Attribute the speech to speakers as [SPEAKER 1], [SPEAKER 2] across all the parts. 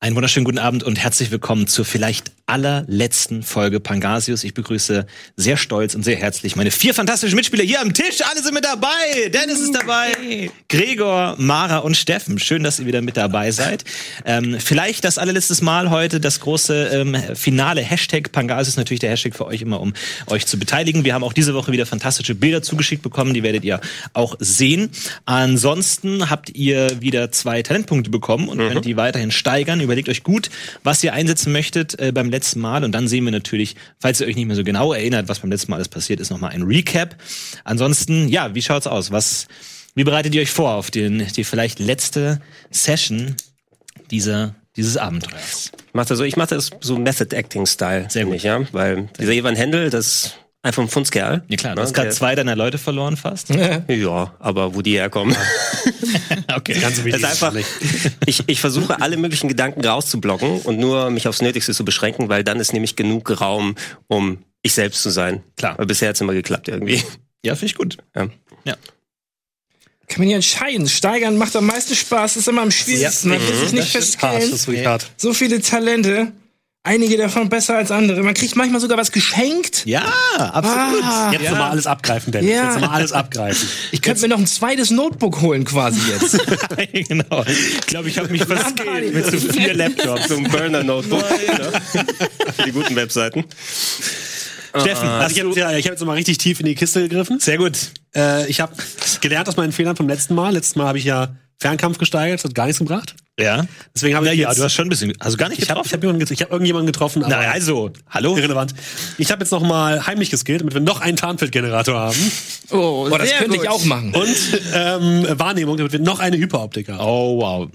[SPEAKER 1] Einen wunderschönen guten Abend und herzlich willkommen zur vielleicht allerletzten Folge Pangasius. Ich begrüße sehr stolz und sehr herzlich meine vier fantastischen Mitspieler hier am Tisch. Alle sind mit dabei. Dennis ist dabei. Gregor, Mara und Steffen. Schön, dass ihr wieder mit dabei seid. Ähm, vielleicht das allerletztes Mal heute das große ähm, finale Hashtag Pangasius. Natürlich der Hashtag für euch immer, um euch zu beteiligen. Wir haben auch diese Woche wieder fantastische Bilder zugeschickt bekommen. Die werdet ihr auch sehen. Ansonsten habt ihr wieder zwei Talentpunkte bekommen und könnt die weiterhin steigern. Überlegt euch gut, was ihr einsetzen möchtet äh, beim letzten Mal. Und dann sehen wir natürlich, falls ihr euch nicht mehr so genau erinnert, was beim letzten Mal alles passiert ist, nochmal ein Recap. Ansonsten, ja, wie schaut's aus? Was, wie bereitet ihr euch vor auf den, die vielleicht letzte Session dieser, dieses Abenteuers?
[SPEAKER 2] Macht er so, ich mache das so Method Acting Style.
[SPEAKER 1] Sehr gut.
[SPEAKER 2] Nicht, ja? Weil dieser Ivan Händel, das ist einfach ein Funskerl.
[SPEAKER 1] Ja klar, du hast
[SPEAKER 2] Ne?
[SPEAKER 1] gerade
[SPEAKER 2] Der-
[SPEAKER 1] zwei deiner Leute verloren fast.
[SPEAKER 2] Ja, aber wo die herkommen.
[SPEAKER 1] okay.
[SPEAKER 3] Ganz
[SPEAKER 2] Das
[SPEAKER 3] wichtig.
[SPEAKER 2] ist einfach, ich, ich versuche alle möglichen Gedanken rauszublocken und nur mich aufs Nötigste zu beschränken, weil dann ist nämlich genug Raum, um ich selbst zu sein.
[SPEAKER 1] Klar.
[SPEAKER 2] Weil bisher hat's immer geklappt irgendwie.
[SPEAKER 1] Ja, finde ich gut.
[SPEAKER 2] Ja.
[SPEAKER 4] Kann man nicht entscheiden. Steigern macht am meisten Spaß, ist immer am schwierigsten. Man kann sich
[SPEAKER 3] hart,
[SPEAKER 4] nicht
[SPEAKER 3] das
[SPEAKER 4] feststellen.
[SPEAKER 3] ist wirklich hart.
[SPEAKER 4] So viele Talente, einige davon besser als andere. Man kriegt manchmal sogar was geschenkt.
[SPEAKER 1] Ja, absolut.
[SPEAKER 4] Ah,
[SPEAKER 3] Jetzt nochmal alles abgreifen, Dennis.
[SPEAKER 4] Ja.
[SPEAKER 3] Jetzt nochmal alles abgreifen.
[SPEAKER 4] ich könnte mir noch ein zweites Notebook holen quasi jetzt.
[SPEAKER 1] genau. Ich glaube, ich habe mich verskillt mit so vier Laptops.
[SPEAKER 2] So ein Burner Notebook. ne? Für die guten Webseiten.
[SPEAKER 1] Steffen,
[SPEAKER 3] Also
[SPEAKER 1] hast
[SPEAKER 3] ich habe
[SPEAKER 1] du,
[SPEAKER 3] ja, ich hab jetzt nochmal richtig tief in die Kiste gegriffen.
[SPEAKER 1] sehr gut.
[SPEAKER 3] Äh, ich habe gelernt aus meinen Fehlern vom letzten Mal. Letztes Mal habe ich ja Fernkampf gesteigert, das hat gar nichts gebracht.
[SPEAKER 1] Ja.
[SPEAKER 3] Deswegen habe
[SPEAKER 1] Na
[SPEAKER 3] ich
[SPEAKER 1] ja,
[SPEAKER 3] jetzt-
[SPEAKER 1] du hast schon ein bisschen, also gar nicht
[SPEAKER 3] Ich habe
[SPEAKER 1] getroffen.
[SPEAKER 3] ich hab jemanden get- ich hab irgendjemanden getroffen, aber
[SPEAKER 1] Na, also, hallo?
[SPEAKER 3] irrelevant. Ich habe jetzt nochmal heimlich geskillt, damit wir noch einen Tarnfeldgenerator haben.
[SPEAKER 4] Oh, das
[SPEAKER 3] sehr
[SPEAKER 4] könnte
[SPEAKER 3] gut.
[SPEAKER 4] ich auch machen.
[SPEAKER 3] Und ähm, Wahrnehmung, damit wir noch eine Hyperoptik haben.
[SPEAKER 1] Oh, wow.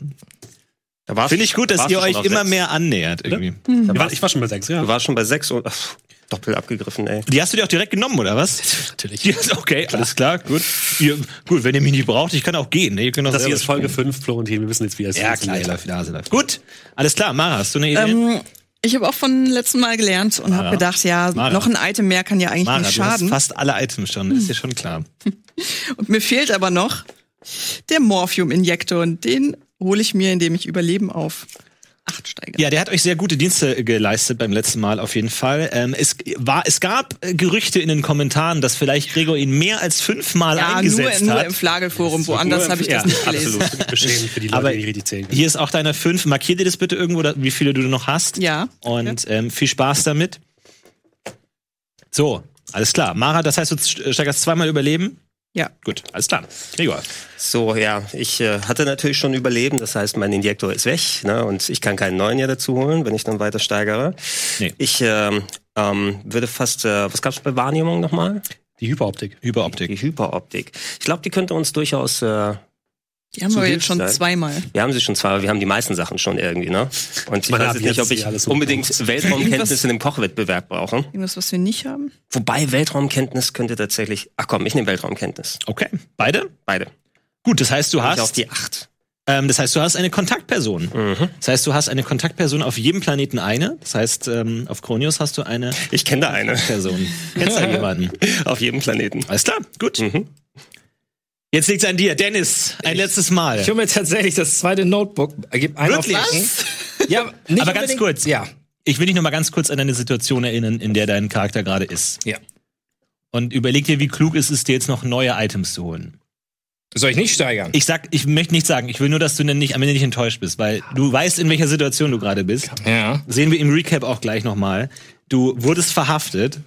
[SPEAKER 2] Da war's-
[SPEAKER 1] Finde ich gut, dass
[SPEAKER 2] warst
[SPEAKER 1] ihr
[SPEAKER 2] du schon
[SPEAKER 1] euch
[SPEAKER 2] auf
[SPEAKER 1] immer
[SPEAKER 2] sechs.
[SPEAKER 1] mehr annähert irgendwie.
[SPEAKER 3] ich, war, ich war schon bei sechs, ja.
[SPEAKER 2] Du warst schon bei sechs und ach, doppelt abgegriffen, ey.
[SPEAKER 1] Die hast du dir auch direkt genommen, oder was? Natürlich. okay, alles klar, gut. Ihr, gut, wenn ihr mich nicht braucht, ich kann auch gehen. Ne? Ihr könnt auch
[SPEAKER 3] Das hier
[SPEAKER 1] selber
[SPEAKER 3] ist Folge 5, Florentin. Wir wissen jetzt, wie es
[SPEAKER 1] spielen. Ja, klar, ihr läuft wieder Hase läuft. Gut, alles klar. Mara, hast du eine Idee?
[SPEAKER 5] Ähm, ich habe auch von letzten Mal gelernt und habe gedacht, ja,
[SPEAKER 1] Mara.
[SPEAKER 5] noch ein Item mehr kann ja eigentlich
[SPEAKER 1] Mara,
[SPEAKER 5] nicht
[SPEAKER 1] du hast
[SPEAKER 5] schaden. Hm.
[SPEAKER 1] fast alle Items schon, ist dir schon klar.
[SPEAKER 5] Und mir fehlt aber noch der Morphium-Injektor und den hole ich mir, indem ich Überleben auf acht steige.
[SPEAKER 1] Ja, der hat euch sehr gute Dienste geleistet beim letzten Mal auf jeden Fall. Ähm, es, war, es gab äh, Gerüchte in den Kommentaren, dass vielleicht Gregor ihn mehr als fünfmal
[SPEAKER 5] Ja, nur,
[SPEAKER 1] eingesetzt
[SPEAKER 5] nur
[SPEAKER 1] hat.
[SPEAKER 5] im Flagelforum, woanders habe ich das nicht gelesen.
[SPEAKER 3] Absolut. Beschämend für die Leute,
[SPEAKER 1] Aber
[SPEAKER 3] die nicht richtig zählen können.
[SPEAKER 1] hier ist auch deiner fünf. Markier dir das bitte irgendwo, da- wie viele du noch hast.
[SPEAKER 5] Ja.
[SPEAKER 1] Und ähm, viel Spaß damit. So, alles klar. Mara, das heißt, du st- steigerst zweimal überleben?
[SPEAKER 5] Ja.
[SPEAKER 1] Gut, alles klar. Gregor.
[SPEAKER 2] So, ja, ich äh, hatte natürlich schon Überleben, das heißt, mein Injektor ist weg ne, und ich kann keinen neuen ja dazu holen, wenn ich dann weiter steigere.
[SPEAKER 1] Nee.
[SPEAKER 2] Ich ähm, ähm, würde fast, äh, was gab's bei Wahrnehmung nochmal?
[SPEAKER 3] Die Hyperoptik.
[SPEAKER 1] Hyperoptik.
[SPEAKER 2] Die Hyperoptik. Ich glaube, die könnte uns durchaus, äh, wir
[SPEAKER 5] Die haben
[SPEAKER 2] Zu
[SPEAKER 5] wir
[SPEAKER 2] dir
[SPEAKER 5] jetzt schon
[SPEAKER 2] sein.
[SPEAKER 5] zweimal.
[SPEAKER 2] haben sie schon zwar, aber wir haben die meisten Sachen schon irgendwie, ne? Und ich
[SPEAKER 3] Man
[SPEAKER 2] weiß
[SPEAKER 3] hat
[SPEAKER 2] jetzt nicht,
[SPEAKER 3] jetzt
[SPEAKER 2] ob ich
[SPEAKER 3] hier alles so
[SPEAKER 2] unbedingt Weltraumkenntnisse
[SPEAKER 5] Irgendwas-
[SPEAKER 2] in dem Kochwettbewerb brauche.
[SPEAKER 5] Irgendwas, was wir nicht haben.
[SPEAKER 2] Wobei Weltraumkenntnis könnte tatsächlich, ach komm, ich nehme Weltraumkenntnis.
[SPEAKER 1] Okay. Beide?
[SPEAKER 2] Beide.
[SPEAKER 1] Gut, das heißt, du
[SPEAKER 2] Ich auf
[SPEAKER 1] hast,
[SPEAKER 2] die acht.
[SPEAKER 1] ähm, das heißt, du hast eine Kontaktperson.
[SPEAKER 2] Mhm.
[SPEAKER 1] Das heißt, du hast eine Kontaktperson auf jedem Planeten eine. Das heißt, ähm, auf Kronius hast du eine
[SPEAKER 2] Ich kenne da eine.
[SPEAKER 1] Person. Kennst du da jemanden?
[SPEAKER 2] Auf jedem Planeten.
[SPEAKER 1] Alles klar, gut.
[SPEAKER 2] Mhm.
[SPEAKER 1] Jetzt liegt's an dir. Dennis, ein letztes Mal.
[SPEAKER 4] Ich hole mir tatsächlich das zweite Notebook. Ergibt einen
[SPEAKER 1] Wirklich?
[SPEAKER 4] auf Lachen. Ja, nicht
[SPEAKER 1] Aber ganz
[SPEAKER 4] unbedingt-
[SPEAKER 1] kurz.
[SPEAKER 4] Ja,
[SPEAKER 1] Ich will dich noch mal ganz kurz an eine Situation erinnern, in der dein Charakter gerade ist.
[SPEAKER 4] ja.
[SPEAKER 1] Und überleg dir, wie klug es ist, dir jetzt noch neue Items zu holen.
[SPEAKER 4] Soll ich nicht steigern?
[SPEAKER 1] Ich sag, ich möchte nichts sagen. Ich will nur, dass du dann nicht, am Ende nicht enttäuscht bist, weil du weißt, in welcher Situation du gerade bist.
[SPEAKER 4] ja.
[SPEAKER 1] Sehen wir im Recap auch gleich noch mal. Du wurdest verhaftet.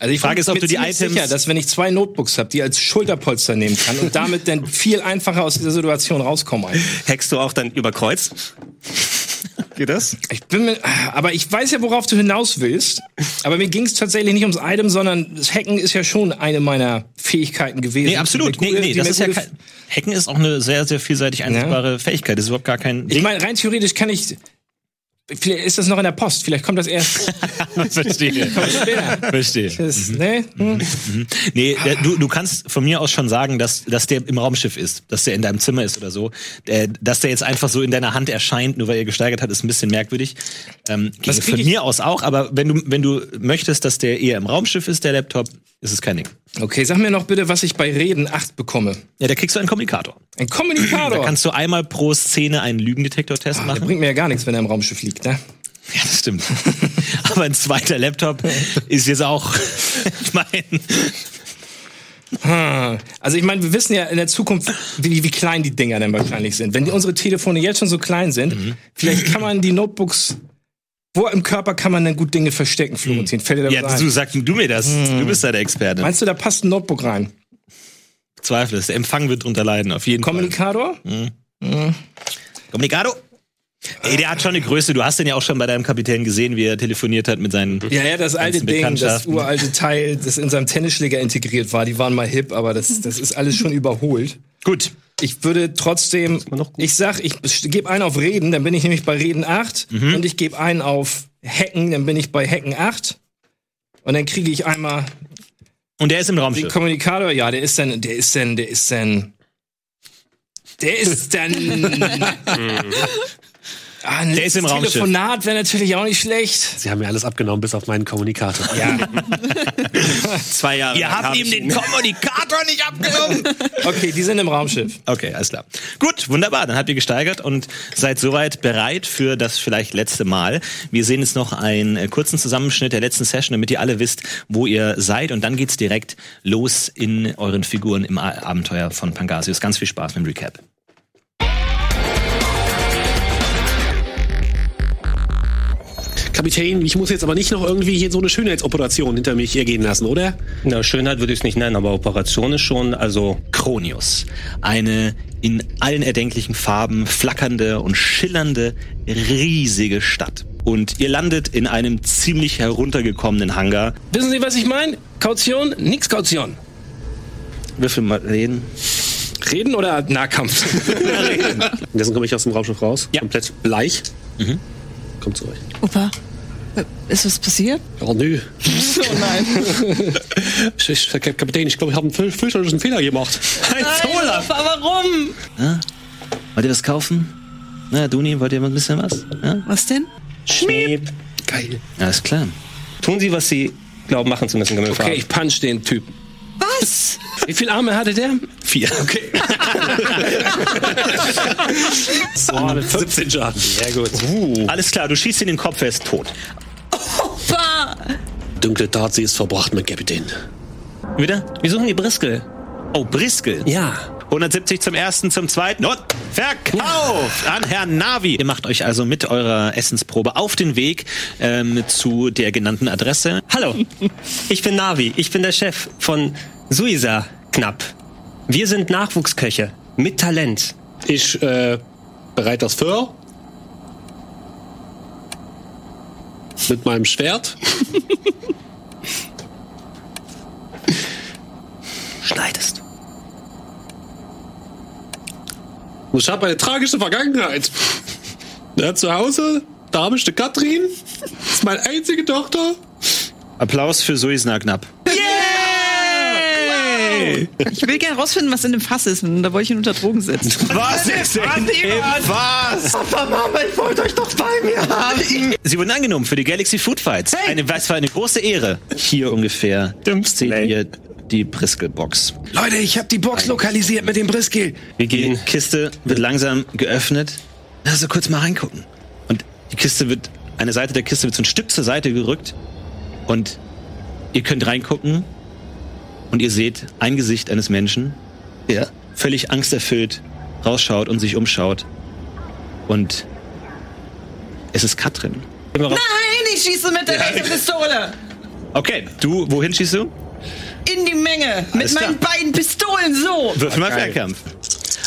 [SPEAKER 4] Also ich
[SPEAKER 1] Frage
[SPEAKER 4] bin
[SPEAKER 1] ist, ob
[SPEAKER 4] mir
[SPEAKER 1] du die
[SPEAKER 4] ziemlich
[SPEAKER 1] Items-
[SPEAKER 4] sicher, dass wenn ich zwei Notebooks habe, die als Schulterpolster nehmen kann und damit dann viel einfacher aus dieser Situation rauskommen. eigentlich.
[SPEAKER 2] Hackst du auch dann über Kreuz? Geht das?
[SPEAKER 4] Ich bin mir, aber ich weiß ja, worauf du hinaus willst. Aber mir ging es tatsächlich nicht ums Item, sondern das Hacken ist ja schon eine meiner Fähigkeiten gewesen.
[SPEAKER 1] Nee, absolut.
[SPEAKER 4] Die mir
[SPEAKER 1] Nee,
[SPEAKER 4] gute-
[SPEAKER 1] nee,
[SPEAKER 4] die
[SPEAKER 1] das
[SPEAKER 4] mir
[SPEAKER 1] ist ja
[SPEAKER 4] gute-
[SPEAKER 1] kein, Hacken ist auch eine sehr, sehr vielseitig einsetzbare Fähigkeit. Das ist überhaupt gar kein
[SPEAKER 4] Ich
[SPEAKER 1] Ding.
[SPEAKER 4] meine, rein theoretisch kann ich. Vielleicht ist das noch in der Post. Vielleicht kommt das erst
[SPEAKER 1] Verstehe. Mhm.
[SPEAKER 4] Schwer.
[SPEAKER 1] Verstehe.
[SPEAKER 4] Das, ne? Hm.
[SPEAKER 1] Nee, der, du, du kannst von mir aus schon sagen, dass, dass der im Raumschiff ist, dass der in deinem Zimmer ist oder so. Äh, dass der jetzt einfach so in deiner Hand erscheint, nur weil er gesteigert hat, ist ein bisschen merkwürdig. Ähm, ging
[SPEAKER 4] Das krieg
[SPEAKER 1] von
[SPEAKER 4] ich-
[SPEAKER 1] mir aus auch, aber wenn du, wenn du möchtest, dass der eher im Raumschiff ist, der Laptop, ist es kein Ding.
[SPEAKER 4] Okay, sag mir noch bitte, was ich bei Reden 8 bekomme.
[SPEAKER 1] Ja, da kriegst du einen Kommunikator.
[SPEAKER 4] Ein
[SPEAKER 1] Da
[SPEAKER 4] Kommunikator.
[SPEAKER 1] kannst du einmal pro Szene einen Lügendetektor-Test
[SPEAKER 4] Ah, der
[SPEAKER 1] machen.
[SPEAKER 4] bringt mir ja gar nichts, wenn er im Raumschiff liegt, ne?
[SPEAKER 1] Ja, das stimmt. Aber ein zweiter Laptop ist jetzt auch, ich meine,
[SPEAKER 4] Hm. Also ich meine, wir wissen ja in der Zukunft, wie, wie klein die Dinger denn wahrscheinlich sind. Wenn die, unsere Telefone jetzt schon so klein sind,
[SPEAKER 1] Mhm.
[SPEAKER 4] vielleicht kann man die Notebooks, wo im Körper kann man denn gut Dinge verstecken, Florentin? Fällt dir da
[SPEAKER 1] Mhm. ja,
[SPEAKER 4] was
[SPEAKER 1] du
[SPEAKER 4] ein?
[SPEAKER 1] sagst du mir das. Du bist da der Experte.
[SPEAKER 4] Meinst du, da passt ein Notebook rein?
[SPEAKER 1] Zweifel ist, der Empfang wird drunter leiden, auf jeden Fall.
[SPEAKER 4] Kommunikator?
[SPEAKER 1] Mhm. Kommunikado! Ey, der hat schon eine Größe. Du hast den ja auch schon bei deinem Kapitän gesehen, wie er telefoniert hat mit seinen.
[SPEAKER 4] Ja, ja, das alte
[SPEAKER 1] Ganzen
[SPEAKER 4] Ding, das
[SPEAKER 1] Bekanntschaften.
[SPEAKER 4] uralte Teil, das in seinem Tennisschläger integriert war. Die waren mal hip, aber das, das ist alles schon überholt.
[SPEAKER 1] Gut.
[SPEAKER 4] Ich würde trotzdem,
[SPEAKER 2] man noch gut.
[SPEAKER 4] ich sag, ich gebe einen auf Reden, dann bin ich nämlich bei Reden 8.
[SPEAKER 1] Mhm.
[SPEAKER 4] Und ich gebe einen auf Hacken, dann bin ich bei Hacken 8. Und dann kriege ich einmal
[SPEAKER 1] Und der ist im
[SPEAKER 4] den
[SPEAKER 1] Raumschiff.
[SPEAKER 4] Kommunikator. Ja, der ist dann, der ist dann, der ist dann. Der ist dann. ah, ein
[SPEAKER 1] Mhm. Der ist im
[SPEAKER 4] letztes
[SPEAKER 1] Raumschiff.
[SPEAKER 4] Telefonat wäre natürlich auch nicht schlecht.
[SPEAKER 3] Sie haben mir alles abgenommen, bis auf meinen Kommunikator.
[SPEAKER 4] Ja.
[SPEAKER 2] Zwei Jahre. lang hab ich ihn.
[SPEAKER 1] Kommunikator nicht abgenommen!
[SPEAKER 4] Okay, die sind im Raumschiff.
[SPEAKER 1] Okay, alles klar. Gut, wunderbar. Dann habt ihr gesteigert und seid soweit bereit für das vielleicht letzte Mal. Wir sehen jetzt noch einen äh, kurzen Zusammenschnitt der letzten Session, damit ihr alle wisst, wo ihr seid. Und dann geht's direkt los in euren Figuren im A Abenteuer von Pangasius. Ganz viel Spaß mit dem Recap.
[SPEAKER 3] Kapitän, ich muss jetzt aber nicht noch irgendwie hier so eine Schönheitsoperation hinter mich ergehen lassen, oder?
[SPEAKER 2] Na, Schönheit würde ich es nicht nennen, aber Operation ist schon, also
[SPEAKER 1] Kronius. Eine in allen erdenklichen Farben flackernde und schillernde riesige Stadt. Und ihr landet in einem ziemlich heruntergekommenen Hangar.
[SPEAKER 6] Wissen Sie, was ich meine? Kaution, nix Kaution.
[SPEAKER 1] Würfel mal reden.
[SPEAKER 6] Reden oder Nahkampf?
[SPEAKER 3] Dessen komme ich aus dem Raumschiff raus.
[SPEAKER 1] Ja.
[SPEAKER 3] Komplett bleich. Kommt zu euch.
[SPEAKER 5] Opa, äh, ist was passiert?
[SPEAKER 3] Oh, nö.
[SPEAKER 5] Oh nein.
[SPEAKER 3] Ich, ich, Kapitän, ich glaube, ich habe einen fü- fürchterlichen Fehler gemacht.
[SPEAKER 5] warum?
[SPEAKER 1] Wollt ihr was kaufen? Na, Duni, wollt ihr mal ein bisschen was? Ja?
[SPEAKER 5] Was denn?
[SPEAKER 2] Schmieb.
[SPEAKER 6] Geil.
[SPEAKER 1] Alles klar.
[SPEAKER 2] Tun Sie, was Sie glauben, machen zu müssen, Gammelfarb.
[SPEAKER 6] Okay, ich punch den Typen.
[SPEAKER 5] Was?
[SPEAKER 6] Wie viele Arme hatte der?
[SPEAKER 1] Vier. Okay.
[SPEAKER 3] Oh, 17 Schaden. Sehr gut.
[SPEAKER 1] Oh. Alles klar, du schießt in den Kopf, er ist tot.
[SPEAKER 5] Opa!
[SPEAKER 3] Dunkle Tat, sie ist verbracht, mein Kapitän.
[SPEAKER 1] Wieder?
[SPEAKER 2] Wir suchen die Briskel.
[SPEAKER 1] Oh, Briskel.
[SPEAKER 2] Ja.
[SPEAKER 1] 170 zum ersten, zum zweiten und verkauft an Herrn Navi. Ihr macht euch also mit eurer Essensprobe auf den Weg ähm, zu der genannten Adresse.
[SPEAKER 2] Hallo, ich bin Navi. Ich bin der Chef von Suiza Knapp. Wir sind Nachwuchsköche mit Talent.
[SPEAKER 3] Ich äh, bereite das für. Mit meinem Schwert.
[SPEAKER 2] Schneidest.
[SPEAKER 3] Und Ich habe eine tragische Vergangenheit. Ja, zu Hause, da habe ich die Katrin. Das ist meine einzige Tochter.
[SPEAKER 1] Applaus für Suizna Knapp.
[SPEAKER 5] Ich will gerne rausfinden, was in dem Fass ist. Und da wollte ich ihn unter Drogen setzen.
[SPEAKER 1] Was ist denn Was? Sie wurden angenommen für die Galaxy Food Fights. Eine, was für eine große Ehre. Hier ungefähr seht ihr die Briskelbox.
[SPEAKER 6] Leute, ich habe die Box lokalisiert mit dem Briskel.
[SPEAKER 2] Wir
[SPEAKER 1] Die
[SPEAKER 2] gehen.
[SPEAKER 1] Kiste wird langsam geöffnet. Also kurz mal reingucken. Und die Kiste wird, eine Seite der Kiste wird so ein Stück zur Seite gerückt. Und ihr könnt reingucken. Und ihr seht ein Gesicht eines Menschen, der völlig angsterfüllt rausschaut und sich umschaut. Und es ist Katrin.
[SPEAKER 5] Nein, ich schieße mit der rechten Pistole!
[SPEAKER 1] Okay, du, wohin schießt du?
[SPEAKER 5] In die Menge!
[SPEAKER 1] Alles
[SPEAKER 5] mit meinen beiden Pistolen so!
[SPEAKER 2] Ah,
[SPEAKER 1] Würfel mal Fernkampf.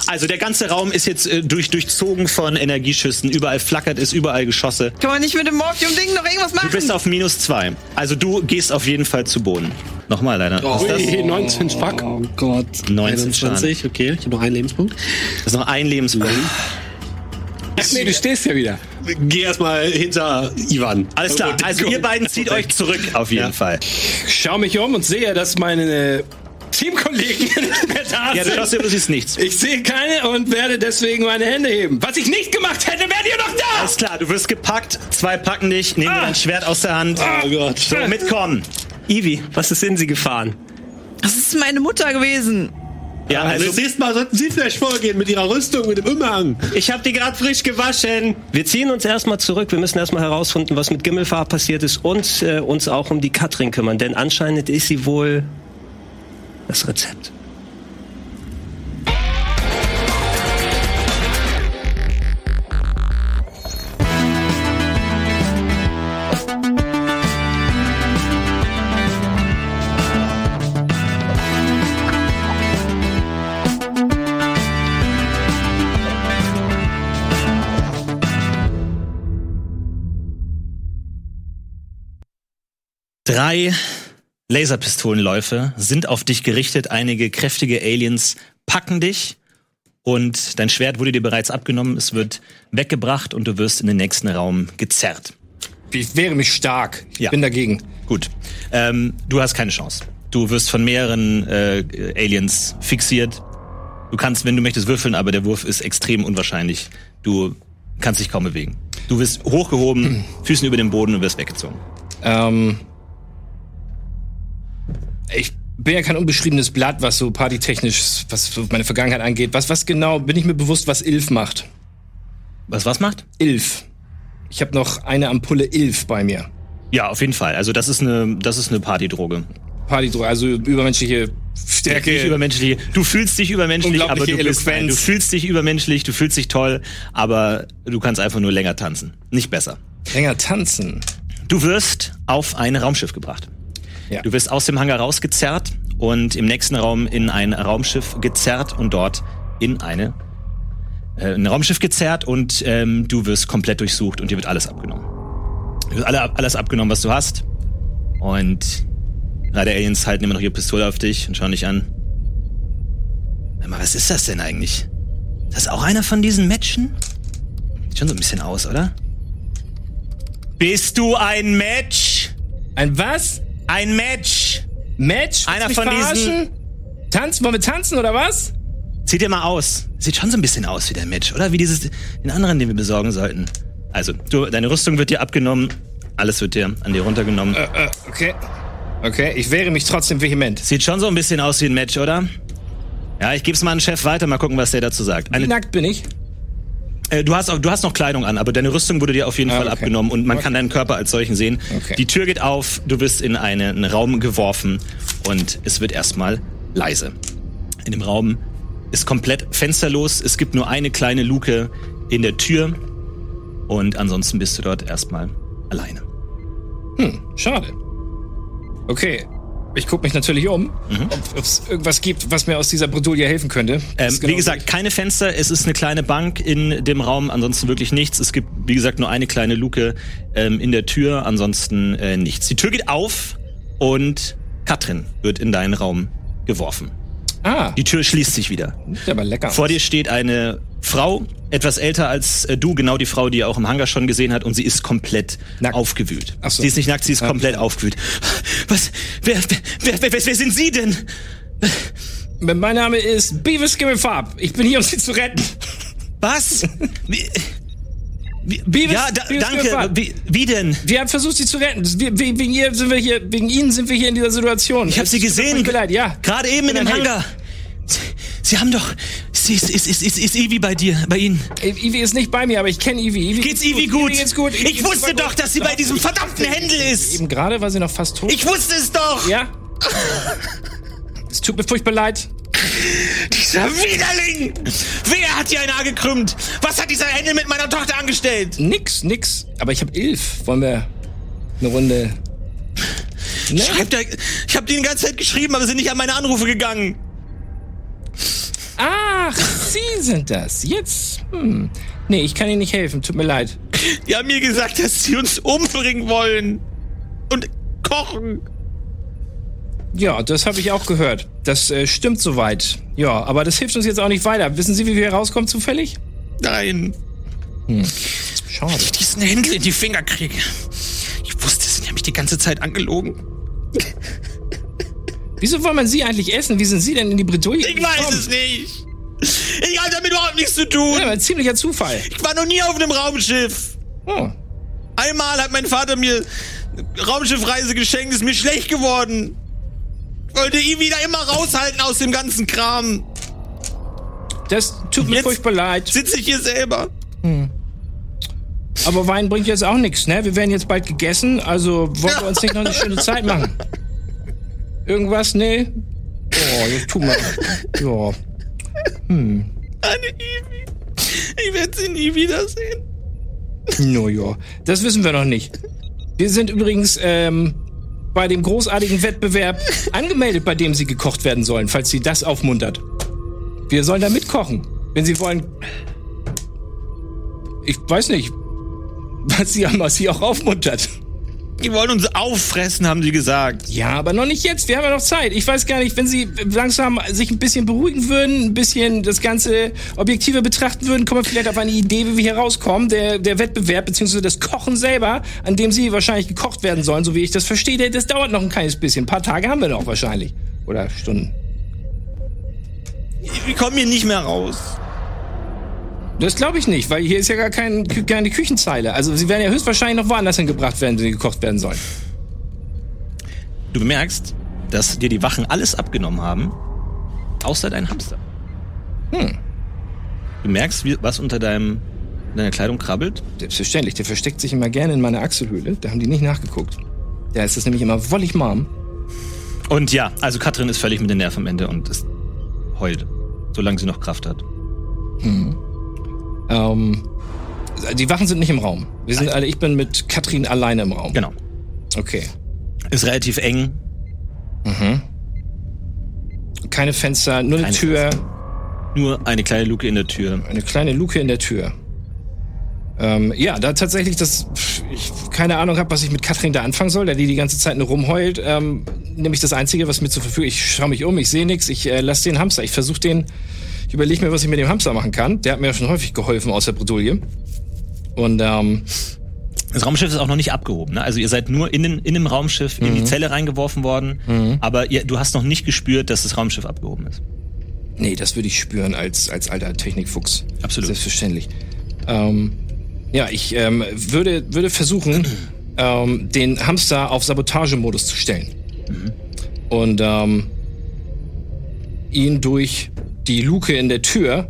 [SPEAKER 1] Also der ganze Raum ist jetzt äh, durch, durchzogen von Energieschüssen. Überall flackert es, überall Geschosse.
[SPEAKER 5] Kann man nicht mit dem Morphium-Ding noch irgendwas machen?
[SPEAKER 1] Du bist auf minus zwei. Also du gehst auf jeden Fall zu Boden. Nochmal leider.
[SPEAKER 2] Oh.
[SPEAKER 1] Was ist das?
[SPEAKER 3] 19 Spack. Oh Gott.
[SPEAKER 1] 19
[SPEAKER 3] okay. Ich habe noch einen Lebenspunkt.
[SPEAKER 1] das ist noch ein Lebenspunkt.
[SPEAKER 6] Ach nee, du stehst ja wieder.
[SPEAKER 3] geh erstmal hinter Ivan.
[SPEAKER 1] Alles
[SPEAKER 2] Oh
[SPEAKER 1] klar,
[SPEAKER 3] Und-
[SPEAKER 1] also ihr beiden zieht euch zurück auf jeden Fall.
[SPEAKER 4] Schau mich um und sehe, dass meine äh, Teamkollegen nicht mehr da
[SPEAKER 1] Ja, du
[SPEAKER 4] sind.
[SPEAKER 1] schaust dir übrigens nichts.
[SPEAKER 4] Ich sehe keine und werde deswegen meine Hände heben. Was ich nicht gemacht hätte, wärt ihr noch da!
[SPEAKER 1] Alles klar, du wirst gepackt, zwei packen dich, nehmen dir dein Schwert aus der Hand.
[SPEAKER 7] Ah.
[SPEAKER 3] Oh Gott.
[SPEAKER 1] So, mitkommen.
[SPEAKER 2] Ivi, was ist in sie gefahren? Äh,
[SPEAKER 5] Das ist meine Mutter gewesen.
[SPEAKER 1] Ja,
[SPEAKER 3] Also
[SPEAKER 1] also
[SPEAKER 3] das nächste Mal sollten Sie vielleicht vorgehen mit Ihrer Rüstung, mit dem Umhang.
[SPEAKER 2] Ich habe die gerade frisch gewaschen. Wir ziehen uns erstmal zurück. Wir müssen erstmal herausfinden, was mit Gimmelfarb passiert ist und äh, uns auch um die Katrin kümmern. Denn anscheinend ist sie wohl das Rezept.
[SPEAKER 1] drei Laserpistolenläufe sind auf dich gerichtet. Einige kräftige Aliens packen dich und dein Schwert wurde dir bereits abgenommen. Es wird weggebracht und du wirst in den nächsten Raum gezerrt.
[SPEAKER 4] Ich wehre mich stark. Ich
[SPEAKER 1] Ja.
[SPEAKER 4] bin dagegen.
[SPEAKER 1] Gut. Ähm, du hast keine Chance. Du wirst von mehreren äh, Aliens fixiert. Du kannst, wenn du möchtest, würfeln, aber der Wurf ist extrem unwahrscheinlich. Du kannst dich kaum bewegen. Du wirst hochgehoben, Füßen über dem Boden und wirst weggezogen.
[SPEAKER 4] Ähm, ich bin ja kein unbeschriebenes Blatt, was so partytechnisch, was so meine Vergangenheit angeht. Was, was genau bin ich mir bewusst, was Ilf macht?
[SPEAKER 1] Was was macht?
[SPEAKER 4] Ilf. Ich habe noch eine Ampulle Ilf bei mir.
[SPEAKER 1] Ja, auf jeden Fall. Also das ist eine, das ist eine Partydroge.
[SPEAKER 4] Partydroge, also übermenschliche
[SPEAKER 1] Nicht
[SPEAKER 4] Stärke.
[SPEAKER 1] übermenschlich. Du fühlst dich übermenschlich, aber du
[SPEAKER 4] Unglaubliche
[SPEAKER 1] bist, nein, du
[SPEAKER 4] Eloquenz.
[SPEAKER 1] fühlst dich übermenschlich, du fühlst dich toll, aber du kannst einfach nur länger tanzen. Nicht besser.
[SPEAKER 4] Länger tanzen.
[SPEAKER 1] Du wirst auf ein Raumschiff gebracht.
[SPEAKER 4] Ja.
[SPEAKER 1] Du wirst aus dem Hangar rausgezerrt und im nächsten Raum in ein Raumschiff gezerrt und dort in eine äh, ein Raumschiff gezerrt und ähm, du wirst komplett durchsucht und dir wird alles abgenommen. Dir wird alle, alles abgenommen, was du hast. Und leider Aliens halten immer noch ihre Pistole auf dich und schauen dich an. Sag mal, was ist das denn eigentlich? Ist das auch einer von diesen Matchen? Sieht schon so ein bisschen aus, oder? Bist du ein Match?
[SPEAKER 4] Ein was?
[SPEAKER 1] Ein Match!
[SPEAKER 4] Match? Willst
[SPEAKER 1] Einer
[SPEAKER 4] du mich
[SPEAKER 1] von diesen-
[SPEAKER 4] verarschen? Tanzen? Wollen wir tanzen oder was?
[SPEAKER 1] Zieh dir mal aus. Sieht schon so ein bisschen aus wie der Match, oder? Wie dieses, den anderen, den wir besorgen sollten. Also, du, deine Rüstung wird dir abgenommen. Alles wird dir an dir runtergenommen.
[SPEAKER 4] Äh, Okay. Okay, ich wehre mich trotzdem vehement.
[SPEAKER 1] Sieht schon so ein bisschen aus wie ein Match, oder? Ja, ich geb's mal an den Chef weiter, mal gucken, was der dazu sagt.
[SPEAKER 4] Wie
[SPEAKER 1] Eine,
[SPEAKER 4] nackt bin ich?
[SPEAKER 1] äh, du, hast auch, du hast noch Kleidung an, aber deine Rüstung wurde dir auf jeden
[SPEAKER 4] Ah,
[SPEAKER 1] Fall
[SPEAKER 4] okay.
[SPEAKER 1] abgenommen und man kann deinen Körper als solchen sehen.
[SPEAKER 4] Okay.
[SPEAKER 1] Die Tür geht auf, du wirst in eine, einen Raum geworfen und es wird erstmal leise. In dem Raum ist komplett fensterlos, es gibt nur eine kleine Luke in der Tür und ansonsten bist du dort erstmal alleine.
[SPEAKER 4] Schade. Okay. Ich gucke mich natürlich um, ob es irgendwas gibt, was mir aus dieser Bredouille helfen könnte. Das
[SPEAKER 1] Mhm. Ähm,
[SPEAKER 4] ist genau
[SPEAKER 1] wie gesagt, keine Fenster, es ist eine kleine Bank in dem Raum, ansonsten wirklich nichts. Es gibt, wie gesagt, nur eine kleine Luke ähm, in der Tür, ansonsten äh, nichts. Die Tür geht auf und Katrin wird in deinen Raum geworfen.
[SPEAKER 4] Ah,
[SPEAKER 1] Die Tür schließt sich wieder.
[SPEAKER 4] sieht aber lecker.
[SPEAKER 1] Vor dir steht eine Frau, etwas älter als äh, du, genau die Frau, die ihr auch im Hangar schon gesehen hat, und sie ist komplett
[SPEAKER 4] Nackt.
[SPEAKER 1] aufgewühlt.
[SPEAKER 4] Ach so.
[SPEAKER 1] Sie ist nicht nackt, sie ist komplett aufgewühlt. Was? Wer, wer, wer, wer, wer sind Sie denn?
[SPEAKER 4] mein Name ist Beavis Gimmelfarb. Ich bin hier, um Sie zu retten.
[SPEAKER 1] Was? Wie, wie,
[SPEAKER 4] Beavis-
[SPEAKER 1] ja, da,
[SPEAKER 4] Beavis
[SPEAKER 1] danke.
[SPEAKER 4] Gilbert.
[SPEAKER 1] Wie, wie denn?
[SPEAKER 4] Wir haben versucht, Sie zu retten. Wir, wegen, wegen, ihr sind wir hier, wegen Ihnen sind wir hier in dieser Situation.
[SPEAKER 1] Ich habe Sie gesehen.
[SPEAKER 4] Tut mir leid, ja.
[SPEAKER 1] Gerade eben in
[SPEAKER 4] Kann
[SPEAKER 1] dem
[SPEAKER 4] er helfen?
[SPEAKER 1] Hangar. Sie, Sie haben doch. Sie ist, ist, ist, ist, ist Ivi bei dir, bei Ihnen.
[SPEAKER 4] Äh, Ivi ist nicht bei mir, aber ich kenne Ivi. Ivi
[SPEAKER 1] Geht's Ivi gut?
[SPEAKER 4] Ivi geht's gut. Ivi
[SPEAKER 1] Ich
[SPEAKER 4] ist
[SPEAKER 1] wusste
[SPEAKER 4] super
[SPEAKER 1] doch,
[SPEAKER 4] gut.
[SPEAKER 1] dass sie bei diesem verdammten Händel ist.
[SPEAKER 4] Eben gerade war sie noch fast tot.
[SPEAKER 1] Ich wusste es doch.
[SPEAKER 4] ja? es tut mir furchtbar leid.
[SPEAKER 1] Dieser Widerling! Wer hat hier ein Haar gekrümmt? Was hat dieser Händel mit meiner Tochter angestellt?
[SPEAKER 4] Nix, nix. Aber ich habe elf. Wollen wir eine Runde? Ne?
[SPEAKER 1] Schreibt er, ich habe die ganze Zeit geschrieben, aber sind nicht an meine Anrufe gegangen.
[SPEAKER 4] Ach, Sie sind das. Jetzt? Hm. Nee, ich kann Ihnen nicht helfen. Tut mir leid.
[SPEAKER 1] Die haben mir gesagt, dass sie uns umbringen wollen. Und kochen.
[SPEAKER 4] Ja, das habe ich auch gehört. Das äh, stimmt soweit. Ja, aber das hilft uns jetzt auch nicht weiter. Wissen Sie, wie wir hier rauskommen zufällig?
[SPEAKER 1] Nein.
[SPEAKER 4] Schade.
[SPEAKER 1] ich diesen Händel in die Finger kriege. Ich wusste es, die haben mich die ganze Zeit angelogen.
[SPEAKER 4] Wieso wollen man sie eigentlich essen? Wie sind sie denn in die Bredouille?
[SPEAKER 1] Ich weiß es nicht. Ich habe damit überhaupt nichts zu tun.
[SPEAKER 4] Ja, aber ziemlicher Zufall.
[SPEAKER 1] Ich war noch nie auf einem Raumschiff.
[SPEAKER 4] Oh.
[SPEAKER 1] Einmal hat mein Vater mir eine Raumschiffreise geschenkt, ist mir schlecht geworden. Ich wollte ihn wieder immer raushalten aus dem ganzen Kram.
[SPEAKER 4] Das tut mir
[SPEAKER 1] Jetzt-
[SPEAKER 4] furchtbar leid.
[SPEAKER 1] Sitze ich hier selber.
[SPEAKER 4] Aber Wein bringt jetzt auch nichts, ne? Wir werden jetzt bald gegessen, also wollen wir uns nicht noch eine schöne Zeit machen. Irgendwas? Nee? Oh, jetzt tun wir. Ja.
[SPEAKER 1] Eine Ivy. Ich werde sie nie wiedersehen.
[SPEAKER 4] No, ja. Das wissen wir noch nicht. Wir sind übrigens ähm, bei dem großartigen Wettbewerb angemeldet, bei dem sie gekocht werden sollen, falls sie das aufmuntert. Wir sollen da mitkochen, wenn sie wollen. Ich weiß nicht, was sie, was sie auch aufmuntert.
[SPEAKER 1] Die wollen uns auffressen, haben sie gesagt.
[SPEAKER 4] Ja, aber noch nicht jetzt. Wir haben ja noch Zeit. Ich weiß gar nicht, wenn Sie langsam sich ein bisschen beruhigen würden, ein bisschen das Ganze objektiver betrachten würden, kommen wir vielleicht auf eine Idee, wie wir hier rauskommen. Der, der Wettbewerb, beziehungsweise das Kochen selber, an dem Sie wahrscheinlich gekocht werden sollen, so wie ich das verstehe, das dauert noch ein kleines bisschen. Ein paar Tage haben wir noch wahrscheinlich. Oder Stunden.
[SPEAKER 1] Wir kommen hier nicht mehr raus.
[SPEAKER 4] Das glaube ich nicht, weil hier ist ja gar kein, keine Küchenzeile. Also Sie werden ja höchstwahrscheinlich noch woanders hingebracht werden, wenn Sie gekocht werden sollen.
[SPEAKER 1] Du bemerkst, dass dir die Wachen alles abgenommen haben, außer dein Hamster. Hm. Du merkst, wie, was unter deinem, deiner Kleidung krabbelt.
[SPEAKER 4] Selbstverständlich, der versteckt sich immer gerne in meiner Achselhöhle. Da haben die nicht nachgeguckt. Da ist es nämlich immer wollig warm.
[SPEAKER 1] Und ja, also Katrin ist völlig mit den Nerven am Ende und ist heult, solange sie noch Kraft hat.
[SPEAKER 4] Ähm, die Wachen sind nicht im Raum. Wir sind alle, ich bin mit Katrin alleine im Raum.
[SPEAKER 1] Genau.
[SPEAKER 4] Okay.
[SPEAKER 1] Ist relativ eng.
[SPEAKER 4] Keine Fenster, nur eine
[SPEAKER 1] Keine
[SPEAKER 4] Tür,
[SPEAKER 1] Nur eine kleine Luke in der Tür.
[SPEAKER 4] eine kleine Luke in der Tür. Ähm, ja, da tatsächlich das, pff, ich keine Ahnung habe, was ich mit Katrin da anfangen soll, da die die ganze Zeit nur rumheult, ähm, nämlich das Einzige, was mir zur Verfügung Ich schaue mich um, ich sehe nichts, ich äh, lasse den Hamster, ich versuche den, ich überlege mir, was ich mit dem Hamster machen kann. Der hat mir ja schon häufig geholfen aus der Bredouille. Und ähm,
[SPEAKER 1] Das Raumschiff ist auch noch nicht abgehoben. Ne? Also ihr seid nur in, den, in dem Raumschiff in die Zelle reingeworfen worden, aber ihr, du hast noch nicht gespürt, dass das Raumschiff abgehoben ist.
[SPEAKER 4] Nee, das würde ich spüren als, als alter Technikfuchs.
[SPEAKER 1] Absolut.
[SPEAKER 4] Selbstverständlich. Ähm, ja, ich ähm, würde, würde versuchen, ähm, den Hamster auf Sabotagemodus zu stellen. Mhm. Und ähm, ihn durch die Luke in der Tür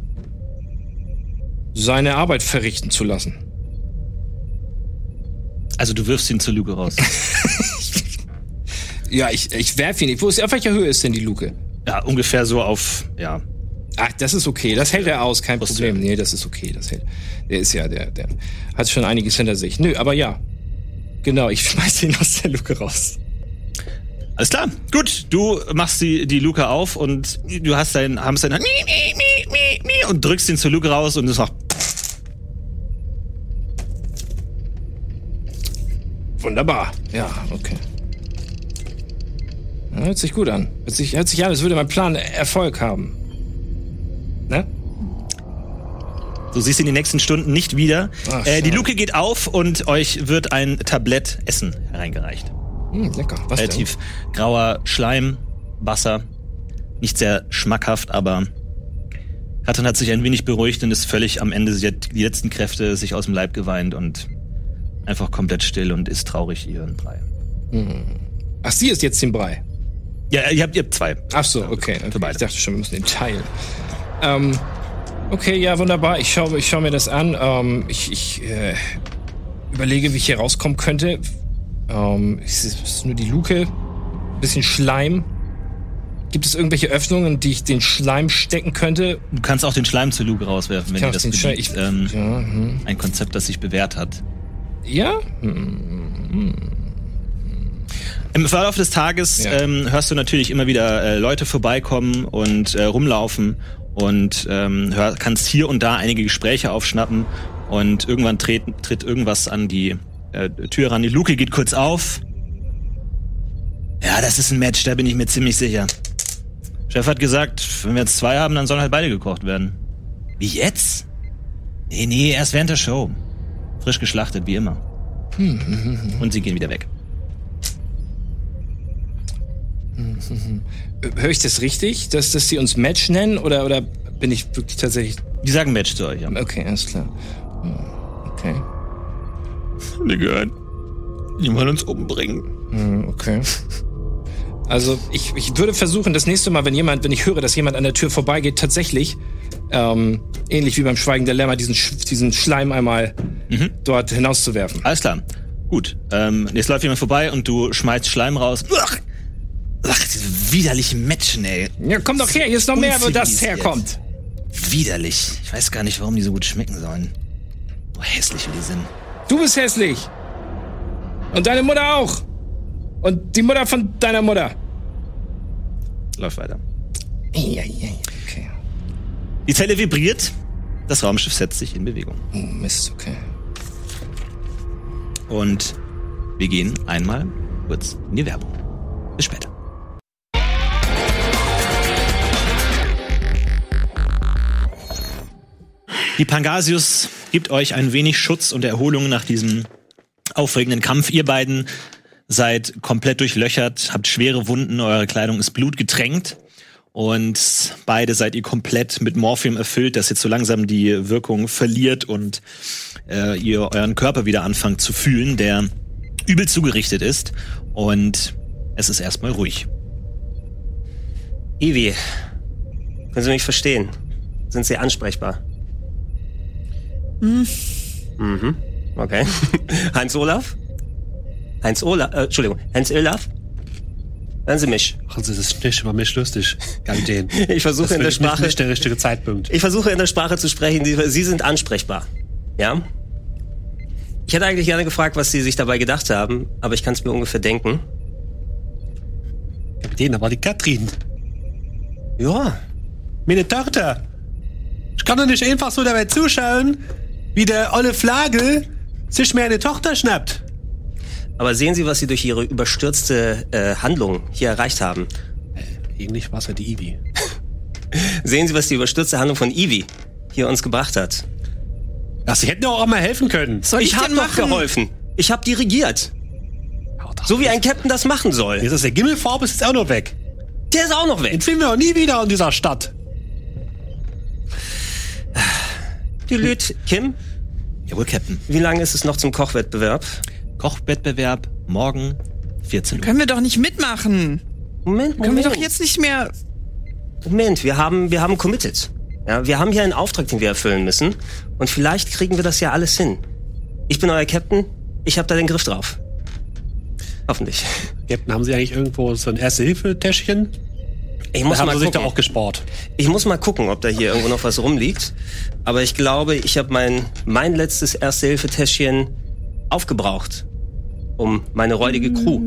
[SPEAKER 4] seine Arbeit verrichten zu lassen.
[SPEAKER 1] Also du wirfst ihn zur Luke raus.
[SPEAKER 4] Ja, ich, ich werfe ihn nicht. Wo ist, auf welcher Höhe ist denn die Luke?
[SPEAKER 1] ja, ungefähr so auf, ja,
[SPEAKER 4] Ach, Ah, das ist okay. Das hält er aus, kein
[SPEAKER 1] Brust-
[SPEAKER 4] Problem. Nee, das ist okay. Das hält. Der ist ja, der, der hat schon einiges hinter sich. Nö, aber ja. Genau, ich schmeiß ihn aus der Luke raus.
[SPEAKER 1] Alles klar, gut. Du machst die, die Luke auf und du hast deinen Hamster in der Hand Mie, mie, mie, mie, mie, und drückst ihn zur Luke raus und es macht.
[SPEAKER 4] Wunderbar. Ja, okay. Ja, hört sich gut an. Hört sich, hört sich an, als würde mein Plan Erfolg haben. Ne?
[SPEAKER 1] So siehst du ihn die nächsten Stunden nicht wieder.
[SPEAKER 4] Ach,
[SPEAKER 1] äh, die
[SPEAKER 4] schade.
[SPEAKER 1] Luke geht auf und euch wird ein Tablett Essen hereingereicht.
[SPEAKER 4] Hm, lecker. Was denn?
[SPEAKER 1] Relativ grauer Schleim, Wasser. Nicht sehr schmackhaft, aber Katrin hat sich ein wenig beruhigt und ist völlig am Ende. Sie hat die letzten Kräfte sich aus dem Leib geweint und einfach komplett still und ist traurig ihren Brei.
[SPEAKER 4] Ach, sie ist jetzt den Brei.
[SPEAKER 1] Ja, ihr habt, ihr habt zwei.
[SPEAKER 4] Ach so, okay. okay.
[SPEAKER 1] Für beide.
[SPEAKER 4] Ich dachte schon, wir müssen den teilen. Ähm, okay, ja, wunderbar. Ich schaue ich schau mir das an. Ähm, ich ich äh, überlege, wie ich hier rauskommen könnte. Ähm, es ist es ist nur die Luke, bisschen Schleim. Gibt es irgendwelche Öffnungen, die ich den Schleim stecken könnte?
[SPEAKER 1] Du kannst auch den Schleim zur Luke rauswerfen, wenn
[SPEAKER 4] kann
[SPEAKER 1] dir
[SPEAKER 4] auch
[SPEAKER 1] das
[SPEAKER 4] den Schleim-
[SPEAKER 1] beliebt.
[SPEAKER 4] ich-
[SPEAKER 1] ähm,
[SPEAKER 4] Ja, hm.
[SPEAKER 1] ein Konzept, das sich bewährt hat.
[SPEAKER 4] ja? hm.
[SPEAKER 1] Im Verlauf des Tages
[SPEAKER 4] Ja.
[SPEAKER 1] ähm, hörst du natürlich immer wieder äh, Leute vorbeikommen und äh, rumlaufen und ähm, hör, kannst hier und da einige Gespräche aufschnappen und irgendwann tritt, tritt irgendwas an die äh, Tür ran. Die Luke geht kurz auf. Ja, das ist ein Match, da bin ich mir ziemlich sicher. Chef hat gesagt, wenn wir jetzt zwei haben, dann sollen halt beide gekocht werden. Wie jetzt? Nee, nee, erst während der Show. Frisch geschlachtet, wie immer. Und sie gehen wieder weg.
[SPEAKER 4] Höre ich das richtig, dass, dass sie uns Match nennen oder, oder bin ich wirklich tatsächlich.
[SPEAKER 1] Die sagen Match zu euch. Ja.
[SPEAKER 4] Okay, alles klar. Hm, Okay.
[SPEAKER 1] Wir gehören. Die wollen uns umbringen.
[SPEAKER 4] Hm, Okay. Also ich, ich würde versuchen, das nächste Mal, wenn jemand, wenn ich höre, dass jemand an der Tür vorbeigeht, tatsächlich, ähm, ähnlich wie beim Schweigen der Lämmer, diesen, Sch diesen Schleim einmal dort hinauszuwerfen.
[SPEAKER 1] Alles klar. Gut. Ähm, jetzt läuft jemand vorbei und du schmeißt Schleim raus. Ach, ach diese widerlichen Matchen, ey.
[SPEAKER 4] Ja, komm doch her, hier ist noch mehr, wo das
[SPEAKER 1] Unzivilisiert.
[SPEAKER 4] herkommt.
[SPEAKER 1] Widerlich. Ich weiß gar nicht, warum die so gut schmecken sollen. Oh, hässlich wie die sind.
[SPEAKER 4] Du bist hässlich. Und deine Mutter auch. Und die Mutter von deiner Mutter.
[SPEAKER 1] Läuft weiter.
[SPEAKER 4] Ja, ja, ja, okay.
[SPEAKER 1] Die Zelle vibriert. Das Raumschiff setzt sich in Bewegung.
[SPEAKER 4] Oh, Mist, okay.
[SPEAKER 1] Und wir gehen einmal kurz in die Werbung. Bis später. Die Pangasius gibt euch ein wenig Schutz und Erholung nach diesem aufregenden Kampf. Ihr beiden seid komplett durchlöchert, habt schwere Wunden, eure Kleidung ist blutgetränkt. Und beide seid ihr komplett mit Morphium erfüllt, das jetzt so langsam die Wirkung verliert und äh, ihr euren Körper wieder anfangt zu fühlen, der übel zugerichtet ist. Und es ist erstmal ruhig.
[SPEAKER 2] Ivi, können Sie mich verstehen? Sind Sie ansprechbar? Mhm. Okay. Heinz Olaf? Heinz Olaf, äh, Entschuldigung, Heinz Olaf? Hören Sie mich.
[SPEAKER 7] Machen Sie das nicht über mich lustig. Gang den.
[SPEAKER 2] Ich versuche
[SPEAKER 7] Das
[SPEAKER 2] in der
[SPEAKER 7] wirklich
[SPEAKER 2] Sprache-
[SPEAKER 7] Nicht der richtige Zeitpunkt.
[SPEAKER 2] Ich versuche in der Sprache zu sprechen, die, Sie sind ansprechbar. Ja? Ich hätte eigentlich gerne gefragt, was Sie sich dabei gedacht haben, aber ich kann es mir ungefähr denken.
[SPEAKER 7] Kapitän, da war die Katrin.
[SPEAKER 2] Ja.
[SPEAKER 7] Meine Tochter. Ich kann doch nicht einfach so dabei zuschauen, wie der olle Flagel sich mir eine Tochter schnappt.
[SPEAKER 2] Aber sehen Sie, was Sie durch Ihre überstürzte äh, Handlung hier erreicht haben.
[SPEAKER 7] Ähnlich war es ja die Ivi.
[SPEAKER 2] Sehen Sie, was die überstürzte Handlung von Ivy hier uns gebracht hat.
[SPEAKER 7] Ach, sie hätten doch auch mal helfen können.
[SPEAKER 5] Soll ich,
[SPEAKER 2] ich habe
[SPEAKER 5] denn
[SPEAKER 2] noch
[SPEAKER 5] machen?
[SPEAKER 2] geholfen. Ich habe dirigiert. So wie ein Captain das machen soll.
[SPEAKER 7] Jetzt ist der Gimmelfarb ist jetzt auch noch weg.
[SPEAKER 2] Der ist auch noch weg.
[SPEAKER 7] Den finden wir auch nie wieder in dieser Stadt.
[SPEAKER 2] Die Lüt, Kim,
[SPEAKER 1] Jawohl, Captain.
[SPEAKER 2] wie lange ist es noch zum Kochwettbewerb?
[SPEAKER 1] Kochwettbewerb morgen 14 Uhr.
[SPEAKER 5] Können wir doch nicht mitmachen.
[SPEAKER 2] Moment,
[SPEAKER 5] Können
[SPEAKER 2] Moment.
[SPEAKER 5] wir doch jetzt nicht mehr.
[SPEAKER 2] Moment, wir haben, wir haben committed. Ja, wir haben hier einen Auftrag, den wir erfüllen müssen. Und vielleicht kriegen wir das ja alles hin. Ich bin euer Captain. Ich habe da den Griff drauf. Hoffentlich.
[SPEAKER 7] Captain, haben Sie eigentlich irgendwo so ein Erste-Hilfe-Täschchen?
[SPEAKER 2] Ich
[SPEAKER 7] Da
[SPEAKER 2] muss
[SPEAKER 7] haben
[SPEAKER 2] mal
[SPEAKER 7] Sie sich da
[SPEAKER 2] gucken.
[SPEAKER 7] auch gespart.
[SPEAKER 2] Ich muss mal gucken, ob da hier irgendwo noch was rumliegt. Aber ich glaube, ich habe mein, mein letztes Erste-Hilfe-Täschchen aufgebraucht, um meine räudige Crew.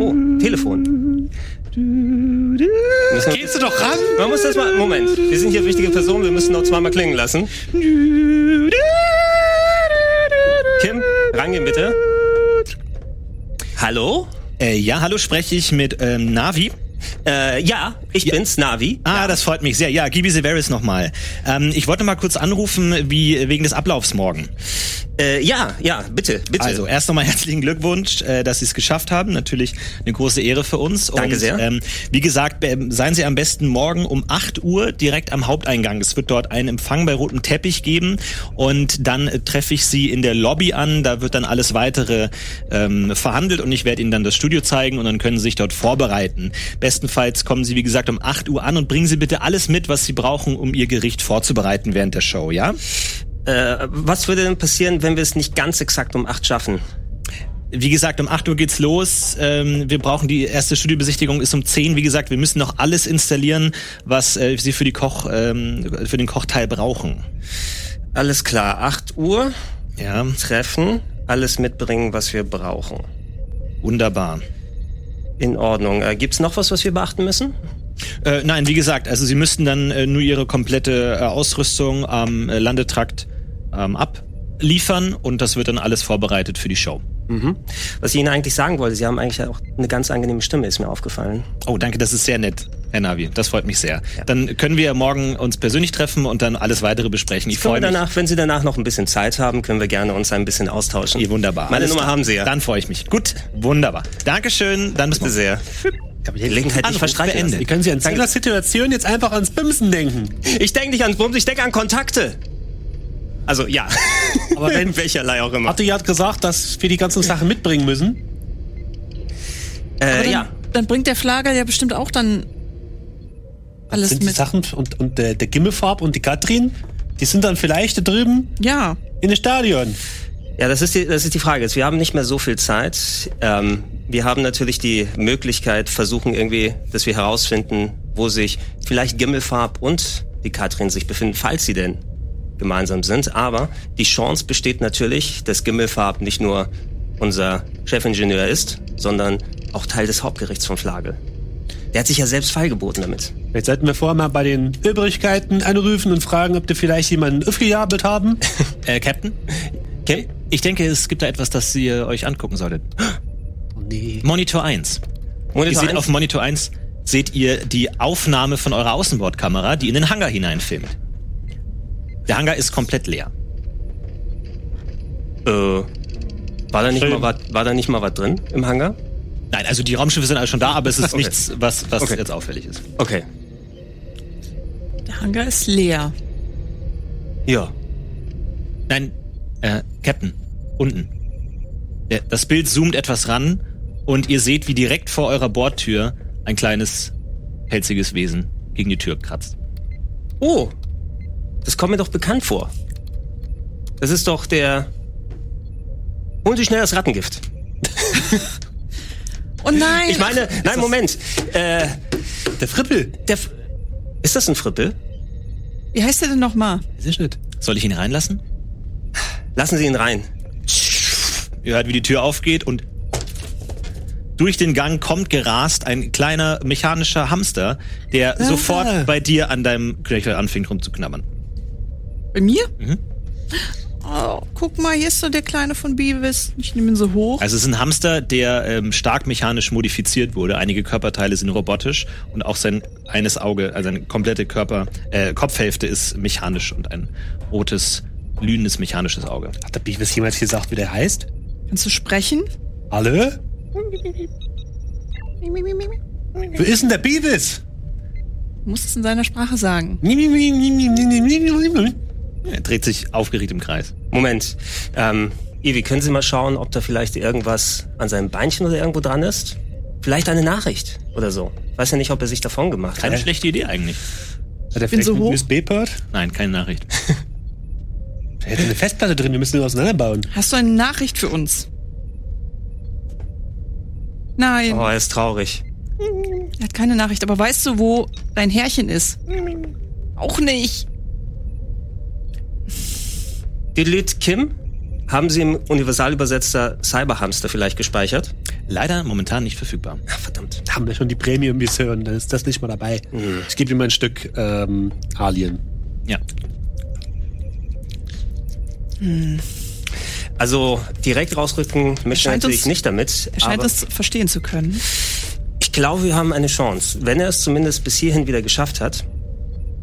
[SPEAKER 2] Oh, Telefon. Müssen wir-
[SPEAKER 7] Gehst du doch ran?
[SPEAKER 2] Man muss das mal. Moment, wir sind hier wichtige Personen, wir müssen noch zweimal klingen lassen. Kim, rangehen bitte. Hallo?
[SPEAKER 1] Äh, ja, hallo, spreche ich mit ähm, Navi.
[SPEAKER 2] Äh, ja, ich bin's, Navi.
[SPEAKER 1] Ah, das freut mich sehr. Ja, Gibi Severis nochmal. Ähm, ich wollte mal kurz anrufen, wie wegen des Ablaufs morgen.
[SPEAKER 2] Äh, ja, ja, bitte, bitte.
[SPEAKER 1] Also erst nochmal herzlichen Glückwunsch, äh, dass Sie es geschafft haben. Natürlich eine große Ehre für uns.
[SPEAKER 2] Danke
[SPEAKER 1] Und,
[SPEAKER 2] sehr.
[SPEAKER 1] Ähm, wie gesagt, be- seien Sie am besten morgen um 8 Uhr direkt am Haupteingang. Es wird dort einen Empfang bei rotem Teppich geben und dann äh, treffe ich Sie in der Lobby an. Da wird dann alles weitere ähm, verhandelt und ich werde Ihnen dann das Studio zeigen und dann können Sie sich dort vorbereiten. Bestenfalls kommen Sie wie gesagt um 8 Uhr an und bringen Sie bitte alles mit, was Sie brauchen, um Ihr Gericht vorzubereiten während der Show. Ja?
[SPEAKER 2] Äh, was würde denn passieren, wenn wir es nicht ganz exakt um acht schaffen?
[SPEAKER 1] Wie gesagt, um 8 Uhr geht's los. Ähm, wir brauchen die erste Studiobesichtigung ist um 10. Wie gesagt, wir müssen noch alles installieren, was äh, Sie für die Koch ähm, für den Kochteil brauchen.
[SPEAKER 2] Alles klar, 8 Uhr,
[SPEAKER 1] Ja,
[SPEAKER 2] treffen, alles mitbringen, was wir brauchen.
[SPEAKER 1] wunderbar.
[SPEAKER 2] In Ordnung. Äh, gibt's noch was, was wir beachten müssen?
[SPEAKER 1] Äh, nein, wie gesagt, also Sie müssten dann äh, nur Ihre komplette äh, Ausrüstung am äh, Landetrakt ähm, abliefern und das wird dann alles vorbereitet für die Show.
[SPEAKER 2] Was ich Ihnen eigentlich sagen wollte, Sie haben eigentlich auch eine ganz angenehme Stimme, ist mir aufgefallen.
[SPEAKER 1] Oh, danke, das ist sehr nett. Herr Navi, das freut mich sehr. Dann können wir morgen uns persönlich treffen und dann alles weitere besprechen. Ich
[SPEAKER 2] Können
[SPEAKER 1] freue
[SPEAKER 2] wir
[SPEAKER 1] mich.
[SPEAKER 2] danach, wenn Sie danach noch ein bisschen Zeit haben, können wir gerne uns ein bisschen austauschen.
[SPEAKER 1] Ihr wunderbar.
[SPEAKER 2] Meine
[SPEAKER 1] Alles
[SPEAKER 2] Nummer
[SPEAKER 1] klar.
[SPEAKER 2] haben Sie ja.
[SPEAKER 1] Dann freue ich mich. Gut, wunderbar. Dankeschön. Dann bis
[SPEAKER 2] Bitte
[SPEAKER 1] morgen.
[SPEAKER 2] sehr. Gelegenheit nicht
[SPEAKER 1] Anruf
[SPEAKER 2] verstreichen lassen.
[SPEAKER 1] beendet.
[SPEAKER 7] Können Sie in so einer Situation jetzt einfach ans Bimsen denken?
[SPEAKER 2] Ich denke nicht ans Bums, ich denke an Kontakte. Also ja.
[SPEAKER 7] Aber wenn-
[SPEAKER 2] welcherlei auch immer.
[SPEAKER 7] Hatte ja gesagt, dass wir die ganzen Sachen mitbringen müssen.
[SPEAKER 2] Äh,
[SPEAKER 5] dann,
[SPEAKER 2] ja.
[SPEAKER 5] dann bringt der Flager ja bestimmt auch dann alles
[SPEAKER 7] sind die
[SPEAKER 5] mit.
[SPEAKER 7] Sachen und, und der, der Gimmefarb und die Katrin, die sind dann vielleicht da drüben
[SPEAKER 5] Ja,
[SPEAKER 7] in dem Stadion.
[SPEAKER 2] Ja, das ist die, das ist die Frage. Jetzt, wir haben nicht mehr so viel Zeit. Ähm, wir haben natürlich die Möglichkeit, versuchen irgendwie, dass wir herausfinden, wo sich vielleicht Gimmelfarb und die Katrin sich befinden, falls sie denn gemeinsam sind. Aber die Chance besteht natürlich, dass Gimmelfarb nicht nur unser Chefingenieur ist, sondern auch Teil des Hauptgerichts von Flagel. Der hat sich ja selbst feilgeboten damit.
[SPEAKER 7] Vielleicht sollten wir vorher mal bei den Übrigkeiten anrufen und fragen, ob die vielleicht jemanden aufgejabelt haben.
[SPEAKER 1] Äh, Captain?
[SPEAKER 2] Okay?
[SPEAKER 1] Ich denke, es gibt da etwas, das ihr euch angucken solltet.
[SPEAKER 7] Oh,
[SPEAKER 1] Monitor 1. ihr seht auf Monitor 1 seht ihr die Aufnahme von eurer Außenbordkamera, die in den Hangar hineinfilmt. Der Hangar ist komplett leer.
[SPEAKER 2] äh, war, da nicht
[SPEAKER 7] Schön.
[SPEAKER 2] mal wat, äh, war da nicht mal was drin im Hangar?
[SPEAKER 1] Nein, also die Raumschiffe sind alle schon da, aber es ist
[SPEAKER 2] Okay.
[SPEAKER 1] nichts, was, was
[SPEAKER 2] Okay.
[SPEAKER 1] jetzt auffällig ist.
[SPEAKER 2] Okay.
[SPEAKER 5] der Hangar ist leer.
[SPEAKER 2] Ja.
[SPEAKER 1] Nein, äh, Captain, unten. Der, das Bild zoomt etwas ran und ihr seht, wie direkt vor eurer Bordtür ein kleines, pelziges Wesen gegen die Tür kratzt.
[SPEAKER 2] Oh, das kommt mir doch bekannt vor. Das ist doch der. Holen Sie schnell das Rattengift.
[SPEAKER 5] Oh nein!
[SPEAKER 2] Ich meine, nein, Moment. Äh,
[SPEAKER 7] Genau. Der Frippel.
[SPEAKER 2] der. F- Ist das ein Frippel?
[SPEAKER 5] Wie heißt der denn nochmal?
[SPEAKER 1] Soll ich ihn reinlassen?
[SPEAKER 2] Lassen Sie ihn rein.
[SPEAKER 1] Ihr hört, wie die Tür aufgeht und durch den Gang kommt gerast ein kleiner mechanischer Hamster, der sofort bei dir an deinem Knöchel anfängt rumzuknabbern.
[SPEAKER 5] Bei mir? Oh, guck mal, hier ist so der Kleine von Beavis. Ich nehme ihn so hoch.
[SPEAKER 1] Also es ist ein Hamster, der ähm, stark mechanisch modifiziert wurde. Einige Körperteile sind robotisch und auch sein eines Auge, also seine komplette Körper, äh, Kopfhälfte ist mechanisch und ein rotes, glühendes mechanisches Auge.
[SPEAKER 7] Hat der Beavis jemals gesagt, wie der heißt?
[SPEAKER 5] Kannst du sprechen?
[SPEAKER 7] Alle? Wo ist denn der Beavis?
[SPEAKER 5] Du musst es in seiner Sprache sagen.
[SPEAKER 1] Er dreht sich aufgeregt im Kreis.
[SPEAKER 2] Moment. Ähm, Evi, können Sie mal schauen, ob da vielleicht irgendwas an seinem Beinchen oder irgendwo dran ist? Vielleicht eine Nachricht oder so. Weiß ja nicht, ob er sich davon gemacht
[SPEAKER 1] Keine
[SPEAKER 2] hat.
[SPEAKER 1] schlechte Idee eigentlich.
[SPEAKER 7] Hat er
[SPEAKER 5] bin so hoch.
[SPEAKER 7] USB Bird?
[SPEAKER 1] Nein, keine Nachricht.
[SPEAKER 7] Da hätte eine Festplatte drin, wir müssen ihn auseinanderbauen.
[SPEAKER 5] Hast du eine Nachricht für uns? Nein,
[SPEAKER 2] Oh, er ist traurig.
[SPEAKER 5] er hat keine Nachricht. Aber weißt du, wo dein Herrchen ist? Auch nicht.
[SPEAKER 2] Delete Kim? Haben Sie im Universalübersetzer Cyberhamster vielleicht gespeichert?
[SPEAKER 1] Leider momentan nicht verfügbar.
[SPEAKER 2] Ach, verdammt.
[SPEAKER 7] Haben wir schon die Premium Vision, dann ist das nicht mal dabei. Ich gebe ihm ein Stück ähm, Alien.
[SPEAKER 1] Ja.
[SPEAKER 2] Also direkt rausrücken möchte ich
[SPEAKER 5] Scheint
[SPEAKER 2] natürlich
[SPEAKER 5] uns-
[SPEAKER 2] nicht damit.
[SPEAKER 5] Er scheint
[SPEAKER 2] aber
[SPEAKER 5] es verstehen zu können.
[SPEAKER 2] ich glaube, wir haben eine Chance. Wenn er es zumindest bis hierhin wieder geschafft hat,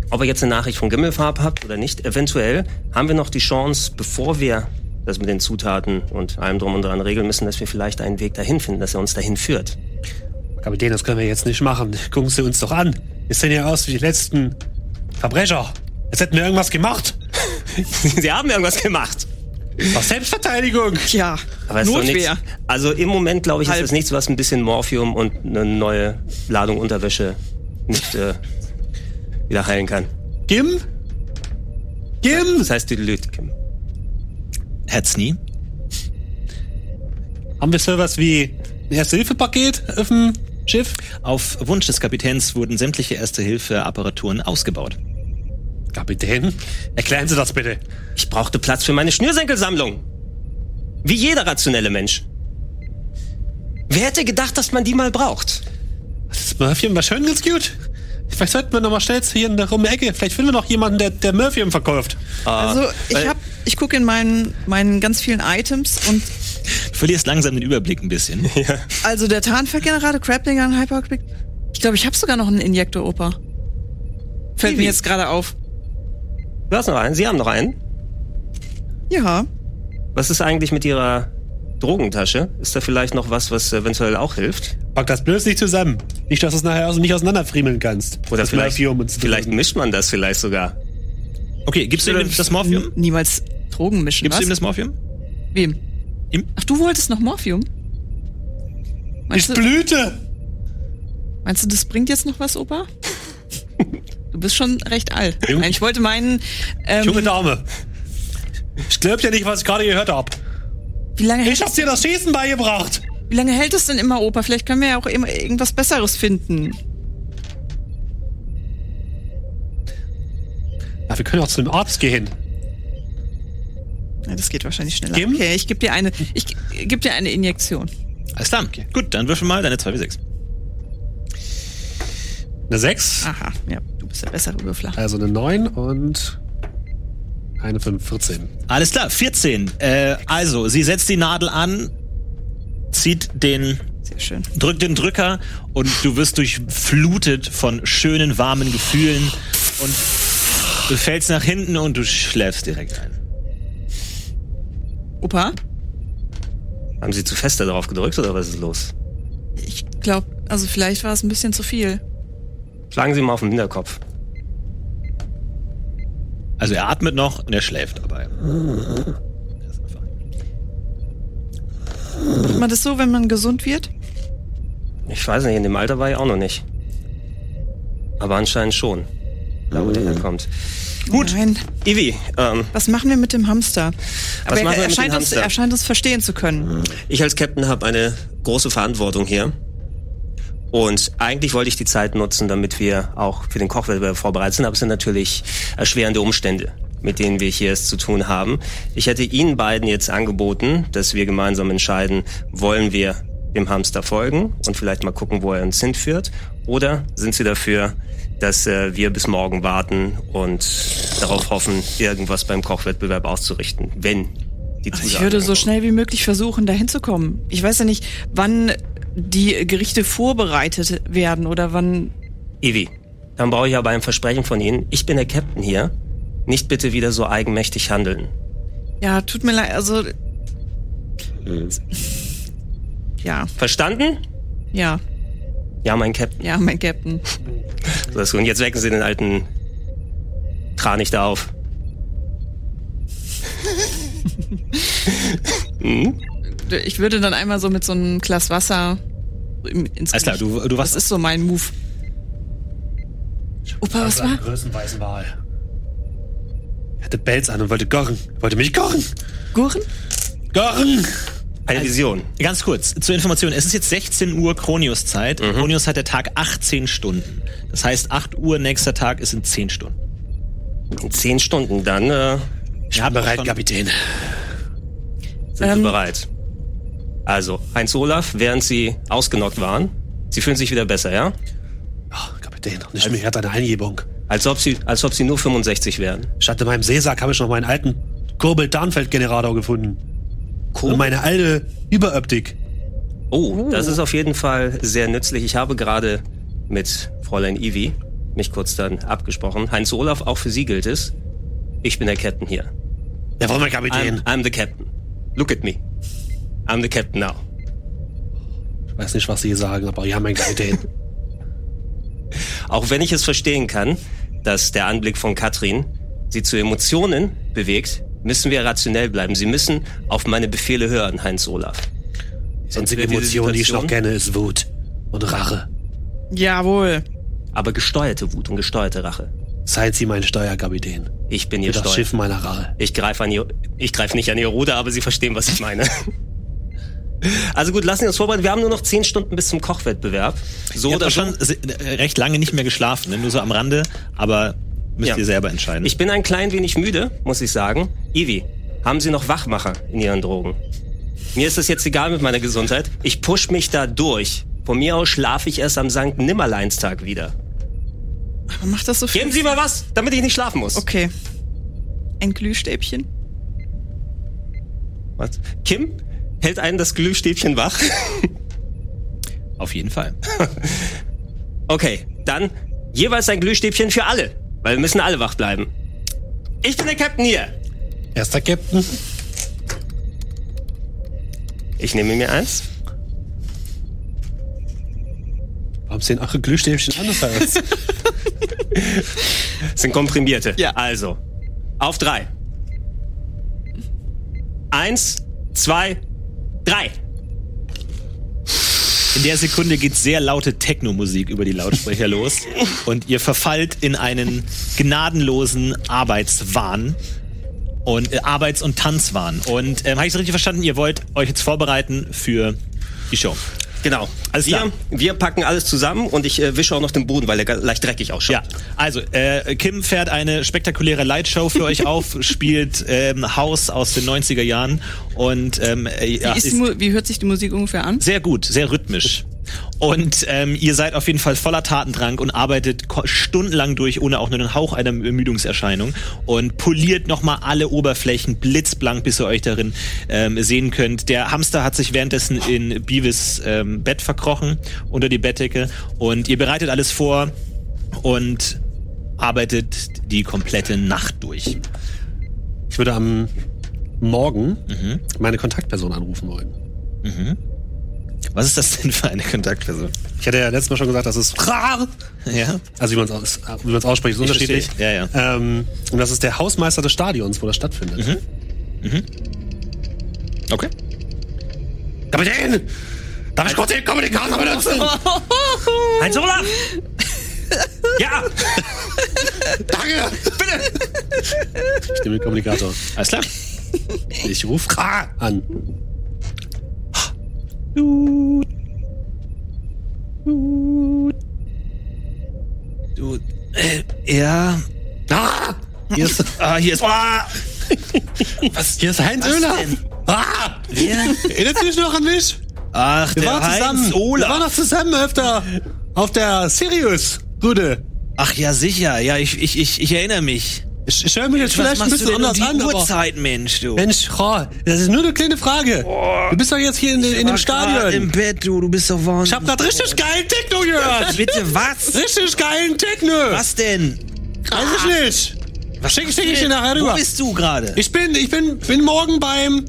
[SPEAKER 2] ob er jetzt eine Nachricht von Gimmelfarb hat oder nicht, eventuell haben wir noch die Chance, bevor wir das mit den Zutaten und allem drum und dran regeln müssen, dass wir vielleicht einen Weg dahin finden, dass er uns dahin führt.
[SPEAKER 7] Kapitän, das können wir jetzt nicht machen. Gucken Sie uns doch an. Wir sehen ja aus wie die letzten Verbrecher. Als hätten wir irgendwas gemacht.
[SPEAKER 2] Sie haben irgendwas gemacht.
[SPEAKER 7] Aus Selbstverteidigung.
[SPEAKER 5] Tja,
[SPEAKER 2] Aber es ist doch nichts.
[SPEAKER 5] Notwehr. Halt.
[SPEAKER 2] Also im Moment, glaube ich, ist
[SPEAKER 5] Halb.
[SPEAKER 2] das nichts, was ein bisschen Morphium und eine neue Ladung Unterwäsche nicht äh, wieder heilen kann.
[SPEAKER 7] Gim? Gim?
[SPEAKER 2] Das heißt, die Lüt, Kim.
[SPEAKER 1] Herz nie.
[SPEAKER 7] Haben wir sowas wie ein Erste-Hilfe-Paket auf dem Schiff?
[SPEAKER 1] Auf Wunsch des Kapitäns wurden sämtliche Erste-Hilfe-Apparaturen ausgebaut.
[SPEAKER 7] Kapitän, erklären Sie das bitte.
[SPEAKER 2] Ich brauchte Platz für meine Schnürsenkelsammlung. Wie jeder rationelle Mensch. Wer hätte gedacht, dass man die mal braucht?
[SPEAKER 7] Das Murphium war schön ganz gut. Vielleicht sollten wir noch mal schnell hier in der um die Ecke. Vielleicht finden wir noch jemanden, der, der Murphium verkauft.
[SPEAKER 2] Ah.
[SPEAKER 5] also ich
[SPEAKER 2] weil-
[SPEAKER 5] hab, ich gucke in meinen, meinen ganz vielen Items und
[SPEAKER 1] Du verlierst langsam den Überblick ein bisschen.
[SPEAKER 5] also der Tarnfeldgenerator, Craplinger und Hypercrack, Ich glaube, ich habe sogar noch einen Injektor, Opa. Fällt mir jetzt gerade auf.
[SPEAKER 2] Du hast noch einen, Sie haben noch einen.
[SPEAKER 5] Ja.
[SPEAKER 2] Was ist eigentlich mit Ihrer Drogentasche? Ist da vielleicht noch was, was eventuell auch hilft?
[SPEAKER 7] Pack das bloß nicht zusammen. Nicht, dass du es nachher aus nicht auseinanderfriemeln kannst.
[SPEAKER 2] Oder
[SPEAKER 7] das um
[SPEAKER 2] vielleicht,
[SPEAKER 7] Morphium und so.
[SPEAKER 2] vielleicht mischt man das vielleicht sogar.
[SPEAKER 1] Okay, gibst du ihm das Morphium?
[SPEAKER 5] Niemals Drogen mischen.
[SPEAKER 1] Gibst
[SPEAKER 5] was?
[SPEAKER 1] du ihm das Morphium?
[SPEAKER 5] Wem?
[SPEAKER 1] Ihm?
[SPEAKER 5] Ach, du wolltest noch Morphium?
[SPEAKER 7] Ich
[SPEAKER 5] Meinst du,
[SPEAKER 7] blühte!
[SPEAKER 5] meinst du, das bringt jetzt noch was, Opa? Du bist schon recht alt. Nein, ich wollte meinen,
[SPEAKER 7] Junge
[SPEAKER 5] ähm,
[SPEAKER 7] Dame. Ich glaub ja nicht, was ich gerade gehört hab.
[SPEAKER 5] wie, lange hält,
[SPEAKER 7] Ich hab dir das Schießen beigebracht.
[SPEAKER 5] wie lange hält es denn immer, Opa? Vielleicht können wir ja auch immer irgendwas Besseres finden.
[SPEAKER 7] Ja, wir können auch zu dem Arzt gehen.
[SPEAKER 5] Ja, das geht wahrscheinlich schneller.
[SPEAKER 7] Geben?
[SPEAKER 5] Okay, ich gebe dir eine, ich ge- geb dir eine Injektion.
[SPEAKER 1] Alles klar. Gut, dann würfel mal deine 2 w 6.
[SPEAKER 7] Eine 6,
[SPEAKER 5] Aha, ja, du bist der bessere Würfler.
[SPEAKER 7] also eine 9 und eine 5, 14.
[SPEAKER 1] Alles klar, 14. Äh, also, sie setzt die Nadel an, zieht den,
[SPEAKER 5] Sehr schön.
[SPEAKER 1] drückt den Drücker und du wirst durchflutet von schönen, warmen Gefühlen und du fällst nach hinten und du schläfst direkt ein.
[SPEAKER 5] Opa,
[SPEAKER 2] Haben Sie zu fest darauf gedrückt oder was ist los?
[SPEAKER 5] ich glaube, also vielleicht war es ein bisschen zu viel.
[SPEAKER 2] Schlagen Sie mal auf den Hinterkopf.
[SPEAKER 1] Also er atmet noch und er schläft dabei. Er ist einfach-
[SPEAKER 5] Macht man das so, wenn man gesund wird?
[SPEAKER 2] Ich weiß nicht, in dem Alter war ich auch noch nicht. Aber anscheinend schon. Da, wo der herkommt.
[SPEAKER 1] Gut.
[SPEAKER 5] Nein.
[SPEAKER 2] Ivi, ähm,
[SPEAKER 5] Was machen wir mit dem Hamster? Aber
[SPEAKER 2] machen wir
[SPEAKER 5] er,
[SPEAKER 2] mit
[SPEAKER 5] er,
[SPEAKER 2] dem
[SPEAKER 5] scheint uns,
[SPEAKER 2] Hamster? Hm,
[SPEAKER 5] er scheint uns verstehen zu können.
[SPEAKER 2] ich als Captain habe eine große Verantwortung hier. Und eigentlich wollte ich die Zeit nutzen, damit wir auch für den Kochwettbewerb vorbereitet sind. Aber es sind natürlich erschwerende Umstände, mit denen wir hier es zu tun haben. Ich hätte Ihnen beiden jetzt angeboten, dass wir gemeinsam entscheiden, wollen wir dem Hamster folgen und vielleicht mal gucken, wo er uns hinführt. Oder sind Sie dafür, dass äh, wir bis morgen warten und darauf hoffen, irgendwas beim Kochwettbewerb auszurichten, wenn die
[SPEAKER 5] Also
[SPEAKER 2] Zusagen
[SPEAKER 5] ich würde so
[SPEAKER 2] ankommen?
[SPEAKER 5] schnell wie möglich versuchen, da hinzukommen. Ich weiß ja nicht, wann die Gerichte vorbereitet werden oder wann.
[SPEAKER 2] Ivi, dann brauche ich aber ein Versprechen von Ihnen. Ich bin der Captain hier. Nicht bitte wieder so eigenmächtig handeln.
[SPEAKER 5] Ja, tut mir leid, also.
[SPEAKER 2] Hm.
[SPEAKER 5] Ja,
[SPEAKER 2] Verstanden?
[SPEAKER 5] ja,
[SPEAKER 2] Ja, mein Captain.
[SPEAKER 5] ja, mein Captain.
[SPEAKER 2] So, das- Und jetzt wecken Sie den alten Kranich da auf.
[SPEAKER 5] Ich würde dann einmal so mit so einem Glas Wasser so im- ins
[SPEAKER 1] Alles klar,
[SPEAKER 5] Gesicht-
[SPEAKER 1] du, du
[SPEAKER 5] Das
[SPEAKER 1] wachst
[SPEAKER 5] ist so mein Move. Opa, was war?
[SPEAKER 7] größten weißen Wal. Er hatte Belz an und wollte kochen. Wollte mich kochen.
[SPEAKER 5] Gurren?
[SPEAKER 7] Kochen!
[SPEAKER 2] Eine Vision.
[SPEAKER 1] Ganz kurz zur Information. Es ist jetzt 16 Uhr Kronius-Zeit. Kronius hat der Tag 18 Stunden. Das heißt, 8 Uhr nächster Tag ist in 10 Stunden.
[SPEAKER 2] In zehn Stunden dann äh,
[SPEAKER 1] Ich bin
[SPEAKER 7] Bereit, Kapitän.
[SPEAKER 2] sind
[SPEAKER 5] Ähm.
[SPEAKER 2] Sie bereit. Also, Heinz Olaf, während Sie ausgenockt waren, Sie fühlen sich wieder besser, ja?
[SPEAKER 7] Ja, Kapitän, nicht
[SPEAKER 2] Also-
[SPEAKER 7] mehr hat eine Eingebung.
[SPEAKER 2] Als ob Sie, als ob Sie nur 65 wären.
[SPEAKER 7] Statt in meinem Seesack habe ich noch meinen alten Kurbel-Darnfeld-Generator gefunden. Und meine alte Überoptik.
[SPEAKER 2] Oh, das ist auf jeden Fall sehr nützlich. Ich habe gerade mit Fräulein Ivi mich kurz dann abgesprochen. Heinz Olaf, auch für Sie gilt es. Ich bin der Captain hier.
[SPEAKER 7] Jawohl, mein
[SPEAKER 2] I'm,
[SPEAKER 7] Kapitän.
[SPEAKER 2] I'm the Captain. Look at me. I'm the Captain now.
[SPEAKER 7] Ich weiß nicht, was Sie hier sagen, aber ja, mein Kapitän.
[SPEAKER 2] Auch wenn ich es verstehen kann, dass der Anblick von Katrin Sie zu Emotionen bewegt, müssen wir rationell bleiben. Sie müssen auf meine Befehle hören, Heinz Olaf.
[SPEAKER 7] Die einzige
[SPEAKER 2] wird diese
[SPEAKER 7] Emotion, die ich noch
[SPEAKER 2] Situation-
[SPEAKER 7] kenne, ist Wut und Rache.
[SPEAKER 5] Jawohl.
[SPEAKER 2] Aber gesteuerte Wut und gesteuerte Rache.
[SPEAKER 7] Seien Sie mein Steuerkapitän.
[SPEAKER 2] Ich bin Ihr
[SPEAKER 7] Für das
[SPEAKER 2] Steuer.
[SPEAKER 7] Schiff meiner Rache.
[SPEAKER 2] Ich greife an ihr, ich greife nicht an ihr Ruder, aber Sie verstehen, was ich meine. Also gut, lassen Sie uns vorbereiten. Wir haben nur noch zehn Stunden bis zum Kochwettbewerb. So
[SPEAKER 1] Ich
[SPEAKER 2] oder
[SPEAKER 1] habe
[SPEAKER 2] so.
[SPEAKER 1] schon se- äh, recht lange nicht mehr geschlafen, ne? nur so am Rande, aber müsst
[SPEAKER 2] Ja.
[SPEAKER 1] ihr selber entscheiden.
[SPEAKER 2] Ich bin ein klein wenig müde, muss ich sagen. Ivi, haben Sie noch Wachmacher in Ihren Drogen? Mir ist es jetzt egal mit meiner Gesundheit. Ich push mich da durch. Von mir aus schlafe ich erst am Sankt Nimmerleinstag wieder.
[SPEAKER 5] Aber macht das so viel?
[SPEAKER 2] Geben Sie mal was, damit ich nicht schlafen muss.
[SPEAKER 5] Okay. Ein Glühstäbchen?
[SPEAKER 2] Was? Kim hält einen das Glühstäbchen wach.
[SPEAKER 1] Auf jeden Fall.
[SPEAKER 2] Okay, dann jeweils ein Glühstäbchen für alle, weil wir müssen alle wach bleiben. Ich bin der Captain hier.
[SPEAKER 7] Erster Captain.
[SPEAKER 2] Ich nehme mir eins.
[SPEAKER 7] Warum sehen eure Glühstäbchen anders aus?
[SPEAKER 2] Das sind komprimierte.
[SPEAKER 5] Ja.
[SPEAKER 2] Also, auf drei. Eins, zwei, drei.
[SPEAKER 1] In der Sekunde geht sehr laute Techno-Musik über die Lautsprecher los und ihr verfallt in einen gnadenlosen Arbeitswahn und äh, Arbeits- und Tanzwahn. Und ähm, habe ich es richtig verstanden? Ihr wollt euch jetzt vorbereiten für die Show.
[SPEAKER 2] Genau. Also
[SPEAKER 1] klar.
[SPEAKER 2] wir, wir packen alles zusammen und ich äh, wische auch noch den Boden, weil der ga- leicht dreckig ausschaut.
[SPEAKER 1] Ja, also äh, Kim fährt eine spektakuläre Lightshow für euch auf, spielt ähm, House aus den 90er Jahren und ähm, äh, ja,
[SPEAKER 5] Wie, ist die, Mu- wie hört sich die Musik ungefähr an?
[SPEAKER 1] Sehr gut, sehr rhythmisch. Und ähm, ihr seid auf jeden Fall voller Tatendrang und arbeitet ko- stundenlang durch, ohne auch nur einen Hauch einer Ermüdungserscheinung. Und poliert nochmal alle Oberflächen blitzblank, bis ihr euch darin ähm, sehen könnt. Der Hamster hat sich währenddessen in Beavis ähm, Bett verkrochen, unter die Bettdecke. Und ihr bereitet alles vor und arbeitet die komplette Nacht durch.
[SPEAKER 7] Ich würde am Morgen
[SPEAKER 2] Mhm.
[SPEAKER 7] meine Kontaktperson anrufen wollen.
[SPEAKER 1] Was ist das denn für eine Kontaktperson?
[SPEAKER 7] Ich hatte ja letztes Mal schon gesagt, das ist rar.
[SPEAKER 1] Ja.
[SPEAKER 7] Also wie man es aus, wie man's ausspricht, ist
[SPEAKER 1] Ich
[SPEAKER 7] unterschiedlich.
[SPEAKER 1] verstehe. Ja, Mhm.
[SPEAKER 7] Ähm, und das ist der Hausmeister des Stadions, wo das stattfindet.
[SPEAKER 1] Okay.
[SPEAKER 7] Kapitän! Darf ich kurz den Kommunikator benutzen?
[SPEAKER 2] Heinz Olaf! ja!
[SPEAKER 7] Danke! Bitte! Ich nehme den Kommunikator.
[SPEAKER 1] Alles klar.
[SPEAKER 7] Ich rufe Ra an.
[SPEAKER 1] Du, äh, ja.
[SPEAKER 7] Ah!
[SPEAKER 1] Hier ist, ah, hier ist, ah,
[SPEAKER 7] Was? Hier ist Heinz Öler! Ah! Erinnerst du dich noch an mich?
[SPEAKER 1] ach,
[SPEAKER 7] Wir
[SPEAKER 1] der
[SPEAKER 7] waren
[SPEAKER 1] Heinz
[SPEAKER 7] zusammen. Wir
[SPEAKER 1] Olaf.
[SPEAKER 7] waren doch zusammen öfter auf der Sirius. Gute.
[SPEAKER 1] Ach ja, sicher, ja, ich, ich, ich, ich erinnere mich.
[SPEAKER 7] Ich, ich höre mich jetzt
[SPEAKER 1] Was
[SPEAKER 7] vielleicht ein
[SPEAKER 1] machst du
[SPEAKER 7] bisschen
[SPEAKER 1] denn um
[SPEAKER 7] anders
[SPEAKER 1] die
[SPEAKER 7] an, aber...
[SPEAKER 1] Uhrzeit, Mensch, du?
[SPEAKER 7] Mensch, Ra, das ist nur eine kleine Frage. Du bist doch jetzt hier in, in
[SPEAKER 1] Grad
[SPEAKER 7] dem
[SPEAKER 1] Im
[SPEAKER 7] Stadion.
[SPEAKER 1] Bett, du, du bist doch warm.
[SPEAKER 7] Ich hab grad richtig geilen Techno gehört.
[SPEAKER 1] Bitte, was?
[SPEAKER 7] Richtig geilen Techno.
[SPEAKER 1] Was denn?
[SPEAKER 7] Weiß ich nicht. Was schick, schick ich dir nachher
[SPEAKER 1] Wo
[SPEAKER 7] rüber.
[SPEAKER 1] bist du gerade?
[SPEAKER 7] Ich bin, ich bin, bin morgen beim,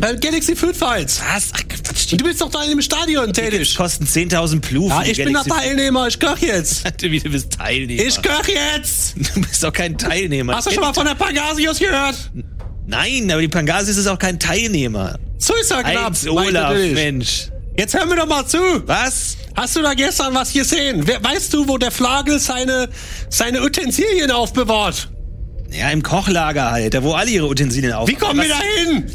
[SPEAKER 7] beim Galaxy Food Fights.
[SPEAKER 1] Was? Ach, Quatsch.
[SPEAKER 7] Und du bist doch da in dem Stadion tätig.
[SPEAKER 1] Kosten 10.000 Plu
[SPEAKER 7] Ja,
[SPEAKER 1] für die
[SPEAKER 7] ich bin doch
[SPEAKER 1] Galaxy-
[SPEAKER 7] Teilnehmer. Ich koch jetzt.
[SPEAKER 1] Wie du bist Teilnehmer.
[SPEAKER 7] Ich koch jetzt.
[SPEAKER 1] du bist doch kein Teilnehmer.
[SPEAKER 7] Hast du schon mal von der Pangasius gehört?
[SPEAKER 1] Nein, aber die Pangasis ist auch kein Teilnehmer.
[SPEAKER 7] Suicide Club.
[SPEAKER 1] Heinz
[SPEAKER 7] mach ich
[SPEAKER 1] Olaf,
[SPEAKER 7] natürlich.
[SPEAKER 1] Mensch.
[SPEAKER 7] Jetzt hör mir doch mal zu.
[SPEAKER 1] Was?
[SPEAKER 7] Hast du da gestern was gesehen? We- Weißt du, wo der Flagel seine, seine Utensilien aufbewahrt?
[SPEAKER 1] Ja, im Kochlager halt, da wo alle ihre Utensilien auf.
[SPEAKER 7] Wie kommen
[SPEAKER 1] Was-
[SPEAKER 7] wir da hin?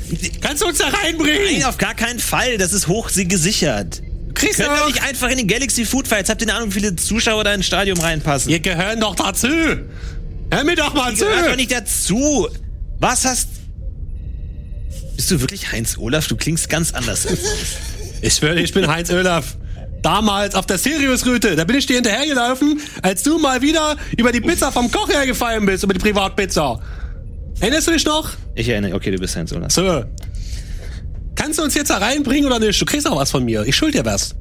[SPEAKER 7] Kannst du uns da reinbringen?
[SPEAKER 1] Nein, auf gar keinen Fall. Das ist hoch sie- gesichert.
[SPEAKER 7] Kriegst du
[SPEAKER 1] Können wir
[SPEAKER 7] doch.
[SPEAKER 1] nicht einfach in den Galaxy Food Fights? Habt ihr eine Ahnung, wie viele Zuschauer da ins Stadion reinpassen?
[SPEAKER 7] Wir gehören doch dazu. Hör mir doch mal zu.
[SPEAKER 1] Gehört doch nicht dazu. Was hast... Bist du wirklich Heinz Olaf? Du klingst ganz anders.
[SPEAKER 7] Ich schwöre, ich bin Heinz Olaf. Damals auf der Sirius-Route, da bin ich dir hinterhergelaufen, als du mal wieder über die Pizza vom Koch hergefallen bist, über die Privatpizza. Erinnerst du dich noch?
[SPEAKER 1] ich erinnere, okay, du bist Heinz Olaf.
[SPEAKER 7] So. Kannst du uns jetzt da reinbringen oder nicht? Du kriegst auch was von mir. Ich schuld dir was.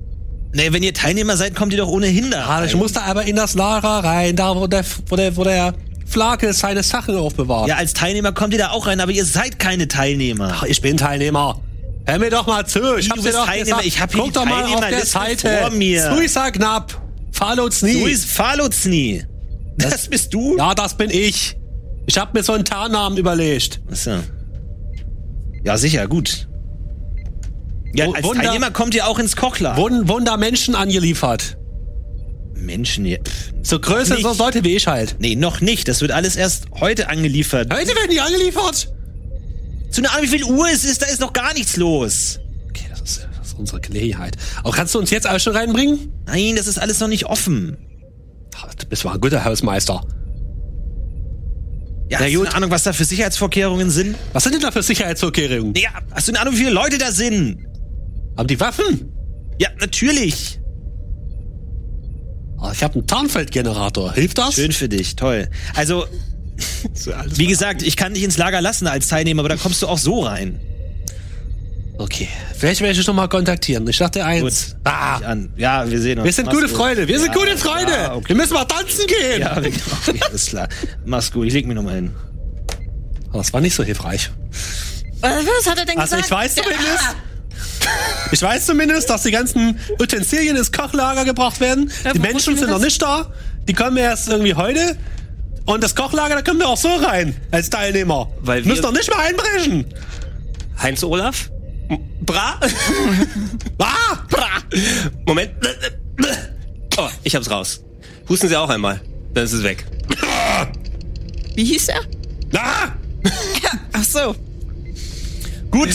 [SPEAKER 1] Nee, wenn ihr Teilnehmer seid, kommt ihr doch ohnehin da
[SPEAKER 7] Ah, ich
[SPEAKER 1] rein.
[SPEAKER 7] muss da aber in das Lager rein, da wo der, wo der, wo der Flake seine Sachen aufbewahrt.
[SPEAKER 1] Ja, als Teilnehmer kommt ihr da auch rein, aber ihr seid keine Teilnehmer.
[SPEAKER 7] Ach, ich bin Teilnehmer. Hör mir doch mal zu. Ich
[SPEAKER 1] Wie,
[SPEAKER 7] hab
[SPEAKER 1] du
[SPEAKER 7] dir
[SPEAKER 1] bist
[SPEAKER 7] doch
[SPEAKER 1] Teilnehmer?
[SPEAKER 7] gesagt,
[SPEAKER 1] Ich hab hier
[SPEAKER 7] guck
[SPEAKER 1] die
[SPEAKER 7] doch mal auf der
[SPEAKER 1] Teilnehmerliste
[SPEAKER 7] Seite.
[SPEAKER 1] vor mir.
[SPEAKER 7] Suicer knapp. Follows nie.
[SPEAKER 1] Du bist Falozni. Das, bist du?
[SPEAKER 7] Ja, das bin ich. Ich hab mir so einen Tarnnamen überlegt.
[SPEAKER 1] Achso. Ja, sicher, gut. Ja,
[SPEAKER 7] Wu-
[SPEAKER 1] als
[SPEAKER 7] Wunder-
[SPEAKER 1] Teilnehmer kommt ihr auch ins Kochler.
[SPEAKER 7] Wurden, wurden da Menschen angeliefert.
[SPEAKER 1] Menschen hier. Pff,
[SPEAKER 7] So Größe,
[SPEAKER 1] Nicht.
[SPEAKER 7] so Leute wie ich halt.
[SPEAKER 1] nee, noch nicht. Das wird alles erst heute angeliefert.
[SPEAKER 7] Heute werden die angeliefert.
[SPEAKER 1] Zu einer Ahnung, wie viel Uhr es ist, da ist noch gar nichts los.
[SPEAKER 7] Okay, das ist, das ist unsere Gelegenheit. Aber kannst du uns jetzt auch schon reinbringen?
[SPEAKER 1] Nein, das ist alles noch nicht offen.
[SPEAKER 7] Ach, Du bist mal ein guter Hausmeister.
[SPEAKER 1] Ja, hast du eine Ahnung, was da für Sicherheitsvorkehrungen sind?
[SPEAKER 7] Was sind denn da für Sicherheitsvorkehrungen?
[SPEAKER 1] Nee, Ja, hast du eine Ahnung, wie viele Leute da sind?
[SPEAKER 7] Haben die Waffen?
[SPEAKER 1] Ja, natürlich.
[SPEAKER 7] Ah, Ich habe einen Tarnfeldgenerator. Hilft das?
[SPEAKER 1] Schön für dich, toll. Also, wie gesagt, ich kann dich ins Lager lassen als Teilnehmer, aber da kommst du auch so rein.
[SPEAKER 3] Okay. Vielleicht werde ich dich nochmal kontaktieren. Ich dachte eins.
[SPEAKER 1] Gut.
[SPEAKER 3] Ah,
[SPEAKER 1] Dich an. Ja, wir sehen uns.
[SPEAKER 3] wir sind
[SPEAKER 1] Mach's
[SPEAKER 3] gute
[SPEAKER 1] gut.
[SPEAKER 3] Freunde. Wir sind
[SPEAKER 1] Ja,
[SPEAKER 3] gute Freunde.
[SPEAKER 1] Ja, okay.
[SPEAKER 3] Wir müssen mal tanzen gehen.
[SPEAKER 1] Ja, okay, okay, alles klar. Mach's gut, ich leg mich nochmal hin.
[SPEAKER 3] Ah, Das war nicht so hilfreich.
[SPEAKER 8] Was hat er denn
[SPEAKER 7] Also
[SPEAKER 8] gesagt?
[SPEAKER 7] ich weiß zumindest. Ich weiß zumindest, dass die ganzen Utensilien ins Kochlager gebracht werden. die
[SPEAKER 8] wo
[SPEAKER 7] Menschen
[SPEAKER 8] wussten wir
[SPEAKER 7] sind noch
[SPEAKER 8] das?
[SPEAKER 7] nicht da. Die kommen erst irgendwie heute. Und das Kochlager, da können wir auch so rein als Teilnehmer.
[SPEAKER 2] Weil wir-
[SPEAKER 7] Müssen doch nicht mal einbrechen.
[SPEAKER 2] Heinz Olaf? Bra?
[SPEAKER 7] Ah!
[SPEAKER 2] Bra! Moment. Oh, ich hab's raus. Husten Sie auch einmal. Dann ist es weg.
[SPEAKER 5] Wie hieß er?
[SPEAKER 7] Ah!
[SPEAKER 5] Ach so.
[SPEAKER 1] Gut,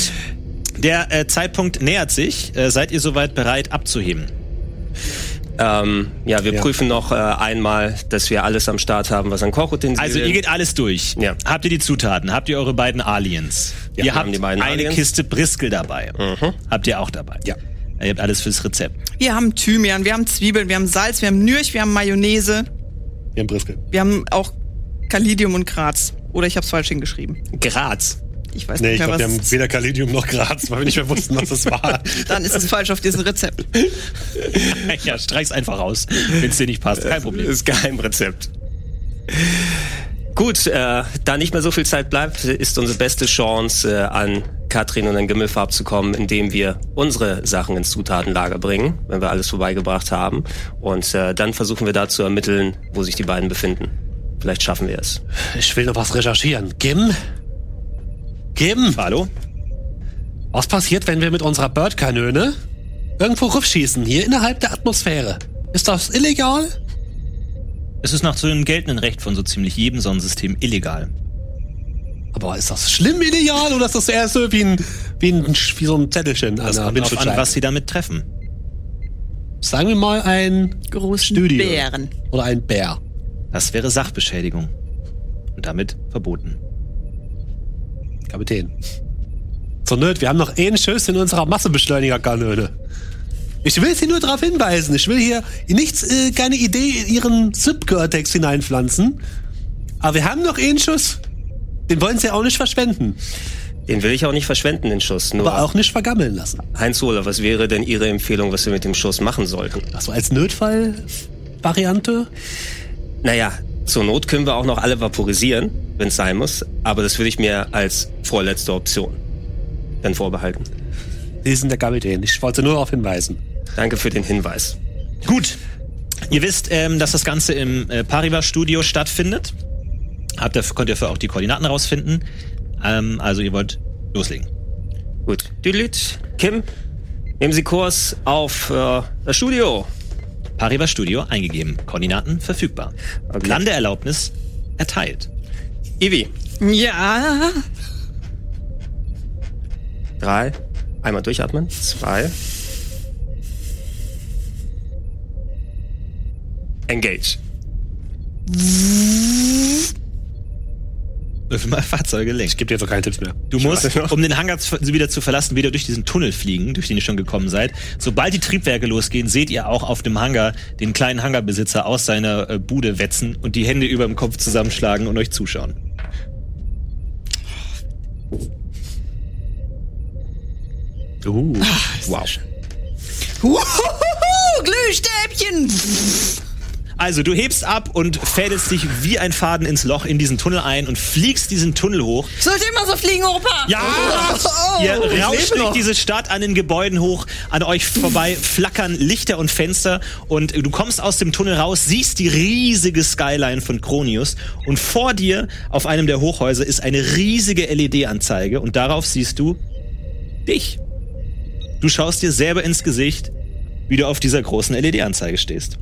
[SPEAKER 1] der äh, Zeitpunkt nähert sich. Äh, seid ihr soweit bereit abzuheben?
[SPEAKER 2] Ähm, ja, wir prüfen noch äh, einmal, dass wir alles am Start haben, was an Kochutensilien...
[SPEAKER 1] Also ihr geht alles durch.
[SPEAKER 2] Ja.
[SPEAKER 1] Habt ihr die Zutaten? Habt ihr eure beiden Aliens?
[SPEAKER 2] Ja, wir
[SPEAKER 1] ihr
[SPEAKER 2] haben
[SPEAKER 1] habt
[SPEAKER 2] die beiden
[SPEAKER 1] eine
[SPEAKER 2] Aliens. Mhm.
[SPEAKER 1] Kiste Briskel dabei. Habt ihr auch dabei?
[SPEAKER 6] Ja.
[SPEAKER 1] Ihr habt alles fürs Rezept.
[SPEAKER 5] Wir haben Thymian, wir haben Zwiebeln, wir haben Salz, wir haben Nürch, wir haben Mayonnaise,
[SPEAKER 3] Wir haben Briskel.
[SPEAKER 5] wir haben auch Kalidium und Graz. Oder ich habe es falsch hingeschrieben.
[SPEAKER 2] Graz.
[SPEAKER 5] Ich weiß
[SPEAKER 7] Nee, ich
[SPEAKER 5] nicht mehr,
[SPEAKER 7] glaube, wir
[SPEAKER 5] was.
[SPEAKER 7] haben weder Kalidium noch Graz, weil wir nicht mehr wussten, was das war.
[SPEAKER 5] Dann ist es falsch auf diesem Rezept.
[SPEAKER 1] ja, streich's einfach raus, wenn es dir nicht passt. Kein Problem.
[SPEAKER 2] Ist Geheimrezept. Gut, äh, da nicht mehr so viel Zeit bleibt, ist unsere beste Chance, äh, an Katrin und an Gimmelfarb zu kommen, indem wir unsere Sachen ins Zutatenlager bringen, wenn wir alles vorbeigebracht haben. Und äh, dann versuchen wir da zu ermitteln, wo sich die beiden befinden. Vielleicht schaffen wir es.
[SPEAKER 3] Ich will noch was recherchieren. Gim? Gim?
[SPEAKER 1] Hallo?
[SPEAKER 3] Was passiert, wenn wir mit unserer Bird-Kanone irgendwo rufschießen, hier innerhalb der Atmosphäre? Ist das illegal?
[SPEAKER 1] Es ist nach so dem geltenden Recht von so ziemlich jedem Sonnensystem illegal.
[SPEAKER 3] Aber ist das schlimm illegal oder ist das eher so wie, ein, wie, ein, wie so ein Zettelchen an
[SPEAKER 1] Das
[SPEAKER 3] der
[SPEAKER 1] kommt drauf an,
[SPEAKER 3] Windschutzscheibe?
[SPEAKER 1] was sie damit treffen.
[SPEAKER 3] Sagen wir mal ein
[SPEAKER 5] Großen
[SPEAKER 3] Studio.
[SPEAKER 5] Bären.
[SPEAKER 3] Oder ein Bär.
[SPEAKER 1] Das wäre Sachbeschädigung. Und damit verboten.
[SPEAKER 3] Kapitän. Zur Not, wir haben noch einen Schuss in unserer Massebeschleunigerkanone. Ich will Sie nur darauf hinweisen. Ich will hier nichts, äh, keine Idee in Ihren Subcortex hineinpflanzen. Aber wir haben noch einen Schuss. Den wollen Sie auch nicht verschwenden.
[SPEAKER 2] Den will ich auch nicht verschwenden, den Schuss. Nur
[SPEAKER 3] Aber auch nicht vergammeln lassen.
[SPEAKER 2] Heinz Hohler, was wäre denn Ihre Empfehlung, was wir mit dem Schuss machen sollten?
[SPEAKER 3] Also als Notfall-Variante.
[SPEAKER 2] Naja, zur Not können wir auch noch alle vaporisieren, wenn es sein muss, aber das würde ich mir als vorletzte Option dann vorbehalten.
[SPEAKER 3] Sie sind der Kapitän. Ich wollte nur darauf hinweisen.
[SPEAKER 2] Danke für den Hinweis.
[SPEAKER 1] Gut. Ihr wisst, ähm, dass das Ganze im äh, Paribas-Studio stattfindet. Habt ihr, könnt ihr für auch die Koordinaten rausfinden. Ähm, also ihr wollt loslegen.
[SPEAKER 2] Gut. Düdelit, Kim, nehmen Sie Kurs auf äh, das Studio.
[SPEAKER 1] Paribas Studio eingegeben. Koordinaten verfügbar.
[SPEAKER 2] Okay.
[SPEAKER 1] Landeerlaubnis erteilt.
[SPEAKER 2] Ivi,
[SPEAKER 5] Ja.
[SPEAKER 2] drei, einmal durchatmen, zwei. Engage.
[SPEAKER 1] Öffne mal Fahrzeuge links.
[SPEAKER 3] Ich gebe dir jetzt auch keine Tipps mehr.
[SPEAKER 1] Du musst, um den Hangar zu, wieder zu verlassen, wieder durch diesen Tunnel fliegen, durch den ihr schon gekommen seid. Sobald die Triebwerke losgehen, seht ihr auch auf dem Hangar den kleinen Hangarbesitzer aus seiner äh, Bude wetzen und die Hände über dem Kopf zusammenschlagen und euch zuschauen.
[SPEAKER 3] Uh.
[SPEAKER 2] Wow.
[SPEAKER 5] Uhuhuhu, Glühstäbchen.
[SPEAKER 1] Also, du hebst ab und fädelst dich wie ein Faden ins Loch in diesen Tunnel ein und fliegst diesen Tunnel hoch.
[SPEAKER 8] Sollte immer so fliegen, Opa.
[SPEAKER 1] Ja! Ihr rauscht durch diese Stadt an den Gebäuden hoch, an euch vorbei flackern Lichter und Fenster und du kommst aus dem Tunnel raus, siehst die riesige Skyline von Kronius und vor dir auf einem der Hochhäuser ist eine riesige LED-Anzeige und darauf siehst du dich. Du schaust dir selber ins Gesicht, wie du auf dieser großen LED-Anzeige stehst.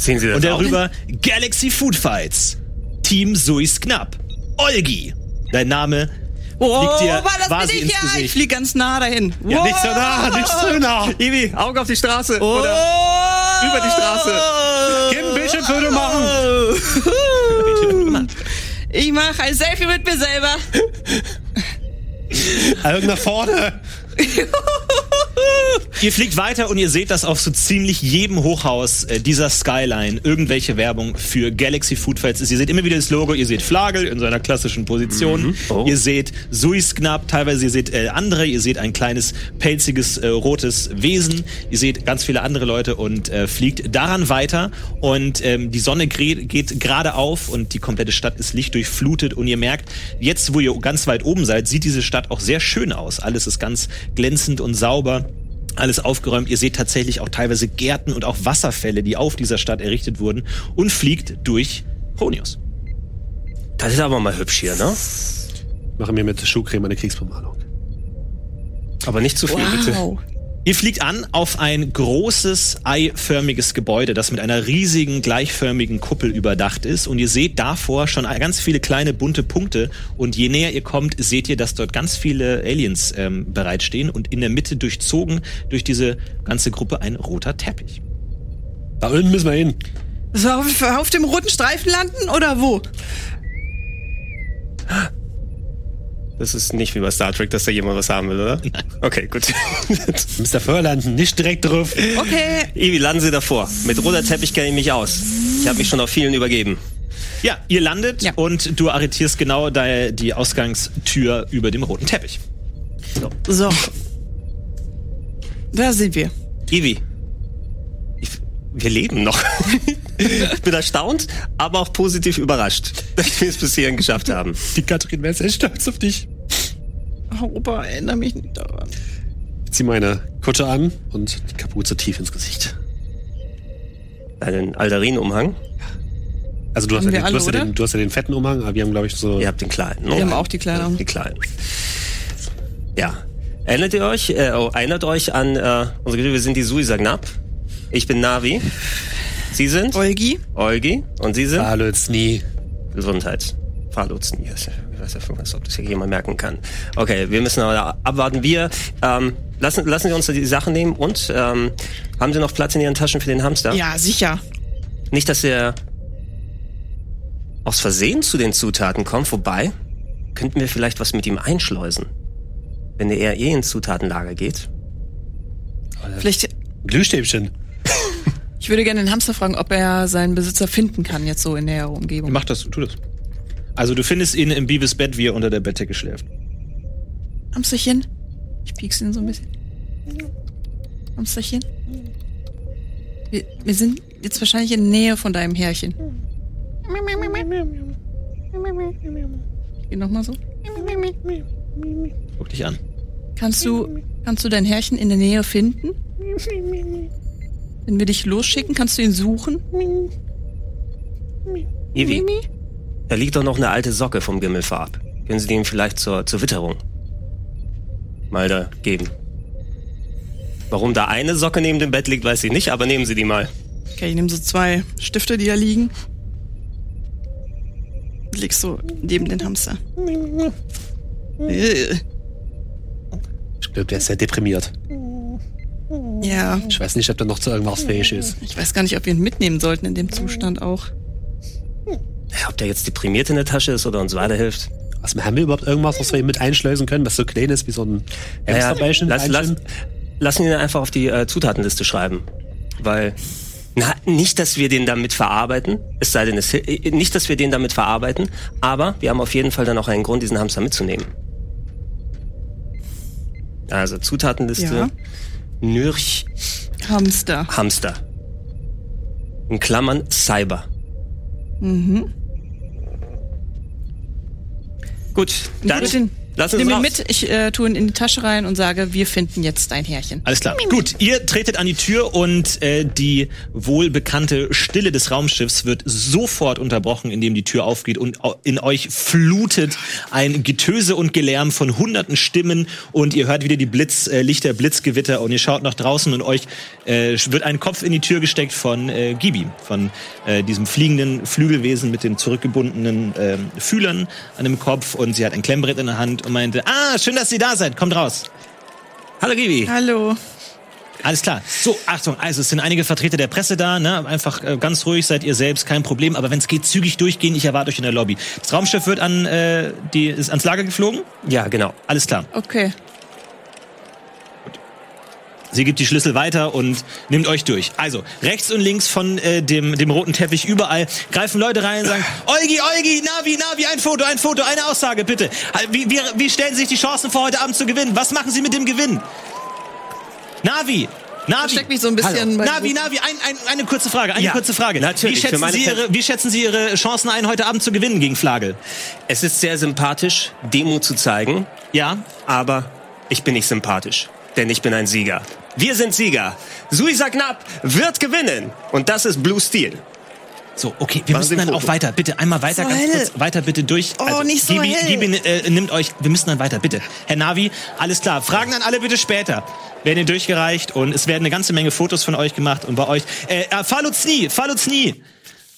[SPEAKER 2] Sehen Sie das
[SPEAKER 1] Und
[SPEAKER 2] auch?
[SPEAKER 1] darüber Galaxy Food Fights. Team Suis Knapp. Olgi. Dein Name fliegt dir
[SPEAKER 5] Opa, das
[SPEAKER 1] quasi
[SPEAKER 5] bin
[SPEAKER 1] ins
[SPEAKER 5] ich ja. Ich
[SPEAKER 1] Gesicht.
[SPEAKER 5] fliege ganz nah dahin.
[SPEAKER 1] Ja, nicht so nah, nicht so nah.
[SPEAKER 2] Ivi, Auge auf die Straße. Oder
[SPEAKER 5] Oh!
[SPEAKER 2] über die Straße.
[SPEAKER 1] Straße.
[SPEAKER 7] Kim, ein bisschen Foto machen.
[SPEAKER 5] Ich mache ein Selfie mit mir selber.
[SPEAKER 1] Also
[SPEAKER 7] Augen nach vorne.
[SPEAKER 1] Ihr fliegt weiter und ihr seht, dass auf so ziemlich jedem Hochhaus äh, dieser Skyline irgendwelche Werbung für Galaxy Food Fights ist. Ihr seht immer wieder das Logo, ihr seht Flagel in seiner klassischen Position, ihr seht Suisknapp teilweise, ihr seht äh, andere, ihr seht ein kleines pelziges äh, rotes Wesen, ihr seht ganz viele andere Leute und äh, fliegt daran weiter und ähm, die Sonne gre- geht gerade auf und die komplette Stadt ist lichtdurchflutet und ihr merkt, jetzt wo ihr ganz weit oben seid, sieht diese Stadt auch sehr schön aus. Alles ist ganz glänzend und sauber alles aufgeräumt. Ihr seht tatsächlich auch teilweise Gärten und auch Wasserfälle, die auf dieser Stadt errichtet wurden und fliegt durch Chronius.
[SPEAKER 2] Das ist aber mal hübsch hier, ne?
[SPEAKER 7] Mache mir mit Schuhcreme eine Kriegsbemalung.
[SPEAKER 2] Aber nicht zu viel, bitte.
[SPEAKER 5] Wow.
[SPEAKER 1] Ihr fliegt an auf ein großes eiförmiges Gebäude, das mit einer riesigen gleichförmigen Kuppel überdacht ist und ihr seht davor schon ganz viele kleine bunte Punkte und je näher ihr kommt, seht ihr, dass dort ganz viele Aliens ähm, bereitstehen und in der Mitte durchzogen durch diese ganze Gruppe ein roter Teppich.
[SPEAKER 7] Da unten müssen wir hin.
[SPEAKER 5] So, auf, auf dem roten Streifen landen oder wo?
[SPEAKER 2] Das ist nicht wie bei Star Trek, dass da jemand was haben will, oder? Okay, gut.
[SPEAKER 7] Mr. Furlanden, nicht direkt drauf.
[SPEAKER 5] Okay.
[SPEAKER 2] Ivi, landen Sie davor. Mit roter Teppich kenne ich mich aus. Ich habe mich schon auf vielen übergeben.
[SPEAKER 1] Ja, ihr landet
[SPEAKER 5] Ja.
[SPEAKER 1] und du arretierst genau da die Ausgangstür über dem roten Teppich.
[SPEAKER 5] So. Da sind wir.
[SPEAKER 2] Ivi, ich, wir leben noch. ich bin erstaunt, aber auch positiv überrascht, dass wir es bis hierhin geschafft haben.
[SPEAKER 6] Die Katrin wäre sehr stolz auf dich.
[SPEAKER 5] Oh, Opa, erinnere mich nicht daran.
[SPEAKER 7] Ich zieh meine Kutte an und die Kapuze tief ins Gesicht.
[SPEAKER 2] Einen Aldarin-Umhang.
[SPEAKER 7] Also du hast, ja den,
[SPEAKER 5] Haben wir alle,
[SPEAKER 7] du, hast ja
[SPEAKER 5] oder?
[SPEAKER 7] den, du hast ja den fetten Umhang, aber wir haben, glaube ich, so...
[SPEAKER 2] Ihr habt den kleinen. ne?
[SPEAKER 5] Wir haben auch die kleinen.
[SPEAKER 2] Die kleinen. Ja. Erinnert ihr euch, äh, oh, erinnert euch an, äh, unsere, wir sind die Suisagnap. Ich bin Navi. Sie sind?
[SPEAKER 5] Olgi?
[SPEAKER 2] Olgi. Und Sie sind?
[SPEAKER 7] Alötz nie.
[SPEAKER 2] Gesundheit. Fahrlotsen. Ich weiß ja von was, ob das hier jemand merken kann. Okay, wir müssen aber abwarten. Wir ähm, lassen, lassen Sie uns die Sachen nehmen und ähm, haben Sie noch Platz in Ihren Taschen für den Hamster?
[SPEAKER 5] Ja, sicher.
[SPEAKER 2] Nicht, dass er aus Versehen zu den Zutaten kommt. Wobei, könnten wir vielleicht was mit ihm einschleusen. Wenn er eh ins Zutatenlager geht.
[SPEAKER 5] Vielleicht,
[SPEAKER 7] Glühstäbchen.
[SPEAKER 5] ich würde gerne den Hamster fragen, ob er seinen Besitzer finden kann, jetzt so in der Umgebung.
[SPEAKER 1] Mach das, tu das. Also du findest ihn im Beavis Bett, wie er unter der Bettdecke schläft.
[SPEAKER 5] Hamsterchen? Ich piekse ihn so ein bisschen. Hamsterchen? Wir, wir sind jetzt wahrscheinlich in Nähe von deinem Härchen. Ich geh nochmal so.
[SPEAKER 1] Guck dich an.
[SPEAKER 5] Kannst du, kannst du dein Herrchen in der Nähe finden? Wenn wir dich losschicken, kannst du ihn suchen?
[SPEAKER 2] Ivi, da liegt doch noch eine alte Socke vom Gimmelfarb. Können Sie die ihm vielleicht zur, zur Witterung mal da geben? Warum da eine Socke neben dem Bett liegt, weiß ich nicht, aber nehmen Sie die mal.
[SPEAKER 5] Okay, ich nehme so zwei Stifte, die da liegen. Legst so neben den Hamster. Äh,
[SPEAKER 7] Ich glaube, der ist sehr deprimiert.
[SPEAKER 5] Ja,
[SPEAKER 7] Ich weiß nicht, ob der noch zu irgendwas fähig ist.
[SPEAKER 5] ich weiß gar nicht, ob wir ihn mitnehmen sollten in dem Zustand auch.
[SPEAKER 2] Ob der jetzt deprimiert in der Tasche ist oder uns weiterhilft.
[SPEAKER 7] Was, Also, haben wir überhaupt irgendwas, was wir ihm mit einschleusen können, was so klein ist wie so ein Hamsterbeinchen?
[SPEAKER 2] lass, lass, lassen ihn einfach auf die äh, Zutatenliste schreiben. Weil, na, nicht, dass wir den damit verarbeiten, es sei denn, es, hil- äh, nicht, dass wir den damit verarbeiten, aber wir haben auf jeden Fall dann auch einen Grund, diesen Hamster mitzunehmen. Also Zutatenliste,
[SPEAKER 5] Ja.
[SPEAKER 2] Nürch,
[SPEAKER 5] Hamster.
[SPEAKER 2] Hamster. In Klammern Cyber. Mhm. Gut, dann
[SPEAKER 5] Ich würd ihn-
[SPEAKER 2] lass uns
[SPEAKER 5] Nimm ihn
[SPEAKER 2] raus.
[SPEAKER 5] mit, ich äh, tue ihn in die Tasche rein und sage, wir finden jetzt dein Härchen.
[SPEAKER 1] Alles klar. Gut, ihr tretet an die Tür und äh, die wohlbekannte Stille des Raumschiffs wird sofort unterbrochen, indem die Tür aufgeht und au- in euch flutet ein Getöse und Gelärm von hunderten Stimmen und ihr hört wieder die Blitz, äh, Lichter, Blitzgewitter und ihr schaut nach draußen und euch äh, wird ein Kopf in die Tür gesteckt von äh, Gibi, von äh, diesem fliegenden Flügelwesen mit den zurückgebundenen ähm, Fühlern an dem Kopf und sie hat ein Klemmbrett in der Hand und meinte, ah, schön, dass Sie da seid, kommt raus.
[SPEAKER 2] Hallo Gibi.
[SPEAKER 5] Hallo.
[SPEAKER 1] Alles klar. So, Achtung, also es sind einige Vertreter der Presse da, ne? Einfach äh, ganz ruhig, seid ihr selbst, kein Problem. Aber wenn es geht, zügig durchgehen, ich erwarte euch in der Lobby. Das Raumschiff wird an äh, die ist ans Lager geflogen.
[SPEAKER 2] Ja, genau.
[SPEAKER 1] Alles klar.
[SPEAKER 5] Okay.
[SPEAKER 1] Sie Sie gibt die Schlüssel weiter und nimmt euch durch. Also, rechts und links von äh, dem, dem roten Teppich überall greifen Leute rein und sagen, Eugi, Eugi, Navi, Navi, ein Foto, ein Foto, eine Aussage, bitte. Äh, Wie, wie, wie stellen Sie sich die Chancen vor, heute Abend zu gewinnen? Was machen Sie mit dem Gewinn? Navi, Navi.
[SPEAKER 5] Versteck mich so ein bisschen bei-
[SPEAKER 1] Navi, Navi, ein, ein, eine kurze Frage, eine
[SPEAKER 2] Ja,
[SPEAKER 1] kurze Frage.
[SPEAKER 2] natürlich,
[SPEAKER 1] Wie
[SPEAKER 2] für
[SPEAKER 1] schätzen,
[SPEAKER 2] meine
[SPEAKER 1] Sie
[SPEAKER 2] Pers-
[SPEAKER 1] ihre, wie schätzen Sie Ihre Chancen ein, heute Abend zu gewinnen gegen Flagel?
[SPEAKER 2] Es ist sehr sympathisch, Demut zu zeigen,
[SPEAKER 1] Ja?
[SPEAKER 2] aber ich bin nicht sympathisch, denn ich bin ein Sieger. Wir sind Sieger. Suisa Knapp wird gewinnen. Und das ist Blue Steel.
[SPEAKER 1] So, okay, wir
[SPEAKER 2] Machen Sie
[SPEAKER 1] müssen
[SPEAKER 2] ein
[SPEAKER 1] dann auch
[SPEAKER 2] Foto.
[SPEAKER 1] weiter. Bitte einmal weiter,
[SPEAKER 5] So
[SPEAKER 1] ganz
[SPEAKER 5] hell.
[SPEAKER 1] kurz, weiter bitte durch. Also,
[SPEAKER 5] Oh, nicht so
[SPEAKER 1] Gibi,
[SPEAKER 5] hell.
[SPEAKER 1] Gibi, äh, nimmt euch, wir müssen dann weiter, bitte. Herr Navi, alles klar. Fragen an alle bitte später. Werden ihr durchgereicht und es werden eine ganze Menge Fotos von euch gemacht und bei euch. Äh, äh, Faluzni, Faluzni.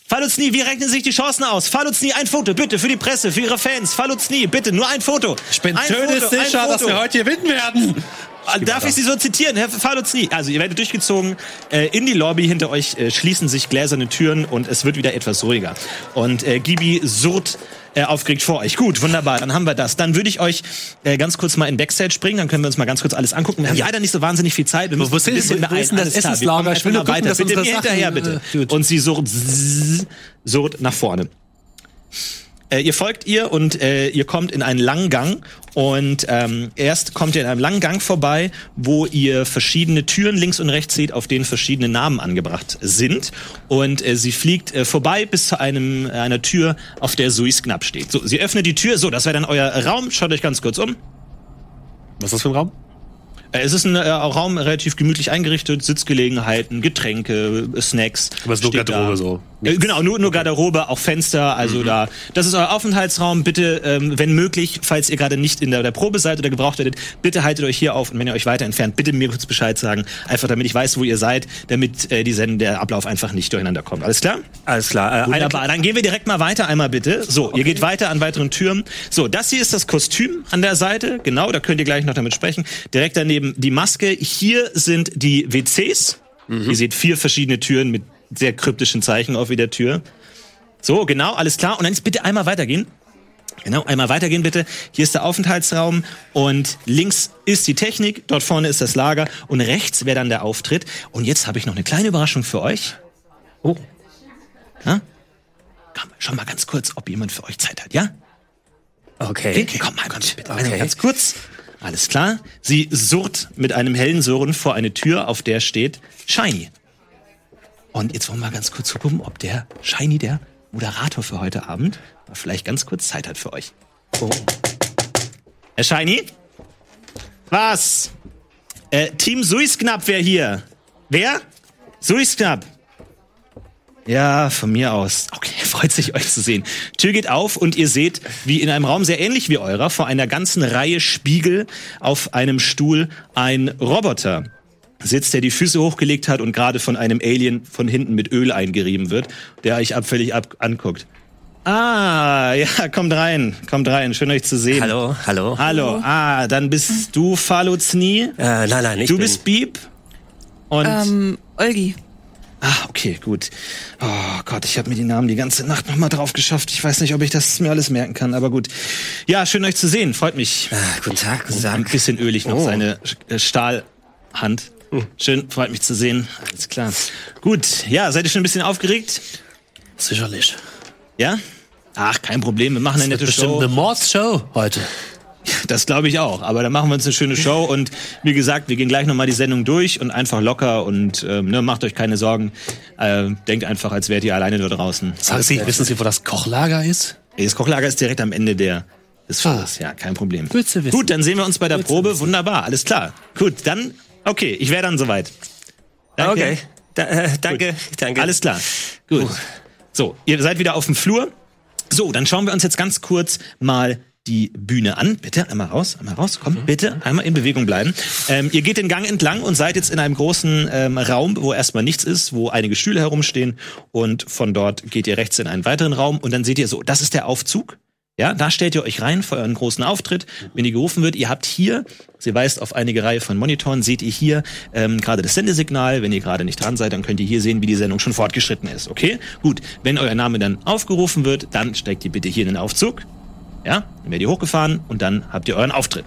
[SPEAKER 1] Faluzni, wie rechnen sich die Chancen aus? Faluzni, ein Foto, bitte, für die Presse, für ihre Fans. Faluzni, bitte, nur ein Foto.
[SPEAKER 7] Ich bin
[SPEAKER 1] ein
[SPEAKER 7] tödlich
[SPEAKER 1] Foto, ein
[SPEAKER 7] sicher, dass
[SPEAKER 1] Foto.
[SPEAKER 7] wir heute gewinnen werden.
[SPEAKER 1] Ah, Darf ich Sie so zitieren, Herr Falozzi? Also, ihr werdet durchgezogen äh, in die Lobby. Hinter euch äh, schließen sich gläserne Türen und es wird wieder etwas ruhiger. Und äh, Gibi surrt äh, aufgeregt vor euch. Gut, wunderbar, dann haben wir das. Dann würde ich euch äh, ganz kurz mal in Backstage springen. Dann können wir uns mal ganz kurz alles angucken. Wir haben leider nicht so wahnsinnig viel Zeit. Wir müssen
[SPEAKER 3] ist- wo ist denn das
[SPEAKER 1] Alles klar, wir
[SPEAKER 3] Essenslager?
[SPEAKER 1] kommen
[SPEAKER 3] Ich will
[SPEAKER 1] einfach
[SPEAKER 3] nur
[SPEAKER 1] mal
[SPEAKER 3] gucken, dass
[SPEAKER 1] Bitte
[SPEAKER 3] unsere
[SPEAKER 1] mir hinterher,
[SPEAKER 3] Sachen,
[SPEAKER 1] bitte.
[SPEAKER 3] äh, gut.
[SPEAKER 1] und sie surrt, zzzz, surrt nach vorne. Äh, ihr folgt ihr und äh, ihr kommt in einen langen Gang und ähm, erst kommt ihr in einem langen Gang vorbei, wo ihr verschiedene Türen links und rechts seht, auf denen verschiedene Namen angebracht sind und äh, sie fliegt äh, vorbei bis zu einem einer Tür, auf der Suis knapp steht. So, sie öffnet die Tür. So, das wäre dann euer Raum. Schaut euch ganz kurz um.
[SPEAKER 7] Was ist das für ein Raum?
[SPEAKER 1] Äh, Es ist ein äh, Raum relativ gemütlich eingerichtet, Sitzgelegenheiten, Getränke, äh, Snacks.
[SPEAKER 7] Aber es ist nur
[SPEAKER 1] Steht
[SPEAKER 7] Garderobe
[SPEAKER 1] da.
[SPEAKER 7] so. Mhm.
[SPEAKER 1] Äh, genau, nur, nur Garderobe, auch Fenster, also da. Das ist euer Aufenthaltsraum. Bitte, ähm, wenn möglich, falls ihr gerade nicht in der, der Probe seid oder gebraucht werdet, bitte haltet euch hier auf und wenn ihr euch weiter entfernt, bitte mir kurz Bescheid sagen. Einfach damit ich weiß, wo ihr seid, damit äh, die Send der Ablauf einfach nicht durcheinander kommt. Alles klar?
[SPEAKER 2] Alles klar. Äh, eine
[SPEAKER 1] Wunderbar, dann gehen wir direkt mal weiter einmal bitte. So, ihr geht weiter an weiteren Türen. So, das hier ist das Kostüm an der Seite. Genau, da könnt ihr gleich noch damit sprechen. Direkt daneben die Maske. Hier sind die WCs. Ihr seht vier verschiedene Türen mit sehr kryptischen Zeichen auf jeder Tür. So, genau, alles klar. Und dann jetzt bitte einmal weitergehen. Genau, einmal weitergehen bitte. Hier ist der Aufenthaltsraum und links ist die Technik, dort vorne ist das Lager und rechts wäre dann der Auftritt. Und jetzt habe ich noch eine kleine Überraschung für euch. Oh. Ja? Komm, schau mal ganz kurz, ob jemand für euch Zeit hat, ja?
[SPEAKER 2] Okay.
[SPEAKER 1] Komm mal, komm bitte. Also ganz kurz. Alles klar. Sie surrt mit einem hellen Surren vor eine Tür, auf der steht Shiny. Und jetzt wollen wir ganz kurz gucken, ob der Shiny, der Moderator für heute Abend, vielleicht ganz kurz Zeit hat für euch.
[SPEAKER 2] Oh.
[SPEAKER 1] Herr Shiny? Was? Äh, Team Suisknapp wäre hier. Wer? Suisknapp. Ja, von mir aus. Okay, freut sich, euch zu sehen. Tür geht auf und ihr seht, wie in einem Raum sehr ähnlich wie eurer, vor einer ganzen Reihe Spiegel auf einem Stuhl ein Roboter sitzt, der die Füße hochgelegt hat und gerade von einem Alien von hinten mit Öl eingerieben wird, der euch abfällig ab anguckt. Ah, ja, kommt rein, kommt rein, schön euch zu sehen.
[SPEAKER 2] Hallo, hallo.
[SPEAKER 1] Hallo. Ah, dann bist du Falozny.
[SPEAKER 2] Äh, nein, nein, ich
[SPEAKER 1] Du
[SPEAKER 2] bin,
[SPEAKER 1] bist Beep. Und
[SPEAKER 5] Ähm, Olgi.
[SPEAKER 1] ah, okay, gut. Oh Gott, ich habe mir die Namen die ganze Nacht noch mal drauf geschafft. Ich weiß nicht, ob ich das mir alles merken kann, aber gut. Ja, schön euch zu sehen. Freut mich.
[SPEAKER 2] Ah, guten Tag, guten
[SPEAKER 1] Ein
[SPEAKER 2] Tag.
[SPEAKER 1] bisschen ölig noch
[SPEAKER 2] Oh.
[SPEAKER 1] seine äh, Stahlhand.
[SPEAKER 7] Oh.
[SPEAKER 1] Schön, freut mich zu sehen. Alles klar. Gut, ja, seid ihr schon ein bisschen aufgeregt?
[SPEAKER 7] Sicherlich.
[SPEAKER 1] Ja? Ach, kein Problem. Wir machen eine nette
[SPEAKER 7] Bestimmt
[SPEAKER 1] Show.
[SPEAKER 7] eine Mordshow heute.
[SPEAKER 1] Das glaube ich auch. Aber dann machen wir uns eine schöne Show und wie gesagt, wir gehen gleich nochmal die Sendung durch und einfach locker und ähm, ne, macht euch keine Sorgen. Ähm, denkt einfach, als wärt ihr alleine da draußen.
[SPEAKER 7] Sagen Sie, wissen Sie, wo das Kochlager ist?
[SPEAKER 1] Das Kochlager ist direkt am Ende der des Shows. Ja, kein Problem.
[SPEAKER 7] Willst du wissen?
[SPEAKER 1] Gut, dann sehen wir uns bei der Probe. Wunderbar, alles klar. Gut, dann, okay, ich wäre dann soweit. Danke.
[SPEAKER 2] Okay. Da, äh, danke, danke.
[SPEAKER 1] Alles klar. Gut. So, ihr seid wieder auf dem Flur. So, dann schauen wir uns jetzt ganz kurz mal die Bühne an. Bitte einmal raus, einmal raus. Komm,
[SPEAKER 7] Mhm.
[SPEAKER 1] bitte einmal in Bewegung bleiben. Ähm, ihr geht den Gang entlang und seid jetzt in einem großen ähm, Raum, wo erstmal nichts ist, wo einige Stühle herumstehen. Und von dort geht ihr rechts in einen weiteren Raum und dann seht ihr so, das ist der Aufzug. Ja, da stellt ihr euch rein für euren großen Auftritt, wenn ihr gerufen wird. Ihr habt hier, sie weist auf einige Reihe von Monitoren, seht ihr hier ähm, gerade das Sendesignal. Wenn ihr gerade nicht dran seid, dann könnt ihr hier sehen, wie die Sendung schon fortgeschritten ist. Okay? Gut. Wenn euer Name dann aufgerufen wird, dann steigt ihr bitte hier in den Aufzug. Ja? Dann werdet ihr hochgefahren und dann habt ihr euren Auftritt.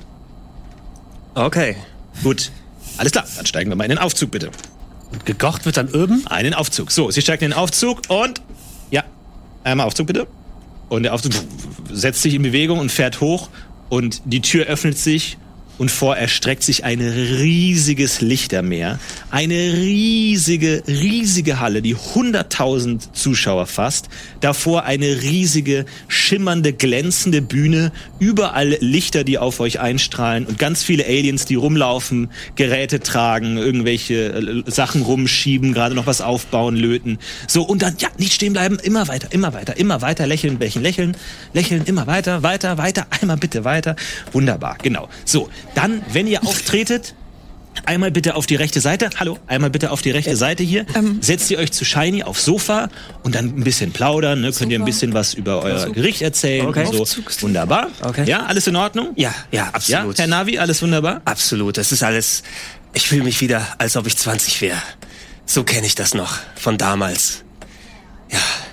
[SPEAKER 2] Okay.
[SPEAKER 1] Gut. Alles klar, dann steigen wir mal in den Aufzug, bitte.
[SPEAKER 7] Und gekocht wird dann oben?
[SPEAKER 1] Einen Aufzug. So, sie steigt in den Aufzug und. Ja, einmal Aufzug bitte. Und der Aufzug setzt sich in Bewegung und fährt hoch. Und die Tür öffnet sich. Und vor erstreckt sich ein riesiges Lichtermeer. Eine riesige, riesige Halle, die 100.000 Zuschauer fasst. Davor eine riesige, schimmernde, glänzende Bühne. Überall Lichter, die auf euch einstrahlen. Und ganz viele Aliens, die rumlaufen, Geräte tragen, irgendwelche äh, Sachen rumschieben, gerade noch was aufbauen, löten. So, und dann, ja, nicht stehen bleiben, immer weiter, immer weiter, immer weiter, lächeln, lächeln, lächeln, lächeln, immer weiter, weiter, weiter, einmal bitte weiter. Wunderbar, genau. So, dann, wenn ihr auftretet, einmal bitte auf die rechte Seite, hallo, einmal bitte auf die
[SPEAKER 2] Äh,
[SPEAKER 1] rechte Seite hier,
[SPEAKER 2] ähm.
[SPEAKER 1] setzt ihr euch zu Shiny aufs Sofa und dann ein bisschen plaudern, ne? könnt ihr ein bisschen was über euer Gericht erzählen
[SPEAKER 2] Okay.
[SPEAKER 1] und so.
[SPEAKER 5] Aufzugslos.
[SPEAKER 1] Wunderbar.
[SPEAKER 2] Okay.
[SPEAKER 1] Ja, alles in Ordnung?
[SPEAKER 2] Ja, ja,
[SPEAKER 1] Ja,
[SPEAKER 2] absolut.
[SPEAKER 1] Herr Navi, alles wunderbar?
[SPEAKER 2] Absolut. Das ist alles. Ich fühle mich wieder, als ob ich 20 wäre. So kenne ich das noch von damals.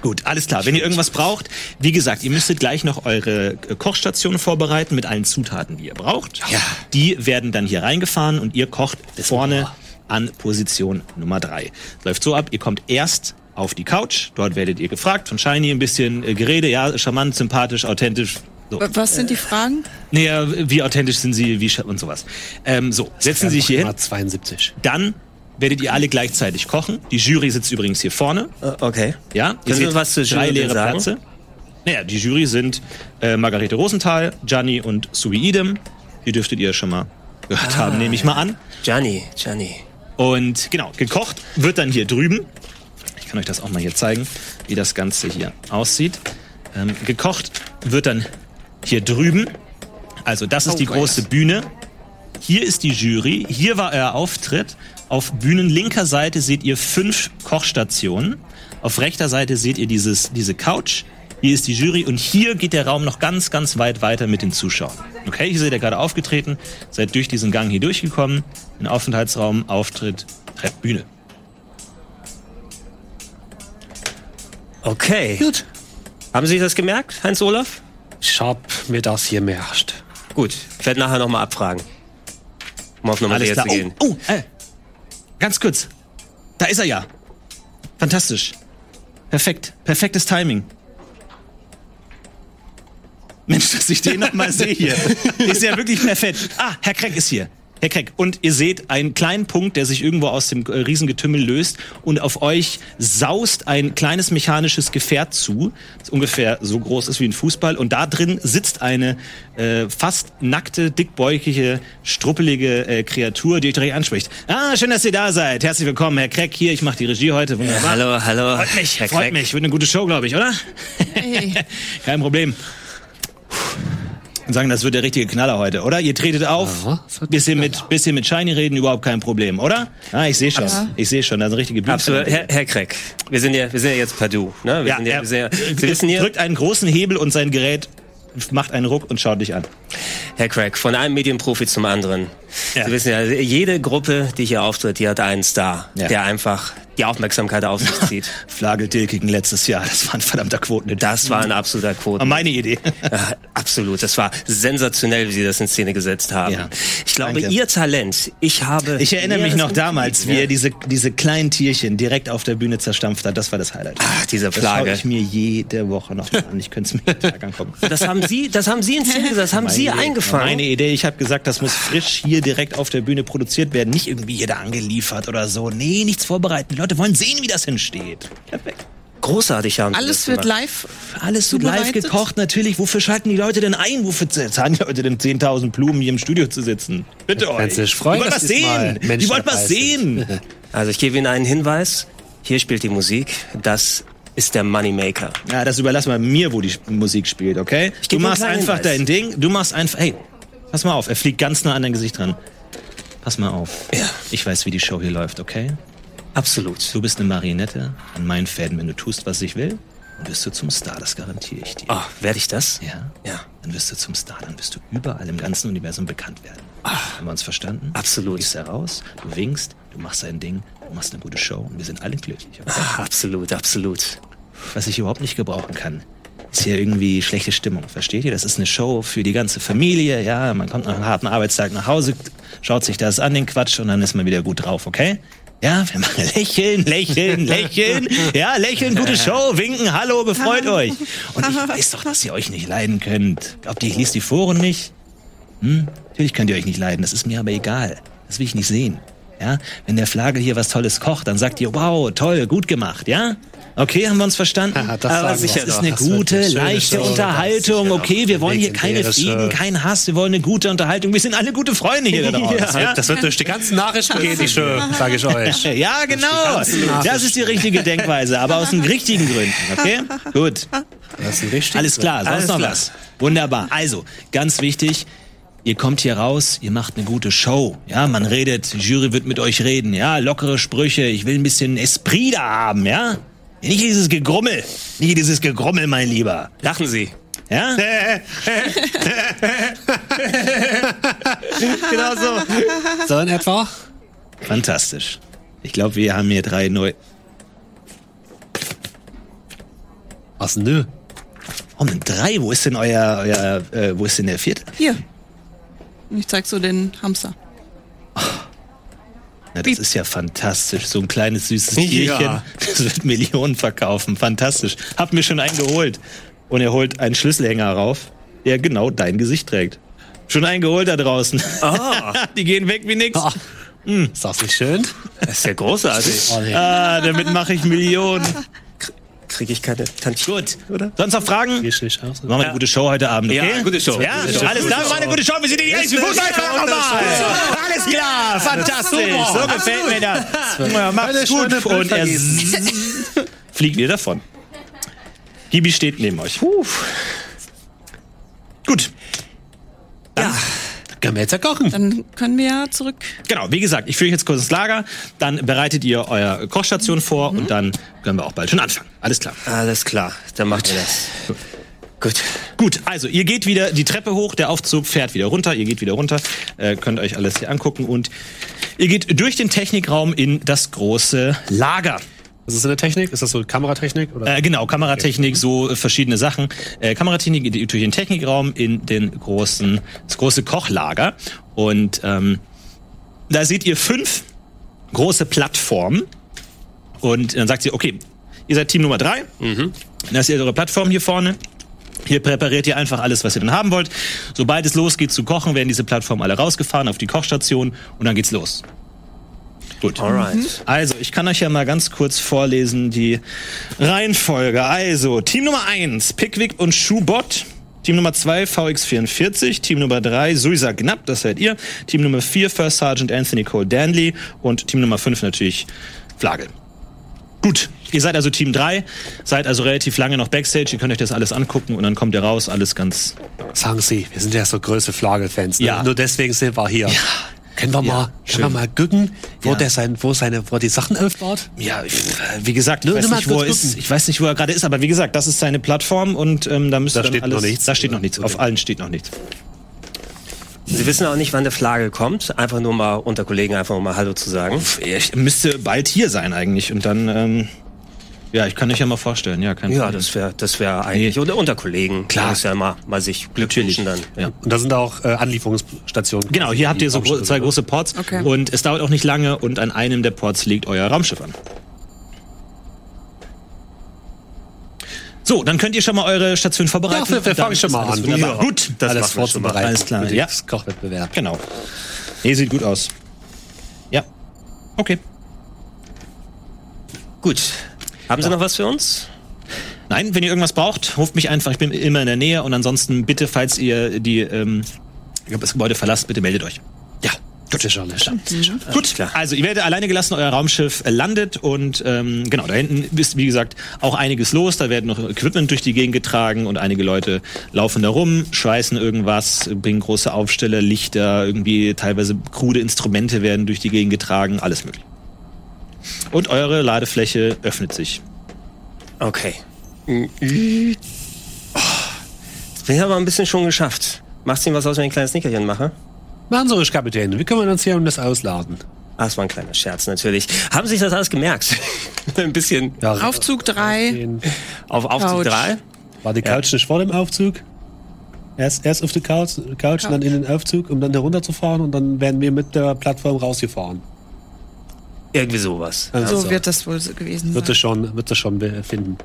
[SPEAKER 1] Gut, alles klar. Wenn ihr irgendwas braucht, wie gesagt, ihr müsstet gleich noch eure äh, Kochstation vorbereiten mit allen Zutaten, die ihr braucht.
[SPEAKER 2] Ja.
[SPEAKER 1] Die werden dann hier reingefahren und ihr kocht vorne an Position Nummer drei. Läuft so ab, ihr kommt erst auf die Couch, dort werdet ihr gefragt von Shiny ein bisschen äh, Gerede, ja, charmant, sympathisch, authentisch. So.
[SPEAKER 5] W- Was
[SPEAKER 2] Äh,
[SPEAKER 5] sind die Fragen?
[SPEAKER 1] Naja, wie authentisch sind sie, wie scha- und sowas. Ähm, so, setzen Sie sich hier hin.
[SPEAKER 7] 72.
[SPEAKER 1] Dann werdet ihr alle gleichzeitig kochen. Die Jury sitzt übrigens hier vorne.
[SPEAKER 2] Äh, okay.
[SPEAKER 1] Ja, ihr
[SPEAKER 2] Können
[SPEAKER 1] seht
[SPEAKER 2] wir was zur
[SPEAKER 1] drei
[SPEAKER 2] Jury
[SPEAKER 1] leere
[SPEAKER 2] sagen?
[SPEAKER 1] Plätze. Naja, die Jury sind äh, Margarete Rosenthal, Gianni und Sui Idem. Die dürftet ihr schon mal gehört
[SPEAKER 2] Ah.
[SPEAKER 1] haben, nehme ich mal an.
[SPEAKER 2] Gianni, Gianni.
[SPEAKER 1] Und genau, gekocht wird dann hier drüben. Ich kann euch das auch mal hier zeigen, wie das Ganze hier aussieht. Ähm, gekocht wird dann hier drüben. Also das
[SPEAKER 2] Oh
[SPEAKER 1] ist die große Bühne. Hier ist die Jury. Hier war euer Auftritt. Auf Bühnen linker Seite seht ihr fünf Kochstationen. Auf rechter Seite seht ihr dieses, diese Couch. Hier ist die Jury und hier geht der Raum noch ganz, ganz weit weiter mit den Zuschauern. Okay, hier seid ihr gerade aufgetreten, seid durch diesen Gang hier durchgekommen. In Aufenthaltsraum, Auftritt, Bühne.
[SPEAKER 2] Okay. Gut. Haben Sie sich das gemerkt, Heinz Olaf?
[SPEAKER 7] Ich hab mir das hier merkt.
[SPEAKER 2] Gut. Ich werde nachher nochmal abfragen. Um auf Nummer
[SPEAKER 1] Alles
[SPEAKER 2] sicher
[SPEAKER 1] klar.
[SPEAKER 2] zu
[SPEAKER 1] Oh,
[SPEAKER 2] gehen.
[SPEAKER 1] oh äh, ganz kurz. Da ist er ja. Fantastisch. Perfekt. Perfektes Timing. Mensch, dass ich den nochmal sehe hier. Ist ja wirklich perfekt. Ah, Herr Kreck ist hier. Herr Kreck, und ihr seht einen kleinen Punkt, der sich irgendwo aus dem äh, Riesengetümmel löst und auf euch saust ein kleines mechanisches Gefährt zu, das ungefähr so groß ist wie ein Fußball. Und da drin sitzt eine äh, fast nackte, dickbäukige, struppelige äh, Kreatur, die euch direkt anspricht. Ah, schön, dass ihr da seid. Herzlich willkommen, Herr Kreck hier. Ich mache die Regie heute.
[SPEAKER 2] Ja,
[SPEAKER 1] Wunderbar.
[SPEAKER 2] hallo, hallo.
[SPEAKER 1] Freut mich,
[SPEAKER 2] Herr
[SPEAKER 1] freut
[SPEAKER 2] Queck.
[SPEAKER 1] mich. Wird eine gute Show, glaube ich, oder?
[SPEAKER 5] Hey.
[SPEAKER 1] Kein Problem. Und sagen, das wird der richtige Knaller heute, oder? Ihr tretet auf,
[SPEAKER 7] Ja, das wird
[SPEAKER 1] bisschen mit, bisschen mit Shiny reden, überhaupt kein Problem, oder? Ah, ich sehe schon, ich sehe schon, da sind richtige Bücher.
[SPEAKER 2] Absolut. Herr, Herr Kreck, wir sind ja, wir sind ja jetzt per Du. Ne? Wir
[SPEAKER 1] Ja,
[SPEAKER 2] sind ja,
[SPEAKER 1] er
[SPEAKER 2] wir sind ja, Sie wissen hier,
[SPEAKER 1] drückt einen großen Hebel und sein Gerät macht einen Ruck und schaut dich an.
[SPEAKER 2] Herr Craig, von einem Medienprofi zum anderen.
[SPEAKER 1] Ja.
[SPEAKER 2] Sie wissen ja, jede Gruppe, die hier auftritt, die hat einen Star,
[SPEAKER 1] Ja.
[SPEAKER 2] der einfach die Aufmerksamkeit auf sich zieht.
[SPEAKER 1] Flagel gegen letztes Jahr, das war ein verdammter Quoten.
[SPEAKER 2] Das war ein absoluter
[SPEAKER 1] war
[SPEAKER 2] Quoten.
[SPEAKER 1] meine Idee.
[SPEAKER 2] Ja, absolut. Das war sensationell, wie Sie das in Szene gesetzt haben.
[SPEAKER 1] Ja.
[SPEAKER 2] Ich glaube,
[SPEAKER 1] Danke.
[SPEAKER 2] Ihr Talent, ich habe.
[SPEAKER 1] Ich erinnere mich
[SPEAKER 2] Näheres
[SPEAKER 1] noch damals, wie
[SPEAKER 2] Ja.
[SPEAKER 1] er diese, diese kleinen Tierchen direkt auf der Bühne zerstampft hat. Das war das Highlight.
[SPEAKER 2] Ach, diese
[SPEAKER 1] das schaue
[SPEAKER 2] Plage.
[SPEAKER 1] ich mir jede Woche noch mal an. Ich könnte es mir jeden Tag angucken.
[SPEAKER 2] Das haben Sie, das haben Sie in Szene gesetzt, das haben Sie
[SPEAKER 1] Meine Idee.
[SPEAKER 2] eingefangen.
[SPEAKER 1] Meine Idee, ich habe gesagt, das muss frisch hier direkt auf der Bühne produziert werden, nicht irgendwie hier da angeliefert oder so. Nee, nichts vorbereiten. Die Leute wollen sehen, wie das entsteht. Perfekt.
[SPEAKER 2] Großartig haben Sie
[SPEAKER 5] Alles
[SPEAKER 2] das
[SPEAKER 5] wird
[SPEAKER 2] gemacht.
[SPEAKER 5] live.
[SPEAKER 1] Alles wird live
[SPEAKER 5] Zubereitet?
[SPEAKER 1] gekocht, natürlich. Wofür schalten die Leute denn ein? Wofür zahlen die Leute denn 10.000 Blumen hier im Studio zu sitzen? Bitte euch.
[SPEAKER 7] kannst du dich freuen,
[SPEAKER 1] die wollen
[SPEAKER 7] dass
[SPEAKER 1] was
[SPEAKER 7] diesmal
[SPEAKER 1] sehen.
[SPEAKER 7] Menschen
[SPEAKER 1] Die wollen was
[SPEAKER 7] dabei sind.
[SPEAKER 1] sehen.
[SPEAKER 2] Also ich gebe Ihnen einen Hinweis. Hier spielt die Musik. Das ist der Moneymaker.
[SPEAKER 1] Ja, das überlass mal mir, wo die Sp- Musik spielt, okay? Du
[SPEAKER 2] geb dir
[SPEAKER 1] machst
[SPEAKER 2] einen kleinen
[SPEAKER 1] einfach
[SPEAKER 2] Hinweis.
[SPEAKER 1] dein Ding, du machst einfach. Hey, pass mal auf, er fliegt ganz nah an dein Gesicht dran. Pass mal auf.
[SPEAKER 2] Ja.
[SPEAKER 1] Ich weiß, wie die Show hier läuft, okay?
[SPEAKER 2] Absolut.
[SPEAKER 1] Du bist eine Marionette an meinen Fäden. Wenn du tust, was ich will, dann wirst du zum Star, das garantiere ich dir.
[SPEAKER 2] Ah, werde ich das?
[SPEAKER 1] Ja?
[SPEAKER 2] Ja.
[SPEAKER 1] Dann wirst du zum Star, dann wirst du überall im ganzen Universum bekannt werden. Haben wir uns verstanden?
[SPEAKER 2] Ah. Absolut.
[SPEAKER 1] Du gehst heraus, du winkst, du machst dein Ding, du machst eine gute Show und wir sind alle glücklich.
[SPEAKER 2] Ah, absolut, absolut.
[SPEAKER 1] Was ich überhaupt nicht gebrauchen kann, ist hier irgendwie schlechte Stimmung, versteht ihr? Das ist eine Show für die ganze Familie, ja. Man kommt nach einem harten Arbeitstag nach Hause, schaut sich das an, den Quatsch, und dann ist man wieder gut drauf, okay? Ja, wir machen lächeln, lächeln, lächeln. Ja, lächeln, gute Show, winken, hallo, befreut euch. Und ich weiß doch, dass ihr euch nicht leiden könnt. Glaubt ihr, ich lese die Foren nicht? Natürlich könnt ihr euch nicht leiden, das ist mir aber egal. Das will ich nicht sehen. Ja? Wenn der Flagel hier was Tolles kocht, dann sagt ihr, wow, toll, gut gemacht, ja? Okay, haben wir uns verstanden?
[SPEAKER 7] das
[SPEAKER 1] aber
[SPEAKER 7] sagen wir.
[SPEAKER 1] sicher das ist eine
[SPEAKER 7] Das wird eine
[SPEAKER 1] gute,
[SPEAKER 7] schöne
[SPEAKER 1] leichte
[SPEAKER 7] Show.
[SPEAKER 1] Unterhaltung.
[SPEAKER 7] Das ist sicher
[SPEAKER 1] Okay, wir wollen hier keine
[SPEAKER 7] legendäre
[SPEAKER 1] Frieden,
[SPEAKER 7] Show.
[SPEAKER 1] kein Hass, wir wollen eine gute Unterhaltung. Wir sind alle gute Freunde hier da
[SPEAKER 7] Oh, Das,
[SPEAKER 1] draußen. ja?
[SPEAKER 7] wird, das wird durch die ganzen Nachrichten gehen, die Show, sage ich euch.
[SPEAKER 1] Ja, genau. Das ist die richtige Denkweise, aber aus den richtigen Gründen, okay? Gut.
[SPEAKER 7] Das ist richtig.
[SPEAKER 1] Alles klar, sonst
[SPEAKER 2] Alles
[SPEAKER 1] noch
[SPEAKER 2] klar.
[SPEAKER 1] was. Wunderbar. Also, ganz wichtig, ihr kommt hier raus, ihr macht eine gute Show. Ja, man redet, die Jury wird mit euch reden, ja, lockere Sprüche, ich will ein bisschen Esprit da haben, ja? Nicht dieses Gegrummel, nicht dieses Gegrummel, mein Lieber.
[SPEAKER 2] Lachen Sie.
[SPEAKER 1] Ja?
[SPEAKER 2] Genau so.
[SPEAKER 7] So in etwa?
[SPEAKER 1] Fantastisch. Ich glaube, wir haben hier drei neu.
[SPEAKER 7] Was nö?
[SPEAKER 1] Oh, mit drei? Wo ist denn euer, euer äh, wo ist denn der vierte?
[SPEAKER 5] Hier. Und ich zeig so den Hamster.
[SPEAKER 1] Na, das ist ja fantastisch. So ein kleines süßes Tierchen. Das wird Millionen verkaufen. Fantastisch. Hab mir schon einen geholt. Und er holt einen Schlüsselhänger rauf, der genau dein Gesicht trägt. Schon einen geholt da draußen.
[SPEAKER 2] Ah.
[SPEAKER 1] Die gehen weg wie nix.
[SPEAKER 7] Ist das nicht schön?
[SPEAKER 2] Das ist ja großartig.
[SPEAKER 1] Ah, damit mache ich Millionen.
[SPEAKER 2] Kriege ich keine Tantchen.
[SPEAKER 1] Gut. Sonst noch Fragen? Machen
[SPEAKER 7] Richtig aus.
[SPEAKER 1] wir eine gute Show heute Abend, okay?
[SPEAKER 2] Ja, gute Show.
[SPEAKER 1] Ja,
[SPEAKER 2] Gute Show.
[SPEAKER 1] alles klar, war eine gute Show. Wir sind die ersten
[SPEAKER 2] eine
[SPEAKER 1] Fußballfahrer
[SPEAKER 2] gute
[SPEAKER 1] mal. Alles klar, fantastisch. So gefällt mir das. Ja, Macht's gut. Und er fliegt ihr davon. Gibi steht neben euch. Gut,
[SPEAKER 7] Können wir jetzt ja kochen.
[SPEAKER 5] Dann können wir ja zurück.
[SPEAKER 1] genau. Wie gesagt, ich führe euch jetzt kurz ins Lager. Dann bereitet ihr eure Kochstation vor und dann können wir auch bald schon anfangen. Alles klar.
[SPEAKER 2] Alles klar, dann macht ihr das. Gut.
[SPEAKER 1] Gut, also ihr geht wieder die Treppe hoch, der Aufzug fährt wieder runter, ihr geht wieder runter, äh, könnt euch alles hier angucken und ihr geht durch den Technikraum in das große Lager.
[SPEAKER 7] Was ist das eine Technik? Ist das so Kameratechnik? Oder?
[SPEAKER 1] Äh, genau, Kameratechnik, so äh, verschiedene Sachen. Äh, Kameratechnik geht durch den Technikraum in den großen, das große Kochlager. Und ähm, da seht ihr fünf große Plattformen. Und dann sagt sie, okay, ihr seid Team Nummer drei. Das ist eure Plattform hier vorne. Hier präpariert ihr einfach alles, was ihr dann haben wollt. Sobald es losgeht zu kochen, werden diese Plattformen alle rausgefahren auf die Kochstation und dann geht's los. Gut.
[SPEAKER 2] Alright.
[SPEAKER 1] Also, ich kann euch ja mal ganz kurz vorlesen die Reihenfolge. Also, Team Nummer 1, Pickwick und Schubot. Team Nummer 2, VX44. Team Nummer 3, Suisa Knapp, das seid ihr. Team Nummer 4, First Sergeant Anthony Cole Danley. Und Team Nummer 5 natürlich Flagel. Gut, ihr seid also Team 3, seid also relativ lange noch Backstage, ihr könnt euch das alles angucken und dann kommt ihr raus, alles ganz
[SPEAKER 7] Sagen Sie, wir sind ja so große Flagelfans. Ne?
[SPEAKER 1] Ja.
[SPEAKER 7] Nur deswegen sind wir hier. Können wir mal, können wir mal gucken, wo
[SPEAKER 1] Ja.
[SPEAKER 7] der sein, wo seine, wo er die Sachen aufbaut?
[SPEAKER 1] Ja, ich, wie gesagt, ich
[SPEAKER 7] Nur-
[SPEAKER 1] weiß,
[SPEAKER 7] nur mal
[SPEAKER 1] nicht, wo er
[SPEAKER 7] kurz
[SPEAKER 1] ist,
[SPEAKER 7] gucken.
[SPEAKER 1] ich weiß nicht, wo er gerade ist, aber wie gesagt, das ist seine Plattform und ähm, da müsst
[SPEAKER 7] Da
[SPEAKER 1] ihr dann
[SPEAKER 7] steht noch
[SPEAKER 1] alles,
[SPEAKER 7] nichts,
[SPEAKER 1] Da steht noch
[SPEAKER 7] oder?
[SPEAKER 1] nichts. Auf allen steht noch nichts.
[SPEAKER 2] Sie wissen auch nicht, wann der Flagel kommt. Einfach nur mal unter Kollegen einfach nur mal Hallo zu sagen.
[SPEAKER 1] Pff, Ich müsste bald hier sein eigentlich und dann, ähm, ja, ich kann euch ja mal vorstellen, ja, kein
[SPEAKER 2] Ja,
[SPEAKER 1] Problem.
[SPEAKER 2] das wäre das wär eigentlich unter, unter Kollegen.
[SPEAKER 1] Mhm. Klar.
[SPEAKER 2] Muss ja mal, mal sich Glück wünschen dann.
[SPEAKER 1] Ja.
[SPEAKER 7] Und da sind auch äh, Anlieferungsstationen.
[SPEAKER 1] Genau, hier habt ihr so
[SPEAKER 7] Die Raumschiffe
[SPEAKER 1] gro zwei
[SPEAKER 7] sind.
[SPEAKER 1] große Ports
[SPEAKER 5] Okay.
[SPEAKER 1] und es dauert auch nicht lange und an einem der Ports liegt euer Raumschiff an. So, dann könnt ihr schon mal eure Station vorbereiten.
[SPEAKER 7] Ja, wir, wir
[SPEAKER 1] und dann
[SPEAKER 7] fangen schon
[SPEAKER 1] ist
[SPEAKER 7] mal
[SPEAKER 1] alles
[SPEAKER 7] an.
[SPEAKER 1] wunderbar.
[SPEAKER 7] Ja.
[SPEAKER 1] Gut, das
[SPEAKER 7] alles
[SPEAKER 1] machen wir schon mal.
[SPEAKER 7] vorzubereiten.
[SPEAKER 1] Alles klar,
[SPEAKER 7] für den
[SPEAKER 1] ja.
[SPEAKER 7] Kochwettbewerb.
[SPEAKER 1] Genau. Nee, sieht gut aus. Ja. Okay.
[SPEAKER 2] Gut. Haben Sie noch was für uns?
[SPEAKER 1] Nein, wenn ihr irgendwas braucht, ruft mich einfach. Ich bin immer in der Nähe. Und ansonsten bitte, falls ihr die, ähm, ich glaub, das Gebäude verlasst, bitte meldet euch. Ja.
[SPEAKER 7] Gut, sicherlich.
[SPEAKER 1] Gut,
[SPEAKER 2] klar.
[SPEAKER 1] also ihr werdet alleine gelassen, euer Raumschiff äh, landet und ähm, genau, da hinten ist wie gesagt auch einiges los, da werden noch Equipment durch die Gegend getragen und einige Leute laufen da rum, schweißen irgendwas, bringen große Aufsteller, Lichter, irgendwie teilweise krude Instrumente werden durch die Gegend getragen, alles möglich. Und eure Ladefläche öffnet sich.
[SPEAKER 2] Okay. Oh, das bin ich aber ein bisschen schon geschafft. Macht's Ihnen was aus, wenn ich ein kleines Nickerchen mache?
[SPEAKER 7] Machen Sie ruhig, Kapitän. Wie können wir uns hier um das ausladen?
[SPEAKER 2] Ah, es war ein kleiner Scherz natürlich. Haben Sie sich das alles gemerkt? ein bisschen
[SPEAKER 7] Ja,
[SPEAKER 5] Aufzug 3.
[SPEAKER 7] den-
[SPEAKER 2] auf Aufzug
[SPEAKER 5] Couch.
[SPEAKER 2] drei.
[SPEAKER 7] War die Couch nicht vor dem Aufzug? Erst, erst auf die Couch, Couch und dann in den Aufzug, um dann herunterzufahren und dann werden wir mit der Plattform rausgefahren. Also,
[SPEAKER 2] Irgendwie sowas.
[SPEAKER 5] So wird das wohl so gewesen
[SPEAKER 7] Wird
[SPEAKER 5] sein.
[SPEAKER 7] das schon, wird das schon äh, finden.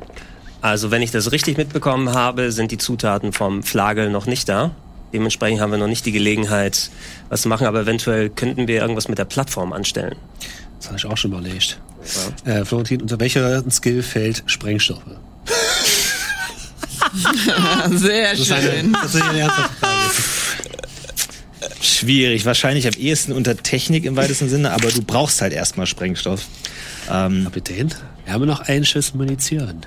[SPEAKER 2] Also, wenn ich das richtig mitbekommen habe, sind die Zutaten vom Flagel noch nicht da. Dementsprechend haben wir noch nicht die Gelegenheit, was zu machen, aber eventuell könnten wir irgendwas mit der Plattform anstellen.
[SPEAKER 7] Das habe ich auch schon überlegt. Äh, Florentin, unter welcher Skill fällt Sprengstoffe?
[SPEAKER 5] Sehr schön.
[SPEAKER 7] Das ist eine ernsthafte Frage.
[SPEAKER 1] Schwierig. Wahrscheinlich am ehesten unter Technik im weitesten Sinne, aber du brauchst halt erstmal Sprengstoff. Ähm,
[SPEAKER 7] Kapitän, wir haben noch einen Schuss Munition.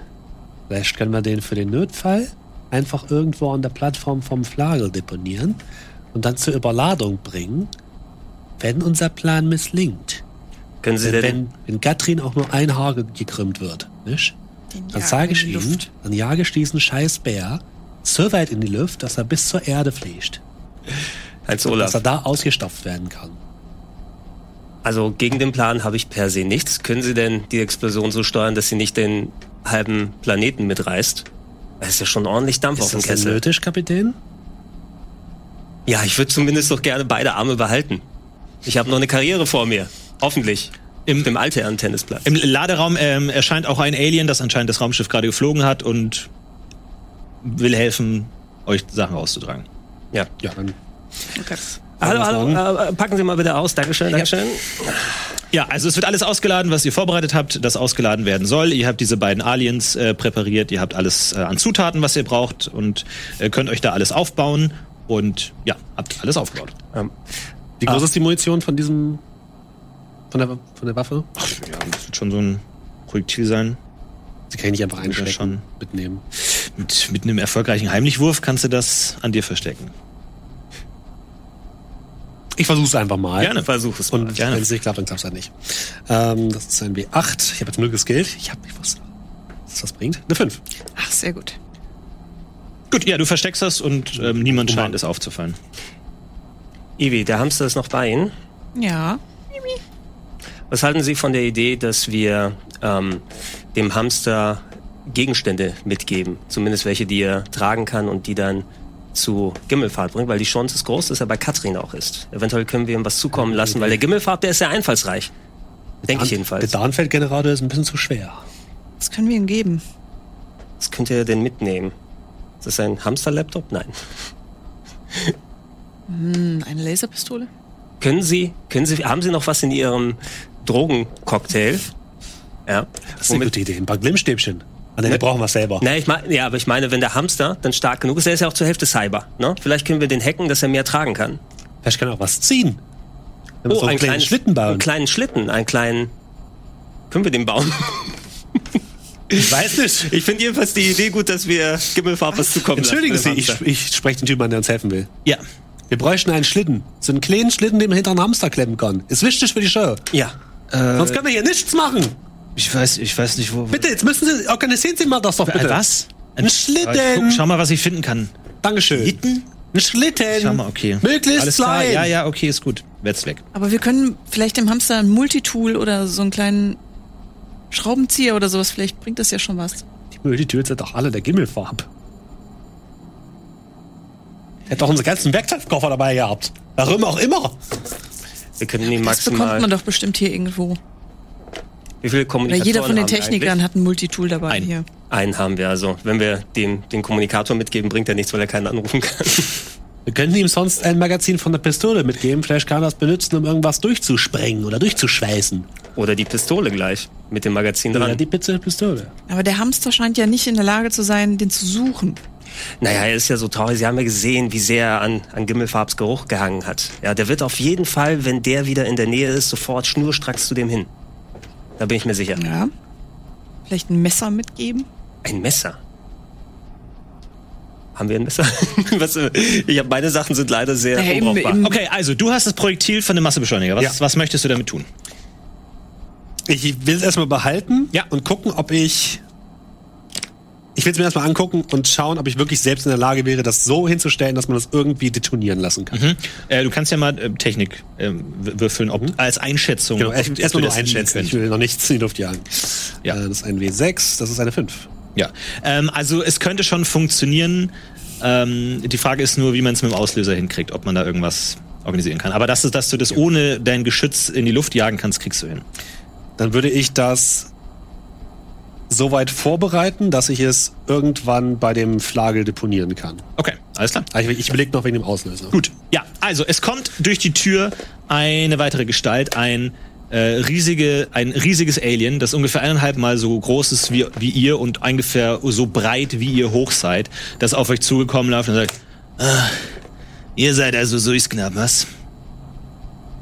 [SPEAKER 7] Vielleicht können wir den für den Notfall einfach irgendwo an der Plattform vom Flagel deponieren und dann zur Überladung bringen, wenn unser Plan misslingt.
[SPEAKER 2] Können Sie denn.
[SPEAKER 7] Wenn, wenn Gatrin auch nur ein Haar ge- gekrümmt wird, nicht?
[SPEAKER 5] Den
[SPEAKER 7] Dann
[SPEAKER 5] jagen
[SPEAKER 7] sage ich
[SPEAKER 5] in die
[SPEAKER 7] ihm,
[SPEAKER 5] Luft.
[SPEAKER 7] dann jage ich diesen scheiß Bär so weit in die Luft, dass er bis zur Erde fliegt.
[SPEAKER 2] Als
[SPEAKER 7] Dass er
[SPEAKER 2] Olaf.
[SPEAKER 7] da ausgestopft werden kann.
[SPEAKER 2] Also, gegen den Plan habe ich per se nichts. Können Sie denn die Explosion so steuern, dass sie nicht den halben Planeten mitreißt? Das ist ja schon ordentlich Dampf auf
[SPEAKER 7] Ist
[SPEAKER 2] dem
[SPEAKER 7] das denn
[SPEAKER 2] Kessel.
[SPEAKER 7] nötig, Kapitän?
[SPEAKER 2] Ja, ich würde zumindest doch gerne beide Arme behalten. Ich habe noch eine Karriere vor mir. Hoffentlich. Im, Im Altherren-Tennisplatz.
[SPEAKER 1] Im Laderaum ähm, erscheint auch ein Alien, das anscheinend das Raumschiff gerade geflogen hat und will helfen, euch Sachen rauszutragen.
[SPEAKER 2] Ja.
[SPEAKER 7] Ja, dann
[SPEAKER 5] Okay.
[SPEAKER 2] Hallo, hallo. Äh, packen Sie mal bitte aus. Dankeschön, Dankeschön.
[SPEAKER 1] Ja, also es wird alles ausgeladen, was ihr vorbereitet habt, das ausgeladen werden soll. Ihr habt diese beiden Aliens äh, präpariert, ihr habt alles äh, an Zutaten, was ihr braucht und äh, könnt euch da alles aufbauen und ja, habt alles aufgebaut.
[SPEAKER 7] Wie
[SPEAKER 2] Ah.
[SPEAKER 7] groß ist die Munition von diesem. von der, von der Waffe?
[SPEAKER 1] Ja, das wird schon so ein Projektil sein.
[SPEAKER 7] Sie kann ich nicht einfach einstecken,
[SPEAKER 1] schon.
[SPEAKER 7] mitnehmen.
[SPEAKER 1] Mit, mit einem erfolgreichen Heimlichwurf kannst du das an dir verstecken.
[SPEAKER 7] Ich versuch's einfach mal.
[SPEAKER 1] Gerne, versuch es mal.
[SPEAKER 7] Und
[SPEAKER 1] Gerne.
[SPEAKER 7] wenn es nicht klappt, dann klappt's halt nicht. Ähm, das ist ein W8. Ich habe jetzt null geskillt. Ich habe nicht was. Was das bringt? Eine 5.
[SPEAKER 5] Ach, sehr gut.
[SPEAKER 1] Gut, ja, du versteckst das und ähm,
[SPEAKER 7] Oh
[SPEAKER 1] niemand scheint es aufzufallen.
[SPEAKER 2] Ivi, der Hamster ist noch bei Ihnen.
[SPEAKER 5] Ja.
[SPEAKER 2] Was halten Sie von der Idee, dass wir ähm, dem Hamster Gegenstände mitgeben? Zumindest welche, die er tragen kann und die dann zu Gimmelfahrt bringen, weil die Chance ist groß, dass er bei Katrin auch ist. Eventuell können wir ihm was zukommen lassen, weil der Gimmelfahrt, der ist sehr einfallsreich. Denke ich jedenfalls.
[SPEAKER 7] Der Darnfeldgenerator ist ein bisschen zu schwer.
[SPEAKER 5] Was können wir ihm geben?
[SPEAKER 2] Was könnte er denn mitnehmen? Ist das ein Hamster-Laptop? Nein.
[SPEAKER 5] Hm, Eine Laserpistole?
[SPEAKER 2] Können Sie, können Sie, haben Sie noch was in Ihrem Drogencocktail? Ja.
[SPEAKER 7] Das ist eine
[SPEAKER 2] Womit-
[SPEAKER 7] gute Idee. Ein paar Glimmstäbchen. Ah,
[SPEAKER 2] Ne.
[SPEAKER 7] nee, die brauchen wir selber.
[SPEAKER 2] Na, ich mein, ja, aber ich meine, wenn der Hamster dann stark genug ist, er ist ja auch zur Hälfte Cyber. Ne? Vielleicht können wir den hacken, dass er mehr tragen kann.
[SPEAKER 7] Vielleicht kann er auch was ziehen. Wenn wir so einen kleinen
[SPEAKER 2] Oh, kleines-
[SPEAKER 7] Schlitten bauen.
[SPEAKER 2] Einen kleinen Schlitten, einen kleinen. Können wir den bauen?
[SPEAKER 7] Ich weiß nicht.
[SPEAKER 2] Ich finde jedenfalls die Idee gut, dass wir Gimmelfarb was zukommen
[SPEAKER 7] Entschuldigen Sie,
[SPEAKER 2] lassen.
[SPEAKER 7] ich, ich spreche den Typen an, der uns helfen will.
[SPEAKER 1] Ja.
[SPEAKER 7] Wir bräuchten einen Schlitten. So einen kleinen Schlitten, den man hinter einen Hamster klemmen kann. Ist wichtig für die Show.
[SPEAKER 2] Ja.
[SPEAKER 1] Äh.
[SPEAKER 7] Sonst können wir hier nichts machen.
[SPEAKER 1] Ich weiß, ich weiß nicht, wo.
[SPEAKER 7] Bitte, jetzt müssen Sie, organisieren Sie mal das doch bitte.
[SPEAKER 1] Äh, was?
[SPEAKER 7] Ein
[SPEAKER 1] Ich guck,
[SPEAKER 7] Schlitten.
[SPEAKER 1] schau mal, was ich finden kann.
[SPEAKER 7] Dankeschön.
[SPEAKER 1] Schlitten?
[SPEAKER 7] Ein Schlitten.
[SPEAKER 1] Schau mal, okay.
[SPEAKER 7] Möglichst
[SPEAKER 1] Alles klar.
[SPEAKER 7] klein.
[SPEAKER 1] Ja, ja, okay, ist gut. Werd's weg.
[SPEAKER 5] Aber wir können vielleicht dem Hamster ein Multitool oder so einen kleinen Schraubenzieher oder sowas. Vielleicht bringt das ja schon was.
[SPEAKER 7] Die Mülltüren sind doch alle der Gimmelfarb. Hätte doch unseren ganzen Werkzeugkoffer dabei gehabt. Warum auch immer.
[SPEAKER 2] Wir können ihn
[SPEAKER 5] Das bekommt man
[SPEAKER 2] maximal.
[SPEAKER 5] doch bestimmt hier irgendwo.
[SPEAKER 2] Wie viele
[SPEAKER 5] Oder
[SPEAKER 2] Kommunikatoren
[SPEAKER 5] jeder von den
[SPEAKER 2] haben wir
[SPEAKER 5] Technikern hat ein Multitool dabei
[SPEAKER 1] Ein.
[SPEAKER 5] hier.
[SPEAKER 2] eigentlich? Einen haben wir also. Wenn wir dem den Kommunikator mitgeben, bringt er nichts, weil er keinen anrufen kann.
[SPEAKER 7] Wir könnten ihm sonst ein Magazin von der Pistole mitgeben. Vielleicht kann er das benutzen, um irgendwas durchzusprengen oder durchzuschweißen.
[SPEAKER 2] Oder die Pistole gleich mit dem Magazin dran.
[SPEAKER 7] Oder die Pizza Pistole.
[SPEAKER 5] Aber der Hamster scheint ja nicht in der Lage zu sein, den zu suchen.
[SPEAKER 2] Naja, er ist ja so traurig. Sie haben ja gesehen, wie sehr er an, an Gimmelfarbs Geruch gehangen hat. Ja, der wird auf jeden Fall, wenn der wieder in der Nähe ist, sofort schnurstracks zu dem hin. Da bin ich mir sicher.
[SPEAKER 5] Ja. Vielleicht ein Messer mitgeben?
[SPEAKER 2] Ein Messer. Haben wir ein Messer? Was, äh, ich hab, meine Sachen sind leider sehr
[SPEAKER 5] Naja, im-
[SPEAKER 2] unbrauchbar.
[SPEAKER 5] im-
[SPEAKER 1] Okay, also du hast das Projektil von dem Massebeschleuniger. Was, was möchtest du damit tun?
[SPEAKER 7] Ich will es erstmal behalten
[SPEAKER 1] Ja.
[SPEAKER 7] und gucken, ob ich. Ich will es mir erstmal angucken und schauen, ob ich wirklich selbst in der Lage wäre, das so hinzustellen, dass man das irgendwie detonieren lassen kann.
[SPEAKER 1] Hm? Äh, du kannst ja mal ähm, Technik ähm, w- würfeln, ob, als Einschätzung.
[SPEAKER 7] Genau,
[SPEAKER 1] ob
[SPEAKER 7] erst-
[SPEAKER 1] du
[SPEAKER 7] erstmal nur
[SPEAKER 1] das
[SPEAKER 7] einschätzen. Ich
[SPEAKER 1] hinkönnt.
[SPEAKER 7] will noch nichts in die Luft jagen.
[SPEAKER 1] Ja.
[SPEAKER 7] Äh, Das ist ein W6, das ist eine 5.
[SPEAKER 1] Ja. Ähm, also es könnte schon funktionieren. Ähm, die Frage ist nur, wie man es mit dem Auslöser hinkriegt, ob man da irgendwas organisieren kann. Aber das ist, dass du das ohne dein Geschütz in die Luft jagen kannst, kriegst du hin.
[SPEAKER 7] Dann würde ich das so weit vorbereiten, dass ich es irgendwann bei dem Flagel deponieren kann.
[SPEAKER 1] Okay, alles klar.
[SPEAKER 7] Also ich, ich überlege noch wegen dem Auslöser.
[SPEAKER 1] Gut. Ja, also es kommt durch die Tür eine weitere Gestalt, ein äh, riesige, ein riesiges Alien, das ungefähr eineinhalb Mal so groß ist wie, wie ihr und ungefähr so breit wie ihr hoch seid, das auf euch zugekommen läuft und sagt, ah, ihr seid also Suisknaben, was?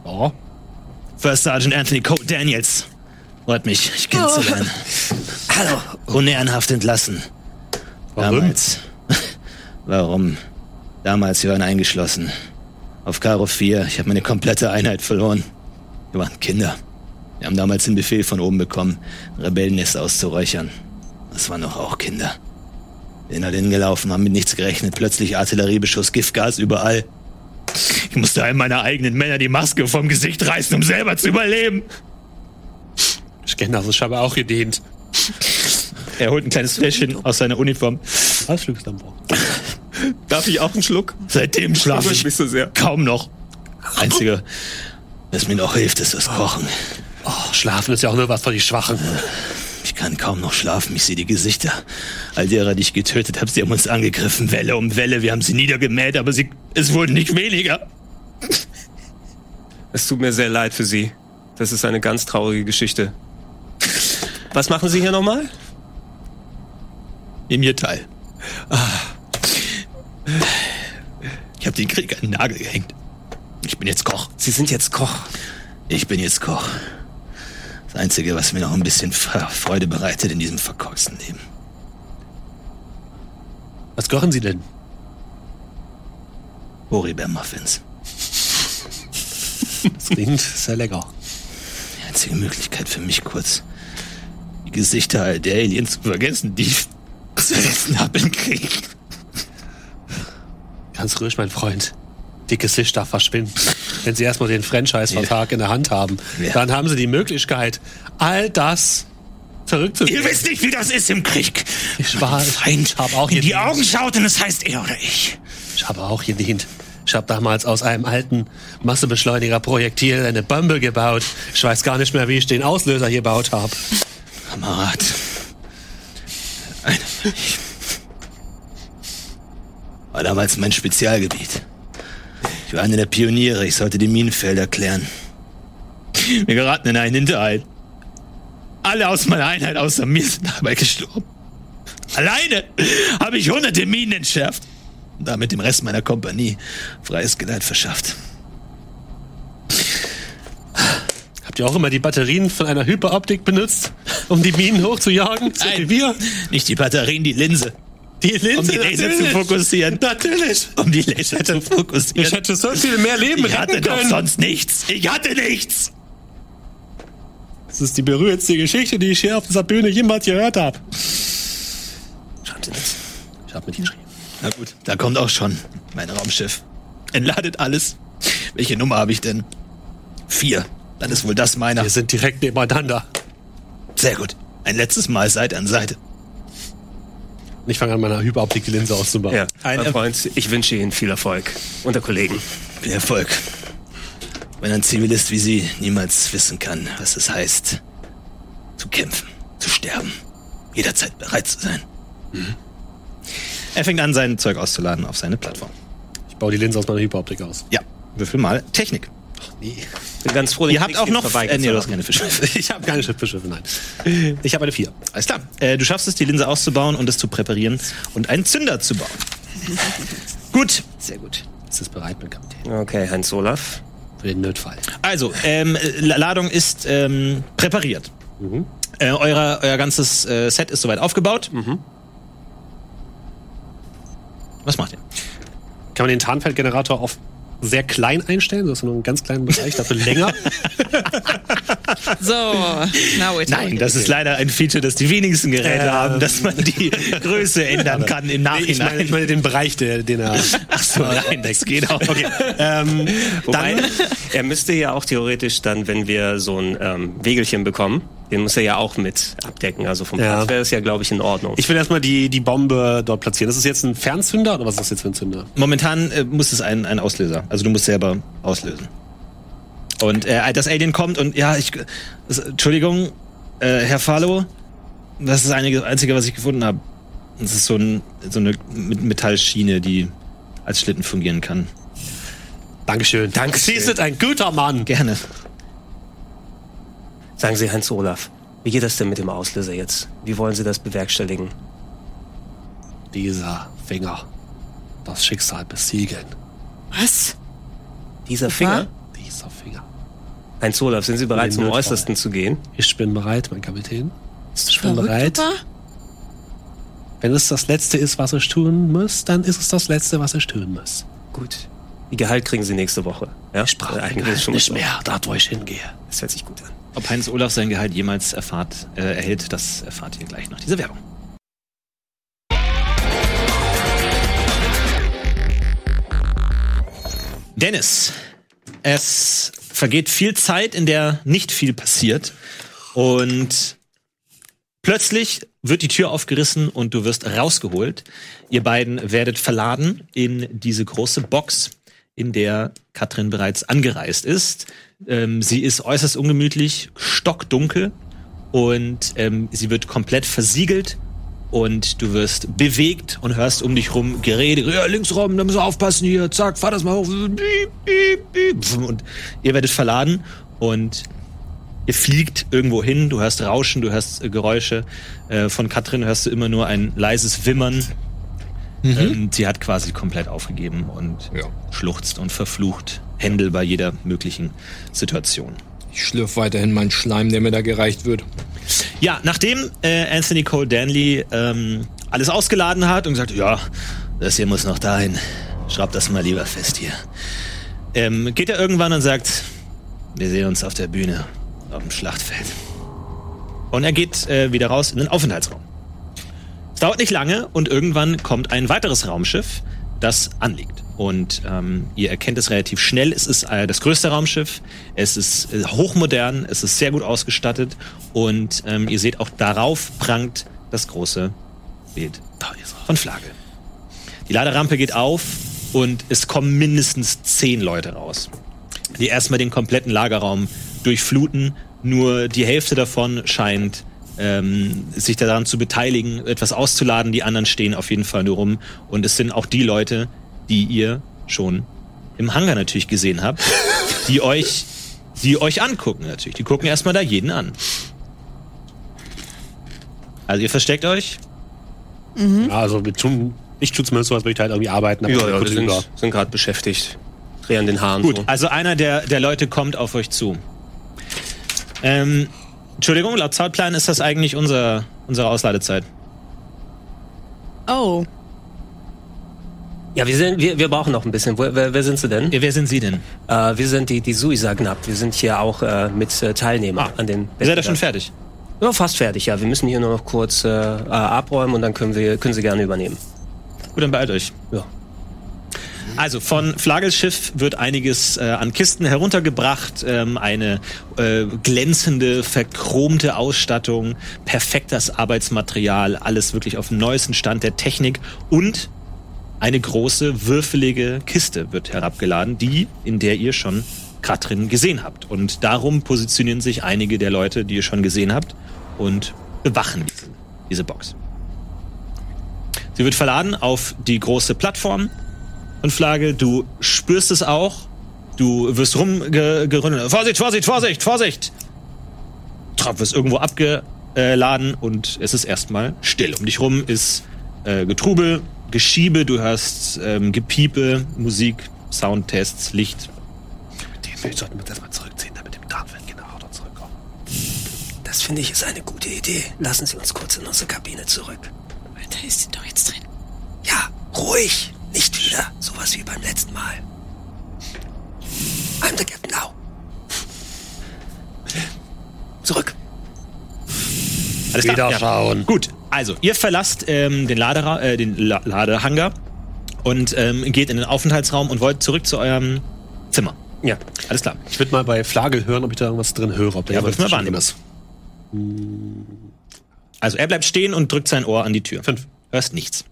[SPEAKER 4] Ja.
[SPEAKER 1] First Sergeant Anthony Cole Daniels. Freut mich, ich kennenzulernen.
[SPEAKER 2] Hallo.
[SPEAKER 1] Unehrenhaft entlassen. Warum? Damals. Warum? Damals, wir waren eingeschlossen. Auf Karo 4, ich habe meine komplette Einheit verloren. Wir waren Kinder. Wir haben damals den Befehl von oben bekommen, ein Rebellennest auszuräuchern. Das waren doch auch Kinder. Wir sind halt hingelaufen, haben mit nichts gerechnet. Plötzlich Artilleriebeschuss, Giftgas überall. Ich musste einem meiner eigenen Männer die Maske vom Gesicht reißen, um selber zu überleben.
[SPEAKER 7] Ich kenne das, ich habe auch gedient.
[SPEAKER 1] Er holt ein kleines Fläschchen aus seiner Uniform.
[SPEAKER 7] Ausflugsdampfer.
[SPEAKER 9] Darf ich auch einen Schluck?
[SPEAKER 1] Seitdem schlafe
[SPEAKER 9] Berührt
[SPEAKER 1] ich
[SPEAKER 9] mich so sehr.
[SPEAKER 1] kaum noch. Einzige, was mir noch hilft, ist das Kochen.
[SPEAKER 7] Oh, Schlafen ist ja auch nur was für die Schwachen.
[SPEAKER 1] Ich kann kaum noch schlafen, ich sehe die Gesichter. All derer, die ich getötet habe, sie haben uns angegriffen, Welle um Welle. Wir haben sie niedergemäht, aber sie, es wurden nicht weniger.
[SPEAKER 2] Es tut mir sehr leid für Sie. Das ist eine ganz traurige Geschichte. Was machen Sie hier nochmal?
[SPEAKER 1] Nehmen ihr teil.
[SPEAKER 9] Ah.
[SPEAKER 1] Ich habe den Krieg an den Nagel gehängt. Ich bin jetzt Koch.
[SPEAKER 2] Sie sind jetzt Koch.
[SPEAKER 1] Ich bin jetzt Koch. Das Einzige, was mir noch ein bisschen Fre- Freude bereitet in diesem verkorksten Leben.
[SPEAKER 7] Was kochen Sie denn?
[SPEAKER 1] Boribär-Muffins.
[SPEAKER 7] Das klingt sehr lecker.
[SPEAKER 1] Die einzige Möglichkeit für mich kurz, die Gesichter all der Aliens zu vergessen, die ich zerrissen habe im Krieg.
[SPEAKER 7] Ganz ruhig, mein Freund. Dickes Licht darf verschwinden. Wenn Sie erstmal den Franchise-Vertrag in der Hand haben,
[SPEAKER 1] Ja.
[SPEAKER 7] dann haben Sie die Möglichkeit, all das
[SPEAKER 1] Ihr
[SPEAKER 7] zurückzugeben.
[SPEAKER 1] wisst nicht, wie das ist im Krieg.
[SPEAKER 7] Ich war-
[SPEAKER 1] Mein Feind
[SPEAKER 7] ich hab auch
[SPEAKER 1] in die
[SPEAKER 7] jeden-
[SPEAKER 1] Augen schaut und es heißt er oder ich.
[SPEAKER 7] Ich habe auch gedient. Ich habe damals aus einem alten Massebeschleuniger-Projektil eine Bombe gebaut. Ich weiß gar nicht mehr, wie ich den Auslöser gebaut habe.
[SPEAKER 1] Kamerad. Einer von euch. War damals mein Spezialgebiet. Ich war einer der Pioniere. Ich sollte die Minenfelder klären. Wir geraten in einen Hinterhalt. Alle aus meiner Einheit außer mir sind dabei gestorben. Alleine habe ich hunderte Minen entschärft. Und damit dem Rest meiner Kompanie freies Geleit verschafft.
[SPEAKER 7] Habt ihr auch immer die Batterien von einer Hyperoptik benutzt, um die Minen hochzujagen? So
[SPEAKER 1] Nein.
[SPEAKER 7] wie wir?
[SPEAKER 1] Nicht die Batterien, die Linse.
[SPEAKER 7] Die Linse,
[SPEAKER 1] Um die Laser zu
[SPEAKER 7] natürlich.
[SPEAKER 1] fokussieren.
[SPEAKER 7] Natürlich.
[SPEAKER 1] Um die Laser zu fokussieren.
[SPEAKER 7] Ich hätte so viel mehr Leben
[SPEAKER 1] Ich hatte
[SPEAKER 7] retten
[SPEAKER 1] doch
[SPEAKER 7] können.
[SPEAKER 1] sonst nichts. Ich hatte nichts.
[SPEAKER 7] Das ist die berührendste Geschichte, die ich hier auf dieser Bühne jemals gehört habe.
[SPEAKER 2] Schreibt Sie das.
[SPEAKER 7] Ich habe mitgeschrieben.
[SPEAKER 1] Na gut, da kommt auch schon mein Raumschiff. Entladet alles. Welche Nummer habe ich denn? Vier. Dann ist wohl das meiner.
[SPEAKER 7] Wir sind direkt nebeneinander.
[SPEAKER 1] Sehr gut. Ein letztes Mal Seite an Seite.
[SPEAKER 7] Und ich fange an, meine Hyperoptik-Linse auszubauen.
[SPEAKER 2] Ja,
[SPEAKER 1] Ein
[SPEAKER 2] mein
[SPEAKER 1] Erf-
[SPEAKER 2] Freund, ich wünsche Ihnen viel Erfolg. Unter Kollegen.
[SPEAKER 1] Viel Erfolg. Wenn ein Zivilist wie Sie niemals wissen kann, was es heißt, zu kämpfen, zu sterben, jederzeit bereit zu sein. Mhm. Er fängt an, sein Zeug auszuladen auf seine Plattform.
[SPEAKER 7] Ich baue die Linse aus meiner Hyperoptik aus.
[SPEAKER 1] Ja, würfel mal Technik.
[SPEAKER 2] Bin ganz froh, den
[SPEAKER 1] Ihr habt
[SPEAKER 2] Kriegsdienst
[SPEAKER 1] auch noch.
[SPEAKER 2] verweigert
[SPEAKER 1] Äh, nee,
[SPEAKER 2] zu
[SPEAKER 1] du hast
[SPEAKER 2] haben.
[SPEAKER 1] keine Fische.
[SPEAKER 7] Ich habe keine Schiffbeschiffe, nein. Ich habe eine 4.
[SPEAKER 1] Alles klar. Äh, du schaffst es, die Linse auszubauen und es zu präparieren und einen Zünder zu bauen. Gut,
[SPEAKER 5] Sehr gut.
[SPEAKER 7] Ist es bereit, mein Kapitän?
[SPEAKER 2] Okay, Hans Olaf.
[SPEAKER 7] Für den Notfall.
[SPEAKER 1] also ähm, La- Ladung ist ähm, präpariert.
[SPEAKER 3] Mhm.
[SPEAKER 1] Äh, euer, euer ganzes äh, Set ist soweit aufgebaut.
[SPEAKER 3] Mhm.
[SPEAKER 1] Was macht ihr?
[SPEAKER 7] Kann man den Tarnfeldgenerator auf sehr klein einstellen, sodass wir nur einen ganz kleinen Bereich, dafür länger.
[SPEAKER 5] So, now it's
[SPEAKER 1] Nein, das ist leider ein Feature, das die wenigsten Geräte haben, dass man die Größe ändern kann im
[SPEAKER 3] Ähm. Nee, ich, meine,
[SPEAKER 1] Nachhinein.
[SPEAKER 3] ich meine den Bereich, der, den er.
[SPEAKER 1] Ach so, nein, das geht auch. Okay.
[SPEAKER 3] ähm,
[SPEAKER 2] Wobei,
[SPEAKER 3] dann,
[SPEAKER 2] er müsste ja auch theoretisch dann, wenn wir so ein ähm, Wegelchen bekommen, den muss er ja auch mit abdecken. Also vom
[SPEAKER 3] Ja.
[SPEAKER 2] Platz wäre es ja, glaube ich, in Ordnung.
[SPEAKER 3] ich will erstmal die, die Bombe dort platzieren. Das ist jetzt ein Fernzünder oder was ist das jetzt für ein Zünder?
[SPEAKER 1] Momentan äh, muss es ein, ein Auslöser. Also du musst selber auslösen. Und äh, das Alien kommt und ja, ich. Das, Entschuldigung, äh, Herr Farlow, das ist das einige- Einzige, was ich gefunden habe. Das ist so, ein, so eine Met- Metallschiene, die als Schlitten fungieren kann.
[SPEAKER 3] Dankeschön. Danke. Sie sind ein guter Mann.
[SPEAKER 1] Gerne.
[SPEAKER 2] Sagen Sie Hans Olaf, wie geht das denn mit dem Auslöser jetzt? Wie wollen Sie das bewerkstelligen?
[SPEAKER 7] Dieser Finger. Das Schicksal besiegeln.
[SPEAKER 5] Was?
[SPEAKER 2] Dieser Finger?
[SPEAKER 7] Dieser Finger.
[SPEAKER 2] Hans Olaf, sind Sie bereit,
[SPEAKER 7] Den
[SPEAKER 2] zum
[SPEAKER 7] Notfall.
[SPEAKER 2] Äußersten zu gehen?
[SPEAKER 7] Ich bin bereit, mein Kapitän. Ich bin
[SPEAKER 5] Verrückt,
[SPEAKER 7] bereit.
[SPEAKER 5] Opa?
[SPEAKER 7] Wenn es das Letzte ist, was ich tun muss, dann ist es das Letzte, was ich tun muss.
[SPEAKER 2] Gut. Ihr Gehalt kriegen Sie nächste Woche. Ja?
[SPEAKER 7] Ich brauche
[SPEAKER 2] Äh,
[SPEAKER 7] mein
[SPEAKER 2] eigentlich ist es
[SPEAKER 7] Gehalt
[SPEAKER 2] schon
[SPEAKER 7] nicht
[SPEAKER 2] so.
[SPEAKER 7] mehr, dort wo ich hingehe.
[SPEAKER 2] Das hört sich gut an.
[SPEAKER 1] Ob Heinz Olaf sein Gehalt jemals erfahrt, äh, erhält, das erfahrt ihr gleich nach dieser Werbung. Dennis, es vergeht viel Zeit, in der nicht viel passiert. Und plötzlich wird die Tür aufgerissen und du wirst rausgeholt. Ihr beiden werdet verladen in diese große Box, in der Katrin bereits angereist ist. Ähm, sie ist äußerst ungemütlich, stockdunkel und ähm, sie wird komplett versiegelt. Und du wirst bewegt und hörst um dich rum Gerede. Ja, links rum, da müssen wir aufpassen hier. Zack, fahr das mal hoch. Piep, piep, piep. Und ihr werdet verladen und Ihr fliegt irgendwo hin, du hörst Rauschen, du hörst äh, Geräusche. Äh, von Katrin hörst du immer nur ein leises Wimmern. Ähm, sie hat quasi komplett aufgegeben und
[SPEAKER 4] Ja.
[SPEAKER 1] schluchzt und verflucht Händel bei jeder möglichen Situation.
[SPEAKER 4] Ich schlürf weiterhin meinen Schleim, der mir da gereicht wird.
[SPEAKER 1] Ja, nachdem äh, Anthony Cole Danley ähm, alles ausgeladen hat und gesagt, ja, das hier muss noch dahin. Schraub das mal lieber fest hier. Ähm, geht er irgendwann und sagt, wir sehen uns auf der Bühne, auf dem Schlachtfeld. Und er geht äh, wieder raus in den Aufenthaltsraum. Es dauert nicht lange und irgendwann kommt ein weiteres Raumschiff, das anliegt. Und ähm, ihr erkennt es relativ schnell. Es ist äh, das größte Raumschiff. Es ist äh, hochmodern. Es ist sehr gut ausgestattet. Und ähm, ihr seht auch darauf prangt das große Bild von Flagel. Die Laderampe geht auf und es kommen mindestens zehn Leute raus die erstmal den kompletten Lagerraum durchfluten. Nur die Hälfte davon scheint ähm, sich daran zu beteiligen, etwas auszuladen. Die anderen stehen auf jeden Fall nur rum. Und es sind auch die Leute, die ihr schon im Hangar natürlich gesehen habt, die euch, die euch angucken natürlich. Die gucken erstmal da jeden an. Also ihr versteckt euch.
[SPEAKER 7] Ja, also wir tun, ich tue zumindest so, als würde ich da halt irgendwie arbeiten. aber
[SPEAKER 2] Ja, ja, wir
[SPEAKER 7] kurz über.
[SPEAKER 2] sind, sind gerade beschäftigt. Dreh an den Haaren.
[SPEAKER 1] Gut,
[SPEAKER 2] So.
[SPEAKER 1] also einer der, der Leute kommt auf euch zu. Ähm, Entschuldigung, laut Zeitplan ist das eigentlich unser, unsere Ausladezeit.
[SPEAKER 5] Oh,
[SPEAKER 2] Ja, wir, sind, wir, wir brauchen noch ein bisschen. Wo, wer, wer sind Sie denn?
[SPEAKER 1] Ja, wer sind Sie denn?
[SPEAKER 2] Äh, wir sind die, die Suisa-Knapp. Wir sind hier auch äh, mit äh, Teilnehmer an
[SPEAKER 1] Ah.
[SPEAKER 2] den
[SPEAKER 1] Ihr seid ja
[SPEAKER 2] Wettbewerb.
[SPEAKER 1] schon fertig.
[SPEAKER 2] Ja, fast fertig, ja. Wir müssen hier nur noch kurz äh, äh, abräumen und dann können, wir, können Sie gerne übernehmen.
[SPEAKER 1] Gut, dann beeilt euch.
[SPEAKER 2] Ja.
[SPEAKER 1] Also von Flagels Schiff wird einiges äh, an Kisten heruntergebracht, ähm, eine äh, glänzende, verchromte Ausstattung, perfektes Arbeitsmaterial, alles wirklich auf dem neuesten Stand der Technik und eine große, würfelige Kiste wird herabgeladen, die, in der ihr schon Katrin gesehen habt. Und darum positionieren sich einige der Leute, die ihr schon gesehen habt, und bewachen diese, diese Box. Sie wird verladen auf die große Plattform. Und Flagel, du spürst es auch. Du wirst rumgerüttelt. Vorsicht, Vorsicht, Vorsicht, Vorsicht! Trump wirst irgendwo abgeladen und es ist erstmal still. Um dich rum ist äh, Getrubel, Geschiebe, du hörst ähm, Gepiepe, Musik, Soundtests, Licht.
[SPEAKER 7] Vielleicht sollten wir uns erstmal zurückziehen, damit die Darwin genau da zurückkommen.
[SPEAKER 2] Das finde ich ist eine gute Idee. Lassen Sie uns kurz in unsere Kabine zurück.
[SPEAKER 5] da ist sie doch jetzt drin.
[SPEAKER 2] Ja, ruhig. Nicht wieder. Sowas wie beim letzten Mal. I'm the Captain now.
[SPEAKER 7] Zurück.
[SPEAKER 1] Alles
[SPEAKER 7] Wieder schauen.
[SPEAKER 1] Gut, also ihr verlasst ähm, den, Ladera, äh, den La Ladehangar und ähm, geht in den Aufenthaltsraum und wollt zurück zu eurem Zimmer.
[SPEAKER 2] Ja.
[SPEAKER 1] Alles klar.
[SPEAKER 7] Ich würde mal bei Flagel hören, ob ich da irgendwas drin höre. Ob da
[SPEAKER 1] Ja,
[SPEAKER 7] irgendwas
[SPEAKER 1] würfel mal
[SPEAKER 7] drin
[SPEAKER 1] Wahrnehmung.
[SPEAKER 7] ist.
[SPEAKER 1] Also er bleibt stehen und drückt sein Ohr an die Tür.
[SPEAKER 7] Fünf.
[SPEAKER 1] Hörst nichts.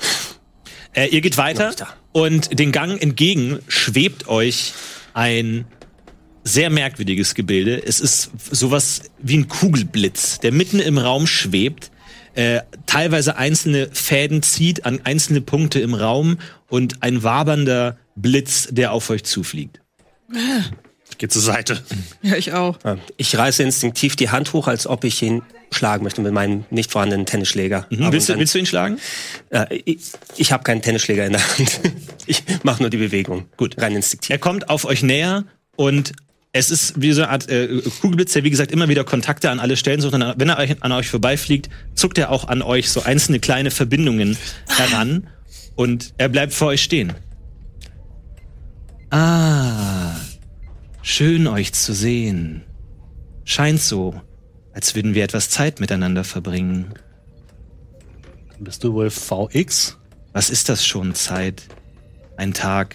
[SPEAKER 1] Äh, ihr geht weiter
[SPEAKER 2] Noch da.
[SPEAKER 1] und den Gang entgegen schwebt euch ein sehr merkwürdiges Gebilde. Es ist sowas wie ein Kugelblitz, der mitten im Raum schwebt, äh, teilweise einzelne Fäden zieht an einzelne Punkte im Raum und ein wabernder Blitz, der auf euch zufliegt.
[SPEAKER 7] Ich gehe zur Seite.
[SPEAKER 5] Ja, ich auch.
[SPEAKER 2] Ich reiße instinktiv die Hand hoch, als ob ich ihn schlagen möchte mit meinem nicht vorhandenen Tennisschläger. Aber
[SPEAKER 1] Mhm. Willst du,
[SPEAKER 2] dann-
[SPEAKER 1] willst du ihn schlagen?
[SPEAKER 2] Äh, ich ich habe keinen Tennisschläger in der Hand. Ich mache nur die Bewegung.
[SPEAKER 1] Gut.
[SPEAKER 2] Rein instinktiv.
[SPEAKER 1] Er kommt auf euch näher und es ist wie so eine Art äh, Kugelblitz, der wie gesagt immer wieder Kontakte an alle Stellen sucht. Und wenn er euch, an euch vorbeifliegt, zuckt er auch an euch so einzelne kleine Verbindungen heran und er bleibt vor euch stehen. Ah, schön euch zu sehen. Scheint so, als würden wir etwas Zeit miteinander verbringen.
[SPEAKER 7] Dann bist du wohl VX?
[SPEAKER 1] Was ist das schon, Zeit? Ein Tag,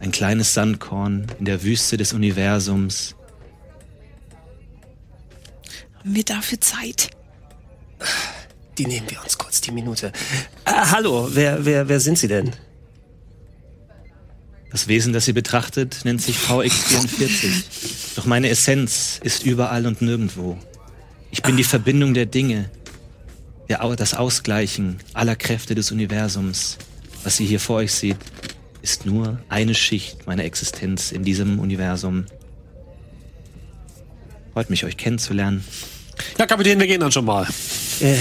[SPEAKER 1] ein kleines Sandkorn in der Wüste des Universums.
[SPEAKER 5] Haben wir dafür Zeit?
[SPEAKER 2] Die nehmen wir uns kurz, die Minute. Äh, hallo, wer, wer, wer sind Sie denn?
[SPEAKER 1] Das Wesen, das sie betrachtet, nennt sich VX44. Doch meine Essenz ist überall und nirgendwo. Ich bin die Verbindung der Dinge, der, Au- das Ausgleichen aller Kräfte des Universums. Was ihr hier vor euch seht, ist nur eine Schicht meiner Existenz in diesem Universum. Freut mich, euch kennenzulernen.
[SPEAKER 7] Ja, Kapitän, wir gehen dann schon mal.
[SPEAKER 2] Äh,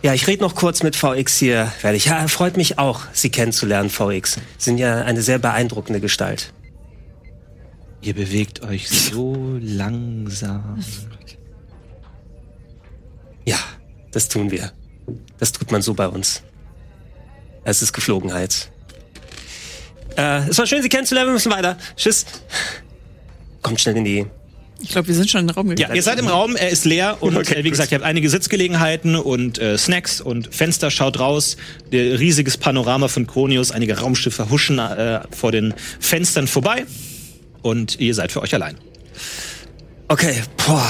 [SPEAKER 2] ja, ich rede noch kurz mit VX hier. Werde ich. Ja, freut mich auch, Sie kennenzulernen, VX. Sind ja eine sehr beeindruckende Gestalt.
[SPEAKER 1] Ihr bewegt euch so langsam.
[SPEAKER 2] Ja, das tun wir. Das tut man so bei uns. Es ist Geflogenheit. Äh, es war schön, Sie kennenzulernen. Wir müssen weiter. Tschüss. Kommt schnell in die.
[SPEAKER 5] Ich glaube, wir sind schon in den Raum
[SPEAKER 1] Ja,
[SPEAKER 5] gegangen.
[SPEAKER 1] ihr seid im Raum, er ist leer und
[SPEAKER 2] Okay,
[SPEAKER 1] äh, wie gesagt, ihr habt einige Sitzgelegenheiten und äh, Snacks und Fenster, schaut raus, der riesiges Panorama von Kronius, einige Raumschiffe huschen äh, vor den Fenstern vorbei und ihr seid für euch allein.
[SPEAKER 2] Okay, boah,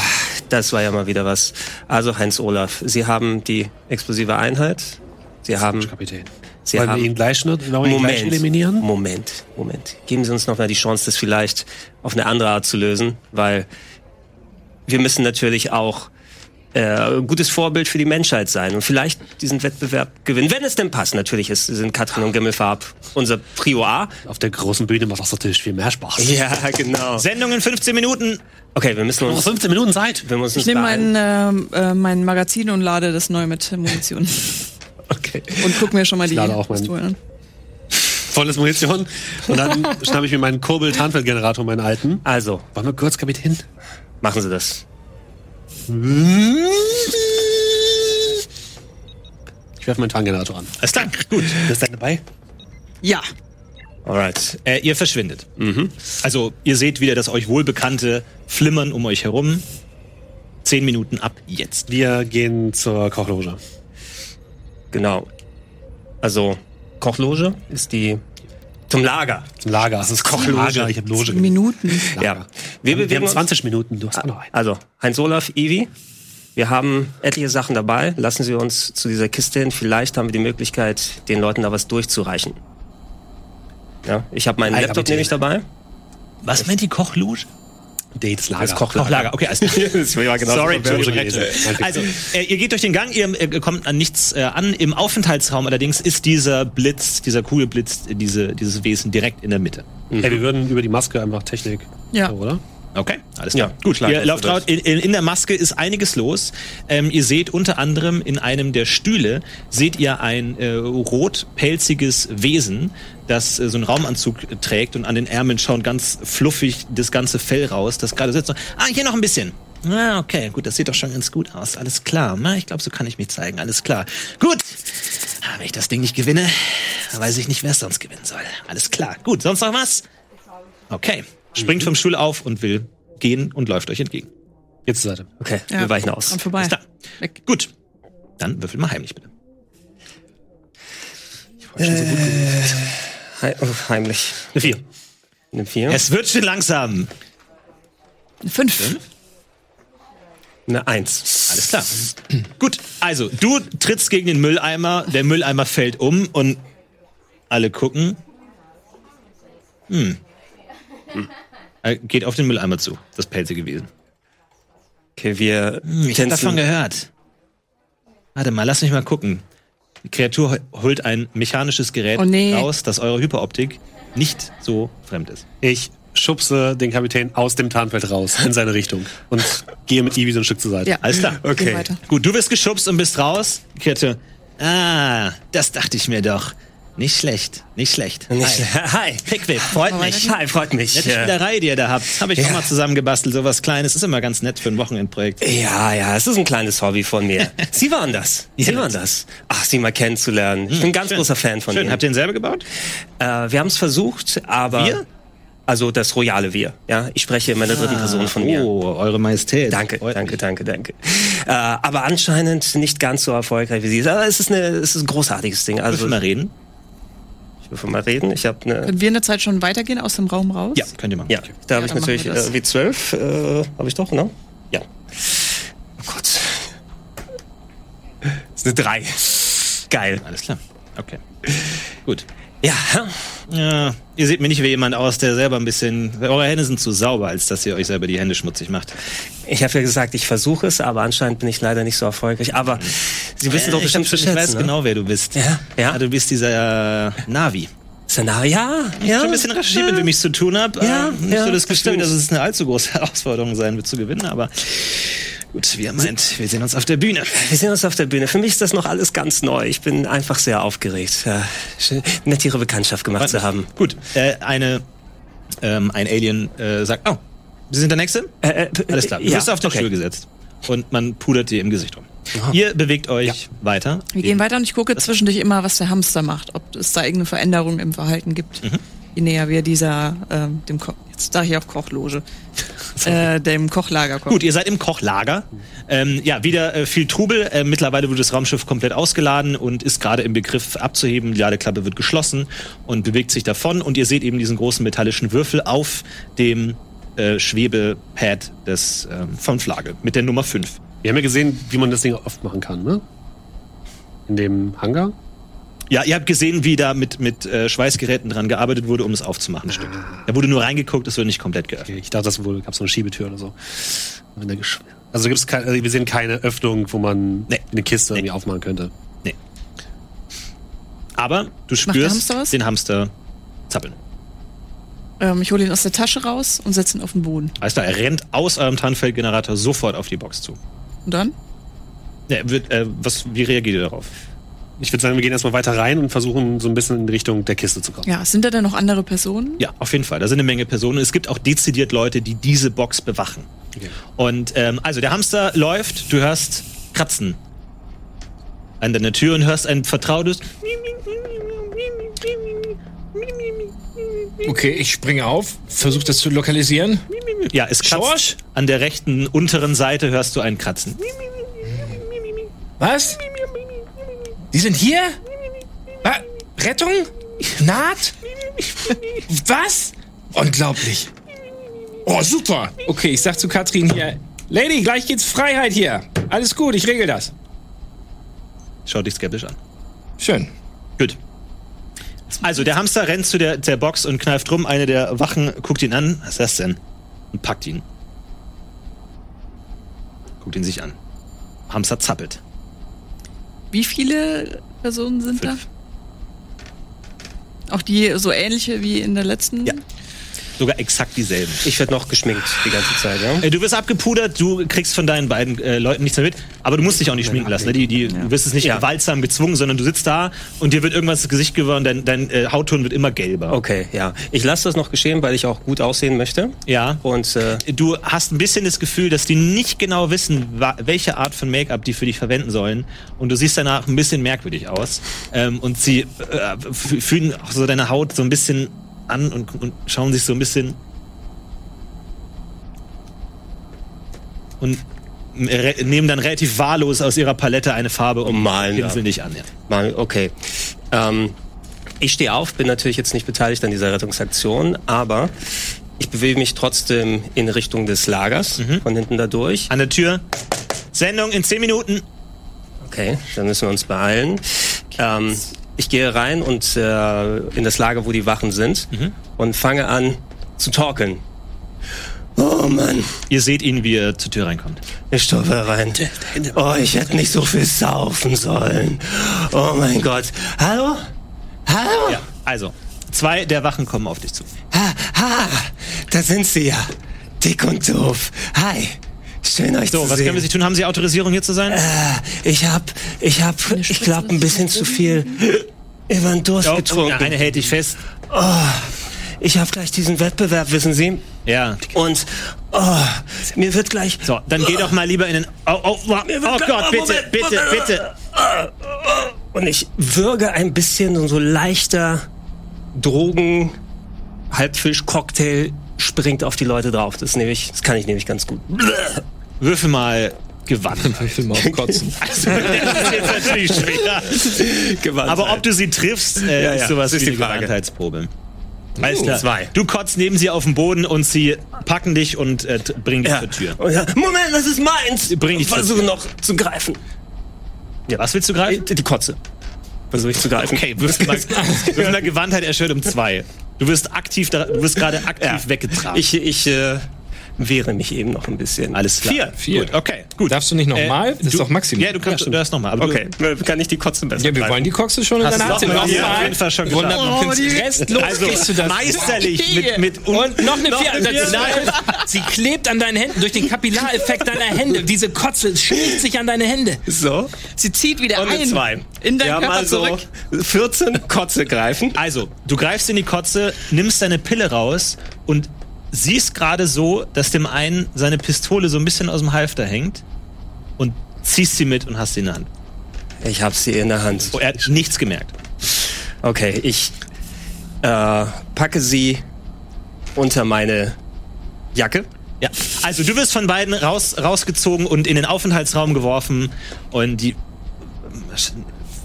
[SPEAKER 2] das war ja mal wieder was. Also Heinz Olaf, Sie haben die explosive Einheit. Sie haben.
[SPEAKER 7] Kapitän.
[SPEAKER 2] Hm. Sie
[SPEAKER 7] wollen
[SPEAKER 2] haben
[SPEAKER 7] wir ihn gleich, nur- wollen wir ihn gleich
[SPEAKER 2] Moment,
[SPEAKER 7] eliminieren?
[SPEAKER 2] Moment, Moment. Geben Sie uns noch mal die Chance, das vielleicht auf eine andere Art zu lösen, weil wir müssen natürlich auch äh, ein gutes Vorbild für die Menschheit sein und vielleicht diesen Wettbewerb gewinnen, wenn es denn passt. Natürlich ist, sind Katrin und Gimmelfarb unser Prio A.
[SPEAKER 7] Auf der großen Bühne macht das natürlich viel mehr Spaß.
[SPEAKER 2] Ja, genau.
[SPEAKER 1] Sendung in 15 Minuten.
[SPEAKER 2] Okay, wir müssen
[SPEAKER 7] Du hast
[SPEAKER 2] uns,
[SPEAKER 7] 15 Minuten Zeit.
[SPEAKER 2] wir müssen uns
[SPEAKER 5] Ich nehme
[SPEAKER 2] beeilen.
[SPEAKER 5] mein, ähm, äh, mein Magazin und lade das neu mit Munition.
[SPEAKER 2] Okay.
[SPEAKER 5] Und guck mir schon mal die
[SPEAKER 7] lade auch mein-
[SPEAKER 5] Pistolen an.
[SPEAKER 7] Volles Munition. Und dann schnappe ich mir meinen Kurbel-Tarnfeld-Generator, meinen alten.
[SPEAKER 2] Also,
[SPEAKER 7] Wollen wir kurz, Kapitän?
[SPEAKER 2] machen Sie das.
[SPEAKER 7] Ich werfe meinen Tarngenerator an.
[SPEAKER 2] Äh.
[SPEAKER 1] Alles klar, gut.
[SPEAKER 7] Bist du dabei?
[SPEAKER 5] Ja,
[SPEAKER 2] Alright.
[SPEAKER 1] Äh, ihr verschwindet. Also ihr seht wieder das euch wohlbekannte Flimmern um euch herum. Zehn Minuten ab jetzt.
[SPEAKER 7] Wir gehen zur Kochloge.
[SPEAKER 2] Genau. Also, Kochloge ist die zum Lager.
[SPEAKER 7] Zum Lager. Es ist Kochloge.
[SPEAKER 2] Lager,
[SPEAKER 7] Ich habe Loge. gemacht.
[SPEAKER 5] Minuten.
[SPEAKER 2] Ja. Wir
[SPEAKER 7] Wir
[SPEAKER 2] bewegen
[SPEAKER 7] haben
[SPEAKER 2] uns.
[SPEAKER 7] 20 Minuten. Du hast auch noch einen.
[SPEAKER 2] Also, Heinz Olaf, Ivi, wir haben etliche Sachen dabei. Lassen Sie uns zu dieser Kiste hin. Vielleicht haben wir die Möglichkeit, den Leuten da was durchzureichen. Ja, ich habe meinen
[SPEAKER 7] Ei,
[SPEAKER 2] Laptop
[SPEAKER 7] Kapitän.
[SPEAKER 2] nämlich dabei.
[SPEAKER 1] Was meint die Kochloge?
[SPEAKER 7] Dates Lager.
[SPEAKER 2] Ah. Das Kochlager.
[SPEAKER 1] Lager, okay, alles klar. Sorry, Entschuldigung. Also, äh, ihr geht durch den Gang, ihr äh, kommt an nichts äh, an. Im Aufenthaltsraum allerdings ist dieser Blitz, dieser Kugelblitz, äh, diese, dieses Wesen direkt in der Mitte.
[SPEAKER 7] Hey, wir würden über die Maske einfach Technik.
[SPEAKER 5] Ja.
[SPEAKER 7] Oder?
[SPEAKER 1] Okay, alles klar.
[SPEAKER 2] Ja,
[SPEAKER 1] Gut,
[SPEAKER 2] schlag
[SPEAKER 1] ihr
[SPEAKER 2] uns
[SPEAKER 1] lauft
[SPEAKER 2] durch.
[SPEAKER 1] raus. In, in, in der Maske ist einiges los. Ähm, ihr seht unter anderem in einem der Stühle, seht ihr ein äh, rotpelziges Wesen, das äh, so einen Raumanzug trägt und an den Ärmeln schaut ganz fluffig das ganze Fell raus, das gerade sitzt. Ah, hier noch ein bisschen. Ah, okay, gut, das sieht doch schon ganz gut aus. Alles klar. Na, ich glaube, so kann ich mich zeigen. Alles klar. Gut. Ah, Wenn ich das Ding nicht gewinne, dann weiß ich nicht, wer es sonst gewinnen soll. Alles klar. Gut, sonst noch was? Okay. Springt vom Stuhl auf und will gehen und läuft euch entgegen.
[SPEAKER 7] Jetzt ist er.
[SPEAKER 2] Okay,
[SPEAKER 5] Ja.
[SPEAKER 2] wir weichen aus.
[SPEAKER 5] Dran vorbei.
[SPEAKER 1] Ist da.
[SPEAKER 5] Weg.
[SPEAKER 1] Gut. Dann würfel mal heimlich, bitte.
[SPEAKER 2] Hei- oh, heimlich.
[SPEAKER 7] Eine 4.
[SPEAKER 2] Eine vier,
[SPEAKER 1] Es wird schon langsam.
[SPEAKER 5] Fünf.
[SPEAKER 2] Eine eins.
[SPEAKER 1] Alles klar. Gut, also du trittst gegen den Mülleimer, der Mülleimer fällt um und alle gucken. Hm. Er Äh, geht auf den Mülleimer zu. Das Pelze gewesen.
[SPEAKER 2] Okay, wir
[SPEAKER 1] Hm, Ich habe
[SPEAKER 2] tänzeln.
[SPEAKER 1] davon gehört. Warte mal, lass mich mal gucken. Die Kreatur hol- holt ein mechanisches Gerät
[SPEAKER 5] Oh, nee.
[SPEAKER 1] raus, das eurer Hyperoptik nicht so fremd ist.
[SPEAKER 7] Ich schubse den Kapitän aus dem Tarnfeld raus in seine Richtung und gehe mit Ivy so ein Stück zur Seite.
[SPEAKER 5] Ja.
[SPEAKER 1] Alles klar.
[SPEAKER 5] Okay. Geh weiter.
[SPEAKER 1] Gut, du wirst geschubst und bist raus. Die Kreatur. Ah, das dachte ich mir doch. Nicht schlecht, nicht schlecht.
[SPEAKER 2] Nicht,
[SPEAKER 1] Hi.
[SPEAKER 2] hi.
[SPEAKER 1] Pickwick, freut mich.
[SPEAKER 2] Hi, freut mich.
[SPEAKER 1] Nette
[SPEAKER 2] Ja.
[SPEAKER 1] Spielerei, die ihr da habt. Habe ich auch mal zusammengebastelt, sowas Kleines. Ist immer ganz nett für ein Wochenendprojekt.
[SPEAKER 2] ja, ja, es ist ein kleines Hobby von mir. Sie waren das. Sie waren das. Ach, Sie mal kennenzulernen. Ich bin ein ganz großer Fan von
[SPEAKER 1] Hm, Schön,
[SPEAKER 2] Ihnen.
[SPEAKER 1] habt ihr den selber gebaut?
[SPEAKER 2] Äh, wir haben es versucht, aber.
[SPEAKER 1] Wir?
[SPEAKER 2] Also das royale Wir. Ja, ich spreche in meiner dritten Person von mir.
[SPEAKER 1] Oh, eure Majestät.
[SPEAKER 2] Danke,
[SPEAKER 1] Freut
[SPEAKER 2] danke,
[SPEAKER 1] mich.
[SPEAKER 2] danke, danke. Äh, aber anscheinend nicht ganz so erfolgreich wie Sie. Aber es ist, eine, es ist ein großartiges Ding. Also
[SPEAKER 1] Dürfen wir reden?
[SPEAKER 2] ich will von mal reden. Ich habe eine.
[SPEAKER 5] Können wir in der Zeit schon weitergehen aus dem Raum raus?
[SPEAKER 1] Ja, könnt ihr machen.
[SPEAKER 2] Ja, da habe
[SPEAKER 5] Ja,
[SPEAKER 2] ich
[SPEAKER 5] dann
[SPEAKER 2] natürlich
[SPEAKER 5] machen wir das.
[SPEAKER 2] äh, wie 12 äh, habe ich doch, ne? Ja. Oh Gott. Das ist eine 3. Geil.
[SPEAKER 1] Alles klar. Okay. Gut.
[SPEAKER 2] Ja.
[SPEAKER 1] Ja, ihr seht mir nicht wie jemand aus, der selber ein bisschen. Eure Hände sind zu sauber, als dass ihr euch selber die Hände schmutzig macht.
[SPEAKER 2] Ich habe ja gesagt, ich versuche es, aber anscheinend bin ich leider nicht so erfolgreich. Aber Sie wissen doch
[SPEAKER 1] Mhm. Äh, ich,
[SPEAKER 2] bestimmt
[SPEAKER 1] hab schon-
[SPEAKER 2] zu
[SPEAKER 1] ich
[SPEAKER 2] schätzen.
[SPEAKER 1] weiß
[SPEAKER 2] ne?
[SPEAKER 1] genau, wer du bist.
[SPEAKER 2] Ja, ja.
[SPEAKER 1] Ah, du bist dieser äh, Navi.
[SPEAKER 2] Szenario, ja,
[SPEAKER 1] Ich
[SPEAKER 2] ja.
[SPEAKER 1] hab schon ein bisschen recherchiert, mit wem ich es zu tun habe.
[SPEAKER 2] Ja,
[SPEAKER 1] nicht
[SPEAKER 2] ja,
[SPEAKER 1] so das
[SPEAKER 2] das
[SPEAKER 1] Gefühl,
[SPEAKER 2] stimmt.
[SPEAKER 1] dass es eine allzu große Herausforderung sein wird zu gewinnen, aber gut, wie er meint, wir sehen uns auf der Bühne.
[SPEAKER 2] Wir sehen uns auf der Bühne. Für mich ist das noch alles ganz neu. Ich bin einfach sehr aufgeregt. Ja, schön, nett, Ihre Bekanntschaft gemacht zu haben.
[SPEAKER 1] Gut, äh, eine, ähm, ein Alien äh, sagt, oh, Sie sind der Nächste?
[SPEAKER 2] Äh, äh,
[SPEAKER 1] Alles klar, du
[SPEAKER 2] ja,
[SPEAKER 1] bist auf den
[SPEAKER 2] okay.
[SPEAKER 1] Stuhl gesetzt und man pudert dir im Gesicht rum. Ihr bewegt euch weiter.
[SPEAKER 5] Wir gehen weiter und ich gucke zwischendurch immer, was der Hamster macht, ob es da irgendeine Veränderung im Verhalten gibt. Je näher wir dieser, ähm, dem Ko jetzt sage ich auch Kochloge, äh, dem Kochlager kommen.
[SPEAKER 1] Gut, ihr seid im Kochlager. Ähm, ja, wieder äh, viel Trubel. Äh, mittlerweile wurde das Raumschiff komplett ausgeladen und ist gerade im Begriff abzuheben. Die Ladeklappe wird geschlossen und bewegt sich davon. Und ihr seht eben diesen großen metallischen Würfel auf dem äh, Schwebepad des, ähm, von Flage mit der Nummer 5.
[SPEAKER 7] Wir haben ja gesehen, wie man das Ding oft machen kann, ne? In dem Hangar.
[SPEAKER 1] Ja, ihr habt gesehen, wie da mit, mit äh, Schweißgeräten dran gearbeitet wurde, um es
[SPEAKER 5] Ah.
[SPEAKER 1] aufzumachen. Stimmt. Da wurde nur reingeguckt, es wurde nicht komplett geöffnet.
[SPEAKER 7] Ich dachte, das wohl gab so eine Schiebetür oder so. Wenn der gesch- Also gibt's kein, also wir sehen keine Öffnung, wo man
[SPEAKER 1] Nee.
[SPEAKER 7] eine Kiste irgendwie aufmachen könnte.
[SPEAKER 1] Aber du
[SPEAKER 5] der
[SPEAKER 1] spürst
[SPEAKER 5] Hamster was?
[SPEAKER 1] den Hamster zappeln.
[SPEAKER 5] Ähm, ich hole ihn aus der Tasche raus und setze ihn auf den Boden.
[SPEAKER 1] Alles klar, er rennt aus eurem Tarnfeldgenerator sofort auf die Box zu.
[SPEAKER 5] Und dann?
[SPEAKER 1] Ja, wird, äh, was, wie reagiert ihr darauf?
[SPEAKER 7] Ich würde sagen, wir gehen erstmal weiter rein und versuchen, so ein bisschen in Richtung der Kiste zu kommen.
[SPEAKER 5] Ja, sind da denn noch andere Personen?
[SPEAKER 1] Ja, auf jeden Fall. Da sind eine Menge Personen. Es gibt auch dezidiert Leute, die diese Box bewachen. Und ähm, also der Hamster läuft, du hörst Kratzen an deiner Tür und hörst ein vertrautes.
[SPEAKER 4] Okay, ich springe auf, versuche das zu lokalisieren.
[SPEAKER 1] Ja, es kratzt.
[SPEAKER 4] Schorsch?
[SPEAKER 1] An der rechten unteren Seite hörst du ein Kratzen.
[SPEAKER 4] Was? Die sind hier? Wa- Rettung? Naht? Was? Unglaublich. Oh, super. Okay, ich sag zu Katrin hier, Lady, gleich geht's Freiheit hier. Alles gut, ich regel das.
[SPEAKER 1] Schau dich skeptisch an.
[SPEAKER 4] Schön.
[SPEAKER 1] Gut. Also, der Hamster rennt zu der, der Box und kneift rum. Eine der Wachen guckt ihn an. Was ist das denn? Und packt ihn. Guckt ihn sich an. Hamster zappelt.
[SPEAKER 5] Wie viele Personen sind
[SPEAKER 1] Fünf.
[SPEAKER 5] da? Auch die so ähnliche wie in der letzten?
[SPEAKER 1] Ja. Sogar exakt dieselben.
[SPEAKER 2] Ich werde noch geschminkt die ganze Zeit, ja?
[SPEAKER 1] Äh, Du wirst abgepudert, du kriegst von deinen beiden äh, Leuten nichts mehr mit, aber du musst dich auch nicht schminken lassen. Ne? Die, die, Du wirst es nicht
[SPEAKER 2] Ja.
[SPEAKER 1] gewaltsam gezwungen, sondern du sitzt da und dir wird irgendwas ins Gesicht geworden, dein, dein äh, Hautton wird immer gelber.
[SPEAKER 2] Okay, ja. Ich lasse das noch geschehen, weil ich auch gut aussehen möchte.
[SPEAKER 1] Ja.
[SPEAKER 2] Und äh,
[SPEAKER 1] du hast ein bisschen das Gefühl, dass die nicht genau wissen, wa- welche Art von Make-up die für dich verwenden sollen. Und du siehst danach ein bisschen merkwürdig aus. Ähm, und sie äh, f- fühlen auch so deine Haut so ein bisschen an und, und schauen sich so ein bisschen. und re- nehmen dann relativ wahllos aus ihrer Palette eine Farbe und
[SPEAKER 2] Und malen
[SPEAKER 1] pinseln
[SPEAKER 2] dann.
[SPEAKER 1] dich an. Ja.
[SPEAKER 2] Mal, okay. Ähm, ich stehe auf, bin natürlich jetzt nicht beteiligt an dieser Rettungsaktion, aber ich bewege mich trotzdem in Richtung des Lagers,
[SPEAKER 1] Mhm.
[SPEAKER 2] von hinten da durch.
[SPEAKER 1] An der Tür. Sendung in 10 Minuten.
[SPEAKER 2] Okay, dann müssen wir uns beeilen. Ähm, ich gehe rein und äh, in das Lager, wo die Wachen sind,
[SPEAKER 1] Mhm.
[SPEAKER 2] und fange an zu talken. Oh Mann,
[SPEAKER 1] Ihr seht ihn, wie er zur Tür reinkommt.
[SPEAKER 2] ich stopfe rein. Oh, ich hätte nicht so viel saufen sollen. Oh mein Gott. Hallo? Hallo?
[SPEAKER 1] Ja, also, zwei der Wachen kommen auf dich zu.
[SPEAKER 2] Ha, ha, da sind sie ja. Dick und doof. Hi. Schön euch
[SPEAKER 1] So,
[SPEAKER 2] zu
[SPEAKER 1] was
[SPEAKER 2] sehen. Äh,
[SPEAKER 1] können wir sich tun? Haben Sie Autorisierung hier zu sein?
[SPEAKER 2] ich hab, ich hab, ich glaub ein bisschen zu viel über den Durst
[SPEAKER 1] Oh,
[SPEAKER 2] getrunken.
[SPEAKER 1] Eine hält dich fest.
[SPEAKER 2] Ich hab gleich diesen Wettbewerb, wissen Sie?
[SPEAKER 1] Ja.
[SPEAKER 2] Und oh, mir wird gleich.
[SPEAKER 1] So, dann geh doch mal lieber in den. Oh, oh, oh,
[SPEAKER 2] Mir wird
[SPEAKER 1] oh
[SPEAKER 2] gleich-
[SPEAKER 1] Gott, bitte,
[SPEAKER 2] Moment,
[SPEAKER 1] bitte,
[SPEAKER 2] Moment.
[SPEAKER 1] bitte.
[SPEAKER 2] Und ich würge ein bisschen und so leichter Drogen, Halbfisch, Cocktail springt auf die Leute drauf. Das nehme ich, das kann ich nämlich ganz gut.
[SPEAKER 1] Würfel mal gewandt.
[SPEAKER 4] Ich will mal kotzen.
[SPEAKER 1] Also, das ist jetzt natürlich schwer.
[SPEAKER 2] Gewalt.
[SPEAKER 1] Aber ob du sie triffst, äh,
[SPEAKER 2] Ja, ja,
[SPEAKER 1] ist sowas
[SPEAKER 2] das ist
[SPEAKER 1] wie
[SPEAKER 2] die
[SPEAKER 1] eine
[SPEAKER 2] Frage.
[SPEAKER 1] Gewandheitsprobe. Alles
[SPEAKER 2] Uh,
[SPEAKER 1] klar.
[SPEAKER 2] zwei.
[SPEAKER 1] Du kotzt neben sie auf den Boden und sie packen dich und äh, t- bringen dich
[SPEAKER 2] ja.
[SPEAKER 1] zur Tür.
[SPEAKER 2] Und ja, Moment, das ist meins.
[SPEAKER 1] Bring dich zur
[SPEAKER 2] Versuche
[SPEAKER 1] Tür.
[SPEAKER 2] noch zu greifen.
[SPEAKER 1] Was willst du greifen?
[SPEAKER 2] Die Kotze. Versuche ich zu greifen.
[SPEAKER 1] Okay, würfel mal, würfel mal Gewandtheit erschwert um zwei. Du wirst aktiv, da- du wirst gerade aktiv weggetragen.
[SPEAKER 2] Ich, ich äh, wehre mich eben noch ein bisschen.
[SPEAKER 1] Alles klar.
[SPEAKER 2] Vier.
[SPEAKER 4] Vier.
[SPEAKER 1] Gut, okay, gut.
[SPEAKER 4] Darfst du nicht nochmal? das ist doch Maximum.
[SPEAKER 1] Ja, Äh, du kannst, du darfst nochmal. aber du-
[SPEAKER 2] Okay, kann ich die Kotze besser
[SPEAKER 4] Ja, wir
[SPEAKER 2] greifen?
[SPEAKER 4] wollen die Kokse schon in
[SPEAKER 1] Hast du
[SPEAKER 4] deiner Hand.
[SPEAKER 1] doch mal
[SPEAKER 4] Nochmal.
[SPEAKER 1] hier auf jeden Fall schon gesagt.
[SPEAKER 4] Wunderbar.
[SPEAKER 1] Oh, die-
[SPEAKER 4] Restlos
[SPEAKER 1] Also,
[SPEAKER 4] kriegst du das.
[SPEAKER 1] meisterlich mit, mit
[SPEAKER 4] Und noch eine Vier.
[SPEAKER 1] eine Vier.
[SPEAKER 4] Das- Nein. Sie klebt an deinen Händen durch den Kapillareffekt deiner Hände. Diese Kotze schmiegt sich an deine Hände.
[SPEAKER 2] So.
[SPEAKER 5] Sie zieht wieder
[SPEAKER 2] Und eine
[SPEAKER 5] ein.
[SPEAKER 2] zwei.
[SPEAKER 5] In deinen
[SPEAKER 2] ja,
[SPEAKER 5] Körper
[SPEAKER 2] mal so
[SPEAKER 5] zurück.
[SPEAKER 2] 14 Kotze greifen.
[SPEAKER 1] Also, du greifst in die Kotze, nimmst deine Pille raus und siehst gerade so, dass dem einen seine Pistole so ein bisschen aus dem Halfter hängt und ziehst sie mit und hast sie in der Hand.
[SPEAKER 2] Ich hab sie in der Hand.
[SPEAKER 1] Oh, er hat nichts gemerkt.
[SPEAKER 2] Okay, ich äh, packe sie unter meine Jacke.
[SPEAKER 1] Ja, also du wirst von beiden raus, rausgezogen und in den Aufenthaltsraum geworfen und die äh,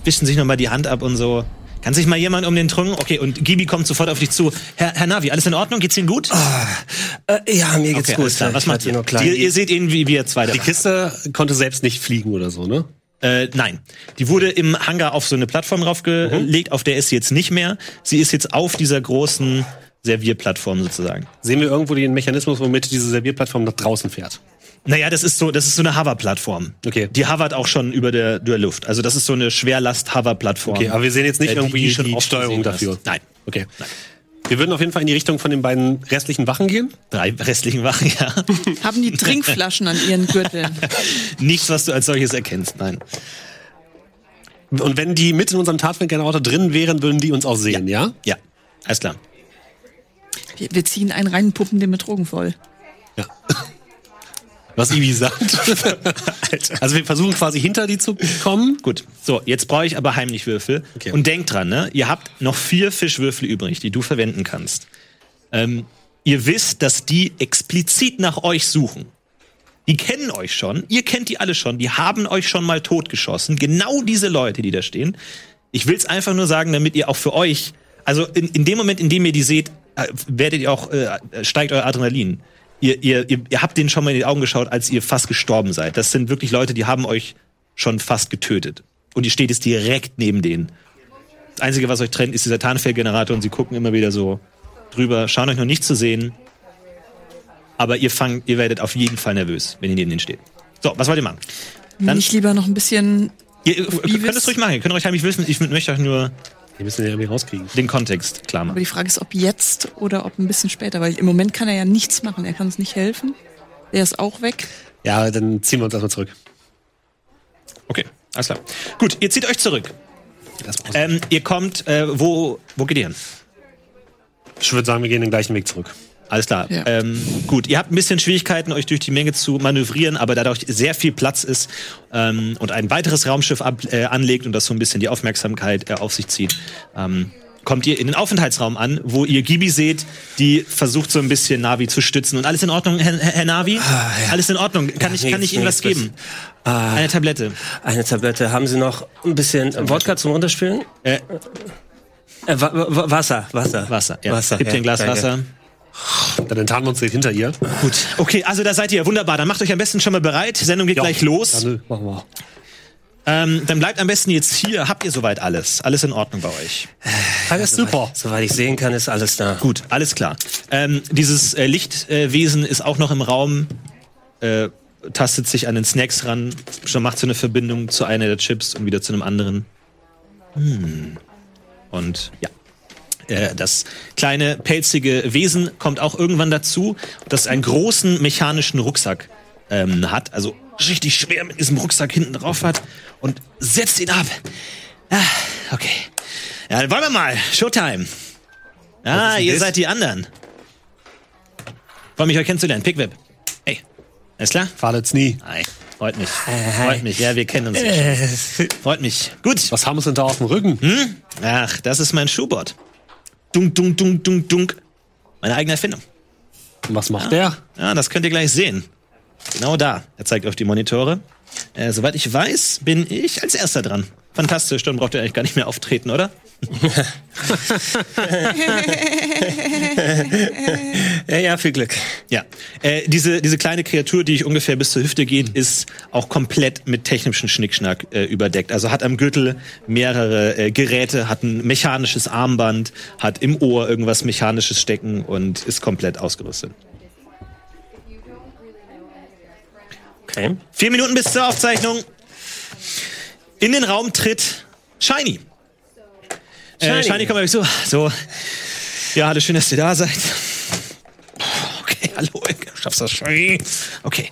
[SPEAKER 1] wischen sich nochmal die Hand ab und so. Kann sich mal jemand um den Trunk? Okay, und Gibi kommt sofort auf dich zu. Herr, Herr Navi, alles in Ordnung? Geht's Ihnen gut?
[SPEAKER 2] Äh, ja, mir geht's
[SPEAKER 1] okay,
[SPEAKER 2] gut.
[SPEAKER 1] alles klar. Was
[SPEAKER 2] Ich
[SPEAKER 1] macht
[SPEAKER 2] hatte
[SPEAKER 1] ihr?
[SPEAKER 2] Nur klein.
[SPEAKER 1] ihr? Ihr seht ihn, wie wir zwei da
[SPEAKER 7] Die Kiste konnte selbst nicht fliegen oder so, ne?
[SPEAKER 1] Äh, nein. Die wurde im Hangar auf so eine Plattform draufgelegt,
[SPEAKER 2] Mhm.
[SPEAKER 1] auf der ist sie jetzt nicht mehr. Sie ist jetzt auf dieser großen Servierplattform sozusagen.
[SPEAKER 7] Sehen wir irgendwo den Mechanismus, womit diese Servierplattform nach draußen fährt?
[SPEAKER 1] Naja, das ist so, das ist so eine Hover-Plattform.
[SPEAKER 7] Okay.
[SPEAKER 1] Die hovert auch schon über der, der Luft. Also das ist so eine Schwerlast-Hover-Plattform.
[SPEAKER 7] Okay, aber wir sehen jetzt nicht
[SPEAKER 1] Äh, die-
[SPEAKER 7] irgendwie
[SPEAKER 1] die
[SPEAKER 7] die,
[SPEAKER 1] schon oft
[SPEAKER 7] Steuerung
[SPEAKER 1] gesehen
[SPEAKER 7] dafür.
[SPEAKER 1] hast. Nein.
[SPEAKER 7] Okay. Wir würden auf jeden Fall in die Richtung von den beiden restlichen Wachen gehen.
[SPEAKER 1] Drei restlichen Wachen, ja.
[SPEAKER 5] Haben die Trinkflaschen an ihren Gürteln.
[SPEAKER 1] Nichts, was du als solches erkennst, nein.
[SPEAKER 7] Und wenn die mit in unserem Tatfeldgenerator drin wären, würden die uns auch sehen, ja?
[SPEAKER 1] Ja, alles klar.
[SPEAKER 5] Wir, wir ziehen einen rein und puppen den mit Drogen voll.
[SPEAKER 7] Was Ivi sagt. also wir versuchen quasi hinter die zu kommen.
[SPEAKER 1] Gut, so, jetzt brauche ich aber heimlich Würfel.
[SPEAKER 7] Okay.
[SPEAKER 1] Und denkt dran, ne? ihr habt noch vier Fischwürfel übrig, die du verwenden kannst. Ähm, ihr wisst, dass die explizit nach euch suchen. Die kennen euch schon, ihr kennt die alle schon, die haben euch schon mal totgeschossen. Genau diese Leute, die da stehen. Ich will es einfach nur sagen, damit ihr auch für euch, also in, in dem Moment, in dem ihr die seht, äh, werdet ihr auch, äh, steigt euer Adrenalin. Ihr, ihr, ihr, ihr habt denen schon mal in die Augen geschaut, als ihr fast gestorben seid. Das sind wirklich Leute, die haben euch schon fast getötet. Und ihr steht jetzt direkt neben denen. Das Einzige, was euch trennt, ist dieser Tarnfeldgenerator und sie gucken immer wieder so drüber, schauen euch noch nicht zu sehen. Aber ihr fangt, ihr werdet auf jeden Fall nervös, wenn ihr neben denen steht. So, was wollt ihr machen? Dann-
[SPEAKER 5] Nicht lieber noch ein bisschen.
[SPEAKER 1] Ihr, ihr könnt
[SPEAKER 5] willst-
[SPEAKER 1] es ruhig machen, ihr könnt euch heimlich wissen. Ich möchte euch nur
[SPEAKER 7] Die müssen wir irgendwie rauskriegen.
[SPEAKER 1] den Kontext klar
[SPEAKER 5] Aber
[SPEAKER 1] machen.
[SPEAKER 5] die Frage ist, ob jetzt oder ob ein bisschen später, weil im Moment kann er ja nichts machen. Er kann uns nicht helfen. Er ist auch weg.
[SPEAKER 7] Ja, dann ziehen wir uns erstmal zurück.
[SPEAKER 1] Okay, alles klar. Gut, ihr zieht euch zurück.
[SPEAKER 7] Das brauchst du.
[SPEAKER 1] Ähm, ihr kommt, äh, wo, wo geht ihr hin?
[SPEAKER 7] ich würde sagen, wir gehen den gleichen Weg zurück.
[SPEAKER 1] Alles klar.
[SPEAKER 5] Ja.
[SPEAKER 1] Ähm, gut, ihr habt ein bisschen Schwierigkeiten, euch durch die Menge zu manövrieren, aber dadurch sehr viel Platz ist ähm, und ein weiteres Raumschiff ab, äh, anlegt und das so ein bisschen die Aufmerksamkeit äh, auf sich zieht, ähm, kommt ihr in den Aufenthaltsraum an, wo ihr Gibi seht, die versucht so ein bisschen Navi zu stützen. Und alles in Ordnung, Herr, Herr Navi? Alles in Ordnung. Kann ich,
[SPEAKER 2] mir
[SPEAKER 1] kann
[SPEAKER 2] geht's-
[SPEAKER 1] ich Ihnen
[SPEAKER 2] mir
[SPEAKER 1] was
[SPEAKER 2] geht's
[SPEAKER 1] geben? Eine Tablette.
[SPEAKER 2] Eine Tablette. Haben Sie noch ein bisschen Wodka zum Runterspülen?
[SPEAKER 1] Äh,
[SPEAKER 2] Äh, wa wa Wasser, Wasser.
[SPEAKER 1] Wasser. Ja.
[SPEAKER 2] Wasser.
[SPEAKER 1] Gibt ihr ein Glas
[SPEAKER 2] danke.
[SPEAKER 1] Wasser?
[SPEAKER 7] Dann enttarnen wir uns hinter ihr.
[SPEAKER 1] Gut. Okay, also da seid ihr. Wunderbar. Dann macht euch am besten schon mal bereit. Sendung geht gleich los.
[SPEAKER 7] Dann machen wir.
[SPEAKER 1] Ähm, dann bleibt am besten jetzt hier. Habt ihr soweit alles? Alles in Ordnung bei euch?
[SPEAKER 7] Alles super.
[SPEAKER 2] Also, Soweit ich sehen kann, ist alles da.
[SPEAKER 1] Gut, alles klar. Ähm, dieses äh, Lichtwesen äh, Wesen ist auch noch im Raum, äh, tastet sich an den Snacks ran, schon macht so eine Verbindung zu einer der Chips und wieder zu einem anderen. Hm. Und ja. Äh, Das kleine pelzige Wesen kommt auch irgendwann dazu, das einen großen mechanischen Rucksack ähm, hat, also richtig schwer mit diesem Rucksack hinten drauf hat und setzt ihn ab. Ah, okay. Ja, dann wollen wir mal. Showtime. Ah, ihr seid die anderen. Freue mich, euch kennenzulernen. Pickweb. Hey, alles klar?
[SPEAKER 7] Fahret's nie.
[SPEAKER 1] Hi. Äh. Freut mich. Freut mich. Ja, wir kennen uns. ja schon. Freut mich. Gut.
[SPEAKER 7] Äh, Was haben wir denn da auf dem Rücken?
[SPEAKER 1] Ach, das ist mein Schuhbot. Dunk, dunk, dunk, dunk, dunk. Meine eigene Erfindung.
[SPEAKER 7] Was macht der?
[SPEAKER 1] Ja, das könnt ihr gleich sehen. Genau da. Er zeigt auf die Monitore. Äh, soweit ich weiß, bin ich als Erster dran. Fantastisch, dann braucht ihr eigentlich gar nicht mehr auftreten, oder?
[SPEAKER 2] Ja, ja, viel Glück.
[SPEAKER 1] Ja, äh, diese, diese kleine Kreatur, die ich ungefähr bis zur Hüfte geht, ist auch komplett mit technischem Schnickschnack äh, überdeckt. Also hat am Gürtel mehrere äh, Geräte, hat ein mechanisches Armband, hat im Ohr irgendwas Mechanisches stecken und ist komplett ausgerüstet.
[SPEAKER 2] Okay.
[SPEAKER 1] Vier Minuten bis zur Aufzeichnung. In den Raum tritt Shiny. Shiny, äh, Shiny kommt auf mich so. So. Ja, hallo, schön, dass ihr da seid. Okay, hallo, ich schaff's das Shiny. Okay,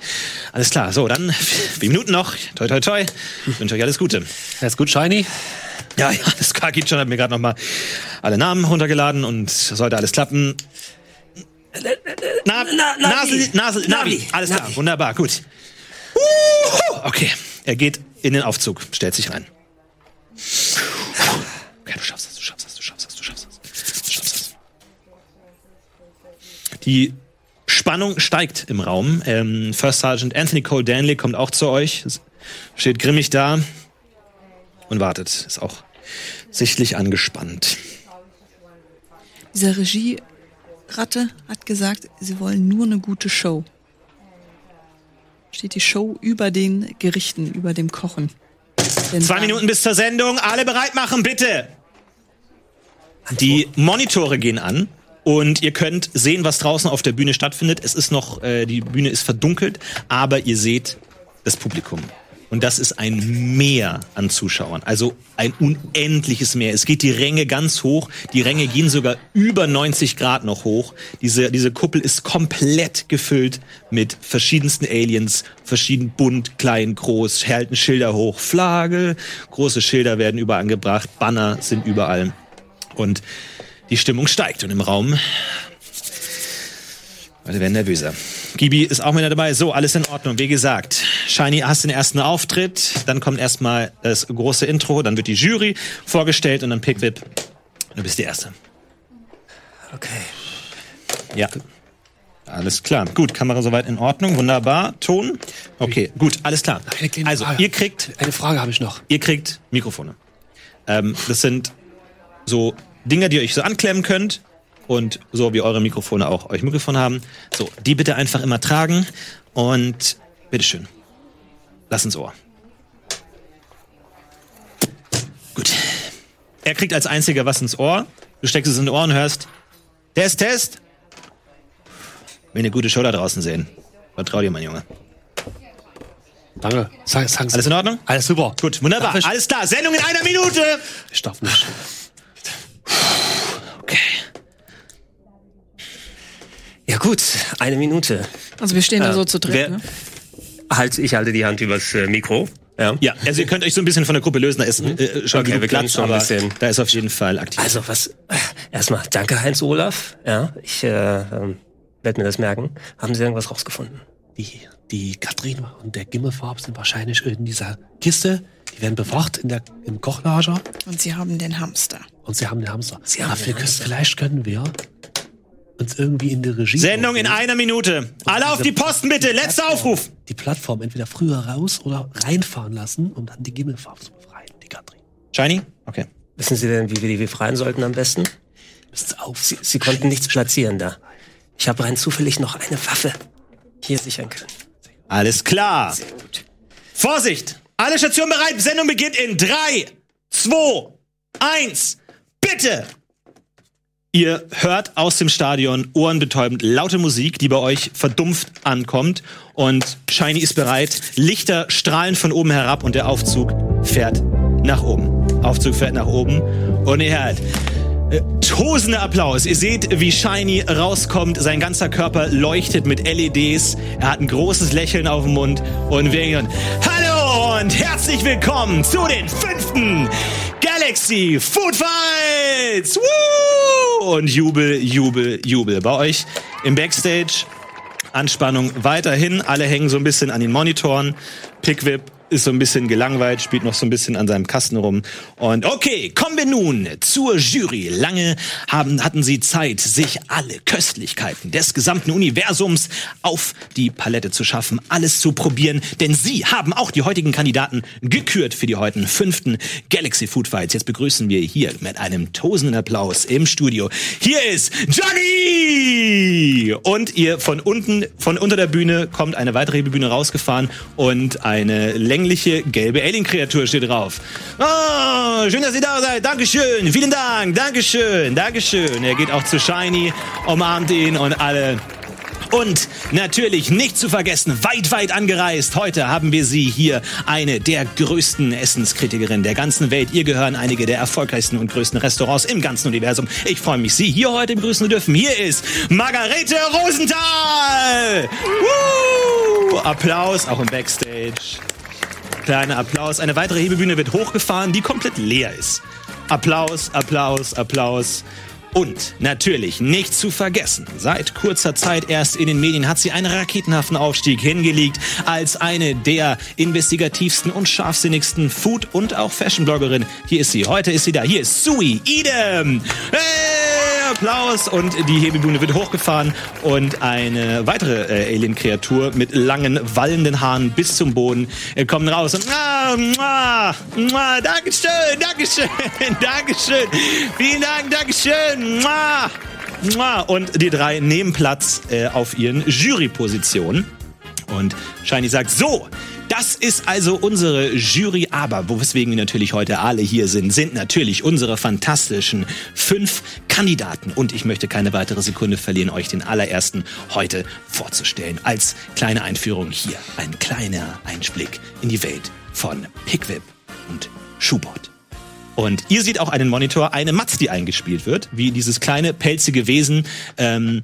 [SPEAKER 1] alles klar. So, dann vier Minuten noch. Toi, toi, toi. Ich wünsche euch alles Gute.
[SPEAKER 7] Alles gut, Shiny?
[SPEAKER 1] Ja, ja, das geht schon. Hat mir gerade noch mal alle Namen runtergeladen und sollte alles klappen. Na, Nasel, Nasel, Navi. Alles klar, wunderbar, gut. Uhu, Okay, er geht in den Aufzug, stellt sich rein. Okay, du schaffst das, du schaffst das, du schaffst das, du schaffst das. Du schaffst das. Die Spannung steigt im Raum. Ähm, First Sergeant Anthony Cole Danley kommt auch zu euch, steht grimmig da und wartet. Ist auch sichtlich angespannt.
[SPEAKER 5] Diese Regie-Ratte hat gesagt, sie wollen nur eine gute Show. Steht die Show über den Gerichten, über dem Kochen. Denn
[SPEAKER 1] Zwei
[SPEAKER 5] dann-
[SPEAKER 1] Minuten bis zur Sendung. Alle bereit machen, bitte. Die Monitore gehen an und ihr könnt sehen, was draußen auf der Bühne stattfindet. Es ist noch, äh, die Bühne ist verdunkelt, aber ihr seht das Publikum. Und das ist ein Meer an Zuschauern. Also ein unendliches Meer. Es geht die Ränge ganz hoch. Die Ränge gehen sogar über 90 Grad noch hoch. Diese, diese Kuppel ist komplett gefüllt mit verschiedensten Aliens. Verschieden bunt, klein, groß. Halten Schilder hoch. Flagge. Große Schilder werden überall angebracht. Banner sind überall. Und die Stimmung steigt und im Raum. Leute werden nervöser. Gibi ist auch mit dabei. So, alles in Ordnung. Wie gesagt, Shiny hast den ersten Auftritt, dann kommt erstmal das große Intro, dann wird die Jury vorgestellt und dann Pickwip. Du bist die Erste.
[SPEAKER 2] Okay.
[SPEAKER 1] Ja. Alles klar. Gut, Kamera soweit in Ordnung. Wunderbar. Ton. Okay, gut, alles klar.
[SPEAKER 7] Eine kleine
[SPEAKER 1] Also,
[SPEAKER 7] Frage.
[SPEAKER 1] ihr kriegt
[SPEAKER 7] Eine Frage habe ich noch.
[SPEAKER 1] ihr kriegt Mikrofone. Ähm, das sind so Dinger, die ihr euch so anklemmen könnt. Und so wie eure Mikrofone auch euch Mikrofon haben. So, die bitte einfach immer tragen. Und bitteschön. Lass ins Ohr. Gut. Er kriegt als einziger was ins Ohr. Du steckst es in die Ohren und hörst. Test, Test. Will eine gute Show da draußen sehen. Vertrau dir, mein Junge.
[SPEAKER 7] Danke. Sag, sag's.
[SPEAKER 1] Alles in Ordnung?
[SPEAKER 7] Alles super.
[SPEAKER 1] Gut, wunderbar.
[SPEAKER 7] Darf ich-
[SPEAKER 1] Alles klar. Sendung in einer Minute.
[SPEAKER 7] Ich darf nicht.
[SPEAKER 2] Ja gut, eine Minute.
[SPEAKER 5] Also wir stehen da so zu
[SPEAKER 2] Wer-
[SPEAKER 5] dritt. Ne?
[SPEAKER 2] halt, ich halte die Hand übers äh, Mikro. Ja.
[SPEAKER 1] Ja, also ihr könnt euch so ein bisschen von der Gruppe lösen. Da ist äh, schon
[SPEAKER 2] Mhm. Okay,
[SPEAKER 1] genug
[SPEAKER 2] wir können
[SPEAKER 1] Platz,
[SPEAKER 2] schon ein
[SPEAKER 1] aber
[SPEAKER 2] bisschen-
[SPEAKER 1] da ist auf jeden Fall aktiv.
[SPEAKER 2] Also was, äh, erstmal danke Heinz Olaf. Ja, ich äh, ähm, werde mir das merken. Haben Sie irgendwas rausgefunden?
[SPEAKER 7] Die, die Katrin und der Gimmelfarb sind wahrscheinlich in dieser Kiste. Die werden bewacht in der, im Kochlager
[SPEAKER 5] Und sie haben den Hamster.
[SPEAKER 7] und sie haben den Hamster. Sie haben den Hamster. Vielleicht können wir uns irgendwie in die Regie.
[SPEAKER 1] Sendung in einer Minute. Alle auf die Posten bitte. Letzter Aufruf.
[SPEAKER 7] die Plattform entweder früher raus oder reinfahren lassen, um dann die Gimmelfarbe zu befreien, die Katrin.
[SPEAKER 1] Shiny? Okay.
[SPEAKER 2] Wissen Sie denn, wie wir die befreien sollten am besten?
[SPEAKER 7] Müsst ihr auf.
[SPEAKER 2] Sie, Sie konnten nichts platzieren da. Ich habe rein zufällig noch eine Waffe hier sichern können.
[SPEAKER 1] Alles klar. Vorsicht! Alle Stationen bereit. Sendung beginnt in 3, 2, 1. Bitte! Ihr hört aus dem Stadion ohrenbetäubend laute Musik, die bei euch verdumpft ankommt. Und Shiny ist bereit. Lichter strahlen von oben herab und der Aufzug fährt nach oben. Aufzug fährt nach oben und ihr hört. Tosender Applaus. Ihr seht, wie Shiny rauskommt. Sein ganzer Körper leuchtet mit LEDs. Er hat ein großes Lächeln auf dem Mund und wir hören Hallo und herzlich willkommen zu den fünften Galaxy Food Fights. Woo! Und Jubel, Jubel, Jubel. Bei euch im Backstage Anspannung weiterhin. Alle hängen so ein bisschen an den Monitoren. Pickwip ist so ein bisschen gelangweilt, spielt noch so ein bisschen an seinem Kasten rum. Und okay, kommen wir nun zur Jury. Lange haben, hatten sie Zeit, sich alle Köstlichkeiten des gesamten Universums auf die Palette zu schaffen, alles zu probieren, denn sie haben auch die heutigen Kandidaten gekürt für die heutigen fünften Galaxy Food Fights. Jetzt begrüßen wir hier mit einem tosenden Applaus im Studio. Hier ist Johnny! Und ihr von unten, von unter der Bühne kommt eine weitere Bühne rausgefahren und eine längliche gelbe Alien-Kreatur steht drauf. Oh, schön, dass ihr da seid. Dankeschön. Vielen Dank. Dankeschön. Dankeschön. Er geht auch zu Shiny, umarmt ihn und alle. Und natürlich nicht zu vergessen, weit, weit angereist. Heute haben wir sie hier, eine der größten Essenskritikerinnen der ganzen Welt. Ihr gehören einige der erfolgreichsten und größten Restaurants im ganzen Universum. Ich freue mich, Sie hier heute begrüßen zu dürfen. Hier ist Margarete Rosenthal! Woo! Applaus, auch im Backstage. Kleiner Applaus. Eine weitere Hebebühne wird hochgefahren, die komplett leer ist. Applaus, Applaus, Applaus. Und natürlich nicht zu vergessen, seit kurzer Zeit erst in den Medien hat sie einen raketenhaften Aufstieg hingelegt als eine der investigativsten und scharfsinnigsten Food- und auch Fashion-Bloggerin. Hier ist sie, heute ist sie da. Hier ist Sui Idem. Hey, Applaus und die Hebebühne wird hochgefahren und eine weitere äh, Alien-Kreatur mit langen, wallenden Haaren bis zum Boden äh, kommen raus und ah, mua, mua, Dankeschön, Dankeschön, Dankeschön, vielen Dank, Dankeschön, mua, mua. und die drei nehmen Platz äh, auf ihren Jurypositionen. Und Shiny sagt, so, das ist also unsere Jury, aber wo- weswegen wir natürlich heute alle hier sind, sind natürlich unsere fantastischen fünf Kandidaten. Und ich möchte keine weitere Sekunde verlieren, euch den allerersten heute vorzustellen. Als kleine Einführung hier ein kleiner Einblick in die Welt von Pickwip und Schubert. Und ihr seht auch einen Monitor, eine Matz, die eingespielt wird, wie dieses kleine pelzige Wesen ähm,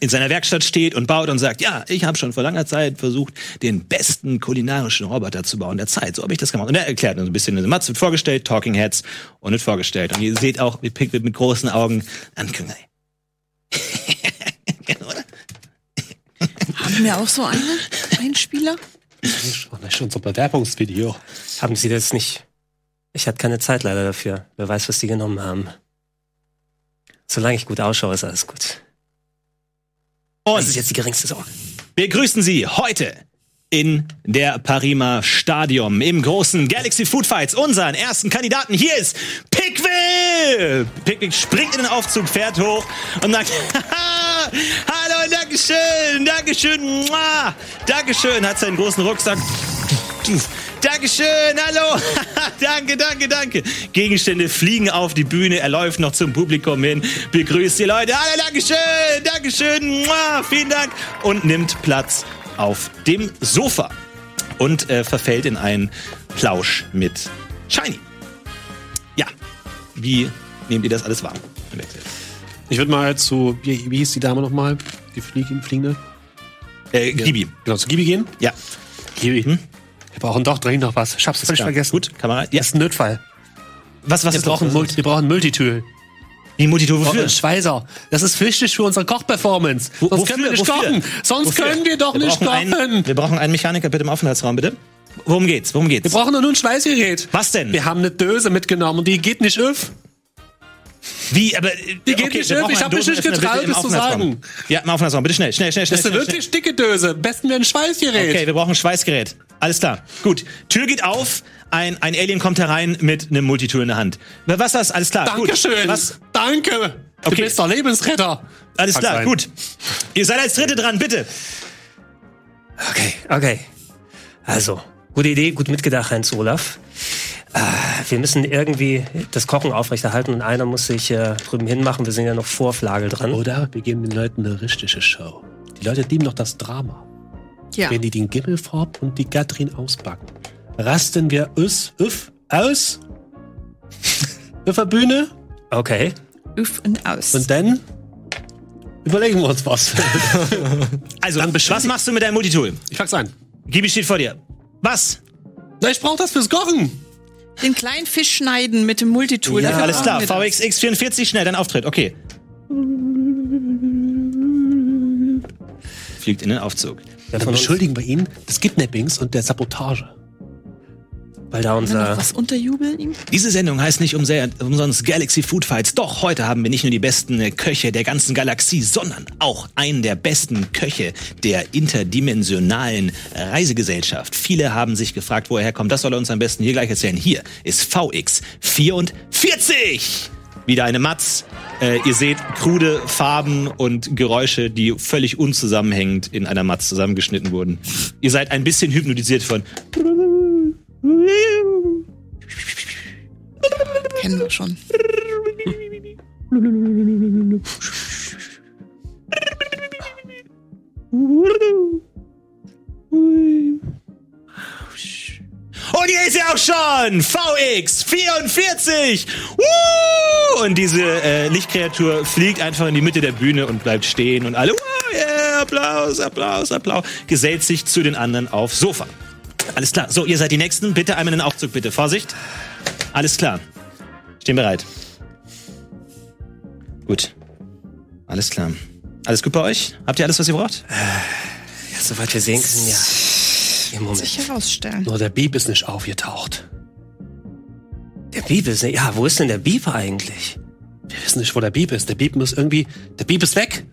[SPEAKER 1] in seiner Werkstatt steht und baut und sagt, ja, ich habe schon vor langer Zeit versucht, den besten kulinarischen Roboter zu bauen der Zeit. So habe ich das gemacht. Und er erklärt uns ein bisschen. Also Matz wird vorgestellt, Talking Heads und wird vorgestellt. Und ihr seht auch, wie Pick wird mit großen Augen ankündigt.
[SPEAKER 5] Haben wir auch so einen Einspieler?
[SPEAKER 7] Das ist unser Bewerbungsvideo.
[SPEAKER 2] Haben Sie das nicht? Ich hatte keine Zeit leider dafür. Wer weiß, was die genommen haben. Solange ich gut ausschaue, ist alles gut.
[SPEAKER 1] Und
[SPEAKER 2] Das ist jetzt die geringste Sorge.
[SPEAKER 1] Wir grüßen Sie heute in der Parima Stadium im großen Galaxy Food Fights. Unseren ersten Kandidaten hier ist Pickwill. Pickwill springt in den Aufzug, fährt hoch und sagt, "Haha, hallo, Dankeschön, Dankeschön, mua, Dankeschön, hat seinen großen Rucksack. Hm. Dankeschön, hallo, danke, danke, danke. Gegenstände fliegen auf die Bühne, er läuft noch zum Publikum hin, begrüßt die Leute, hallo, Dankeschön, Dankeschön, mua, vielen Dank und nimmt Platz auf dem Sofa und äh, verfällt in einen Plausch mit Shiny. Ja, wie nehmt ihr das alles wahr? Im Wechsel.
[SPEAKER 7] Ich würde mal zu, wie, wie hieß die Dame nochmal? Die Flieg, Fliegende?
[SPEAKER 1] Äh, Gibi,
[SPEAKER 7] Genau, zu Gibi gehen.
[SPEAKER 1] ja.
[SPEAKER 7] Gibi. Wir brauchen doch dringend noch was. Ich hab's völlig vergessen.
[SPEAKER 1] Gut, Kamera. Ja.
[SPEAKER 7] Das ist ein Notfall.
[SPEAKER 1] Was, was
[SPEAKER 7] Wir
[SPEAKER 1] ist drauf?
[SPEAKER 7] brauchen, Multi, wir brauchen Multitool.
[SPEAKER 1] Wie Multitude
[SPEAKER 7] Oh,
[SPEAKER 1] wofür?
[SPEAKER 7] äh, Schweizer, das ist wichtig für unsere Kochperformance.
[SPEAKER 1] Wo-
[SPEAKER 7] Sonst können wir nicht
[SPEAKER 1] wofür?
[SPEAKER 7] kochen.
[SPEAKER 1] Wofür?
[SPEAKER 7] Sonst
[SPEAKER 1] Wofür?
[SPEAKER 7] können wir doch nicht
[SPEAKER 1] brauchen
[SPEAKER 7] kochen.
[SPEAKER 1] Einen, wir brauchen einen Mechaniker bitte im Aufenthaltsraum, bitte. Worum geht's? Worum geht's?
[SPEAKER 7] wir brauchen nur ein Schweißgerät.
[SPEAKER 1] Was denn?
[SPEAKER 7] Wir haben eine Döse mitgenommen und die geht nicht öff.
[SPEAKER 1] Wie? Aber die
[SPEAKER 7] geht nicht schief. Ich hab mich nicht getraut, das zu sagen.
[SPEAKER 1] Ja, im Aufenthaltsraum, bitte schnell, schnell, schnell, schnell.
[SPEAKER 7] Das ist eine
[SPEAKER 1] schnell,
[SPEAKER 7] wirklich dicke Döse. Am Besten wäre ein Schweißgerät.
[SPEAKER 1] Okay, wir brauchen ein Schweißgerät. Alles klar. Gut. Tür geht auf. Ein, ein Alien kommt herein mit einem Multitool in der Hand. Na, Was ist das? Alles klar.
[SPEAKER 7] Dankeschön.
[SPEAKER 1] Gut. Was?
[SPEAKER 7] Danke. Du
[SPEAKER 1] Okay.
[SPEAKER 7] bist doch Lebensretter.
[SPEAKER 1] Alles
[SPEAKER 7] Pack
[SPEAKER 1] klar.
[SPEAKER 7] rein.
[SPEAKER 1] Gut. Ihr seid als Dritte dran, bitte.
[SPEAKER 2] Okay, okay. Also, gute Idee, gut mitgedacht, Heinz Olaf. Äh, wir müssen irgendwie das Kochen aufrechterhalten und einer muss sich äh, drüben hinmachen. Wir sind ja noch vor Flagel dran.
[SPEAKER 7] Oder wir geben den Leuten eine richtige Show. Die Leute lieben doch das Drama.
[SPEAKER 5] Ja.
[SPEAKER 7] Wenn die den Gimmelforb und die Gatrin auspacken, rasten wir us, üff, aus auf der Bühne
[SPEAKER 2] Okay.
[SPEAKER 5] Üff und aus.
[SPEAKER 7] und dann überlegen wir uns was.
[SPEAKER 1] Also, was machst du mit deinem Multitool?
[SPEAKER 7] ich pack's an.
[SPEAKER 1] Gibi steht vor dir. Was?
[SPEAKER 7] Na, ich brauch das fürs Kochen.
[SPEAKER 5] Den kleinen Fisch schneiden mit dem Multitool.
[SPEAKER 1] Ja,
[SPEAKER 5] dafür
[SPEAKER 1] alles
[SPEAKER 5] brauchen
[SPEAKER 1] klar.
[SPEAKER 5] wir das.
[SPEAKER 1] VXX44, schnell, dein Auftritt. Okay. Fliegt in den Aufzug.
[SPEAKER 2] Wer
[SPEAKER 7] Dann
[SPEAKER 2] von uns,
[SPEAKER 7] beschuldigen wir ihn des Kidnappings und der Sabotage.
[SPEAKER 2] weil da
[SPEAKER 5] Kann man noch
[SPEAKER 2] unser
[SPEAKER 5] was unterjubeln ihm?
[SPEAKER 1] Diese Sendung heißt nicht um umse- umsonst Galaxy Food Fights. Doch heute haben wir nicht nur die besten äh, Köche der ganzen Galaxie, sondern auch einen der besten Köche der interdimensionalen äh, Reisegesellschaft. Viele haben sich gefragt, wo er herkommt. Das soll er uns am besten hier gleich erzählen. Hier ist VX44. Wieder eine Matz. Äh, ihr seht krude Farben und Geräusche, die völlig unzusammenhängend in einer Matz zusammengeschnitten wurden. Ihr seid ein bisschen hypnotisiert von
[SPEAKER 5] Kennen wir schon.
[SPEAKER 1] Und hier ist er auch schon! VX44! Woo! Und diese äh, Lichtkreatur fliegt einfach in die Mitte der Bühne und bleibt stehen und alle, wow, yeah, Applaus, Applaus, Applaus, gesellt sich zu den anderen aufs Sofa. Alles klar. So, ihr seid die Nächsten. Bitte einmal in den Aufzug, bitte. Vorsicht. Alles klar. Stehen bereit. Gut. Alles klar. Alles gut bei euch? Habt ihr alles, was ihr braucht?
[SPEAKER 2] ja, soweit wir sehen können, ja. Im Moment.
[SPEAKER 5] Sich herausstellen.
[SPEAKER 7] Nur der Bieb ist nicht aufgetaucht.
[SPEAKER 2] Der Biber ist, ja, wo ist denn der Biber eigentlich?
[SPEAKER 7] Wir wissen nicht, wo der Bieb ist. Der Bieb muss irgendwie. Der Bieb ist weg.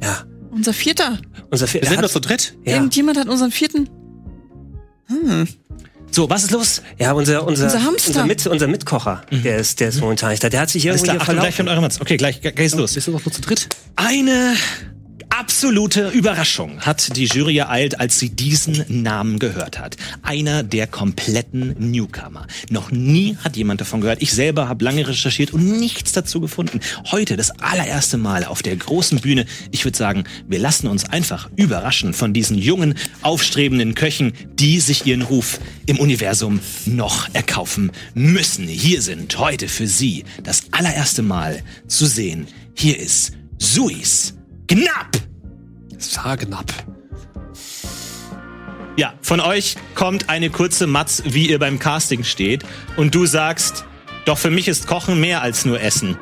[SPEAKER 2] Ja.
[SPEAKER 5] Unser Vierter.
[SPEAKER 2] Unser Vier, der hat,
[SPEAKER 7] zu dritt.
[SPEAKER 2] ja,
[SPEAKER 5] Irgendjemand hat unseren Vierten.
[SPEAKER 1] So, was ist los? Mhm.
[SPEAKER 2] ja, unser, unser,
[SPEAKER 5] Unser Hamster.
[SPEAKER 2] Unser, Mit, unser Mitkocher, der ist, der ist momentan nicht da. Der hat sich
[SPEAKER 1] Alles klar.
[SPEAKER 2] irgendwo hier
[SPEAKER 1] Achtung, gleich
[SPEAKER 2] verlaufen.
[SPEAKER 1] kommt eure Mats. Okay, gleich ge- geht's los.
[SPEAKER 7] Wir sind doch nur zu dritt.
[SPEAKER 1] Eine absolute Überraschung hat die Jury ereilt, als sie diesen Namen gehört hat. Einer der kompletten Newcomer. Noch nie hat jemand davon gehört. Ich selber habe lange recherchiert und nichts dazu gefunden. Heute das allererste Mal auf der großen Bühne. Ich würde sagen, wir lassen uns einfach überraschen von diesen jungen, aufstrebenden Köchen, die sich ihren Ruf im Universum noch erkaufen müssen. Hier sind heute für Sie das allererste Mal zu sehen. Hier ist Suis. Knapp!
[SPEAKER 7] Sagenab.
[SPEAKER 1] Ja, von euch kommt eine kurze Matz, wie ihr beim Casting steht. Und du sagst, doch für mich ist Kochen mehr als nur Essen.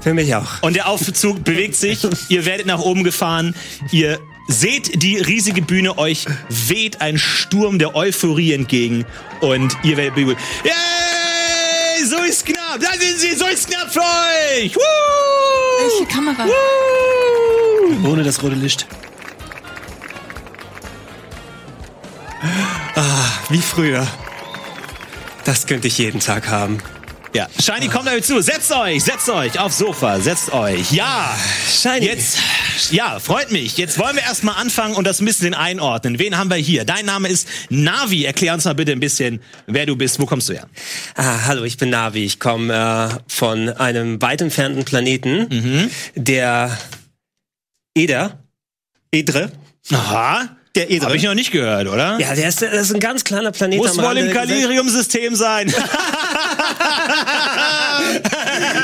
[SPEAKER 2] Für mich auch.
[SPEAKER 1] Und der Aufzug bewegt sich, ihr werdet nach oben gefahren, ihr seht die riesige Bühne, euch weht ein Sturm der Euphorie entgegen und ihr werdet bejubelt. Yay! So ist knapp! Da sind sie! So ist knapp für euch! Woo!
[SPEAKER 5] Welche Kamera?
[SPEAKER 1] Woo!
[SPEAKER 7] Ohne das rote Licht.
[SPEAKER 2] Wie früher. Das könnte ich jeden Tag haben.
[SPEAKER 1] Ja, Shiny, kommt damit zu. Setzt euch, setzt euch aufs Sofa, setzt euch. Ja,
[SPEAKER 2] Shiny.
[SPEAKER 1] Jetzt, ja, freut mich. Jetzt wollen wir erstmal anfangen und das ein bisschen einordnen. Wen haben wir hier? Dein Name ist Navi. Erklär uns mal bitte ein bisschen, wer du bist. Wo kommst du her?
[SPEAKER 2] Ah, hallo, ich bin Navi. Ich komme äh, von einem weit entfernten Planeten,
[SPEAKER 1] Mhm.
[SPEAKER 2] der Eder, Edre,
[SPEAKER 1] Aha.
[SPEAKER 2] Der Esel.
[SPEAKER 1] Habe ich noch nicht gehört, oder?
[SPEAKER 2] ja, der ist, das ist ein ganz kleiner Planet.
[SPEAKER 1] Muss
[SPEAKER 2] am
[SPEAKER 1] wohl
[SPEAKER 2] Rande
[SPEAKER 1] im
[SPEAKER 2] der Gesellschaft.
[SPEAKER 1] Kalirium-System sein.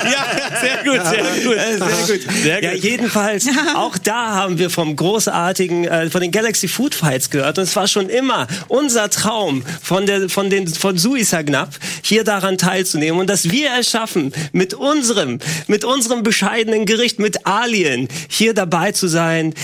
[SPEAKER 1] ja, sehr gut, sehr gut. Sehr gut. Sehr
[SPEAKER 2] Ja,
[SPEAKER 1] gut.
[SPEAKER 2] jedenfalls, auch da haben wir vom großartigen, äh, von den Galaxy Food Fights gehört. Und es war schon immer unser Traum von, der, von, den, von Suisagnap, hier daran teilzunehmen. Und dass wir es schaffen, mit unserem, mit unserem bescheidenen Gericht, mit Alien, hier dabei zu sein.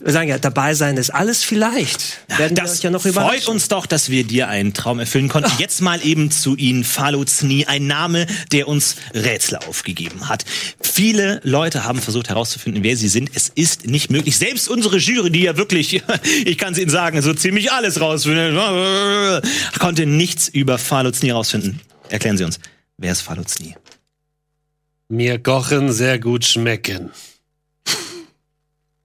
[SPEAKER 2] Wir sagen ja, dabei sein ist alles vielleicht. Werden wir
[SPEAKER 1] Das
[SPEAKER 2] euch ja noch
[SPEAKER 1] freut
[SPEAKER 2] überraschen. Ah.
[SPEAKER 1] uns doch, dass wir dir einen Traum erfüllen konnten. Jetzt mal eben zu Ihnen, Falozni, ein Name, der uns Rätsel aufgegeben hat. Viele Leute haben versucht herauszufinden, wer Sie sind. Es ist nicht möglich. Selbst unsere Jury, die ja wirklich, ich kann es Ihnen sagen, so ziemlich alles rausfindet, konnte nichts über Falozni herausfinden. Erklären Sie uns, wer ist Falozni?
[SPEAKER 7] Mir kochen sehr gut schmecken.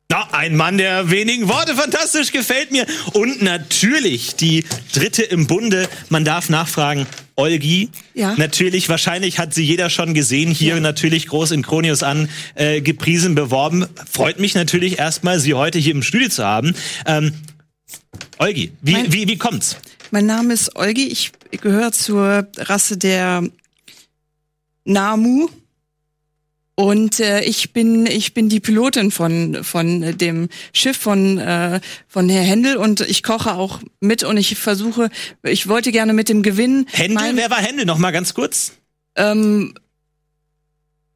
[SPEAKER 1] Na, ein Mann der wenigen Worte, fantastisch, gefällt mir. Und natürlich die dritte im Bunde. Man darf nachfragen, Olgi.
[SPEAKER 5] Ja.
[SPEAKER 1] Natürlich, wahrscheinlich hat sie jeder schon gesehen, hier natürlich groß in Kronius an, äh, gepriesen, beworben. Freut mich natürlich erstmal, sie heute hier im Studio zu haben. Ähm, Olgi, wie,
[SPEAKER 5] Mein-
[SPEAKER 1] wie, wie kommt's?
[SPEAKER 5] Mein Name ist Olgi, ich gehöre zur Rasse der Namu. Und äh, ich bin ich bin die Pilotin von von dem Schiff von äh, von Herr Händel und ich koche auch mit und ich versuche ich wollte gerne mit dem Gewinn
[SPEAKER 1] Händel,
[SPEAKER 5] mein-
[SPEAKER 1] wer war Händel? Noch mal ganz kurz.
[SPEAKER 5] ähm,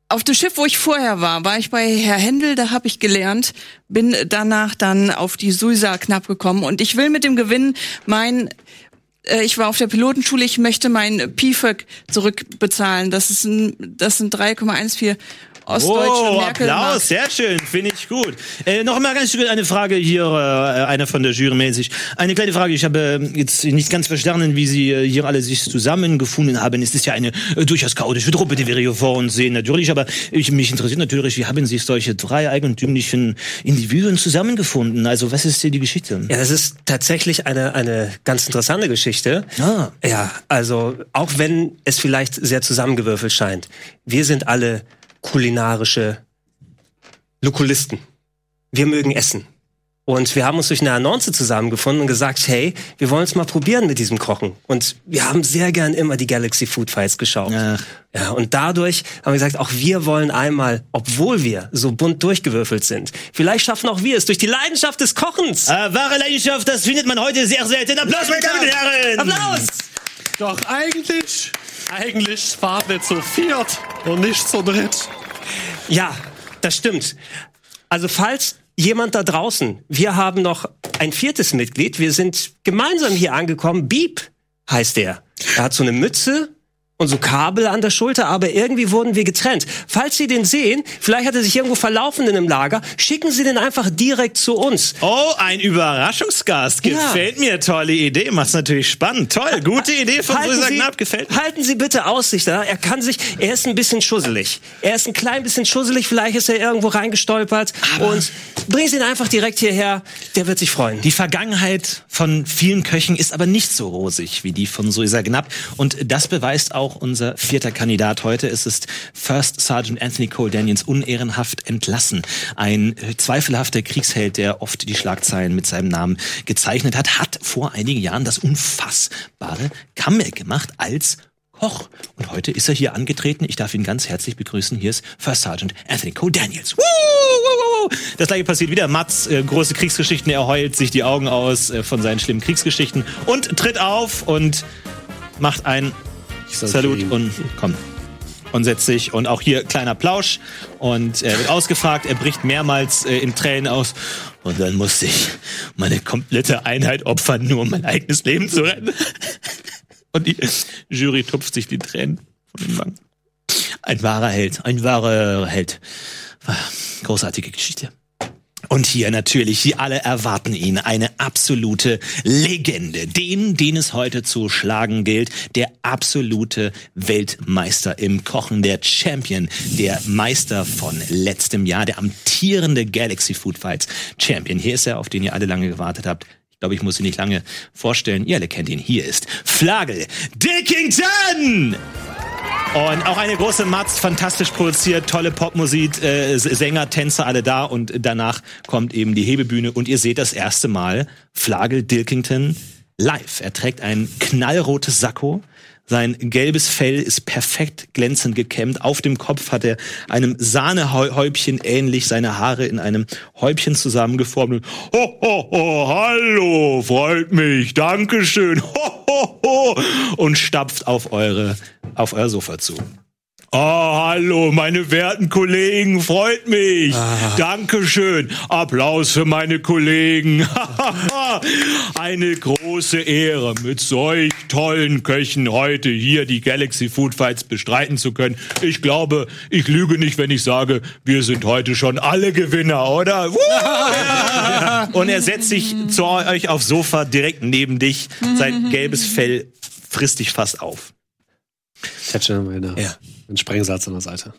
[SPEAKER 5] auf dem Schiff, wo ich vorher war, war ich bei Herr Händel, da habe ich gelernt, bin danach dann auf die Suisa knapp gekommen und ich will mit dem Gewinn mein äh, ich war auf der Pilotenschule, ich möchte mein PFÖC zurückbezahlen. Das ist ein, das sind 3,14 ostdeutsche
[SPEAKER 1] Oh,
[SPEAKER 5] Merkel.
[SPEAKER 1] Applaus, sehr schön, finde ich gut. Äh, noch mal ganz kurz eine Frage hier, äh, einer von der Jury mäßig. Eine kleine Frage, ich habe äh, jetzt nicht ganz verstanden, wie Sie äh, hier alle sich zusammengefunden haben. Es ist ja eine äh, durchaus chaotische Truppe, die wir hier vor uns sehen, natürlich. Aber ich, mich interessiert natürlich, wie haben sich solche drei eigentümlichen Individuen zusammengefunden? Also was ist hier die Geschichte?
[SPEAKER 2] Ja, das ist tatsächlich eine, eine ganz interessante Geschichte.
[SPEAKER 1] Ah.
[SPEAKER 2] Ja, also auch wenn es vielleicht sehr zusammengewürfelt scheint, wir sind alle kulinarische Lokulisten. Wir mögen Essen. Und wir haben uns durch eine Annonce zusammengefunden und gesagt, hey, wir wollen es mal probieren mit diesem Kochen. Und wir haben sehr gern immer die Galaxy Food Fights geschaut.
[SPEAKER 1] Ach.
[SPEAKER 2] Ja, und dadurch haben wir gesagt, auch wir wollen einmal, obwohl wir so bunt durchgewürfelt sind, vielleicht schaffen auch wir es durch die Leidenschaft des Kochens.
[SPEAKER 1] Äh, wahre Leidenschaft, das findet man heute sehr selten. Applaus, meine Damen und Herren!
[SPEAKER 2] Applaus!
[SPEAKER 3] Doch eigentlich, eigentlich waren wir zu viert und nicht zu dritt.
[SPEAKER 2] Ja, das stimmt. Also falls jemand da draußen, wir haben noch ein viertes Mitglied, wir sind gemeinsam hier angekommen, Beep heißt er. Er hat so eine Mütze und so Kabel an der Schulter, aber irgendwie wurden wir getrennt. Falls Sie den sehen, vielleicht hat er sich irgendwo verlaufen in einem Lager, schicken Sie den einfach direkt zu uns.
[SPEAKER 1] Oh, ein Überraschungsgast.
[SPEAKER 2] Ja.
[SPEAKER 1] Gefällt mir. Tolle Idee. Macht's natürlich spannend. Toll. Gute Idee von Susa Knapp. Gefällt mir.
[SPEAKER 2] halten Sie bitte Aussicht da. Er kann sich, er ist ein bisschen schusselig. Er ist ein klein bisschen schusselig, vielleicht ist er irgendwo reingestolpert. und bringen Sie ihn einfach direkt hierher, der wird sich freuen.
[SPEAKER 1] Die Vergangenheit von vielen Köchen ist aber nicht so rosig wie die von Susa Knapp. Und das beweist auch unser vierter Kandidat heute. Es ist First Sergeant Anthony Cole Daniels unehrenhaft entlassen. Ein äh, zweifelhafter Kriegsheld, der oft die Schlagzeilen mit seinem Namen gezeichnet hat, hat vor einigen Jahren das unfassbare Comeback gemacht als Koch. Und heute ist er hier angetreten. Ich darf ihn ganz herzlich begrüßen. Hier ist First Sergeant Anthony Cole Daniels. Woo, woo, woo, woo. Das gleiche passiert wieder. Mats, äh, große Kriegsgeschichten, er heult sich die Augen aus äh, von seinen schlimmen Kriegsgeschichten und tritt auf und macht einen Salut und kommt. Und setzt sich und auch hier kleiner Plausch und äh, er wird ausgefragt, er bricht mehrmals äh, in Tränen aus und dann musste ich meine komplette Einheit opfern, nur um mein eigenes Leben zu retten. Und die Jury tupft sich die Tränen von den Wangen. Ein wahrer Held, ein wahrer Held. Großartige Geschichte. Und hier natürlich, die alle erwarten ihn, eine absolute Legende. Den, den es heute zu schlagen gilt, der absolute Weltmeister im Kochen, der Champion, der Meister von letztem Jahr, der amtierende Galaxy Food Fights Champion. Hier ist er, auf den ihr alle lange gewartet habt. Ich glaube, ich muss ihn nicht lange vorstellen. Ihr alle kennt ihn. Hier ist Flagel Dickington! Und auch eine große Matz, fantastisch produziert, tolle Popmusik, äh, S- Sänger, Tänzer, alle da. Und danach kommt eben die Hebebühne und ihr seht das erste Mal Flagel Dilkington live. Er trägt ein knallrotes Sakko. Sein gelbes Fell ist perfekt glänzend gekämmt. Auf dem Kopf hat er einem Sahnehäubchen ähnlich seine Haare in einem Häubchen zusammengeformt. Und, ho, ho, ho, hallo, freut mich, Dankeschön. Ho, ho, ho, und stapft auf eure, auf euer Sofa zu. Oh, hallo, meine werten Kollegen, freut mich. Dankeschön. Applaus für meine Kollegen. Eine große Ehre, mit solch tollen Köchen heute hier die Galaxy Food Fights bestreiten zu können. Ich glaube, ich lüge nicht, wenn ich sage, wir sind heute schon alle Gewinner, oder? Woo! Und er setzt sich zu euch aufs Sofa direkt neben dich. Sein gelbes Fell frisst dich fast auf.
[SPEAKER 7] Tätsche meine,
[SPEAKER 2] Ja.
[SPEAKER 7] einen Sprengsatz an der Seite.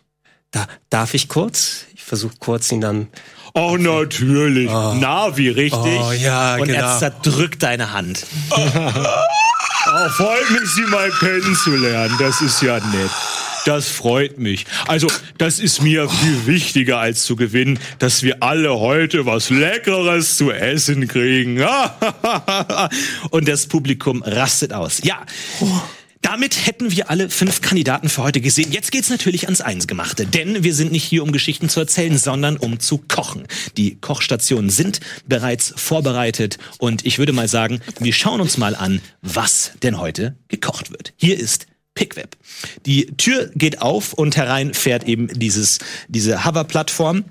[SPEAKER 2] Da, darf ich kurz? Ich versuche kurz ihn dann.
[SPEAKER 1] Oh, natürlich. Na, wie richtig.
[SPEAKER 2] Ah. Oh, ja,
[SPEAKER 1] Und
[SPEAKER 2] genau.
[SPEAKER 1] er zerdrückt deine Hand. oh, freut mich, Sie mal kennenzulernen. Das ist ja nett. Das freut mich. Also, das ist mir viel wichtiger als zu gewinnen, dass wir alle heute was Leckeres zu essen kriegen. Und das Publikum rastet aus. Ja.
[SPEAKER 2] Oh.
[SPEAKER 1] Damit hätten wir alle fünf Kandidaten für heute gesehen. Jetzt geht's natürlich ans Einsgemachte, denn wir sind nicht hier, um Geschichten zu erzählen, sondern um zu kochen. Die Kochstationen sind bereits vorbereitet und ich würde mal sagen, wir schauen uns mal an, was denn heute gekocht wird. Hier ist Pickweb. Die Tür geht auf und herein fährt eben dieses, diese Hover-Plattform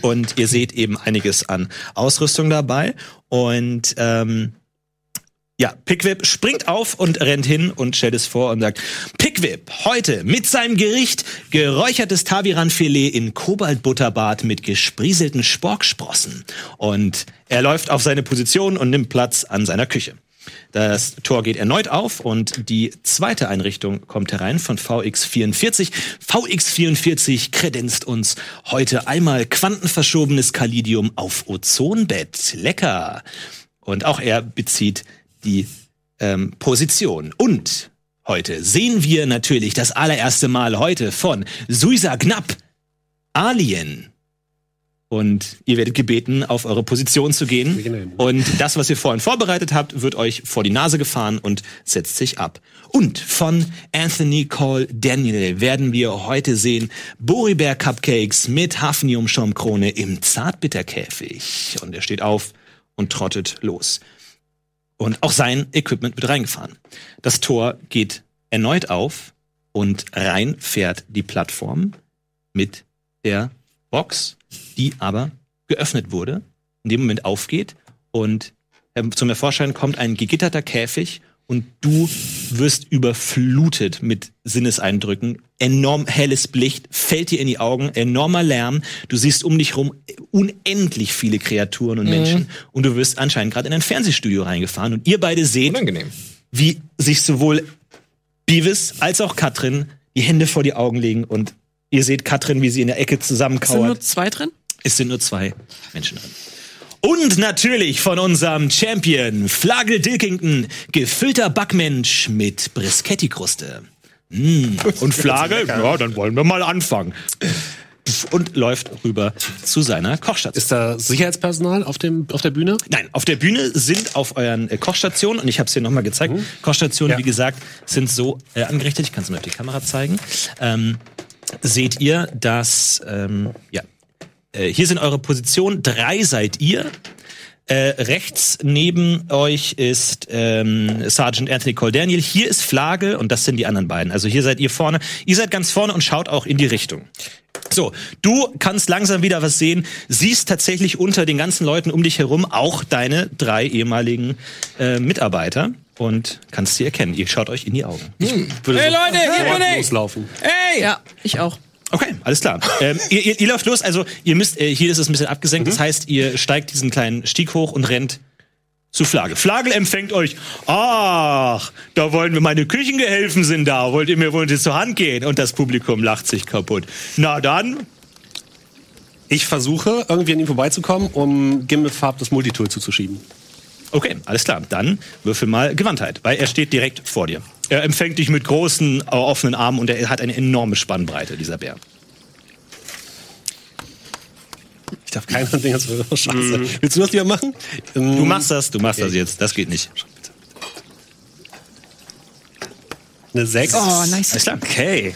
[SPEAKER 1] und ihr seht eben einiges an Ausrüstung dabei und ähm, ja, Pickwip springt auf und rennt hin und stellt es vor und sagt, Pickwip, heute mit seinem Gericht geräuchertes Taviranfilet in Kobaltbutterbad mit gesprieselten Sporksprossen. Und er läuft auf seine Position und nimmt Platz an seiner Küche. Das Tor geht erneut auf und die zweite Einrichtung kommt herein von VX44. VX44 kredenzt uns heute einmal quantenverschobenes Kalidium auf Ozonbett. Lecker. Und auch er bezieht die ähm, Position. Und heute sehen wir natürlich das allererste Mal heute von Suisa Knapp Alien. Und ihr werdet gebeten, auf eure Position zu gehen. Und das, was ihr vorhin vorbereitet habt, wird euch vor die Nase gefahren und setzt sich ab. Und von Anthony Cole Daniel werden wir heute sehen Boribär Cupcakes mit Hafniumschaumkrone im Zartbitterkäfig. Und er steht auf und trottet los. Und auch sein Equipment wird reingefahren. Das Tor geht erneut auf und rein fährt die Plattform mit der Box, die aber geöffnet wurde, in dem Moment aufgeht und ähm, zum Hervorschein kommt ein gegitterter Käfig und du wirst überflutet mit Sinneseindrücken. Enorm helles Licht fällt dir in die Augen, enormer Lärm. Du siehst um dich rum unendlich viele Kreaturen und Menschen und du wirst anscheinend gerade in ein Fernsehstudio reingefahren und ihr beide seht,
[SPEAKER 4] Unangenehm.
[SPEAKER 1] wie sich sowohl Beavis als auch Katrin die Hände vor die Augen legen und ihr seht Katrin, wie sie in der Ecke
[SPEAKER 5] Sind nur
[SPEAKER 1] zusammenkauert.
[SPEAKER 5] zwei drin?
[SPEAKER 1] Es sind nur zwei Menschen drin. Und natürlich von unserem Champion Flagel Dilkington, gefüllter Backmensch mit Briskettikruste. Mm. Und Flagel, ja, dann wollen wir mal anfangen. Und läuft rüber zu seiner Kochstation.
[SPEAKER 7] Ist da Sicherheitspersonal auf, dem, auf der Bühne?
[SPEAKER 1] Nein, auf der Bühne sind auf euren äh, Kochstationen, und ich habe es hier nochmal gezeigt, Kochstationen, wie gesagt, sind so äh, angerichtet, ich kann es mal auf die Kamera zeigen, ähm, seht ihr, dass, ähm, ja, äh, hier sind eure Positionen, drei seid ihr. Äh, rechts neben euch ist ähm, Sergeant Anthony Cole Daniel. Hier ist Flagel und das sind die anderen beiden. Also hier seid ihr vorne. Ihr seid ganz vorne und schaut auch in die Richtung. So, du kannst langsam wieder was sehen, siehst tatsächlich unter den ganzen Leuten um dich herum auch deine drei ehemaligen äh, Mitarbeiter und kannst sie erkennen. Ihr schaut euch in die Augen.
[SPEAKER 9] Hey Leute, hier bin ich!
[SPEAKER 7] Loslaufen.
[SPEAKER 9] Hey!
[SPEAKER 5] Ja, ich auch.
[SPEAKER 1] Okay, alles klar. ähm, ihr, ihr, ihr läuft los, also ihr müsst, äh, hier ist es ein bisschen abgesenkt, das heißt, ihr steigt diesen kleinen Stieg hoch und rennt zu Flagel. Flagel empfängt euch. Ach, da wollen wir, meine Küchengehilfen sind da. Wollt ihr mir wohl zur Hand gehen? Und das Publikum lacht sich kaputt. Na dann,
[SPEAKER 7] Ich versuche, irgendwie an ihm vorbeizukommen, um Gimmelfarb das Multitool zuzuschieben.
[SPEAKER 1] Okay, alles klar. Dann würfel mal Gewandtheit, weil er steht direkt vor dir. Er empfängt dich mit großen, äh, offenen Armen und er hat eine enorme Spannbreite, dieser Bär.
[SPEAKER 7] Ich darf keiner Ding jetzt Scheiße. Willst du das wieder machen? Ähm,
[SPEAKER 1] Du
[SPEAKER 7] Mhm.
[SPEAKER 1] machst das, du machst das jetzt. Das geht nicht.
[SPEAKER 7] Eine 6
[SPEAKER 5] Oh, nice.
[SPEAKER 1] Alles klar.
[SPEAKER 2] Okay.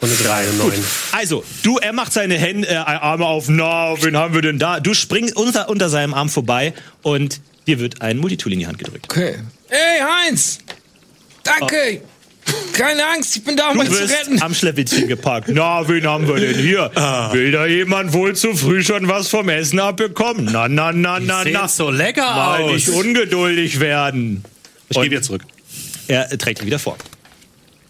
[SPEAKER 7] und eine 3 und 9.
[SPEAKER 1] Also, du, er macht seine Hände, äh, Arme auf. Na, wen haben wir denn da? Du springst unter, unter seinem Arm vorbei und dir wird ein Multitool in die Hand gedrückt.
[SPEAKER 4] Okay. Ey, Heinz! Danke! Keine Angst, ich bin da, um
[SPEAKER 1] Du
[SPEAKER 4] euch zu retten.
[SPEAKER 1] wirst am Schleppitchen gepackt. Na, wen haben wir denn hier? Will da jemand wohl zu früh schon was vom Essen abbekommen? Na, na, na, na, na.
[SPEAKER 7] so lecker
[SPEAKER 1] Mal nicht ungeduldig werden.
[SPEAKER 7] Ich gebe jetzt zurück.
[SPEAKER 1] Er trägt ihn wieder vor.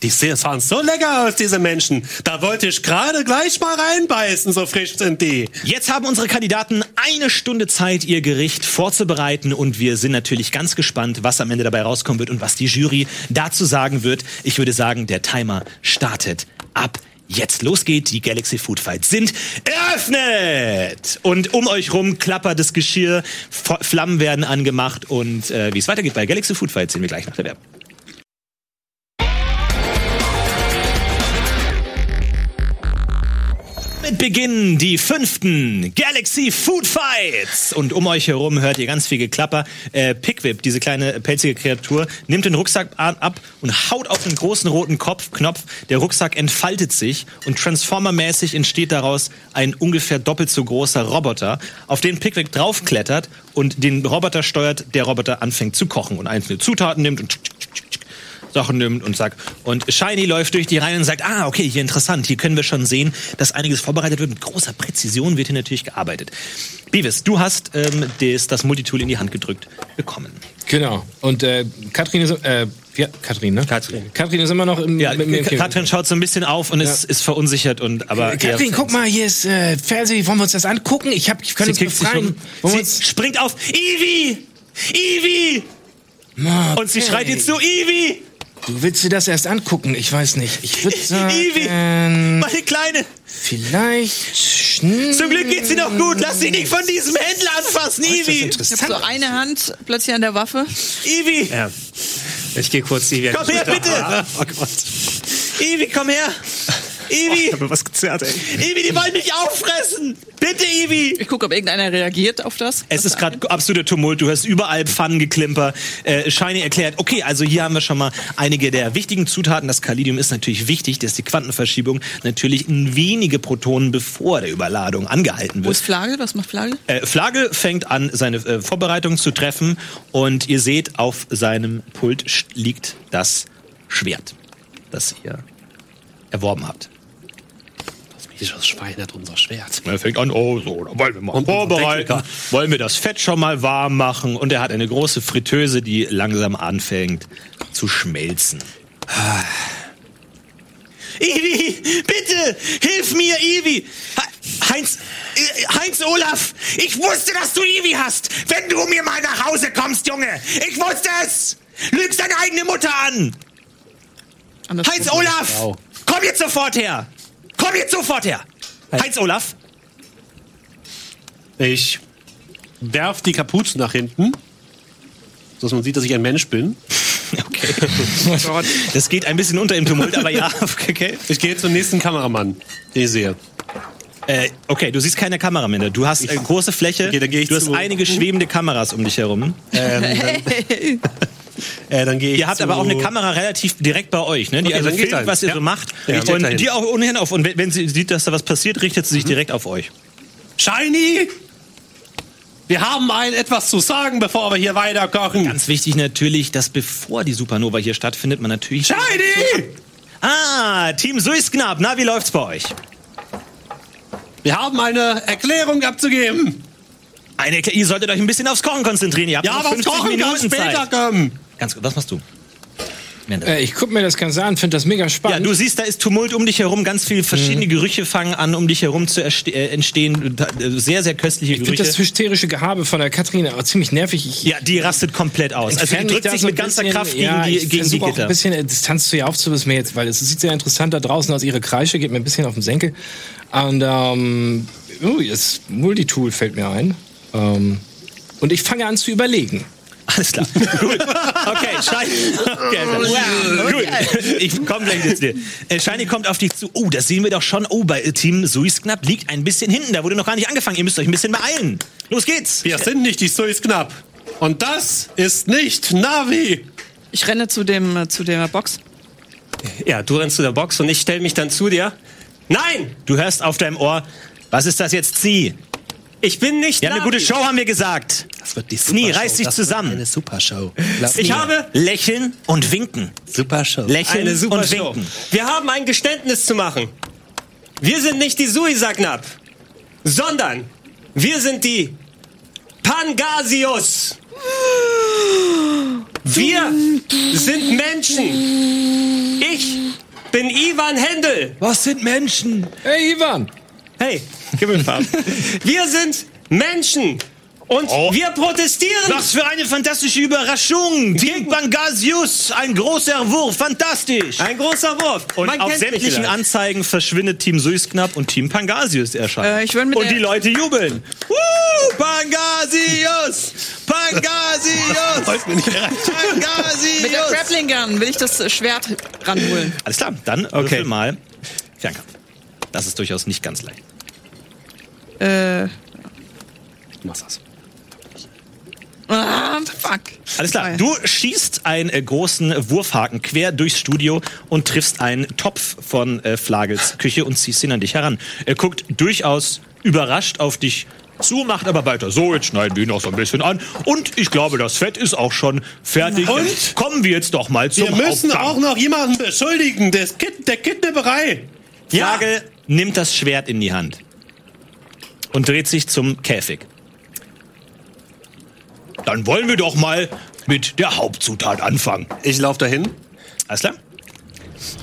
[SPEAKER 7] Die sehen- sahen so lecker aus, diese Menschen. Da wollte ich gerade gleich mal reinbeißen, so frisch sind die.
[SPEAKER 1] Jetzt haben unsere Kandidaten eine Stunde Zeit, ihr Gericht vorzubereiten und wir sind natürlich ganz gespannt, was am Ende dabei rauskommen wird und was die Jury dazu sagen wird. Ich würde sagen, der Timer startet ab. Jetzt los geht, die Galaxy Food Fights sind eröffnet! Und um euch rum klappert das Geschirr, F Flammen werden angemacht und äh, wie es weitergeht bei Galaxy Food Fights sehen wir gleich nach der Werbung. Damit beginnen die fünften Galaxy Food Fights. Und um euch herum hört ihr ganz viel Geklapper. Äh, Pickwip, diese kleine pelzige Kreatur, nimmt den Rucksack an- ab und haut auf den großen roten Kopf Knopf. Der Rucksack entfaltet sich und Transformer-mäßig entsteht daraus ein ungefähr doppelt so großer Roboter, auf den Pickwick draufklettert und den Roboter steuert. Der Roboter anfängt zu kochen und einzelne Zutaten nimmt und tsch, tsch, tsch, tsch, Sachen nimmt und sagt. Und Shiny läuft durch die Reihen und sagt, ah, okay, hier interessant, hier können wir schon sehen, dass einiges vorbereitet wird. Mit großer Präzision wird hier natürlich gearbeitet. Beavis, du hast ähm, des, das Multitool in die Hand gedrückt bekommen.
[SPEAKER 4] Genau. Und äh, Katrin ist. Äh, ja, Katrin, ne?
[SPEAKER 2] Katrin.
[SPEAKER 4] Katrin ist immer noch im,
[SPEAKER 1] Ja,
[SPEAKER 4] mit mir im Kino.
[SPEAKER 1] Katrin schaut so ein bisschen auf und ist, ist verunsichert und aber.
[SPEAKER 4] Katrin,
[SPEAKER 1] ja,
[SPEAKER 4] guck mal, hier ist äh, Fernsehen. Wollen wir uns das angucken? Ich, hab, ich kann
[SPEAKER 1] Sie
[SPEAKER 4] uns
[SPEAKER 1] kickt sich
[SPEAKER 4] befreien.
[SPEAKER 1] um.
[SPEAKER 4] Wollen wir
[SPEAKER 1] Sie
[SPEAKER 4] uns,
[SPEAKER 1] springt auf. Ivi! Ivi!
[SPEAKER 4] Ma,
[SPEAKER 1] Und sie
[SPEAKER 4] ey,
[SPEAKER 1] schreit jetzt so, Ivi!
[SPEAKER 4] Du willst dir das erst angucken? Ich weiß nicht. Ich würde
[SPEAKER 1] Ivi!
[SPEAKER 4] sagen,
[SPEAKER 1] Meine Kleine!
[SPEAKER 4] vielleicht schnell.
[SPEAKER 1] Zum Glück geht's ihr noch gut! Lass sie nicht von diesem Händler anfassen, Ivi!
[SPEAKER 5] Ich hab so eine Hand plötzlich an der Waffe.
[SPEAKER 1] Ivi!
[SPEAKER 2] Ja. Ich gehe kurz die
[SPEAKER 1] Komm her, bitte!
[SPEAKER 7] Oh Gott.
[SPEAKER 1] Ivi, komm her!
[SPEAKER 4] Oh,
[SPEAKER 1] Ivi!
[SPEAKER 7] habe was gezerrt, ey.
[SPEAKER 1] Ivi, die wollen mich auffressen! Bitte, Ivi!
[SPEAKER 5] Ich gucke, ob irgendeiner reagiert auf das.
[SPEAKER 1] Es ist gerade absoluter Tumult, du hörst überall Pfannengeklimper. Äh, Shiny erklärt, okay, also hier haben wir schon mal einige der wichtigen Zutaten. Das Kalidium ist natürlich wichtig, dass die Quantenverschiebung natürlich in wenige Protonen bevor der Überladung angehalten
[SPEAKER 5] Wo
[SPEAKER 1] wird.
[SPEAKER 5] ist Flagel? Was macht Flagel?
[SPEAKER 1] Äh, Flagel fängt an, seine äh, Vorbereitungen zu treffen und ihr seht, auf seinem Pult sch- liegt das Schwert, das ihr erworben habt.
[SPEAKER 7] Dieses Schwein hat unser Schwert.
[SPEAKER 1] Er fängt an, oh so, da wollen wir mal vorbereiten, wollen wir das Fett schon mal warm machen und er hat eine große Fritteuse, die langsam anfängt zu schmelzen. Ah. Ivi, bitte, hilf mir, Ivi! Ha- Heinz, äh, Heinz Olaf, ich wusste, dass du Ivi hast, wenn du mir mal nach Hause kommst, Junge! Ich wusste es! Lügst deine eigene Mutter an!
[SPEAKER 5] Anders
[SPEAKER 1] Heinz Olaf!
[SPEAKER 7] Frau.
[SPEAKER 1] Komm jetzt sofort her! Komm jetzt sofort her! Heinz Olaf!
[SPEAKER 7] Ich werf die Kapuze nach hinten, dass man sieht, dass ich ein Mensch bin.
[SPEAKER 1] Das geht ein bisschen unter im Tumult, aber ja, okay.
[SPEAKER 7] Ich gehe zum nächsten Kameramann, den ich sehe.
[SPEAKER 1] Äh, okay, du siehst keine Kamera mehr. Du hast äh, große Fläche.
[SPEAKER 7] Okay, dann geh ich
[SPEAKER 1] du hast
[SPEAKER 7] zu-
[SPEAKER 1] einige schwebende Kameras um dich herum.
[SPEAKER 7] Äh, dann gehe ich
[SPEAKER 1] Ihr habt
[SPEAKER 7] zu-
[SPEAKER 1] aber auch eine Kamera relativ direkt bei euch, ne? Die
[SPEAKER 7] Okay,
[SPEAKER 1] also
[SPEAKER 7] dann geht
[SPEAKER 1] filmt,
[SPEAKER 7] dahin.
[SPEAKER 1] was ihr
[SPEAKER 7] Ja.
[SPEAKER 1] so macht.
[SPEAKER 7] Ja. Ich check dahin.
[SPEAKER 1] Und die auch ohnehin auf. Und wenn, wenn sie sieht, dass da was passiert, richtet
[SPEAKER 7] Mhm.
[SPEAKER 1] sie sich direkt auf euch.
[SPEAKER 7] Shiny! Wir haben allen etwas zu sagen, bevor wir hier weiter kochen.
[SPEAKER 1] Ganz wichtig natürlich, dass bevor die Supernova hier stattfindet, man natürlich.
[SPEAKER 7] Shiny!
[SPEAKER 1] Ah, Team Suisknapp, na, wie läuft's bei euch?
[SPEAKER 7] Wir haben eine Erklärung abzugeben.
[SPEAKER 1] Eine, ihr solltet euch ein bisschen aufs Kochen konzentrieren. Ihr habt
[SPEAKER 7] Ja,
[SPEAKER 1] noch
[SPEAKER 7] aber
[SPEAKER 1] 50
[SPEAKER 7] kochen kann
[SPEAKER 1] Minuten
[SPEAKER 7] später
[SPEAKER 1] Zeit.
[SPEAKER 7] kommen.
[SPEAKER 1] Ganz gut, was machst du? Amanda.
[SPEAKER 4] Äh, ich guck mir das Ganze an, finde das mega
[SPEAKER 1] Ja,
[SPEAKER 4] spannend. Mhm.
[SPEAKER 1] du siehst, da ist Tumult um dich herum, ganz viele verschiedene Gerüche fangen an, um dich herum zu erste- äh, entstehen. Da- äh, Sehr, sehr köstliche
[SPEAKER 4] ich finde
[SPEAKER 1] Gerüche.
[SPEAKER 4] das hysterische Gehabe von der Katrin auch ziemlich nervig. Ich,
[SPEAKER 1] ja, die rastet komplett aus. Also die
[SPEAKER 4] entferne mich
[SPEAKER 1] drückt
[SPEAKER 4] da
[SPEAKER 1] sich
[SPEAKER 4] so ein
[SPEAKER 1] mit ganzer
[SPEAKER 4] bisschen-
[SPEAKER 1] Kraft gegen
[SPEAKER 4] ja,
[SPEAKER 1] die,
[SPEAKER 4] ich
[SPEAKER 1] gegen die
[SPEAKER 4] versuch auch
[SPEAKER 1] Gitter.
[SPEAKER 4] ein bisschen äh, Distanz zu ihr aufzubissen, jetzt, weil es sieht sehr interessant da draußen aus. Ihre Kreische geht mir ein bisschen auf den Senkel. Und ähm, ui, das Multitool fällt mir ein. Ähm, und ich fange an zu überlegen.
[SPEAKER 1] Alles klar. Okay, Shiny. Okay,
[SPEAKER 4] Oh,
[SPEAKER 1] wow. Gut. Ich komme gleich jetzt dir. Äh, Shiny kommt auf dich zu. Oh, das sehen wir doch schon. Oh, bei Team Suis Knapp liegt ein bisschen hinten. Da wurde noch gar nicht angefangen. Ihr müsst euch ein bisschen beeilen. Los geht's.
[SPEAKER 10] Wir sind nicht die Suis knapp. Und das ist nicht Navi.
[SPEAKER 5] Ich renne zu dem äh, zu der Box.
[SPEAKER 7] Ja, du rennst zu der Box und ich stelle mich dann zu dir. Nein,
[SPEAKER 1] Du hörst auf deinem Ohr. Was ist das jetzt? Zieh.
[SPEAKER 7] ich bin nicht
[SPEAKER 1] Ja, eine
[SPEAKER 7] Navi.
[SPEAKER 1] gute Show haben wir gesagt.
[SPEAKER 8] Das wird die
[SPEAKER 1] Sni, reiß dich
[SPEAKER 8] Das wird
[SPEAKER 1] zusammen.
[SPEAKER 8] Eine Supershow.
[SPEAKER 7] Ich habe
[SPEAKER 1] Lächeln und winken.
[SPEAKER 8] Supershow.
[SPEAKER 1] Lächeln
[SPEAKER 7] eine super
[SPEAKER 1] und
[SPEAKER 7] Show.
[SPEAKER 1] winken.
[SPEAKER 7] Wir haben ein Geständnis zu machen. Wir sind nicht die Suisa-Knapp, sondern wir sind die Pangasius. Wir sind Menschen. Ich bin Ivan Händel.
[SPEAKER 1] Was sind Menschen?
[SPEAKER 4] Hey, Ivan.
[SPEAKER 7] Hey, gib mir Farbe. Wir sind Menschen. Und
[SPEAKER 1] Oh.
[SPEAKER 7] wir protestieren.
[SPEAKER 1] Was für eine fantastische Überraschung. Team Pangasius, ein großer Wurf. Fantastisch.
[SPEAKER 7] Ein großer Wurf.
[SPEAKER 1] Und
[SPEAKER 7] Man
[SPEAKER 1] auf
[SPEAKER 7] kennt mich
[SPEAKER 1] sämtlichen
[SPEAKER 7] vielleicht.
[SPEAKER 1] Anzeigen verschwindet Team Suisknapp und Team Pangasius erscheint.
[SPEAKER 5] Äh, ich will mit
[SPEAKER 1] und
[SPEAKER 5] der-
[SPEAKER 1] die Leute jubeln. Woo! Pangasius! Pangasius!
[SPEAKER 5] Mit der
[SPEAKER 1] Pangasius!
[SPEAKER 5] Grappling Gun will ich das äh, Schwert ranholen.
[SPEAKER 1] Alles klar, dann würfel mal Fernkampf. Das ist durchaus nicht ganz leicht.
[SPEAKER 5] Äh,
[SPEAKER 8] Du machst das.
[SPEAKER 5] ah, fuck.
[SPEAKER 1] Alles klar, du schießt einen äh, großen Wurfhaken quer durchs Studio und triffst einen Topf von äh, Flagels Küche und ziehst ihn an dich heran. Er guckt durchaus überrascht auf dich zu, macht aber weiter. So, jetzt schneiden wir ihn noch so ein bisschen an. Und ich glaube, das Fett ist auch schon fertig.
[SPEAKER 10] Und?
[SPEAKER 1] Kommen wir jetzt doch mal zum
[SPEAKER 10] Wir müssen
[SPEAKER 1] Hauptgang.
[SPEAKER 10] auch noch jemanden beschuldigen. Des Kid der Kidnapperei.
[SPEAKER 1] Flagel nimmt das Schwert in die Hand und dreht sich zum Käfig. Dann wollen wir doch mal mit der Hauptzutat anfangen.
[SPEAKER 10] Ich laufe dahin.
[SPEAKER 1] Alles klar?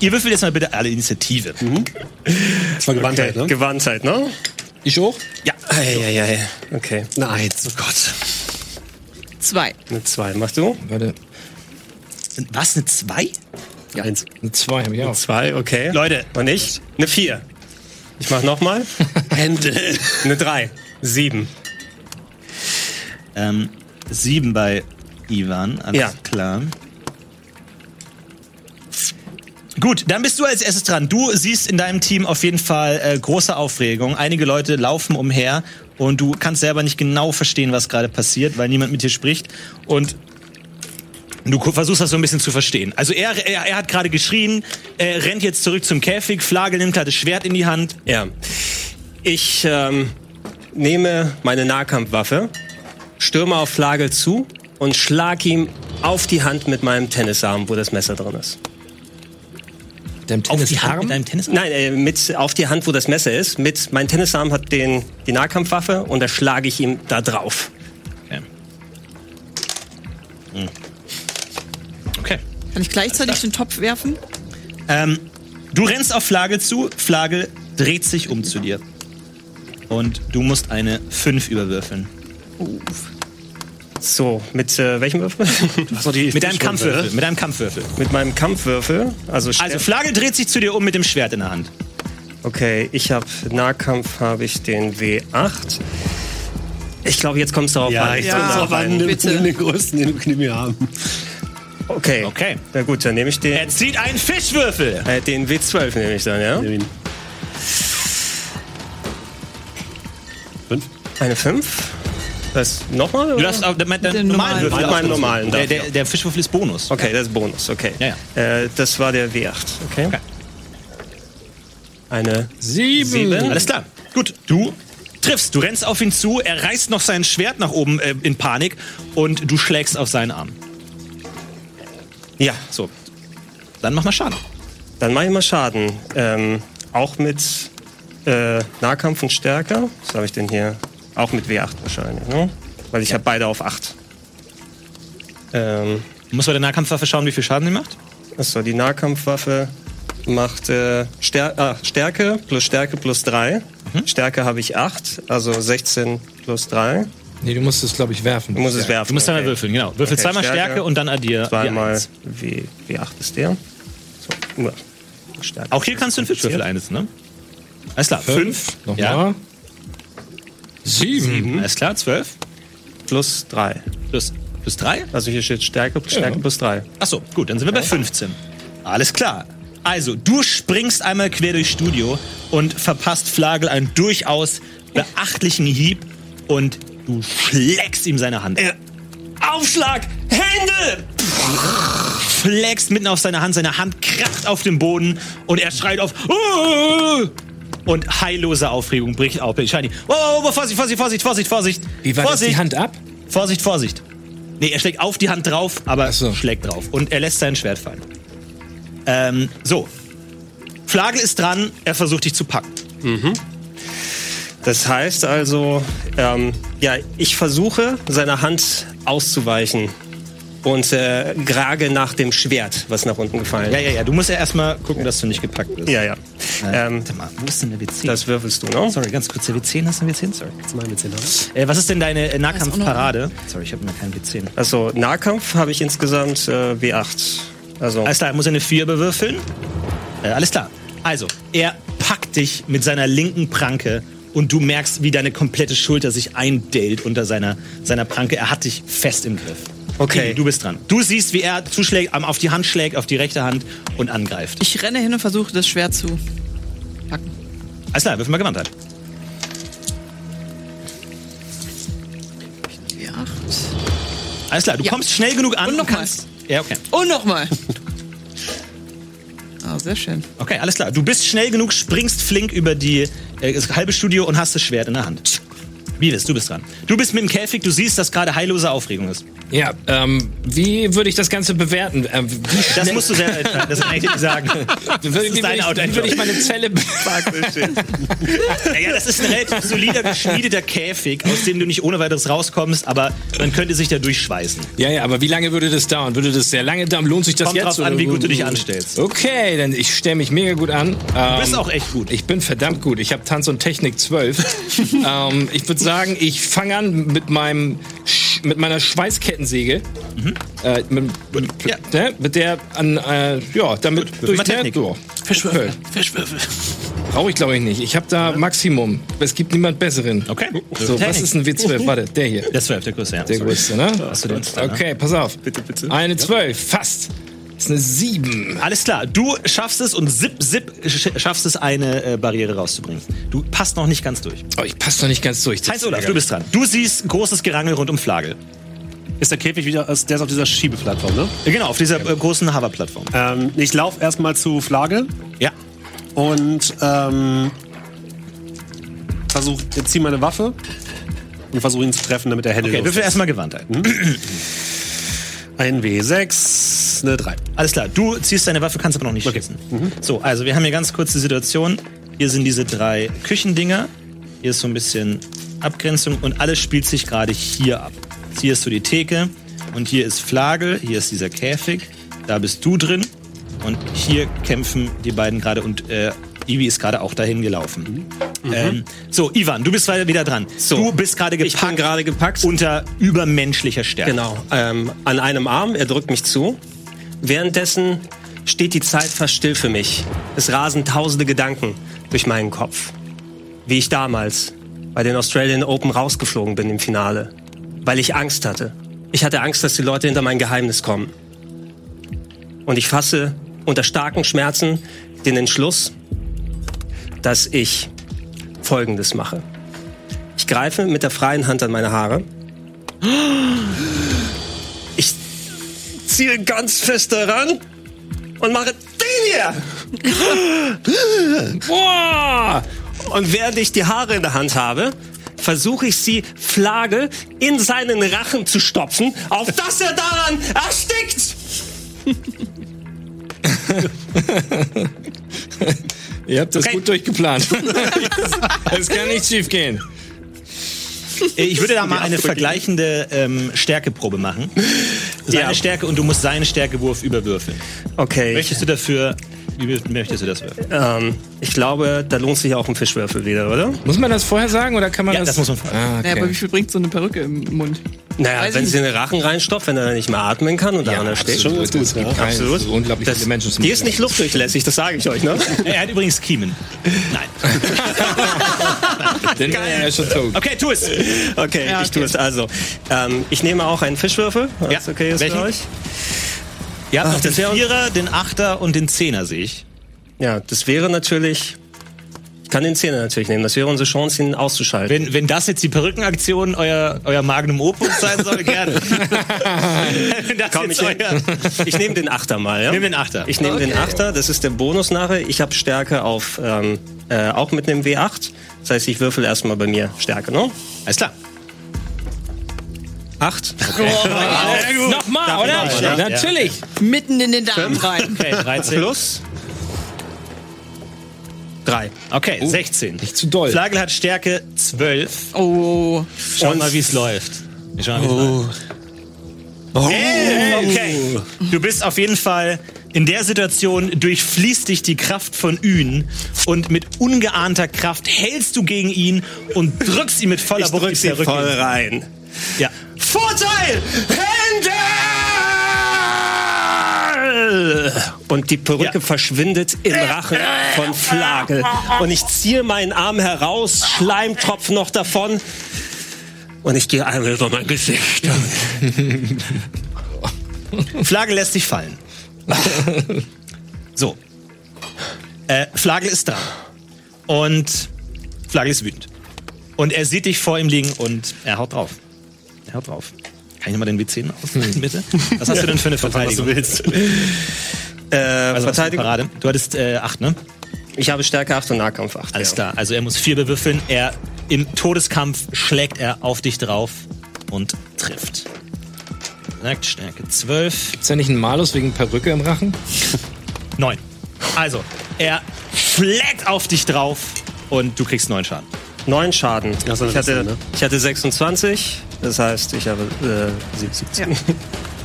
[SPEAKER 1] Ihr würfelt jetzt mal bitte alle Initiative.
[SPEAKER 8] Das war Gewandtheit, ne?
[SPEAKER 7] Gewandtheit, ne?
[SPEAKER 8] Ich auch?
[SPEAKER 1] Ja.
[SPEAKER 7] Eieiei. Okay.
[SPEAKER 8] Eine Eins. Oh Gott.
[SPEAKER 5] Zwei.
[SPEAKER 7] Eine 2. Machst du?
[SPEAKER 4] Warte,
[SPEAKER 1] Was, eine 2?
[SPEAKER 8] Eins.
[SPEAKER 4] eine 2 habe ich auch.
[SPEAKER 7] Zwei, okay.
[SPEAKER 1] Leute.
[SPEAKER 7] Und ich? Eine vier. Ich mach nochmal.
[SPEAKER 8] Händel.
[SPEAKER 7] Eine drei. Sieben.
[SPEAKER 1] Ähm, sieben bei Ivan, alles
[SPEAKER 7] Ja.
[SPEAKER 1] klar. Gut, dann bist du als erstes dran. Du siehst in deinem Team auf jeden Fall äh, große Aufregung. Einige Leute laufen umher und du kannst selber nicht genau verstehen, was gerade passiert, weil niemand mit dir spricht. Und Du gu- versuchst das so ein bisschen zu verstehen. Also er, er, er hat gerade geschrien, äh, rennt jetzt zurück zum Käfig, Flagel nimmt halt das Schwert in die Hand.
[SPEAKER 7] Ja. Ich ähm, nehme meine Nahkampfwaffe, stürme auf Flagel zu und schlag ihm auf die Hand mit meinem Tennisarm, wo das Messer drin ist.
[SPEAKER 4] Dem
[SPEAKER 1] mit einem Tennis.
[SPEAKER 7] Nein, äh, mit auf die Hand, wo das Messer ist. Mit mein Tennisarm hat den die Nahkampfwaffe und da schlage ich ihm da drauf.
[SPEAKER 1] Okay. Hm. Okay.
[SPEAKER 5] Kann ich gleichzeitig den Topf werfen?
[SPEAKER 1] Ähm, du rennst auf Flagel zu, Flagel dreht sich um zu dir. Und du musst eine 5 überwürfeln.
[SPEAKER 7] So, mit äh, welchem Würfel?
[SPEAKER 1] Mit deinem Kampfwürfel. Mit deinem Kampfwürfel.
[SPEAKER 7] mit meinem Kampfwürfel. Also,
[SPEAKER 1] Also Flagel dreht sich zu dir um mit dem Schwert in der Hand.
[SPEAKER 7] Okay, ich habe Nahkampf habe ich den W8. Ich glaube, jetzt kommst du darauf an.
[SPEAKER 5] Ja, komm's drauf an. bitte.
[SPEAKER 8] den größten, den du Knie haben.
[SPEAKER 7] Okay.
[SPEAKER 1] Okay.
[SPEAKER 7] Na gut, dann nehme ich den
[SPEAKER 1] Er zieht einen Fischwürfel.
[SPEAKER 7] äh, den W12 nehme ich dann, ja?
[SPEAKER 8] Fünf.
[SPEAKER 7] Eine 5? Was nochmal?
[SPEAKER 1] Du
[SPEAKER 7] oder?
[SPEAKER 1] darfst auch mit
[SPEAKER 5] den
[SPEAKER 1] deinem normalen
[SPEAKER 5] normalen.
[SPEAKER 1] Würfel.
[SPEAKER 7] Mit meinem normalen,
[SPEAKER 1] Der,
[SPEAKER 7] darf Oh.
[SPEAKER 1] der, der Fischwürfel ist Bonus.
[SPEAKER 7] Okay, das ist Bonus, okay.
[SPEAKER 1] Ja,
[SPEAKER 7] Äh, das war der W8, okay?
[SPEAKER 1] Okay.
[SPEAKER 7] Eine Mhm.
[SPEAKER 4] 7.
[SPEAKER 1] Alles klar. Gut, du triffst. Du rennst auf ihn zu. Er reißt noch sein Schwert nach oben äh, in Panik und du schlägst auf seinen Arm.
[SPEAKER 7] Ja,
[SPEAKER 1] So. Dann mach mal Schaden.
[SPEAKER 7] dann mache ich mal Schaden. Ähm, auch mit äh, Nahkampf und Stärke. Was habe ich denn hier? Auch mit W8 wahrscheinlich, ne? Weil ich habe beide auf 8. Ähm,
[SPEAKER 1] Du musst bei der Nahkampfwaffe schauen, wie viel Schaden sie macht.
[SPEAKER 7] Achso, die Nahkampfwaffe macht äh, Stär ah, Stärke plus Stärke plus 3.
[SPEAKER 1] Mhm.
[SPEAKER 7] Stärke habe ich 8, also 16 plus 3.
[SPEAKER 4] Nee, du musst es, glaube ich, werfen.
[SPEAKER 7] Du musst es werfen.
[SPEAKER 1] Du musst
[SPEAKER 7] okay.
[SPEAKER 1] zweimal würfeln, genau. Würfel
[SPEAKER 7] Okay,
[SPEAKER 1] zweimal Stärke,
[SPEAKER 7] Stärke.
[SPEAKER 1] und dann addier. die
[SPEAKER 7] Zweimal
[SPEAKER 1] Eins.
[SPEAKER 7] W, W8 ist der. So, nur Stärke.
[SPEAKER 1] Auch hier kannst du einen Fischwürfel einsetzen, ne? Alles klar, fünf. Ja.
[SPEAKER 4] Nochmal. 7.
[SPEAKER 1] Alles klar, zwölf.
[SPEAKER 7] plus 3.
[SPEAKER 1] Plus Plus 3?
[SPEAKER 7] Also hier steht Stärke, Stärke plus 3.
[SPEAKER 1] Achso, gut, dann sind wir bei 15. Alles klar. Also, du springst einmal quer durchs Studio und verpasst Flagel einen durchaus beachtlichen Hieb und du schlägst ihm seine Hand.
[SPEAKER 4] Äh,
[SPEAKER 7] Aufschlag! Hände!
[SPEAKER 1] Schlägst mitten auf seine Hand, seine Hand kracht auf den Boden und er schreit auf. "Uah!" Und heillose Aufregung bricht auf. Shiny. Oh, oh, oh, Vorsicht, Vorsicht, Vorsicht, Vorsicht, Vorsicht.
[SPEAKER 4] Wie war das
[SPEAKER 1] Vorsicht.
[SPEAKER 4] die Hand ab?
[SPEAKER 1] Vorsicht, Vorsicht. Nee, er schlägt auf die Hand drauf, aber
[SPEAKER 4] Ach so.
[SPEAKER 1] schlägt drauf. Und er lässt sein Schwert fallen. Ähm, so. Flagel ist dran, er versucht dich zu packen.
[SPEAKER 7] Das heißt also, ähm, ja, ich versuche, seiner Hand auszuweichen und äh, grage nach dem Schwert, was nach unten gefallen
[SPEAKER 1] Ja,
[SPEAKER 7] ist.
[SPEAKER 1] ja, ja, du musst ja erstmal gucken, dass du nicht gepackt wirst. Äh,
[SPEAKER 7] Ja, ja. Ähm,
[SPEAKER 1] Warte mal, wo ist denn der W10?
[SPEAKER 7] das würfelst du, ne?
[SPEAKER 1] Sorry, ganz kurz, der W10 hast du einen W10? Sorry.
[SPEAKER 11] Jetzt mal mit den Haaren.
[SPEAKER 1] Äh, was ist denn deine äh, Nahkampfparade? Sorry, ich habe mir keinen W10.
[SPEAKER 7] Also Nahkampf habe ich insgesamt äh, W8. Also
[SPEAKER 1] Alles klar, muss er eine 4 bewürfeln. Äh, alles klar. Also, er packt dich mit seiner linken Pranke und du merkst, wie deine komplette Schulter sich eindellt unter seiner, seiner Pranke. Er hat dich fest im Griff.
[SPEAKER 7] Okay.
[SPEAKER 1] Tilly, Du bist dran. Du siehst, wie er zuschlägt, am- auf die Hand schlägt, auf die rechte Hand und angreift.
[SPEAKER 5] Ich renne hin und versuche das Schwert zu packen.
[SPEAKER 1] Alles klar, würfel mal Gewandtheit.
[SPEAKER 5] Die acht.
[SPEAKER 1] Alles klar, du
[SPEAKER 5] Ja.
[SPEAKER 1] kommst schnell genug an.
[SPEAKER 5] Und noch
[SPEAKER 1] du kannst- Ja, okay.
[SPEAKER 5] Und nochmal. Ah, sehr schön.
[SPEAKER 1] Okay, alles klar. Du bist schnell genug, springst flink über die äh, das halbe Studio und hast das Schwert in der Hand. Beavis, du bist dran. Du bist mit dem Käfig, du siehst, dass gerade heillose Aufregung ist.
[SPEAKER 4] Ja, ähm, wie würde ich das Ganze bewerten? Ähm, wie schnell,
[SPEAKER 1] Das musst du selber entscheiden, das kann ich dir nicht sagen.
[SPEAKER 4] wie würde,
[SPEAKER 1] ist
[SPEAKER 4] wie würde
[SPEAKER 1] deine
[SPEAKER 4] ich,
[SPEAKER 1] Outline.
[SPEAKER 4] wie würde ich meine Zelle be-
[SPEAKER 1] Naja, das ist ein relativ solider, geschmiedeter Käfig, aus dem du nicht ohne weiteres rauskommst, aber man könnte sich da durchschweißen.
[SPEAKER 4] Ja, ja, aber wie lange würde das dauern? Würde das sehr lange dauern? Lohnt sich das
[SPEAKER 1] Kommt
[SPEAKER 4] jetzt?
[SPEAKER 1] drauf an, wie gut du dich anstellst.
[SPEAKER 4] Okay, dann ich stelle mich mega gut an. Ähm,
[SPEAKER 1] Du bist auch echt gut.
[SPEAKER 4] Ich bin verdammt gut. Ich habe Tanz und Technik 12. ähm, ich würde sagen, ich fange an mit meinem Sch mit meiner Schweißkettensäge. Äh, mit, mit,
[SPEAKER 1] Mhm. Ja.
[SPEAKER 4] ne, mit der an äh, ja, damit
[SPEAKER 1] würfel mal Technik.
[SPEAKER 4] so. Fischwürfel.
[SPEAKER 11] Fischwürfel.
[SPEAKER 4] Brauche ich glaube ich nicht. Ich habe da Maximum. Es gibt niemand besseren.
[SPEAKER 1] Okay.
[SPEAKER 4] So, was ist ein W12? Warte, der hier.
[SPEAKER 1] Das war der größte, ja.
[SPEAKER 4] Der
[SPEAKER 1] Sorry.
[SPEAKER 4] größte, ne?
[SPEAKER 1] Hast du den Insta, ne?
[SPEAKER 4] Okay, pass auf. Bitte, bitte. Eine 12, fast. Das ist eine 7.
[SPEAKER 1] Alles klar, du schaffst es und zip, zip, sch- schaffst es, eine äh, Barriere rauszubringen. Du passt noch nicht ganz durch.
[SPEAKER 4] Oh, ich passe noch nicht ganz durch. Das
[SPEAKER 1] Heinz Olaf,
[SPEAKER 4] ist
[SPEAKER 1] du bist dran. Du siehst großes Gerangel rund um Flagel.
[SPEAKER 11] Ist der Käfig wieder, ist- der ist auf dieser Schiebeplattform, ne?
[SPEAKER 1] Äh, Genau, auf dieser äh, großen Hover-Plattform.
[SPEAKER 11] Ähm, ich laufe erstmal zu Flagel
[SPEAKER 1] Ja.
[SPEAKER 11] und ähm, versuche, ziehe meine Waffe und versuche ihn zu treffen, damit er Hände
[SPEAKER 1] Okay,
[SPEAKER 11] los
[SPEAKER 1] würfel
[SPEAKER 11] ist.
[SPEAKER 1] erstmal Gewandtheit.
[SPEAKER 11] Ein W6,
[SPEAKER 7] ne
[SPEAKER 11] eine 3.
[SPEAKER 1] Alles klar, du ziehst deine Waffe, kannst aber noch nicht schießen. So, also wir haben hier ganz kurz die Situation. Hier sind diese drei Küchendinger. Hier ist so ein bisschen Abgrenzung und alles spielt sich gerade hier ab. Hier ist so die Theke und hier ist Flagel, hier ist dieser Käfig, da bist du drin und hier kämpfen die beiden gerade und äh, Ivi ist gerade auch dahin gelaufen. Ähm, so, Ivan, du bist weiter wieder dran. Du bist gerade
[SPEAKER 7] Mhm. ich
[SPEAKER 1] gepackt
[SPEAKER 7] bin gerade gepackt.
[SPEAKER 1] unter übermenschlicher Stärke.
[SPEAKER 7] Genau, ähm, an einem Arm, er drückt mich zu. Währenddessen steht die Zeit fast still für mich. Es rasen tausende Gedanken durch meinen Kopf. Wie ich damals bei den Australian Open rausgeflogen bin im Finale. Weil ich Angst hatte. Ich hatte Angst, dass die Leute hinter mein Geheimnis kommen. Und ich fasse unter starken Schmerzen den Entschluss, dass ich Folgendes mache. Ich greife mit der freien Hand an meine Haare. Ich ziehe ganz fest daran und mache den hier. Boah! Und während ich die Haare in der Hand habe, versuche ich sie Flagge in seinen Rachen zu stopfen, auf dass er daran erstickt.
[SPEAKER 4] Ihr habt das
[SPEAKER 1] Okay.
[SPEAKER 4] gut durchgeplant. Es kann nicht schief gehen.
[SPEAKER 1] Äh, Ich würde da mal eine vergleichende ähm, Stärkeprobe machen. Seine
[SPEAKER 7] Ja.
[SPEAKER 1] Stärke und du musst seinen Stärkewurf überwürfeln.
[SPEAKER 7] Okay.
[SPEAKER 1] Möchtest du dafür Wie wirf- möchtest du das werfen?
[SPEAKER 7] Ähm, ich glaube, da lohnt sich auch ein Fischwürfel wieder, oder?
[SPEAKER 4] Muss man das vorher sagen oder kann man
[SPEAKER 1] Ja,
[SPEAKER 4] das?
[SPEAKER 1] das muss man vorher.
[SPEAKER 4] Ah,
[SPEAKER 5] Naja, aber
[SPEAKER 4] okay.
[SPEAKER 5] wie viel bringt so eine Perücke im Mund?
[SPEAKER 7] Naja,
[SPEAKER 5] Weiß
[SPEAKER 7] wenn
[SPEAKER 5] ich
[SPEAKER 7] sie in den Rachen reinstopft, wenn er dann nicht mehr atmen kann und daran ersticken.
[SPEAKER 4] absolut.
[SPEAKER 7] Schon
[SPEAKER 4] Es gibt keine- es gibt unglaublich
[SPEAKER 7] das,
[SPEAKER 4] viele Menschen zum
[SPEAKER 7] Die ist nicht luftdurchlässig, das sage ich euch, ne?
[SPEAKER 1] Er hat übrigens Kiemen. Nein.
[SPEAKER 4] Denn er ist schon tot.
[SPEAKER 1] Okay, tu es.
[SPEAKER 7] Okay,
[SPEAKER 5] Ja,
[SPEAKER 7] ich
[SPEAKER 5] okay.
[SPEAKER 7] tue es also. Ähm, ich nehme auch einen Fischwürfel, wenn
[SPEAKER 1] Ja,
[SPEAKER 7] das okay ist
[SPEAKER 1] welchen?
[SPEAKER 7] für euch.
[SPEAKER 1] Ihr habt
[SPEAKER 7] Ach,
[SPEAKER 1] noch den
[SPEAKER 7] das wär-
[SPEAKER 1] Vierer, den Achter und den Zehner, sehe ich.
[SPEAKER 7] Ja, das wäre natürlich. Ich kann den Zehner natürlich nehmen. Das wäre unsere Chance, ihn auszuschalten.
[SPEAKER 1] Wenn, wenn das jetzt die Perückenaktion euer, euer Magnum Opus sein soll, gerne. wenn das
[SPEAKER 7] Komm,
[SPEAKER 1] jetzt
[SPEAKER 7] ich,
[SPEAKER 1] euer...
[SPEAKER 7] ich nehme den Achter mal, ja?
[SPEAKER 1] Nimm den Achter.
[SPEAKER 7] Ich nehme den Achter, das ist der Bonus nachher. Ich habe Stärke auf, ähm, äh, auch mit einem W8. Das heißt, ich würfel erstmal bei mir Stärke, ne?
[SPEAKER 1] Alles klar.
[SPEAKER 7] Acht.
[SPEAKER 4] Nochmal, oder?
[SPEAKER 7] Darf ich mal,
[SPEAKER 1] oder?
[SPEAKER 4] Natürlich.
[SPEAKER 5] Mitten in den Darm rein.
[SPEAKER 1] Okay, 13.
[SPEAKER 7] Plus. Drei. Oh.
[SPEAKER 1] Okay, 16.
[SPEAKER 4] Zu doll.
[SPEAKER 1] Flagel hat Stärke 12.
[SPEAKER 5] Oh.
[SPEAKER 1] Schauen wir mal, wie es läuft. Wir schauen mal, wie's
[SPEAKER 7] Oh.
[SPEAKER 1] läuft. Hey, okay. Du bist auf jeden Fall in der Situation, durchfließt dich die Kraft von Ün und mit ungeahnter Kraft hältst du gegen ihn und drückst ihn mit voller
[SPEAKER 7] Ich drück
[SPEAKER 1] die
[SPEAKER 7] sie
[SPEAKER 1] Perücke.
[SPEAKER 7] voll rein.
[SPEAKER 1] Ja.
[SPEAKER 7] Vorteil! Händel! Und die Perücke
[SPEAKER 1] Ja.
[SPEAKER 7] verschwindet im Rachen von Flagel. Und ich ziehe meinen Arm heraus, Schleimtropfen noch davon. Und ich gehe einmal über mein Gesicht.
[SPEAKER 1] Flagel lässt dich fallen. so. Äh, Flagel ist da. Und Flagel ist wütend. Und er sieht dich vor ihm liegen und er haut drauf. Er haut drauf. Kann ich nochmal den W10 ausleihen, bitte? Hm. Was hast du denn für eine Verteidigung? Was du willst.
[SPEAKER 7] Äh,
[SPEAKER 1] Also, Verteidigung.
[SPEAKER 7] Verteidigung.
[SPEAKER 1] Parade. Du hattest 8, ne?
[SPEAKER 7] Ich habe Stärke 8 und Nahkampf 8.
[SPEAKER 1] Alles
[SPEAKER 7] ja.
[SPEAKER 1] klar. Also er muss 4 bewürfeln. Er im Todeskampf schlägt er auf dich drauf und trifft. Sagt Stärke 12.
[SPEAKER 4] Ist ja nicht ein Malus wegen Perücke im Rachen?
[SPEAKER 1] Neun. Also, er schlägt auf dich drauf und du kriegst neun Schaden.
[SPEAKER 7] Neun Schaden.
[SPEAKER 8] so,
[SPEAKER 7] ich,
[SPEAKER 8] das
[SPEAKER 7] hatte,
[SPEAKER 8] ist, ne?
[SPEAKER 7] ich hatte 26, das heißt, ich habe äh, 17.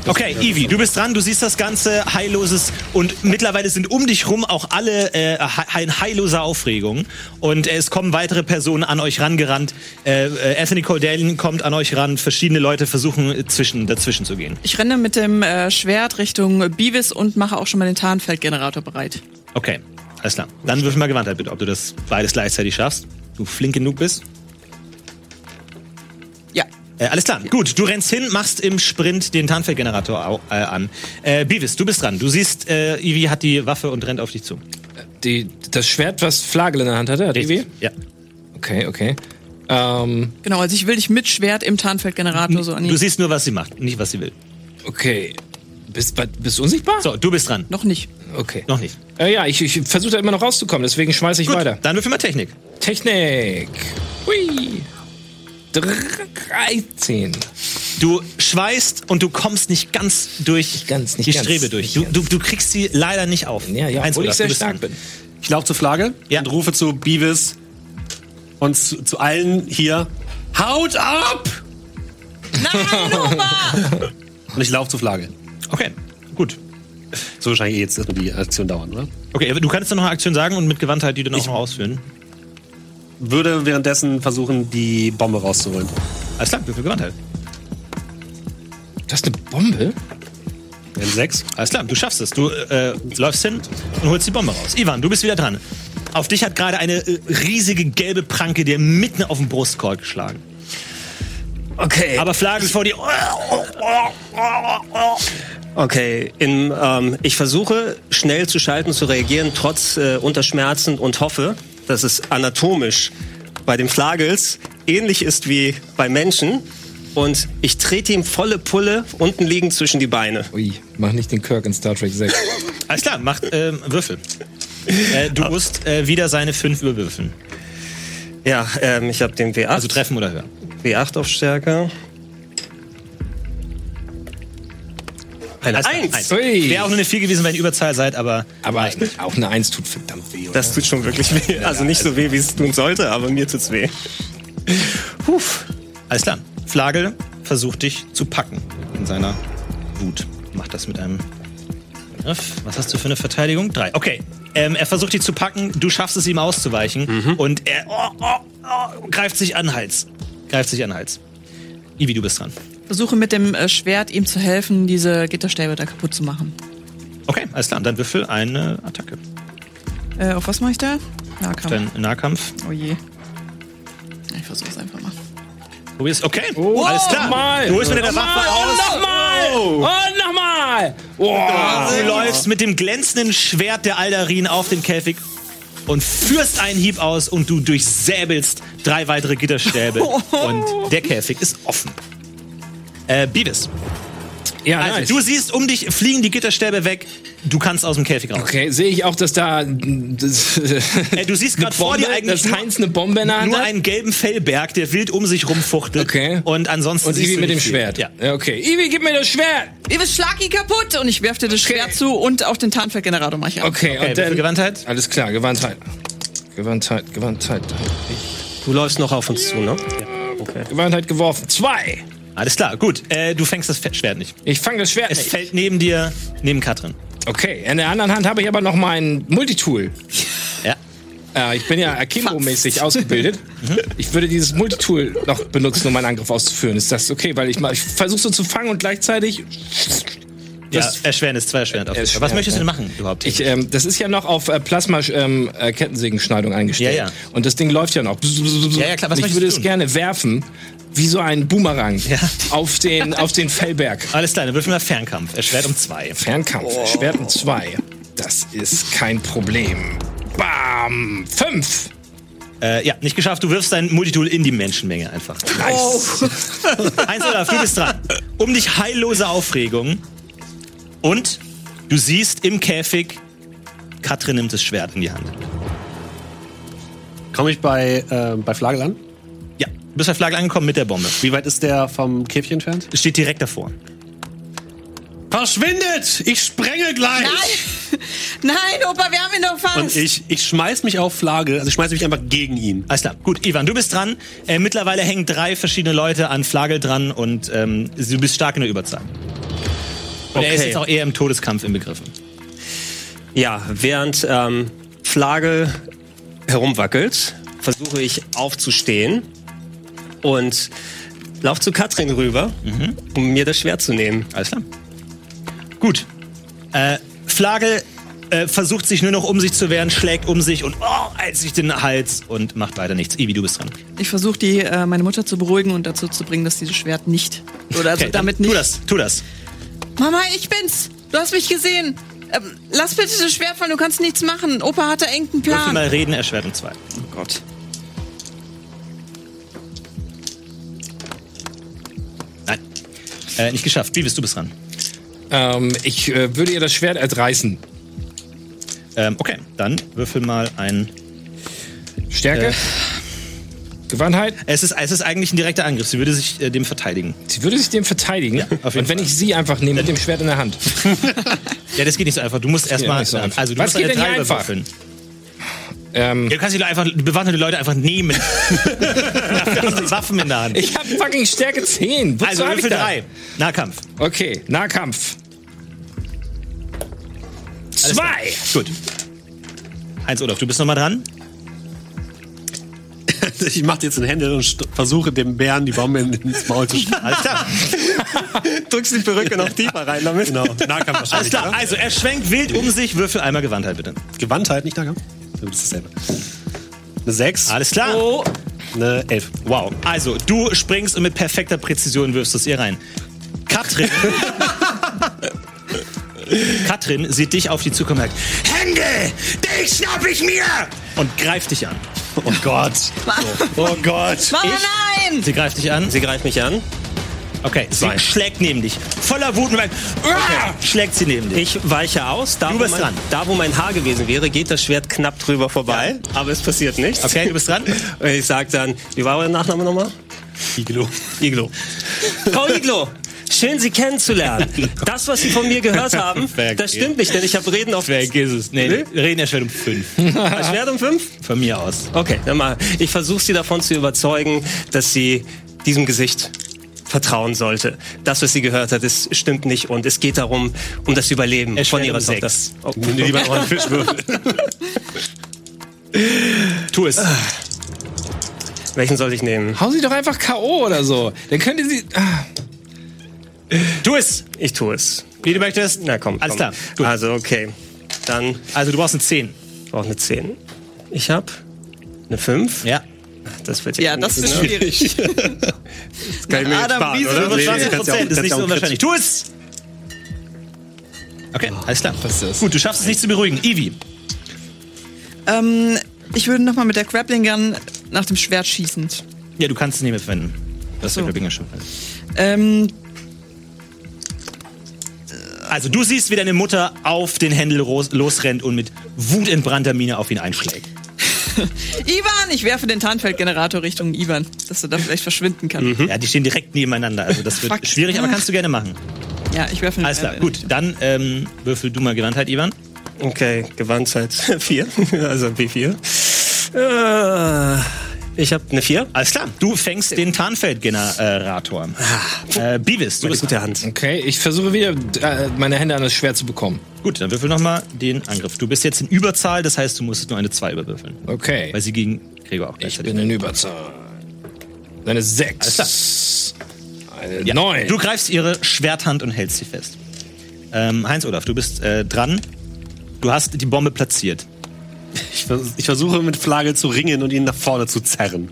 [SPEAKER 1] Okay, Ivi, du bist dran, du siehst das Ganze, heilloses und mittlerweile sind um dich rum auch alle äh, he- in heilloser Aufregung und äh, es kommen weitere Personen an euch rangerannt. Äh, äh, Anthony Cordellian kommt an euch ran, verschiedene Leute versuchen äh, zwischen, dazwischen zu gehen.
[SPEAKER 5] Ich renne mit dem äh, Schwert Richtung äh, Beavis und mache auch schon mal den Tarnfeldgenerator bereit.
[SPEAKER 1] Okay, alles klar. Dann würfel mal Gewandtheit bitte, ob du das beides gleichzeitig schaffst. Du flink genug bist.
[SPEAKER 5] Ja.
[SPEAKER 1] Äh, alles klar, gut. Du rennst hin, machst im Sprint den Tarnfeldgenerator au- äh, an. Äh, Beavis, du bist dran. Du siehst, äh, Ivy hat die Waffe und rennt auf dich zu.
[SPEAKER 4] Die, das Schwert, was Flagel in der Hand hatte, hat Ivi?
[SPEAKER 1] Ja.
[SPEAKER 4] Okay, okay. Ähm,
[SPEAKER 5] Genau, also ich will dich mit Schwert im Tarnfeldgenerator
[SPEAKER 4] Ah,
[SPEAKER 5] so an
[SPEAKER 1] Du
[SPEAKER 5] ihn.
[SPEAKER 1] siehst nur, was sie macht, nicht was sie will.
[SPEAKER 4] okay. Bist, bist du unsichtbar?
[SPEAKER 1] So, du bist dran.
[SPEAKER 5] Noch nicht.
[SPEAKER 4] Okay.
[SPEAKER 1] Noch nicht.
[SPEAKER 4] Äh, ja, ich, ich versuche da immer noch rauszukommen, deswegen schmeiße ich
[SPEAKER 1] Gut,
[SPEAKER 4] weiter.
[SPEAKER 1] dann würfel mal Technik.
[SPEAKER 4] Technik. Hui. 13.
[SPEAKER 1] Du schweißt und du kommst nicht ganz durch
[SPEAKER 4] ganz, nicht
[SPEAKER 1] die
[SPEAKER 4] ganz,
[SPEAKER 1] Strebe durch.
[SPEAKER 4] nicht
[SPEAKER 1] Du,
[SPEAKER 4] ganz.
[SPEAKER 1] du, du kriegst sie leider nicht auf.
[SPEAKER 4] Ja, ja,
[SPEAKER 1] Eins
[SPEAKER 4] obwohl ich
[SPEAKER 1] Olaf,
[SPEAKER 4] sehr
[SPEAKER 1] du bist
[SPEAKER 4] stark
[SPEAKER 1] dran.
[SPEAKER 4] bin.
[SPEAKER 8] Ich laufe zur Flagge
[SPEAKER 1] Ja.
[SPEAKER 8] und rufe zu Beavis und zu, zu allen hier: Haut ab!
[SPEAKER 5] Nein, Opa!
[SPEAKER 8] Und ich laufe zur Flagge.
[SPEAKER 1] Okay, gut.
[SPEAKER 8] So wahrscheinlich eh jetzt erstmal die Aktion dauern, oder?
[SPEAKER 1] Okay, aber du kannst dann noch eine Aktion sagen und mit Gewandtheit die dann auch noch ausführen.
[SPEAKER 8] Würde währenddessen versuchen, die Bombe rauszuholen.
[SPEAKER 1] Alles klar, würfel Gewandtheit.
[SPEAKER 4] Das ist eine Bombe?
[SPEAKER 8] In sechs.
[SPEAKER 1] Alles klar, du schaffst es. Du äh, läufst hin und holst die Bombe raus. Ivan, du bist wieder dran. Auf dich hat gerade eine äh, riesige gelbe Pranke dir mitten auf den Brustkorb geschlagen.
[SPEAKER 7] Okay.
[SPEAKER 1] Aber Flagel vor dir.
[SPEAKER 7] Okay, im, ähm, ich versuche schnell zu schalten, zu reagieren, trotz äh, Unterschmerzen und hoffe, dass es anatomisch bei den Flagels ähnlich ist wie bei Menschen. Und ich trete ihm volle Pulle unten liegend zwischen die Beine.
[SPEAKER 4] Ui, mach nicht den Kirk in Star Trek 6.
[SPEAKER 1] Alles klar, mach ähm, Würfel. Äh, du musst äh, wieder seine fünf überwürfeln.
[SPEAKER 7] Ja, ähm, ich habe den W8.
[SPEAKER 1] Also treffen oder hören.
[SPEAKER 7] W8 auf Stärke. Eine
[SPEAKER 1] Alles klar, eins.
[SPEAKER 7] Eins.
[SPEAKER 4] Ui.
[SPEAKER 1] Wäre auch nur eine 4 gewesen, wenn ihr Überzahl seid, aber
[SPEAKER 4] Aber auch eine 1 tut verdammt weh. Oder?
[SPEAKER 7] Das tut schon wirklich weh. Also nicht so weh, wie es tun sollte, aber mir tut's weh. Puh.
[SPEAKER 1] alles klar. Flagel versucht dich zu packen in seiner Wut. Macht das mit einem Angriff. Was hast du für eine Verteidigung? Drei. Okay. Ähm, er versucht dich zu packen, du schaffst es ihm auszuweichen und er oh, oh, oh, greift sich an den Hals. Greift sich an den Hals. Ivi, du bist dran.
[SPEAKER 5] Versuche mit dem äh, Schwert ihm zu helfen, diese Gitterstäbe da kaputt zu machen.
[SPEAKER 1] Okay, alles klar. Dann würfel eine Attacke.
[SPEAKER 5] Äh, auf was mache ich da? Nahkampf.
[SPEAKER 1] Dein Nahkampf.
[SPEAKER 5] Oh je. Ja, Ich versuche es einfach mal.
[SPEAKER 1] Probier's. Okay, alles klar.
[SPEAKER 4] nochmal.
[SPEAKER 1] Du holst mit der Waffe aus. Oh.
[SPEAKER 4] Nochmal! Und nochmal!
[SPEAKER 1] Du läufst mit dem glänzenden Schwert der Aldarin auf den Käfig und führst einen Hieb aus und du durchsäbelst drei weitere Gitterstäbe und der Käfig ist offen. Äh, Beavis,
[SPEAKER 4] Ja,
[SPEAKER 1] also
[SPEAKER 4] nice.
[SPEAKER 1] du siehst um dich fliegen die Gitterstäbe weg. Du kannst aus dem Käfig raus.
[SPEAKER 4] Okay, sehe ich auch, dass da. Das,
[SPEAKER 1] Äh, du siehst gerade vor dir eigentlich
[SPEAKER 4] dass
[SPEAKER 1] nur,
[SPEAKER 4] Heinz eine Bombe in der Hand
[SPEAKER 1] nur
[SPEAKER 4] hat.
[SPEAKER 1] einen gelben Fellberg, der wild um sich rumfuchtelt.
[SPEAKER 4] Okay.
[SPEAKER 1] Und ansonsten
[SPEAKER 4] Und
[SPEAKER 1] siehst
[SPEAKER 4] Ivi
[SPEAKER 1] du
[SPEAKER 4] mit dem
[SPEAKER 1] nicht viel.
[SPEAKER 4] Schwert.
[SPEAKER 1] Ja.
[SPEAKER 4] okay. Ivi, gib mir das Schwert!
[SPEAKER 5] Ivis, schlag ihn kaputt! Und ich werf dir das Schwert zu und auch den Tarnfeldgenerator mache ich an.
[SPEAKER 4] Okay,
[SPEAKER 1] Okay,
[SPEAKER 4] und dann.
[SPEAKER 1] Gewandtheit?
[SPEAKER 4] Alles klar, Gewandtheit. Gewandtheit, Gewandtheit.
[SPEAKER 2] Du läufst noch auf uns zu, ne?
[SPEAKER 4] Gewandtheit geworfen. Zwei!
[SPEAKER 1] Alles klar, gut. Äh, du fängst das Fe- Schwert nicht.
[SPEAKER 4] Ich fange das Schwert
[SPEAKER 1] Es
[SPEAKER 4] nicht.
[SPEAKER 1] fällt neben dir, neben Katrin.
[SPEAKER 4] Okay, in der anderen Hand habe ich aber noch mein Multitool.
[SPEAKER 1] Ja.
[SPEAKER 4] Äh, ich bin ja Akimbo-mäßig ausgebildet. Mhm. Ich würde dieses Multitool noch benutzen, um meinen Angriff auszuführen. Ist das okay? Weil ich, mal- ich versuche so zu fangen und gleichzeitig.
[SPEAKER 1] Ja,
[SPEAKER 4] Das-
[SPEAKER 1] Erschwernis, zwei Erschwernis. Auf jeden Fall.
[SPEAKER 4] Erschwernis,
[SPEAKER 1] Was möchtest du
[SPEAKER 4] ja.
[SPEAKER 1] denn machen überhaupt?
[SPEAKER 4] Ich, ähm, das ist ja noch auf äh, Plasma-Kettensägenschneidung eingestellt.
[SPEAKER 1] Ja, ja.
[SPEAKER 4] Und das Ding läuft ja noch.
[SPEAKER 1] Ja, ja, klar. Was
[SPEAKER 4] Und
[SPEAKER 1] möchtest
[SPEAKER 4] ich würde
[SPEAKER 1] du
[SPEAKER 4] es
[SPEAKER 1] tun?
[SPEAKER 4] gerne werfen, wie so ein Boomerang auf, den, auf den Fellberg.
[SPEAKER 1] Alles klar, dann würfeln wir Fernkampf. Erschwert um zwei.
[SPEAKER 4] Fernkampf, Schwerten 2. Das ist kein Problem. Bam! Fünf!
[SPEAKER 1] Äh, ja, nicht geschafft. Du wirfst dein Multitool in die Menschenmenge einfach. Oh.
[SPEAKER 4] Nice.
[SPEAKER 1] Eins Olaf, du bist dran. Um dich heillose Aufregung. Und du siehst im Käfig, Katrin nimmt das Schwert in die Hand.
[SPEAKER 7] Komme ich bei, äh, bei Flagel an?
[SPEAKER 1] Ja, du bist bei Flagel angekommen mit der Bombe.
[SPEAKER 7] Wie weit ist der vom Käfchen entfernt?
[SPEAKER 1] Es Steht direkt davor.
[SPEAKER 3] Verschwindet! Ich sprenge gleich!
[SPEAKER 8] Nein! Nein, Opa, wir haben ihn doch fast.
[SPEAKER 7] Und ich, ich schmeiß mich auf Flagel, also ich schmeiß mich einfach gegen ihn.
[SPEAKER 1] Alles klar. Gut, Ivan, du bist dran. Äh, mittlerweile hängen drei verschiedene Leute an Flagel dran und ähm, du bist stark in der Überzahl. Und er ist
[SPEAKER 2] Okay.
[SPEAKER 1] jetzt auch eher im Todeskampf inbegriffen.
[SPEAKER 2] Ja, während ähm,
[SPEAKER 8] äh,
[SPEAKER 2] Flagel herumwackelt, versuche ich aufzustehen und lauf zu Katrin rüber, um mir das Schwert zu nehmen.
[SPEAKER 1] Alles klar. Gut. Äh, Flagel äh, versucht sich nur noch um sich zu wehren, schlägt um sich und oh, eilt sich den Hals und macht weiter nichts. Ivi, du bist dran.
[SPEAKER 5] Ich versuche die, äh, meine Mutter zu beruhigen und dazu zu bringen, dass dieses Schwert nicht. Oder also
[SPEAKER 1] Okay, dann
[SPEAKER 5] damit nicht.
[SPEAKER 1] Tu das, tu das.
[SPEAKER 8] Mama, ich bin's.
[SPEAKER 5] Du hast mich gesehen. Ähm, lass bitte das Schwert fallen, du kannst nichts machen. Opa hatte irgendeinen
[SPEAKER 1] Dürfen
[SPEAKER 5] Plan.
[SPEAKER 1] mal reden, erschwert um zwei.
[SPEAKER 5] Oh Gott.
[SPEAKER 1] Nein. Äh, nicht geschafft. Beavis, du bist dran.
[SPEAKER 4] Ähm, ich äh, würde ihr das Schwert entreißen.
[SPEAKER 1] Ähm, okay, dann würfel mal ein.
[SPEAKER 4] Stärke?
[SPEAKER 1] Äh.
[SPEAKER 4] Gewandtheit?
[SPEAKER 1] Es ist, es ist eigentlich ein direkter Angriff. Sie würde sich äh, dem verteidigen.
[SPEAKER 4] Sie würde sich dem verteidigen.
[SPEAKER 1] auf jeden
[SPEAKER 4] und wenn
[SPEAKER 1] Fall.
[SPEAKER 4] ich sie einfach nehme mit dem Schwert in der Hand.
[SPEAKER 1] Ja, das geht nicht so einfach. Du musst
[SPEAKER 4] ja
[SPEAKER 1] erstmal.
[SPEAKER 4] nicht so einfach.
[SPEAKER 1] also, du
[SPEAKER 4] Was
[SPEAKER 1] musst
[SPEAKER 4] geht
[SPEAKER 1] eine
[SPEAKER 4] denn hier
[SPEAKER 1] drei
[SPEAKER 4] einfach?
[SPEAKER 1] würfeln.
[SPEAKER 4] Ähm,
[SPEAKER 1] Ja, du kannst die Leute einfach, bewaffnete Leute einfach nehmen. Dafür hast du Waffen in der Hand.
[SPEAKER 4] ich habe fucking Stärke 10. Wozu
[SPEAKER 1] also,
[SPEAKER 4] hab ich
[SPEAKER 1] Würfel
[SPEAKER 4] das?
[SPEAKER 1] drei. Nahkampf.
[SPEAKER 4] Okay, Nahkampf. Zwei!
[SPEAKER 1] Gut. Heinz Olaf, du bist nochmal dran.
[SPEAKER 7] Ich mach jetzt einen Händel und st- versuche dem Bären die Bombe in- ins Maul zu schlagen.
[SPEAKER 1] Alles klar.
[SPEAKER 2] Drückst die Perücke noch tiefer rein damit.
[SPEAKER 7] Genau, Nahkampf
[SPEAKER 1] Alles
[SPEAKER 7] wahrscheinlich.
[SPEAKER 1] klar. Also, er schwenkt wild um sich. Würfel einmal Gewandtheit, bitte.
[SPEAKER 7] Gewandtheit, nicht Nahkampf? Dann ist dasselbe. Eine 6,
[SPEAKER 1] Alles klar.
[SPEAKER 7] eine 11.
[SPEAKER 1] Wow. Also, du springst und mit perfekter Präzision wirfst du es ihr rein. Katrin. Katrin sieht dich auf die Zukunft und sagt, Hände, dich schnapp ich mir! Und greift dich an.
[SPEAKER 7] Oh Gott. Oh Gott.
[SPEAKER 8] Mama, nein!
[SPEAKER 1] Sie greift dich an.
[SPEAKER 2] Sie greift mich an.
[SPEAKER 1] Okay, sie
[SPEAKER 2] Zwei.
[SPEAKER 1] schlägt neben dich. Voller Wut und Wut. Schlägt sie neben dich.
[SPEAKER 2] Ich weiche aus. Da,
[SPEAKER 1] Du
[SPEAKER 2] wo
[SPEAKER 1] bist
[SPEAKER 2] mein,
[SPEAKER 1] dran.
[SPEAKER 2] da, wo mein Haar gewesen wäre, geht das Schwert knapp drüber vorbei. Aber es passiert nichts.
[SPEAKER 1] Okay, du bist dran.
[SPEAKER 2] Und ich sag dann, wie war euer Nachname nochmal?
[SPEAKER 7] Iglo.
[SPEAKER 2] Iglo. Frau Iglo, schön Sie kennenzulernen. Das, was Sie von mir gehört haben,
[SPEAKER 1] Vergiss.
[SPEAKER 2] das stimmt nicht, denn ich habe Reden auf
[SPEAKER 1] Vergiss es. Nee, nee. reden erschwert um fünf.
[SPEAKER 2] das Schwert um fünf.
[SPEAKER 1] Von mir aus.
[SPEAKER 2] Okay, dann mal. Ich versuche Sie davon zu überzeugen, dass Sie diesem Gesicht
[SPEAKER 7] vertrauen sollte. Das, was sie gehört hat, ist, stimmt nicht und es geht darum, um das Überleben
[SPEAKER 1] Es
[SPEAKER 7] von
[SPEAKER 1] wäre
[SPEAKER 7] ihrer
[SPEAKER 1] um
[SPEAKER 7] Tochter.
[SPEAKER 1] sechs.
[SPEAKER 7] Oh,
[SPEAKER 12] Lieber noch einen Fischwürfel.
[SPEAKER 1] Tu es.
[SPEAKER 7] welchen soll ich nehmen?
[SPEAKER 4] Hauen Sie doch einfach K.O. oder so. Dann könnte sie. Ah,
[SPEAKER 1] Tu es.
[SPEAKER 7] Ich tue es.
[SPEAKER 1] Wie du möchtest.
[SPEAKER 7] Na komm.
[SPEAKER 1] Alles klar.
[SPEAKER 7] komm.
[SPEAKER 1] Gut.
[SPEAKER 7] Also, okay. Dann
[SPEAKER 1] Also du brauchst eine 10.
[SPEAKER 7] brauche eine 10. Ich habe eine 5.
[SPEAKER 1] Ja.
[SPEAKER 7] Das wird ne?
[SPEAKER 5] Ja, das ist schwierig.
[SPEAKER 7] kann ich mir jetzt sparen,
[SPEAKER 1] Wiese,
[SPEAKER 7] oder?
[SPEAKER 1] 25
[SPEAKER 7] Nee, kannst ja auch-
[SPEAKER 1] Prozent. Das ist
[SPEAKER 7] kannst
[SPEAKER 1] nicht
[SPEAKER 7] ja
[SPEAKER 1] so
[SPEAKER 7] auch einen
[SPEAKER 1] unwahrscheinlich. Tu es! Okay, alles klar. Gut, du schaffst es nicht zu beruhigen. Ivi.
[SPEAKER 5] ähm, ich würde nochmal mit der Grappling Gun nach dem Schwert schießen.
[SPEAKER 1] Ja, du kannst es nicht mehr verwenden. Das ist der Binger schon.
[SPEAKER 5] Ähm,
[SPEAKER 1] Also du siehst, wie deine Mutter auf den Händel ros- losrennt und mit wutentbrannter Miene auf ihn einschlägt.
[SPEAKER 5] Ivan, ich werfe den Tarnfeldgenerator Richtung Ivan, dass er da vielleicht verschwinden kann.
[SPEAKER 1] Ja, die stehen direkt nebeneinander. Also das wird
[SPEAKER 5] Fuck.
[SPEAKER 1] schwierig, aber kannst du gerne machen.
[SPEAKER 5] Ja, ich werfe ihn.
[SPEAKER 1] Alles klar,
[SPEAKER 5] äh,
[SPEAKER 1] gut. Dann ähm, würfel du mal Gewandtheit, Ivan.
[SPEAKER 7] Okay, Gewandtheit 4. Also B4. Äh, ich habe eine 4.
[SPEAKER 1] Alles klar, du fängst den Tarnfeldgenerator. Äh, Beavis, du
[SPEAKER 7] Meine
[SPEAKER 1] bist
[SPEAKER 7] gute Hand.
[SPEAKER 4] okay, ich versuche wieder, äh, meine Hände an das Schwert zu bekommen.
[SPEAKER 1] Gut, dann würfel nochmal den Angriff. Du bist jetzt in Überzahl, das heißt, du musstest nur eine 2 überwürfeln.
[SPEAKER 4] Okay.
[SPEAKER 1] Weil sie gegen Gregor auch
[SPEAKER 4] Ich
[SPEAKER 1] gleichzeitig.
[SPEAKER 4] bin in Überzahl. Eine sechs. Eine neun.
[SPEAKER 1] Du greifst ihre Schwerthand und hältst sie fest. Ähm, Heinz-Olaf, du bist äh, dran. Du hast die Bombe platziert.
[SPEAKER 13] Ich, vers ich versuche mit Flagel zu ringen und ihn nach vorne zu zerren.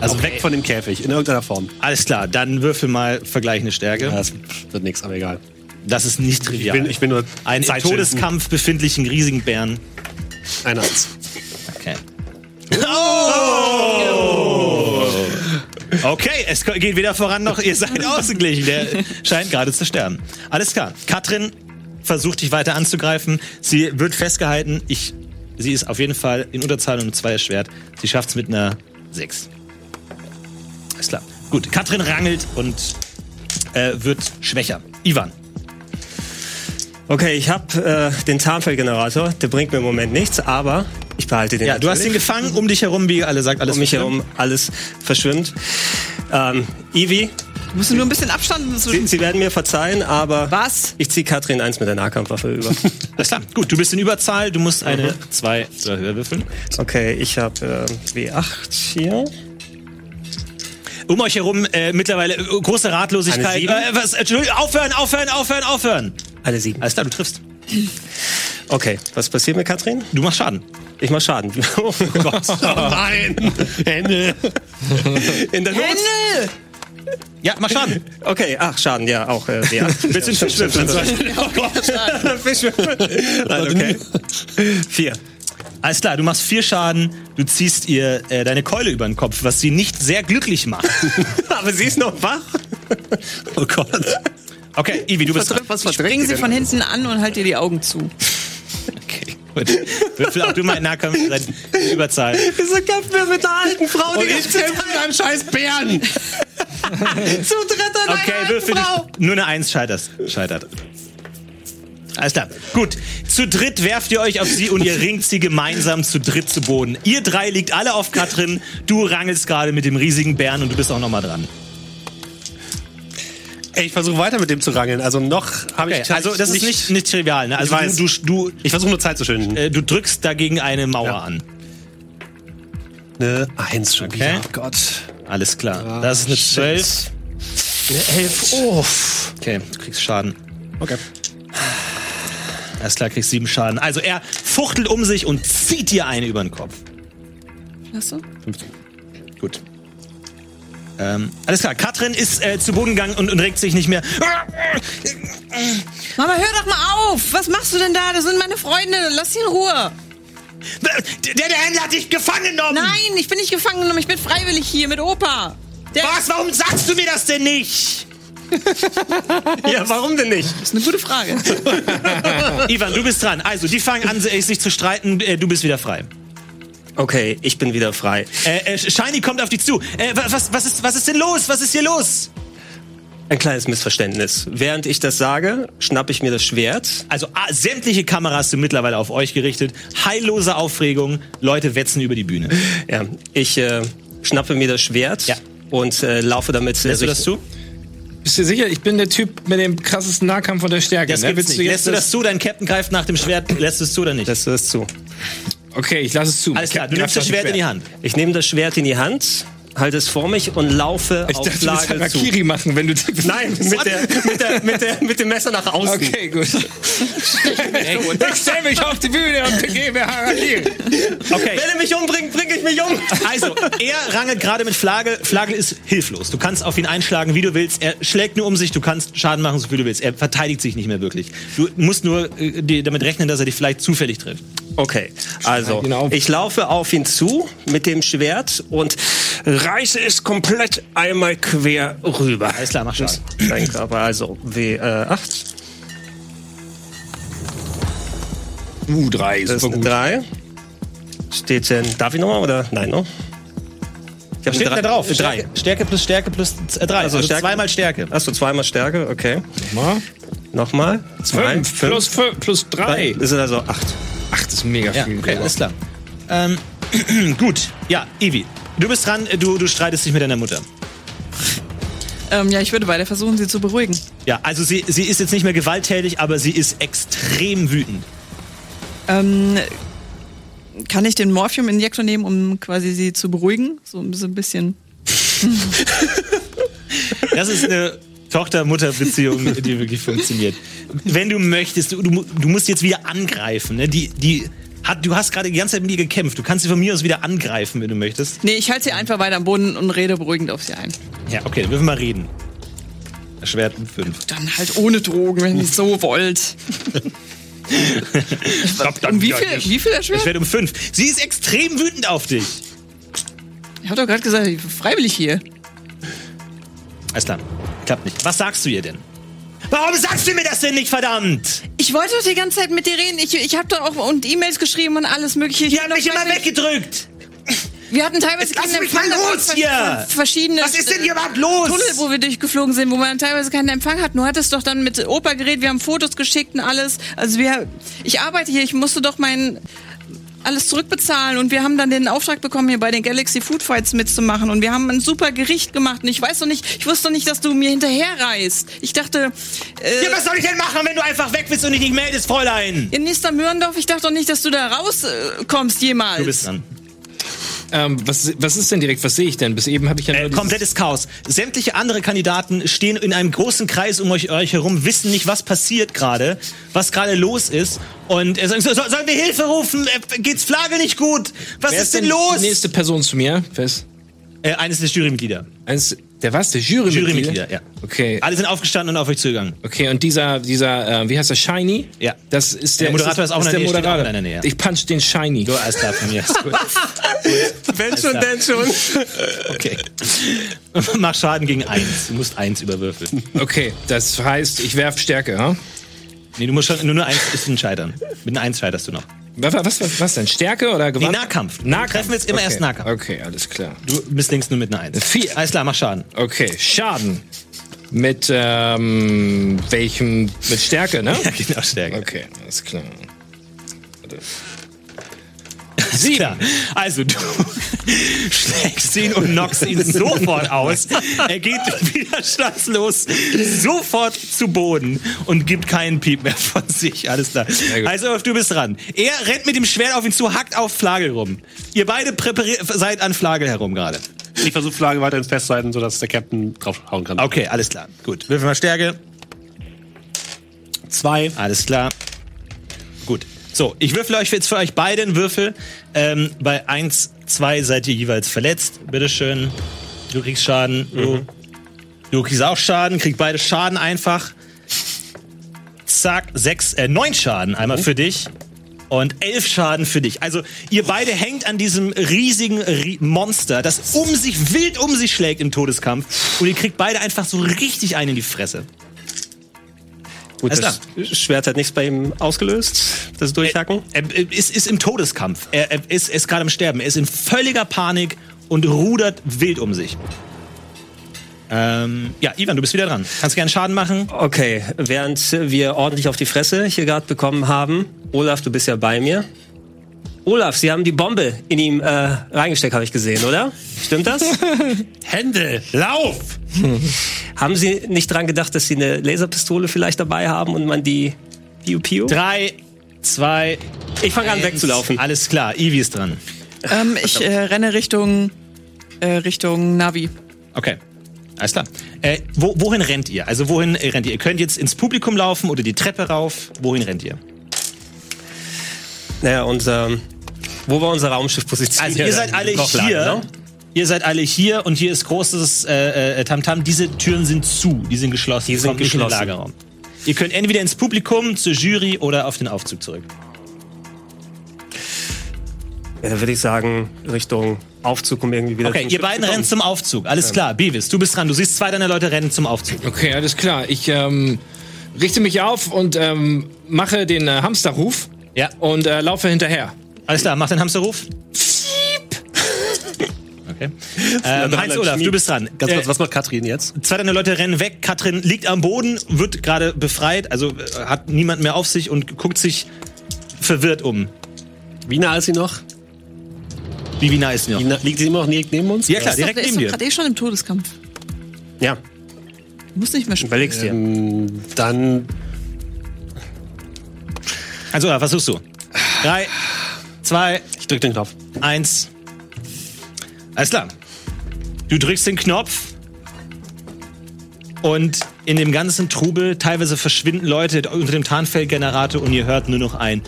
[SPEAKER 13] Also weg von dem Käfig, in irgendeiner Form.
[SPEAKER 1] Alles klar, dann würpf mal vergleichende Stärke.
[SPEAKER 13] Ja, das wird nichts, aber egal.
[SPEAKER 1] Das ist nicht
[SPEAKER 13] Ich
[SPEAKER 1] trivial.
[SPEAKER 13] bin, ich bin nur
[SPEAKER 1] Ein im
[SPEAKER 13] Zeitschinden.
[SPEAKER 1] Todeskampf befindlichen riesigen Bären.
[SPEAKER 13] Eine Eins.
[SPEAKER 1] Okay. Oh! Okay, es ko- geht weder voran noch ihr seid ausgeglichen. Der scheint gerade zu sterben. Alles klar. Katrin versucht dich weiter anzugreifen. Sie wird festgehalten. Ich, sie ist auf jeden Fall in Unterzahl und mit zwei Schwert. Sie schafft es mit einer sechs. Alles klar. Gut, Katrin rangelt und äh, wird schwächer. Ivan.
[SPEAKER 7] Okay, ich habe äh, den Tarnfeldgenerator. Der bringt mir im Moment nichts, aber ich behalte den.
[SPEAKER 1] Ja, du hast ihn
[SPEAKER 7] natürlich.
[SPEAKER 1] gefangen, um dich herum, wie ihr alle sagt, alles
[SPEAKER 7] um mich
[SPEAKER 1] verschwimmt.
[SPEAKER 7] herum alles verschwimmt. Ähm, Ivi,
[SPEAKER 5] Wir müssen nur ein bisschen Abstand
[SPEAKER 7] Sie,
[SPEAKER 1] Hm.
[SPEAKER 5] zwischen.
[SPEAKER 7] Sie werden mir verzeihen, aber
[SPEAKER 5] Was?
[SPEAKER 7] ich ziehe Katrin 1 mit der Nahkampfwaffe über.
[SPEAKER 1] Alles klar, gut, du bist in Überzahl, du musst eine
[SPEAKER 7] Mhm.
[SPEAKER 1] 2 oder höher würfeln.
[SPEAKER 7] Okay, ich habe äh, W8 hier.
[SPEAKER 1] Um euch herum äh, mittlerweile äh, große Ratlosigkeit.
[SPEAKER 7] Eine Sieben?
[SPEAKER 1] Äh, was, Entschuldigung, aufhören, aufhören, aufhören, aufhören.
[SPEAKER 7] Alle sieben.
[SPEAKER 1] Alles klar, du triffst.
[SPEAKER 7] Okay, was passiert mit Katrin?
[SPEAKER 1] Du machst Schaden.
[SPEAKER 7] Ich mach Schaden. Oh Gott.
[SPEAKER 12] Nein! Hände!
[SPEAKER 7] In der Not?
[SPEAKER 5] Händel!
[SPEAKER 1] Ja, mach Schaden.
[SPEAKER 7] Okay, ach, Schaden, ja, auch. Äh, W8. Willst du einen Fisch würfeln? Fisch würfeln. Nein, okay. Vier.
[SPEAKER 1] Alles klar, du machst vier Schaden, du ziehst ihr äh, deine Keule über den Kopf, was sie nicht sehr glücklich macht.
[SPEAKER 7] Aber sie ist noch wach.
[SPEAKER 1] oh Gott. Okay, Ivi, du bist dran.
[SPEAKER 5] Was Springen sie von hinten an und halt ihr die Augen zu.
[SPEAKER 1] Okay, gut. Würfel auch du mal in Nahkampf, in Überzahl.
[SPEAKER 7] Wieso kämpft mir mit einer alten Frau die
[SPEAKER 12] Ich
[SPEAKER 7] ganze
[SPEAKER 12] kämpfe mit einem scheiß Bären!
[SPEAKER 7] Zeit zu dritt an
[SPEAKER 1] Okay, würfel dich. Nur eine Eins scheitert. scheitert. Alles klar. Gut. Zu dritt werft ihr euch auf sie und ihr ringt sie gemeinsam zu dritt zu Boden. Ihr drei liegt alle auf Katrin. Du rangelst gerade mit dem riesigen Bären und du bist auch nochmal dran.
[SPEAKER 13] Ey, ich versuche weiter mit dem zu rangeln. Also noch habe
[SPEAKER 1] Okay,
[SPEAKER 13] ich.
[SPEAKER 1] also das ist nicht, nicht trivial. Ne? Also
[SPEAKER 13] Ich weiß.
[SPEAKER 1] du, du,
[SPEAKER 13] Ich versuche nur Zeit zu
[SPEAKER 1] du,
[SPEAKER 13] schinden.
[SPEAKER 1] äh, du drückst dagegen eine Mauer
[SPEAKER 13] Ja.
[SPEAKER 1] an.
[SPEAKER 7] Ne?
[SPEAKER 13] Eine Eins schon
[SPEAKER 1] Okay.
[SPEAKER 13] wieder. Oh Gott.
[SPEAKER 1] Alles klar. das ist eine
[SPEAKER 13] Ah, shit.
[SPEAKER 1] 12.
[SPEAKER 13] Eine Elf. Oh.
[SPEAKER 1] Okay, du kriegst Schaden.
[SPEAKER 13] Okay.
[SPEAKER 1] Alles klar, kriegst sieben Schaden. Also er fuchtelt um sich und zieht dir eine über den Kopf.
[SPEAKER 5] Hast du?
[SPEAKER 1] Gut. Ähm, alles klar, Katrin ist äh, zu Boden gegangen und, und regt sich nicht mehr. Ah!
[SPEAKER 5] Mama, hör doch mal auf! Was machst du denn da? Das sind meine Freunde. Lass sie in Ruhe.
[SPEAKER 1] Der, der Händler hat dich gefangen genommen!
[SPEAKER 5] Nein, ich bin nicht gefangen genommen. Ich bin freiwillig hier mit Opa. Der
[SPEAKER 1] Was? Warum sagst du mir das denn nicht?
[SPEAKER 7] Ja, warum denn nicht?
[SPEAKER 5] ist eine gute Frage.
[SPEAKER 1] Ivan, du bist dran. Also, die fangen an, sich sich zu streiten. Äh, Du bist wieder frei.
[SPEAKER 7] Okay, ich bin wieder frei.
[SPEAKER 1] Äh, äh, Shiny kommt auf dich zu. Äh, wa- was, was, ist, was ist denn los? Was ist hier los?
[SPEAKER 7] Ein kleines Missverständnis. Während ich das sage, schnappe ich mir das Schwert.
[SPEAKER 1] Also, ah, sämtliche Kameras sind mittlerweile auf euch gerichtet. Heillose Aufregung. Leute wetzen über die Bühne.
[SPEAKER 7] Ja, ich äh, schnappe mir das Schwert
[SPEAKER 1] Ja.
[SPEAKER 7] und äh, laufe damit.
[SPEAKER 1] Lässt du
[SPEAKER 7] Richt-
[SPEAKER 1] das zu?
[SPEAKER 4] Bist du sicher? Ich bin der Typ mit dem krassesten Nahkampf und der Stärke.
[SPEAKER 1] Das
[SPEAKER 4] ne?
[SPEAKER 1] gibt's
[SPEAKER 4] Willst
[SPEAKER 1] nicht. Lässt du das zu, dein Captain greift nach dem Schwert, lässt du es zu oder nicht?
[SPEAKER 2] Lässt du das zu?
[SPEAKER 4] Okay, ich lasse es zu.
[SPEAKER 1] Alles klar, du nimmst das Schwert in die Hand.
[SPEAKER 2] Ich nehme das Schwert in die Hand, halte es vor mich und laufe
[SPEAKER 4] Ich
[SPEAKER 2] auf
[SPEAKER 4] dachte, du willst
[SPEAKER 2] Lage zu.
[SPEAKER 4] Harakiri machen, wenn du...
[SPEAKER 2] Nein, mit, der, mit, der, mit, der, mit dem Messer nach außen.
[SPEAKER 4] Okay, gut. ich stelle mich auf die Bühne und gebe Harakiri.
[SPEAKER 1] Okay.
[SPEAKER 2] Wenn er mich umbringt, bringe ich mich um.
[SPEAKER 1] Also, er rangelt gerade mit Flagel. Flagel ist hilflos. Du kannst auf ihn einschlagen, wie du willst. Er schlägt nur um sich. Du kannst Schaden machen, so viel du willst. Er verteidigt sich nicht mehr wirklich. Du musst nur äh, die, damit rechnen, dass er dich vielleicht zufällig trifft.
[SPEAKER 2] Okay, also ich laufe auf ihn zu mit dem Schwert und reiße es komplett einmal quer rüber.
[SPEAKER 1] Alles klar, mach Schaden.
[SPEAKER 2] Dein Körper, also W8.
[SPEAKER 4] Uh, drei,
[SPEAKER 2] Das ist
[SPEAKER 4] super
[SPEAKER 2] eine
[SPEAKER 4] gut.
[SPEAKER 2] 3. Steht denn. Darf ich nochmal oder? Nein, ne? Ich hab
[SPEAKER 1] Steht
[SPEAKER 2] eine
[SPEAKER 1] da drauf.
[SPEAKER 2] Drei.
[SPEAKER 1] Stärke, Stärke plus Stärke plus äh, drei. Also,
[SPEAKER 2] Stärke-
[SPEAKER 1] zweimal Stärke.
[SPEAKER 2] Achso, zweimal Stärke, okay.
[SPEAKER 4] Mal.
[SPEAKER 2] Nochmal. Zwei,
[SPEAKER 4] Fünf, plus fünf, plus drei.
[SPEAKER 2] Das sind also acht.
[SPEAKER 4] Ach, das ist mega
[SPEAKER 1] Ja,
[SPEAKER 4] viel.
[SPEAKER 1] okay, alles klar. Ähm, gut. Ja, Ivi. Du bist dran. Du, du streitest dich mit deiner Mutter.
[SPEAKER 5] Ähm, ja, ich würde weiter versuchen, sie zu beruhigen.
[SPEAKER 1] Ja, also sie, sie ist jetzt nicht mehr gewalttätig, aber sie ist extrem wütend.
[SPEAKER 5] Ähm, kann ich den Morphium-Injektor nehmen, um quasi sie zu beruhigen? So ein so ein bisschen.
[SPEAKER 1] Das ist eine Tochter-Mutter-Beziehung, die wirklich funktioniert. Wenn du möchtest, du, du, mu- du musst jetzt wieder angreifen. Ne? Die, die hat, du hast gerade die ganze Zeit mit ihr gekämpft. Du kannst sie von mir aus wieder angreifen, wenn du möchtest.
[SPEAKER 5] Nee, ich halte sie einfach weiter am Boden und rede beruhigend auf sie ein.
[SPEAKER 1] Ja, okay, dann dürfen wir mal reden. Erschwert um fünf.
[SPEAKER 5] Dann halt ohne Drogen, wenn ihr so wollt. Um wie viel, wie viel erschwert?
[SPEAKER 1] Erschwert um fünf. Sie ist extrem wütend auf dich.
[SPEAKER 5] Ich hab doch gerade gesagt, ich bin freiwillig hier.
[SPEAKER 1] Alles klar, klappt nicht. Was sagst du ihr denn? Warum sagst du mir das denn nicht, verdammt?
[SPEAKER 8] Ich wollte doch die ganze Zeit mit dir reden. Ich, ich habe doch auch und E-Mails geschrieben und alles mögliche. Ich
[SPEAKER 1] Die haben
[SPEAKER 8] bin doch
[SPEAKER 1] mich immer
[SPEAKER 8] wirklich-
[SPEAKER 1] weggedrückt.
[SPEAKER 8] Wir hatten teilweise
[SPEAKER 1] Jetzt lass
[SPEAKER 8] keinen
[SPEAKER 1] mich
[SPEAKER 8] Empfang.
[SPEAKER 1] mal
[SPEAKER 8] da waren
[SPEAKER 1] los
[SPEAKER 8] ver-
[SPEAKER 1] hier!
[SPEAKER 8] Verschiedene
[SPEAKER 1] Was ist denn hier überhaupt los?
[SPEAKER 8] Tunnel, wo wir durchgeflogen sind, wo man teilweise keinen Empfang hat. Du hattest doch dann mit Opa geredet, wir haben Fotos geschickt und alles. Also wir, ich arbeite hier, ich musste doch mein alles zurückbezahlen und wir haben dann den Auftrag bekommen, hier bei den Galaxy Food Fights mitzumachen und wir haben ein super Gericht gemacht und ich weiß doch nicht, ich wusste doch nicht, dass du mir hinterherreist. Ich dachte, äh,
[SPEAKER 1] Ja, was soll ich denn machen, wenn du einfach weg bist und dich nicht meldest, Fräulein?
[SPEAKER 8] in nächster Mürndorf, ich dachte doch nicht, dass du da rauskommst äh, kommst jemals.
[SPEAKER 1] Du bist dran.
[SPEAKER 4] Ähm, was, was ist denn direkt? Was sehe ich denn? Bis eben habe ich ja nur
[SPEAKER 1] Äh,
[SPEAKER 4] dieses-
[SPEAKER 1] komplettes Chaos. Sämtliche andere Kandidaten stehen in einem großen Kreis um euch, euch herum, wissen nicht, was passiert gerade, was gerade los ist. Und er sagt, so, so- sollen wir Hilfe rufen? Äh, geht's Flagge nicht gut? Was
[SPEAKER 4] Wer
[SPEAKER 1] ist denn los?
[SPEAKER 4] Die nächste Person zu mir. Wer ist?
[SPEAKER 1] Äh, eines der Jurymitglieder.
[SPEAKER 4] Eins, der was? Der Jurymitglied?
[SPEAKER 1] Jurymitglieder, ja.
[SPEAKER 4] Okay.
[SPEAKER 1] Alle sind aufgestanden und auf euch zugegangen.
[SPEAKER 4] Okay, und dieser, dieser, äh, wie heißt der, Shiny?
[SPEAKER 1] Ja.
[SPEAKER 4] Das ist der,
[SPEAKER 1] Der Moderator ist auch in
[SPEAKER 4] der
[SPEAKER 1] der Nähe, steht
[SPEAKER 4] Moderator.
[SPEAKER 1] auch in deiner Nähe, ja.
[SPEAKER 4] Ich punch den Shiny.
[SPEAKER 1] So, alles klar von mir. Ist gut.
[SPEAKER 2] Wenn schon,
[SPEAKER 1] klar.
[SPEAKER 2] denn schon.
[SPEAKER 1] Okay. Mach Schaden gegen eins. Du musst eins überwürfeln.
[SPEAKER 4] Okay, das heißt, ich werf Stärke, ha?
[SPEAKER 1] Nee, du musst schon, nur, nur eins ist ein Scheitern. Mit einem Eins scheiterst du noch.
[SPEAKER 4] Was, was, was, was denn? Stärke oder Gewalt?
[SPEAKER 1] Nee, Nahkampf. Wir
[SPEAKER 4] Nahkampf.
[SPEAKER 1] treffen jetzt immer
[SPEAKER 4] okay.
[SPEAKER 1] erst Nahkampf.
[SPEAKER 4] Okay, alles klar.
[SPEAKER 1] Du bist links nur mit einer Eins.
[SPEAKER 4] Vier.
[SPEAKER 1] Alles klar, mach Schaden.
[SPEAKER 4] Okay, Schaden. Mit, ähm, welchem, mit Stärke, ne?
[SPEAKER 1] Ja, genau, Stärke.
[SPEAKER 4] Okay, alles klar.
[SPEAKER 1] Sieben. Klar. Also du schlägst ihn und knockst ihn sofort aus. Er geht widerstandslos sofort zu Boden und gibt keinen Piep mehr von sich. Alles klar.
[SPEAKER 4] gut.
[SPEAKER 1] Also du bist dran. Er rennt mit dem Schwert auf ihn zu, hackt auf Flagel rum. Ihr beide präpariert- seid an Flagel herum gerade.
[SPEAKER 3] Ich versuche Flagge weiter ins Festhalten, sodass der Captain draufhauen kann.
[SPEAKER 1] Okay, alles klar. Gut. Würfel mal Stärke.
[SPEAKER 3] Zwei.
[SPEAKER 1] Alles klar. Gut. So, ich würfle euch jetzt für euch beide einen Würfel. Ähm, bei 1, 2 seid ihr jeweils verletzt. Bitteschön. Du kriegst Schaden. Du,
[SPEAKER 2] Mhm.
[SPEAKER 1] du kriegst auch Schaden. Kriegt beide Schaden einfach. Zack, 6, äh, 9 Schaden
[SPEAKER 2] Mhm.
[SPEAKER 1] einmal für dich. Und elf Schaden für dich. Also ihr beide hängt an diesem riesigen Ri- Monster, das um sich wild um sich schlägt im Todeskampf. Und ihr kriegt beide einfach so richtig einen in die Fresse.
[SPEAKER 2] Gut,
[SPEAKER 1] Alles
[SPEAKER 2] das Schwert hat nichts bei ihm ausgelöst, das Durchhacken.
[SPEAKER 1] Er, er ist, ist im Todeskampf. Er, er ist, ist gerade im Sterben. Er ist in völliger Panik und rudert wild um sich. Ähm, ja, Ivan, du bist wieder dran. Kannst gerne Schaden machen.
[SPEAKER 2] Okay, während wir ordentlich auf die Fresse hier gerade bekommen haben, Olaf, du bist ja bei mir. Olaf, Sie haben die Bombe in ihm äh, reingesteckt, habe ich gesehen, oder? Stimmt das?
[SPEAKER 3] Händel, lauf!
[SPEAKER 2] haben Sie nicht dran gedacht, dass Sie eine Laserpistole vielleicht dabei haben und man die Piu Piu?
[SPEAKER 1] Drei, zwei.
[SPEAKER 2] Ich fange an
[SPEAKER 1] eins.
[SPEAKER 2] wegzulaufen.
[SPEAKER 1] Alles klar, Ivy ist dran.
[SPEAKER 5] Ähm, ich äh, renne Richtung, äh, Richtung Navi.
[SPEAKER 1] Okay. Alles klar. Äh, wo, wohin rennt ihr? Also wohin äh, rennt ihr? Ihr könnt jetzt ins Publikum laufen oder die Treppe rauf. Wohin rennt ihr?
[SPEAKER 2] Naja, unser, wo war unser Raumschiff positioniert?
[SPEAKER 1] Also ihr seid alle hier.
[SPEAKER 2] ne?
[SPEAKER 7] ne?
[SPEAKER 1] Ihr seid alle hier und hier ist großes äh, äh, Tamtam. Diese Türen sind zu, die sind geschlossen. Die
[SPEAKER 2] sind
[SPEAKER 1] kommen nicht in den
[SPEAKER 2] geschlossen.
[SPEAKER 1] Lagerraum. Ihr könnt entweder ins Publikum, zur Jury oder auf den Aufzug zurück.
[SPEAKER 2] Ja, dann würde ich sagen, Richtung Aufzug, um irgendwie wieder
[SPEAKER 1] Okay,
[SPEAKER 2] zum
[SPEAKER 1] ihr
[SPEAKER 2] Schiff
[SPEAKER 1] beiden
[SPEAKER 2] zu kommen.
[SPEAKER 1] rennt zum Aufzug. Alles klar, Bevis, du bist dran. Du siehst zwei deiner Leute rennen zum Aufzug.
[SPEAKER 4] Okay, alles klar. Ich ähm, richte mich auf und ähm, mache den äh, Hamsterruf
[SPEAKER 1] Ja,
[SPEAKER 4] und äh, laufe hinterher.
[SPEAKER 1] alles klar, mach den Hamsterruf. Okay. Ähm, Heinz Olaf, du bist dran.
[SPEAKER 7] Ganz
[SPEAKER 1] Äh,
[SPEAKER 7] kurz, was macht Katrin jetzt?
[SPEAKER 1] Zwei deiner Leute rennen weg. Katrin liegt am Boden, wird gerade befreit, also äh, hat niemand mehr auf sich und guckt sich verwirrt um.
[SPEAKER 7] Wie nah ist sie noch?
[SPEAKER 1] Wie, wie nah ist sie noch?
[SPEAKER 7] Wie nah, liegt sie immer noch direkt neben uns?
[SPEAKER 1] Ja, klar,
[SPEAKER 5] Ist doch-
[SPEAKER 1] direkt
[SPEAKER 5] der
[SPEAKER 1] neben
[SPEAKER 5] ist
[SPEAKER 1] dir.
[SPEAKER 5] gerade eh schon im Todeskampf.
[SPEAKER 2] Ja,
[SPEAKER 5] Muss nicht mehr spielen.
[SPEAKER 2] überlegst dir.
[SPEAKER 7] ähm, Dann
[SPEAKER 1] Also, was suchst du? Drei, zwei,
[SPEAKER 7] ich drück den Knopf.
[SPEAKER 1] eins. Alles klar. Du drückst den Knopf. Und in dem ganzen Trubel, teilweise verschwinden Leute unter dem Tarnfeldgenerator und ihr hört nur noch ein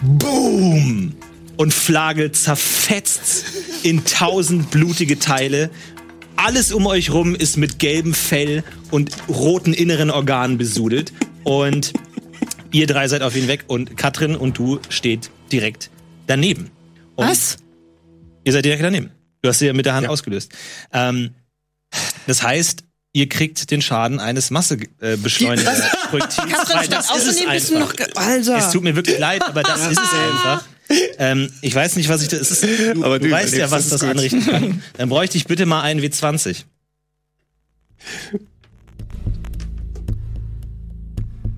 [SPEAKER 1] Boom! Und Flagel zerfetzt in tausend blutige Teile. Alles um euch rum ist mit gelbem Fell und roten inneren Organen besudelt. Und ihr drei seid auf ihn weg und Katrin und du steht direkt daneben. Und
[SPEAKER 5] Was?
[SPEAKER 1] Ihr seid direkt daneben. Du hast sie ja mit der Hand ausgelöst. Ähm, das heißt, ihr kriegt den Schaden eines Massebeschleunigers. äh,
[SPEAKER 5] Kannst du das statt aufzunehmen, bist du noch. ge- Alter.
[SPEAKER 1] Es tut mir wirklich leid, aber das ist es einfach. Ähm, ich weiß nicht, was ich das. Es ist, du,
[SPEAKER 6] Aber
[SPEAKER 1] du
[SPEAKER 6] du
[SPEAKER 1] weißt ja,
[SPEAKER 6] überlebst, das
[SPEAKER 1] was das
[SPEAKER 6] ist gut.
[SPEAKER 1] anrichten kann. Dann bräuchte ich bitte mal einen W20.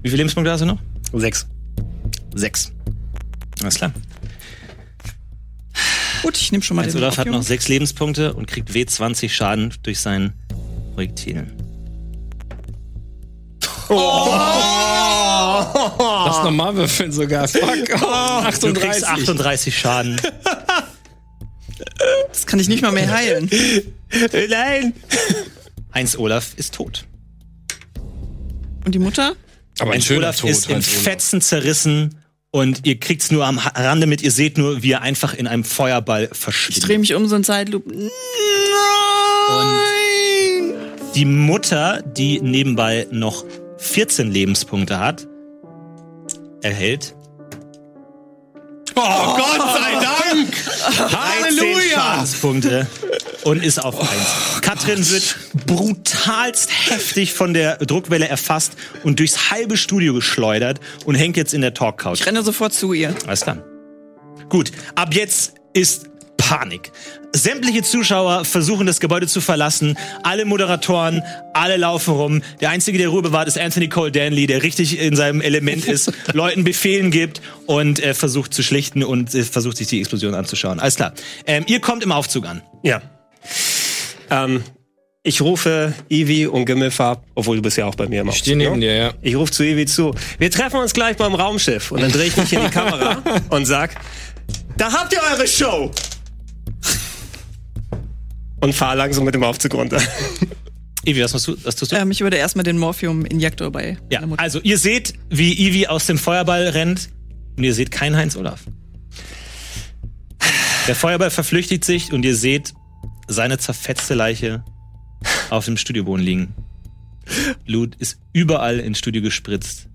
[SPEAKER 1] Wie viele Lebenspunkte hast du noch?
[SPEAKER 7] Sechs.
[SPEAKER 1] Sechs. Alles klar.
[SPEAKER 5] Gut, ich nehme schon mal
[SPEAKER 1] Heinz
[SPEAKER 5] den.
[SPEAKER 1] Olaf Also hat noch
[SPEAKER 5] Opium.
[SPEAKER 1] sechs Lebenspunkte und kriegt W20 Schaden durch sein Projektil.
[SPEAKER 4] Das normal würfeln sogar. Fuck. Oh,
[SPEAKER 1] Ah. Du kriegst
[SPEAKER 4] 38.
[SPEAKER 1] 38 Schaden.
[SPEAKER 5] Das kann ich nicht mal mehr heilen.
[SPEAKER 2] Nein!
[SPEAKER 1] Heinz Olaf ist tot.
[SPEAKER 5] Und die Mutter?
[SPEAKER 4] Aber
[SPEAKER 1] Heinz Olaf ist in Fetzen zerrissen und ihr kriegt's nur am Ha- Rande mit. Ihr seht nur, wie er einfach in einem Feuerball
[SPEAKER 5] Ich drehe
[SPEAKER 1] verschwindet.
[SPEAKER 5] mich um so ein Zeitloop.
[SPEAKER 1] Die Mutter, die nebenbei noch 14 Lebenspunkte hat, erhält
[SPEAKER 3] Oh, Gott sei Dank!
[SPEAKER 1] 13
[SPEAKER 3] Halleluja!
[SPEAKER 1] Schadenspunkte und ist auf 1. Katrin wird brutalst heftig von der Druckwelle erfasst und durchs halbe Studio geschleudert und hängt jetzt in der Talk-Couch.
[SPEAKER 5] Ich renne sofort zu ihr.
[SPEAKER 1] Alles klar. Gut, ab jetzt ist Panik. Sämtliche Zuschauer versuchen, das Gebäude zu verlassen. Alle Moderatoren, alle laufen rum. Der Einzige, der Ruhe bewahrt, ist Anthony Cole Danley, der richtig in seinem Element ist, Leuten Befehlen gibt und äh, versucht zu schlichten und äh, versucht, sich die Explosion anzuschauen. Alles klar. Ähm, ihr kommt im Aufzug an.
[SPEAKER 2] Ja. Ähm, ich rufe Ivi und Gimmelfarb, obwohl du bist ja auch bei mir im
[SPEAKER 4] Ich stehe neben dir, ja.
[SPEAKER 2] Ich rufe zu Ivi zu. Wir treffen uns gleich beim Raumschiff. Und dann drehe ich mich in die Kamera und sag, da habt ihr eure Show! Und fahr langsam mit dem Aufzug runter.
[SPEAKER 1] Ivi, was, machst du, was tust du?
[SPEAKER 5] Ähm, ich würde erstmal den Morphium-Injektor bei
[SPEAKER 1] ja,
[SPEAKER 5] der Mutter.
[SPEAKER 1] also ihr seht, wie Ivi aus dem Feuerball rennt und ihr seht keinen Heinz Olaf. Der Feuerball verflüchtigt sich und ihr seht seine zerfetzte Leiche auf dem Studioboden liegen. Blut ist überall ins Studio gespritzt.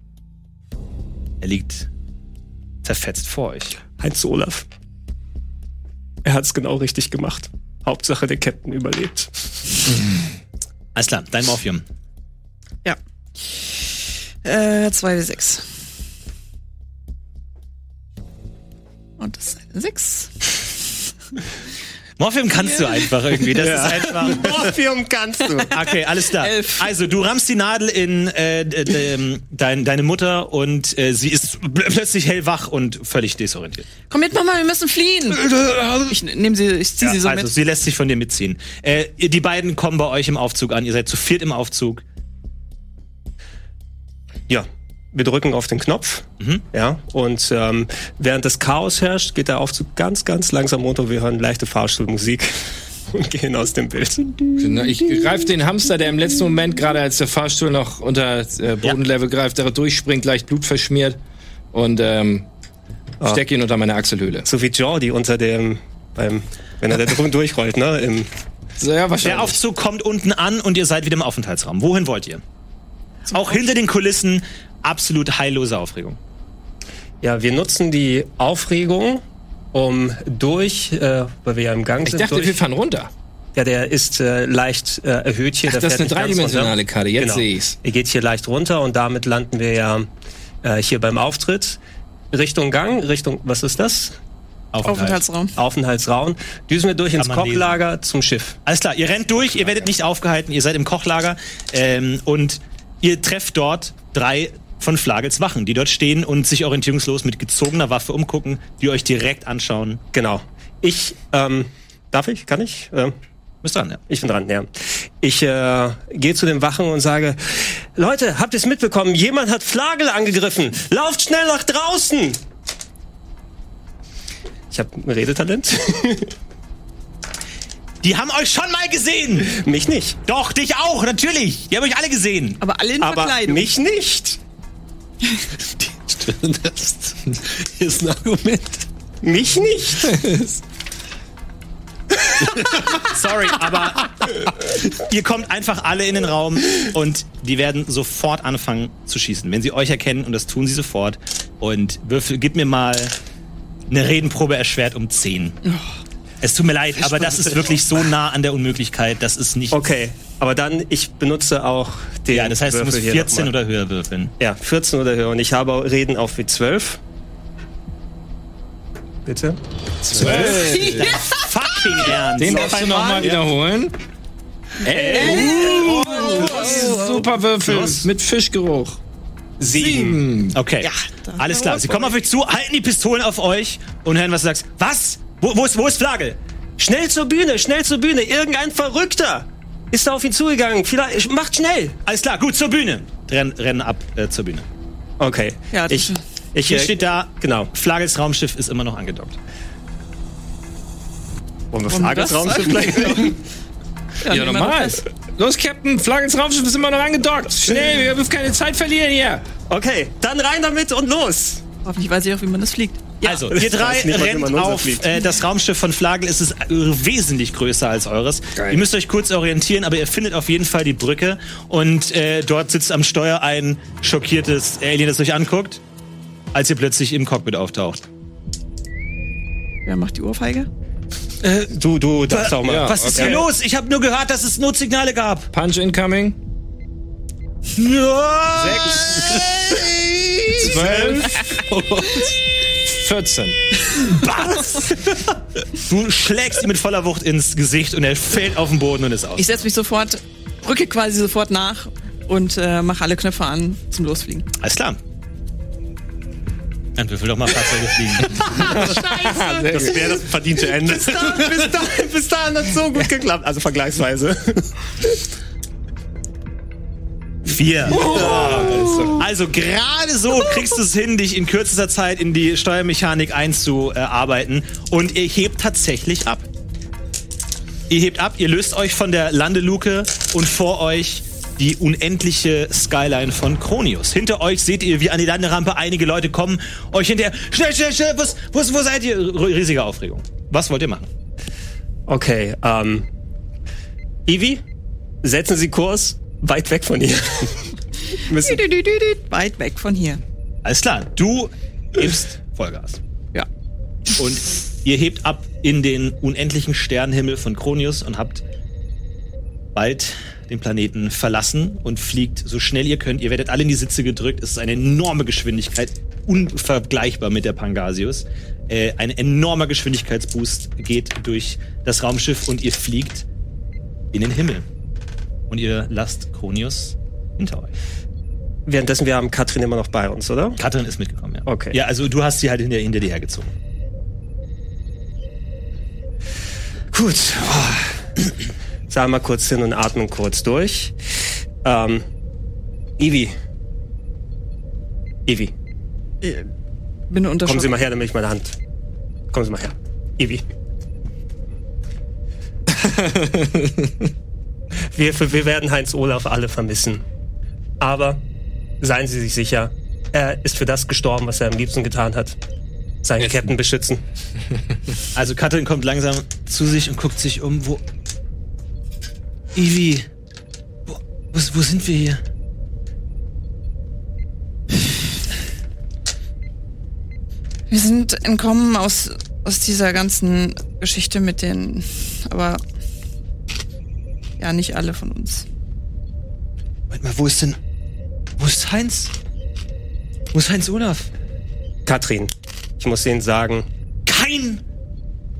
[SPEAKER 1] Er liegt zerfetzt vor euch.
[SPEAKER 2] Heinz Olaf. Er hat's genau richtig gemacht. Hauptsache der Captain überlebt.
[SPEAKER 1] Alles klar, dein Morphium.
[SPEAKER 5] Ja. Äh, 2 bis 6. Und das ist eine 6.
[SPEAKER 1] Morphium kannst du einfach irgendwie. Das ist einfach.
[SPEAKER 8] Morphium kannst du.
[SPEAKER 1] Okay, alles klar.
[SPEAKER 8] Elf.
[SPEAKER 1] Also, du rammst die Nadel in äh, d- d- ähm, dein, deine Mutter und äh, sie ist pl plötzlich hellwach und völlig desorientiert.
[SPEAKER 5] Komm mit, Mama, wir müssen fliehen. Ich nehme sie, ich ziehe sie so
[SPEAKER 1] also,
[SPEAKER 5] mit.
[SPEAKER 1] sie lässt sich von dir mitziehen. Äh, ihr- die beiden kommen bei euch im Aufzug an. Ihr seid zu viert im Aufzug.
[SPEAKER 8] Ja. Wir drücken auf den Knopf,
[SPEAKER 14] Mhm.
[SPEAKER 8] ja, und ähm, während das Chaos herrscht, geht der Aufzug ganz, ganz langsam runter. Wir hören leichte Fahrstuhlmusik und gehen aus dem Bild. Hm.
[SPEAKER 4] Na, ne, Ich greife den Hamster, der im letzten Moment, gerade als der Fahrstuhl noch unter äh, Bodenlevel greift, da durchspringt, leicht blutverschmiert und ähm, stecke ihn unter meine Achselhöhle.
[SPEAKER 8] So wie Jordi unter dem, beim, wenn er da drüben durchrollt, ne? Im,
[SPEAKER 4] So, ja,
[SPEAKER 1] Der
[SPEAKER 4] wahrscheinlich.
[SPEAKER 1] Aufzug kommt unten an und ihr seid wieder im Aufenthaltsraum. Wohin wollt ihr? Auch hinter den Kulissen absolut heillose Aufregung.
[SPEAKER 8] ja, wir nutzen die Aufregung, um durch, äh, weil wir ja im Gang
[SPEAKER 4] Ich
[SPEAKER 8] sind.
[SPEAKER 4] dachte,
[SPEAKER 8] durch,
[SPEAKER 4] wir fahren runter.
[SPEAKER 8] Ja, der ist äh, leicht äh, erhöht hier.
[SPEAKER 4] Ach,
[SPEAKER 8] der
[SPEAKER 4] das ist
[SPEAKER 8] fährt
[SPEAKER 4] eine
[SPEAKER 8] nicht ganz runter.
[SPEAKER 4] dreidimensionale
[SPEAKER 8] Genau.
[SPEAKER 4] Karte, jetzt sehe ich's.
[SPEAKER 8] Er geht hier leicht runter und damit landen wir ja äh, hier beim Auftritt. Richtung Gang, Richtung, was ist das?
[SPEAKER 5] Aufenthaltsraum.
[SPEAKER 8] Aufenthaltsraum. Düsen wir durch ins
[SPEAKER 1] man lesen.
[SPEAKER 8] Kochlager zum Schiff.
[SPEAKER 1] Alles klar, ihr rennt durch, ihr werdet nicht aufgehalten, ihr seid im Kochlager ähm, und ihr trefft dort drei von Flagels Wachen, die dort stehen und sich orientierungslos mit gezogener Waffe umgucken, die euch direkt anschauen.
[SPEAKER 8] Genau. Ich, ähm, darf ich? Kann ich? Ähm,
[SPEAKER 1] Müsst dran, ja.
[SPEAKER 8] Ich bin dran, ja. Ich äh, gehe zu den Wachen und sage, Leute, habt ihr es mitbekommen? Jemand hat Flagel angegriffen. Lauft schnell nach draußen. Ich habe ein Redetalent.
[SPEAKER 1] Die haben euch schon mal gesehen!
[SPEAKER 8] mich nicht.
[SPEAKER 1] Doch, dich auch, natürlich! Die haben euch alle gesehen!
[SPEAKER 5] Aber alle in
[SPEAKER 8] Aber
[SPEAKER 5] Verkleidung.
[SPEAKER 8] mich nicht.
[SPEAKER 14] Das ist ein Argument.
[SPEAKER 8] Mich nicht.
[SPEAKER 1] Sorry, aber ihr kommt einfach alle in den Raum und die werden sofort anfangen zu schießen. Wenn sie euch erkennen und das tun sie sofort. Und Würfel, gib mir mal eine Redenprobe erschwert um 10.
[SPEAKER 8] Oh.
[SPEAKER 1] Es tut mir leid, aber das ist wirklich so nah an der Unmöglichkeit, das ist nicht.
[SPEAKER 8] Okay, aber dann, ich benutze auch den
[SPEAKER 1] Ja, das heißt, du
[SPEAKER 8] Würfel
[SPEAKER 1] musst
[SPEAKER 8] hier
[SPEAKER 1] 14
[SPEAKER 8] nochmal.
[SPEAKER 1] oder höher würfeln.
[SPEAKER 8] Ja, 14 oder höher. Und ich habe Reden auf W12. Bitte?
[SPEAKER 1] Fucking ernst! Äh,
[SPEAKER 4] Den darfst du nochmal wiederholen.
[SPEAKER 8] Äh,
[SPEAKER 4] Ey, uh, super Würfel mit Fischgeruch.
[SPEAKER 8] Sieben.
[SPEAKER 1] Okay. Alles klar. Sie kommen auf euch zu, halten die Pistolen auf euch und hören, was du sagst. Was? Wo, wo ist, wo ist Flagel?
[SPEAKER 8] Schnell zur Bühne, schnell zur Bühne. Irgendein Verrückter ist da auf ihn zugegangen. Vielleicht, macht schnell.
[SPEAKER 1] Alles klar, gut, zur Bühne. Renn, rennen ab äh, zur Bühne.
[SPEAKER 8] Okay.
[SPEAKER 5] Ja, das-
[SPEAKER 8] ich, ich,
[SPEAKER 1] Hier
[SPEAKER 8] äh,
[SPEAKER 1] steht da,
[SPEAKER 8] Genau.
[SPEAKER 1] Flagels Raumschiff ist immer noch angedockt.
[SPEAKER 8] Wollen wir
[SPEAKER 5] Um das
[SPEAKER 8] Flagelsraumschiff gleich
[SPEAKER 5] Ja,
[SPEAKER 4] Ja,
[SPEAKER 5] nehmen wir
[SPEAKER 4] normal.
[SPEAKER 5] das.
[SPEAKER 4] Los, Captain, Flagge ins Raumschiff ist immer noch angedockt. Schnell, wir dürfen keine Zeit verlieren hier.
[SPEAKER 8] Okay, dann rein damit und los.
[SPEAKER 5] Hoffentlich weiß ich auch, wie man das fliegt.
[SPEAKER 1] also, ihr drei
[SPEAKER 8] weiß niemand, wie
[SPEAKER 1] rennt
[SPEAKER 8] man unser
[SPEAKER 1] auf
[SPEAKER 8] fliegt.
[SPEAKER 1] äh, das Raumschiff von Flagel. Es ist äh, wesentlich größer als eures. Ihr müsst euch kurz orientieren, aber ihr findet auf jeden Fall die Brücke. Und äh, dort sitzt am Steuer ein schockiertes Alien, das euch anguckt, als ihr plötzlich im Cockpit auftaucht.
[SPEAKER 5] Wer macht die Ohrfeige?
[SPEAKER 8] Du, du darfst auch mal.
[SPEAKER 4] Ja.
[SPEAKER 1] Was ist hier
[SPEAKER 4] okay.
[SPEAKER 1] los? Ich habe nur gehört, dass es Notsignale gab.
[SPEAKER 4] Punch incoming.
[SPEAKER 1] Ja.
[SPEAKER 4] Zwölf. 14.
[SPEAKER 1] Du schlägst ihm mit voller Wucht ins Gesicht und er fällt auf den Boden und ist aus.
[SPEAKER 5] Ich setze mich sofort, rücke quasi sofort nach und äh, mache alle Knöpfe an zum Losfliegen.
[SPEAKER 1] Alles klar. Dann würfel doch mal Fahrzeuge fliegen.
[SPEAKER 8] Das wäre das verdiente Ende. bis, da, bis, da, bis dahin hat so gut geklappt. Also vergleichsweise.
[SPEAKER 1] Vier. Also gerade so kriegst du es hin, dich in kürzester Zeit in die Steuermechanik einzuarbeiten. Und ihr hebt tatsächlich ab. Ihr hebt ab, ihr löst euch von der Landeluke und vor euch die unendliche Skyline von Kronius. Hinter euch seht ihr, wie an die Landerampe einige Leute kommen, euch hinterher. Schnell, schnell, schnell, wo, wo, wo seid ihr? R riesige Aufregung. Was wollt ihr machen?
[SPEAKER 8] Okay,
[SPEAKER 2] äh,
[SPEAKER 8] ähm. Ivi, setzen Sie Kurs weit weg von ihr. Müssen.
[SPEAKER 5] Düdüdüdüdüd, Weit weg von hier.
[SPEAKER 1] Alles klar, du gibst Vollgas.
[SPEAKER 5] Ja.
[SPEAKER 1] Und ihr hebt ab in den unendlichen Sternenhimmel von Kronius und habt bald den Planeten verlassen und fliegt so schnell ihr könnt. Ihr werdet alle in die Sitze gedrückt. Es ist eine enorme Geschwindigkeit. unvergleichbar mit der Pangasius. Äh, ein enormer Geschwindigkeitsboost geht durch das Raumschiff und ihr fliegt in den Himmel. Und ihr lasst Kronius hinter euch.
[SPEAKER 2] Währenddessen, wir haben Katrin immer noch bei uns, oder?
[SPEAKER 1] Katrin ist mitgekommen, ja.
[SPEAKER 2] Okay.
[SPEAKER 1] Ja, also du hast sie halt hinter, hinter dir hergezogen.
[SPEAKER 2] Gut. Oh. Sag mal kurz hin und atmen kurz durch. Ähm, Ivi. Ivi,
[SPEAKER 5] Bin unter
[SPEAKER 2] kommen Sie
[SPEAKER 5] Schock.
[SPEAKER 2] mal her, damit ich meine Hand. Kommen Sie mal her. Ivi. wir, wir werden Heinz Olaf alle vermissen. Aber seien Sie sich sicher, er ist für das gestorben, was er am liebsten getan hat. Seinen Captain beschützen.
[SPEAKER 1] Also Katrin kommt langsam zu sich und guckt sich um, wo. Ivi, wo, wo, wo sind wir hier?
[SPEAKER 5] Wir sind entkommen aus, aus dieser ganzen Geschichte mit den. Aber. Ja, nicht alle von uns.
[SPEAKER 1] Warte mal, wo ist denn. Wo ist Heinz? Wo ist Heinz Olaf?
[SPEAKER 2] Katrin, ich muss Ihnen sagen,
[SPEAKER 1] Kein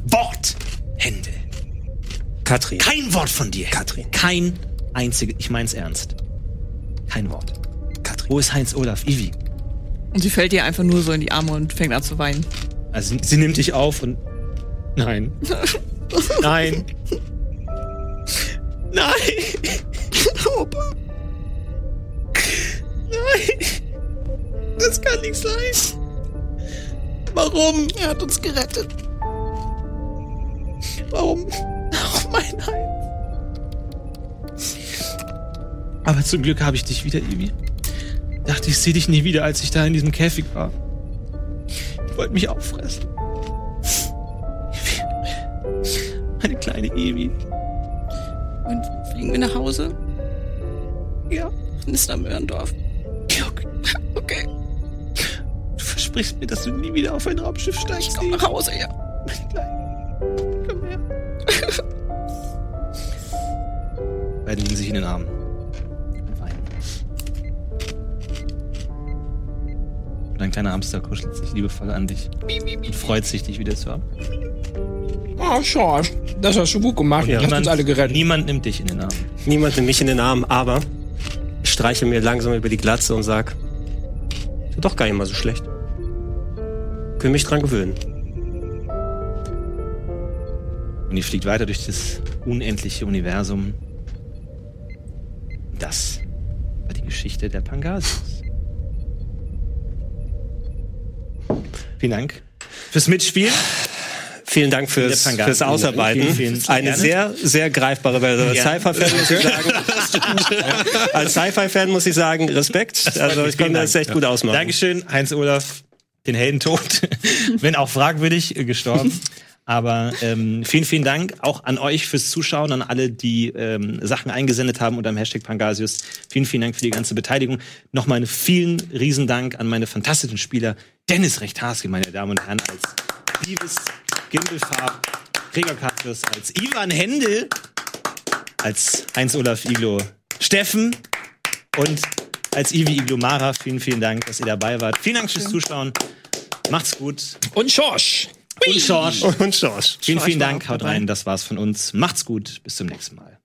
[SPEAKER 1] Wort, Händel.
[SPEAKER 2] Katrin,
[SPEAKER 1] Kein Wort von dir,
[SPEAKER 2] Katrin.
[SPEAKER 1] Kein einziges. Ich mein's ernst. Kein Wort. Katrin. Wo ist Heinz Olaf? Ivi.
[SPEAKER 5] Und sie fällt ihr einfach nur so in die Arme und fängt an zu weinen.
[SPEAKER 1] Also sie nimmt dich auf und. Nein. Nein. Nein. Opa. Nein. Das kann nicht sein. Warum?
[SPEAKER 8] Er hat uns gerettet.
[SPEAKER 1] Warum?
[SPEAKER 8] Oh mein Gott.
[SPEAKER 1] Aber zum Glück habe ich dich wieder, Ivi. Dachte, ich sehe dich nie wieder, als ich da in diesem Käfig war. Ich wollte mich auffressen. Ivi. Meine kleine Ivi.
[SPEAKER 5] Und fliegen wir nach Hause?
[SPEAKER 1] Ja.
[SPEAKER 5] Dann ist am Mörndorf.
[SPEAKER 1] okay.
[SPEAKER 5] Okay,
[SPEAKER 1] Du versprichst mir, dass du nie wieder auf ein Raumschiff steigst.
[SPEAKER 5] ich komm nach Hause, ja.
[SPEAKER 1] Beide liegen sich in den Armen. Und weinen. Und ein kleiner Hamster kuschelt sich liebevoll an dich und freut sich, dich wieder zu haben.
[SPEAKER 4] Oh, schau, das hast du gut gemacht. Ja. Hast uns alle gerettet.
[SPEAKER 1] niemand nimmt dich in den Arm.
[SPEAKER 2] niemand nimmt mich in den Arm, aber streiche mir langsam über die Glatze und sag, doch gar nicht mal so schlecht. Können mich dran gewöhnen.
[SPEAKER 1] Und ihr fliegt weiter durch das unendliche Universum. Das war die Geschichte der Pangasius. Vielen Dank fürs Mitspielen.
[SPEAKER 2] Vielen Dank fürs,
[SPEAKER 1] Pangan-
[SPEAKER 2] fürs Ausarbeiten.
[SPEAKER 1] Vielen, vielen
[SPEAKER 2] Eine
[SPEAKER 1] gerne.
[SPEAKER 2] sehr, sehr greifbare Version. Als
[SPEAKER 1] Ja.
[SPEAKER 2] Sci-Fi-Fan muss ich sagen, als Sci-Fi-Fan muss ich sagen, Respekt. Also ich konnte
[SPEAKER 1] Vielen
[SPEAKER 2] das
[SPEAKER 1] Dank.
[SPEAKER 2] echt gut ausmachen.
[SPEAKER 1] Dankeschön, Heinz Olaf, den Helden tot. Wenn auch fragwürdig äh, gestorben. Aber ähm, vielen, vielen Dank auch an euch fürs Zuschauen, an alle, die ähm, Sachen eingesendet haben unter dem Hashtag Pangasius. Vielen, vielen Dank für die ganze Beteiligung. Nochmal einen vielen Riesendank an meine fantastischen Spieler. Dennis Rechthaske, meine Damen und Herren, als Liebes Gimbelfarb, Gregor Kassius, als Ivan Händel, als Heinz-Olaf Iglo Steffen und als Ivi Iglomara, vielen, vielen Dank, dass ihr dabei wart. Vielen Dank fürs Zuschauen. Macht's gut.
[SPEAKER 4] Und Schorsch.
[SPEAKER 1] Und George.
[SPEAKER 2] Und Schorsch.
[SPEAKER 1] Vielen, vielen
[SPEAKER 5] war
[SPEAKER 1] Dank.
[SPEAKER 5] auch
[SPEAKER 1] Haut
[SPEAKER 5] dabei.
[SPEAKER 1] rein. Das war's von uns. Macht's gut. Bis zum nächsten Mal.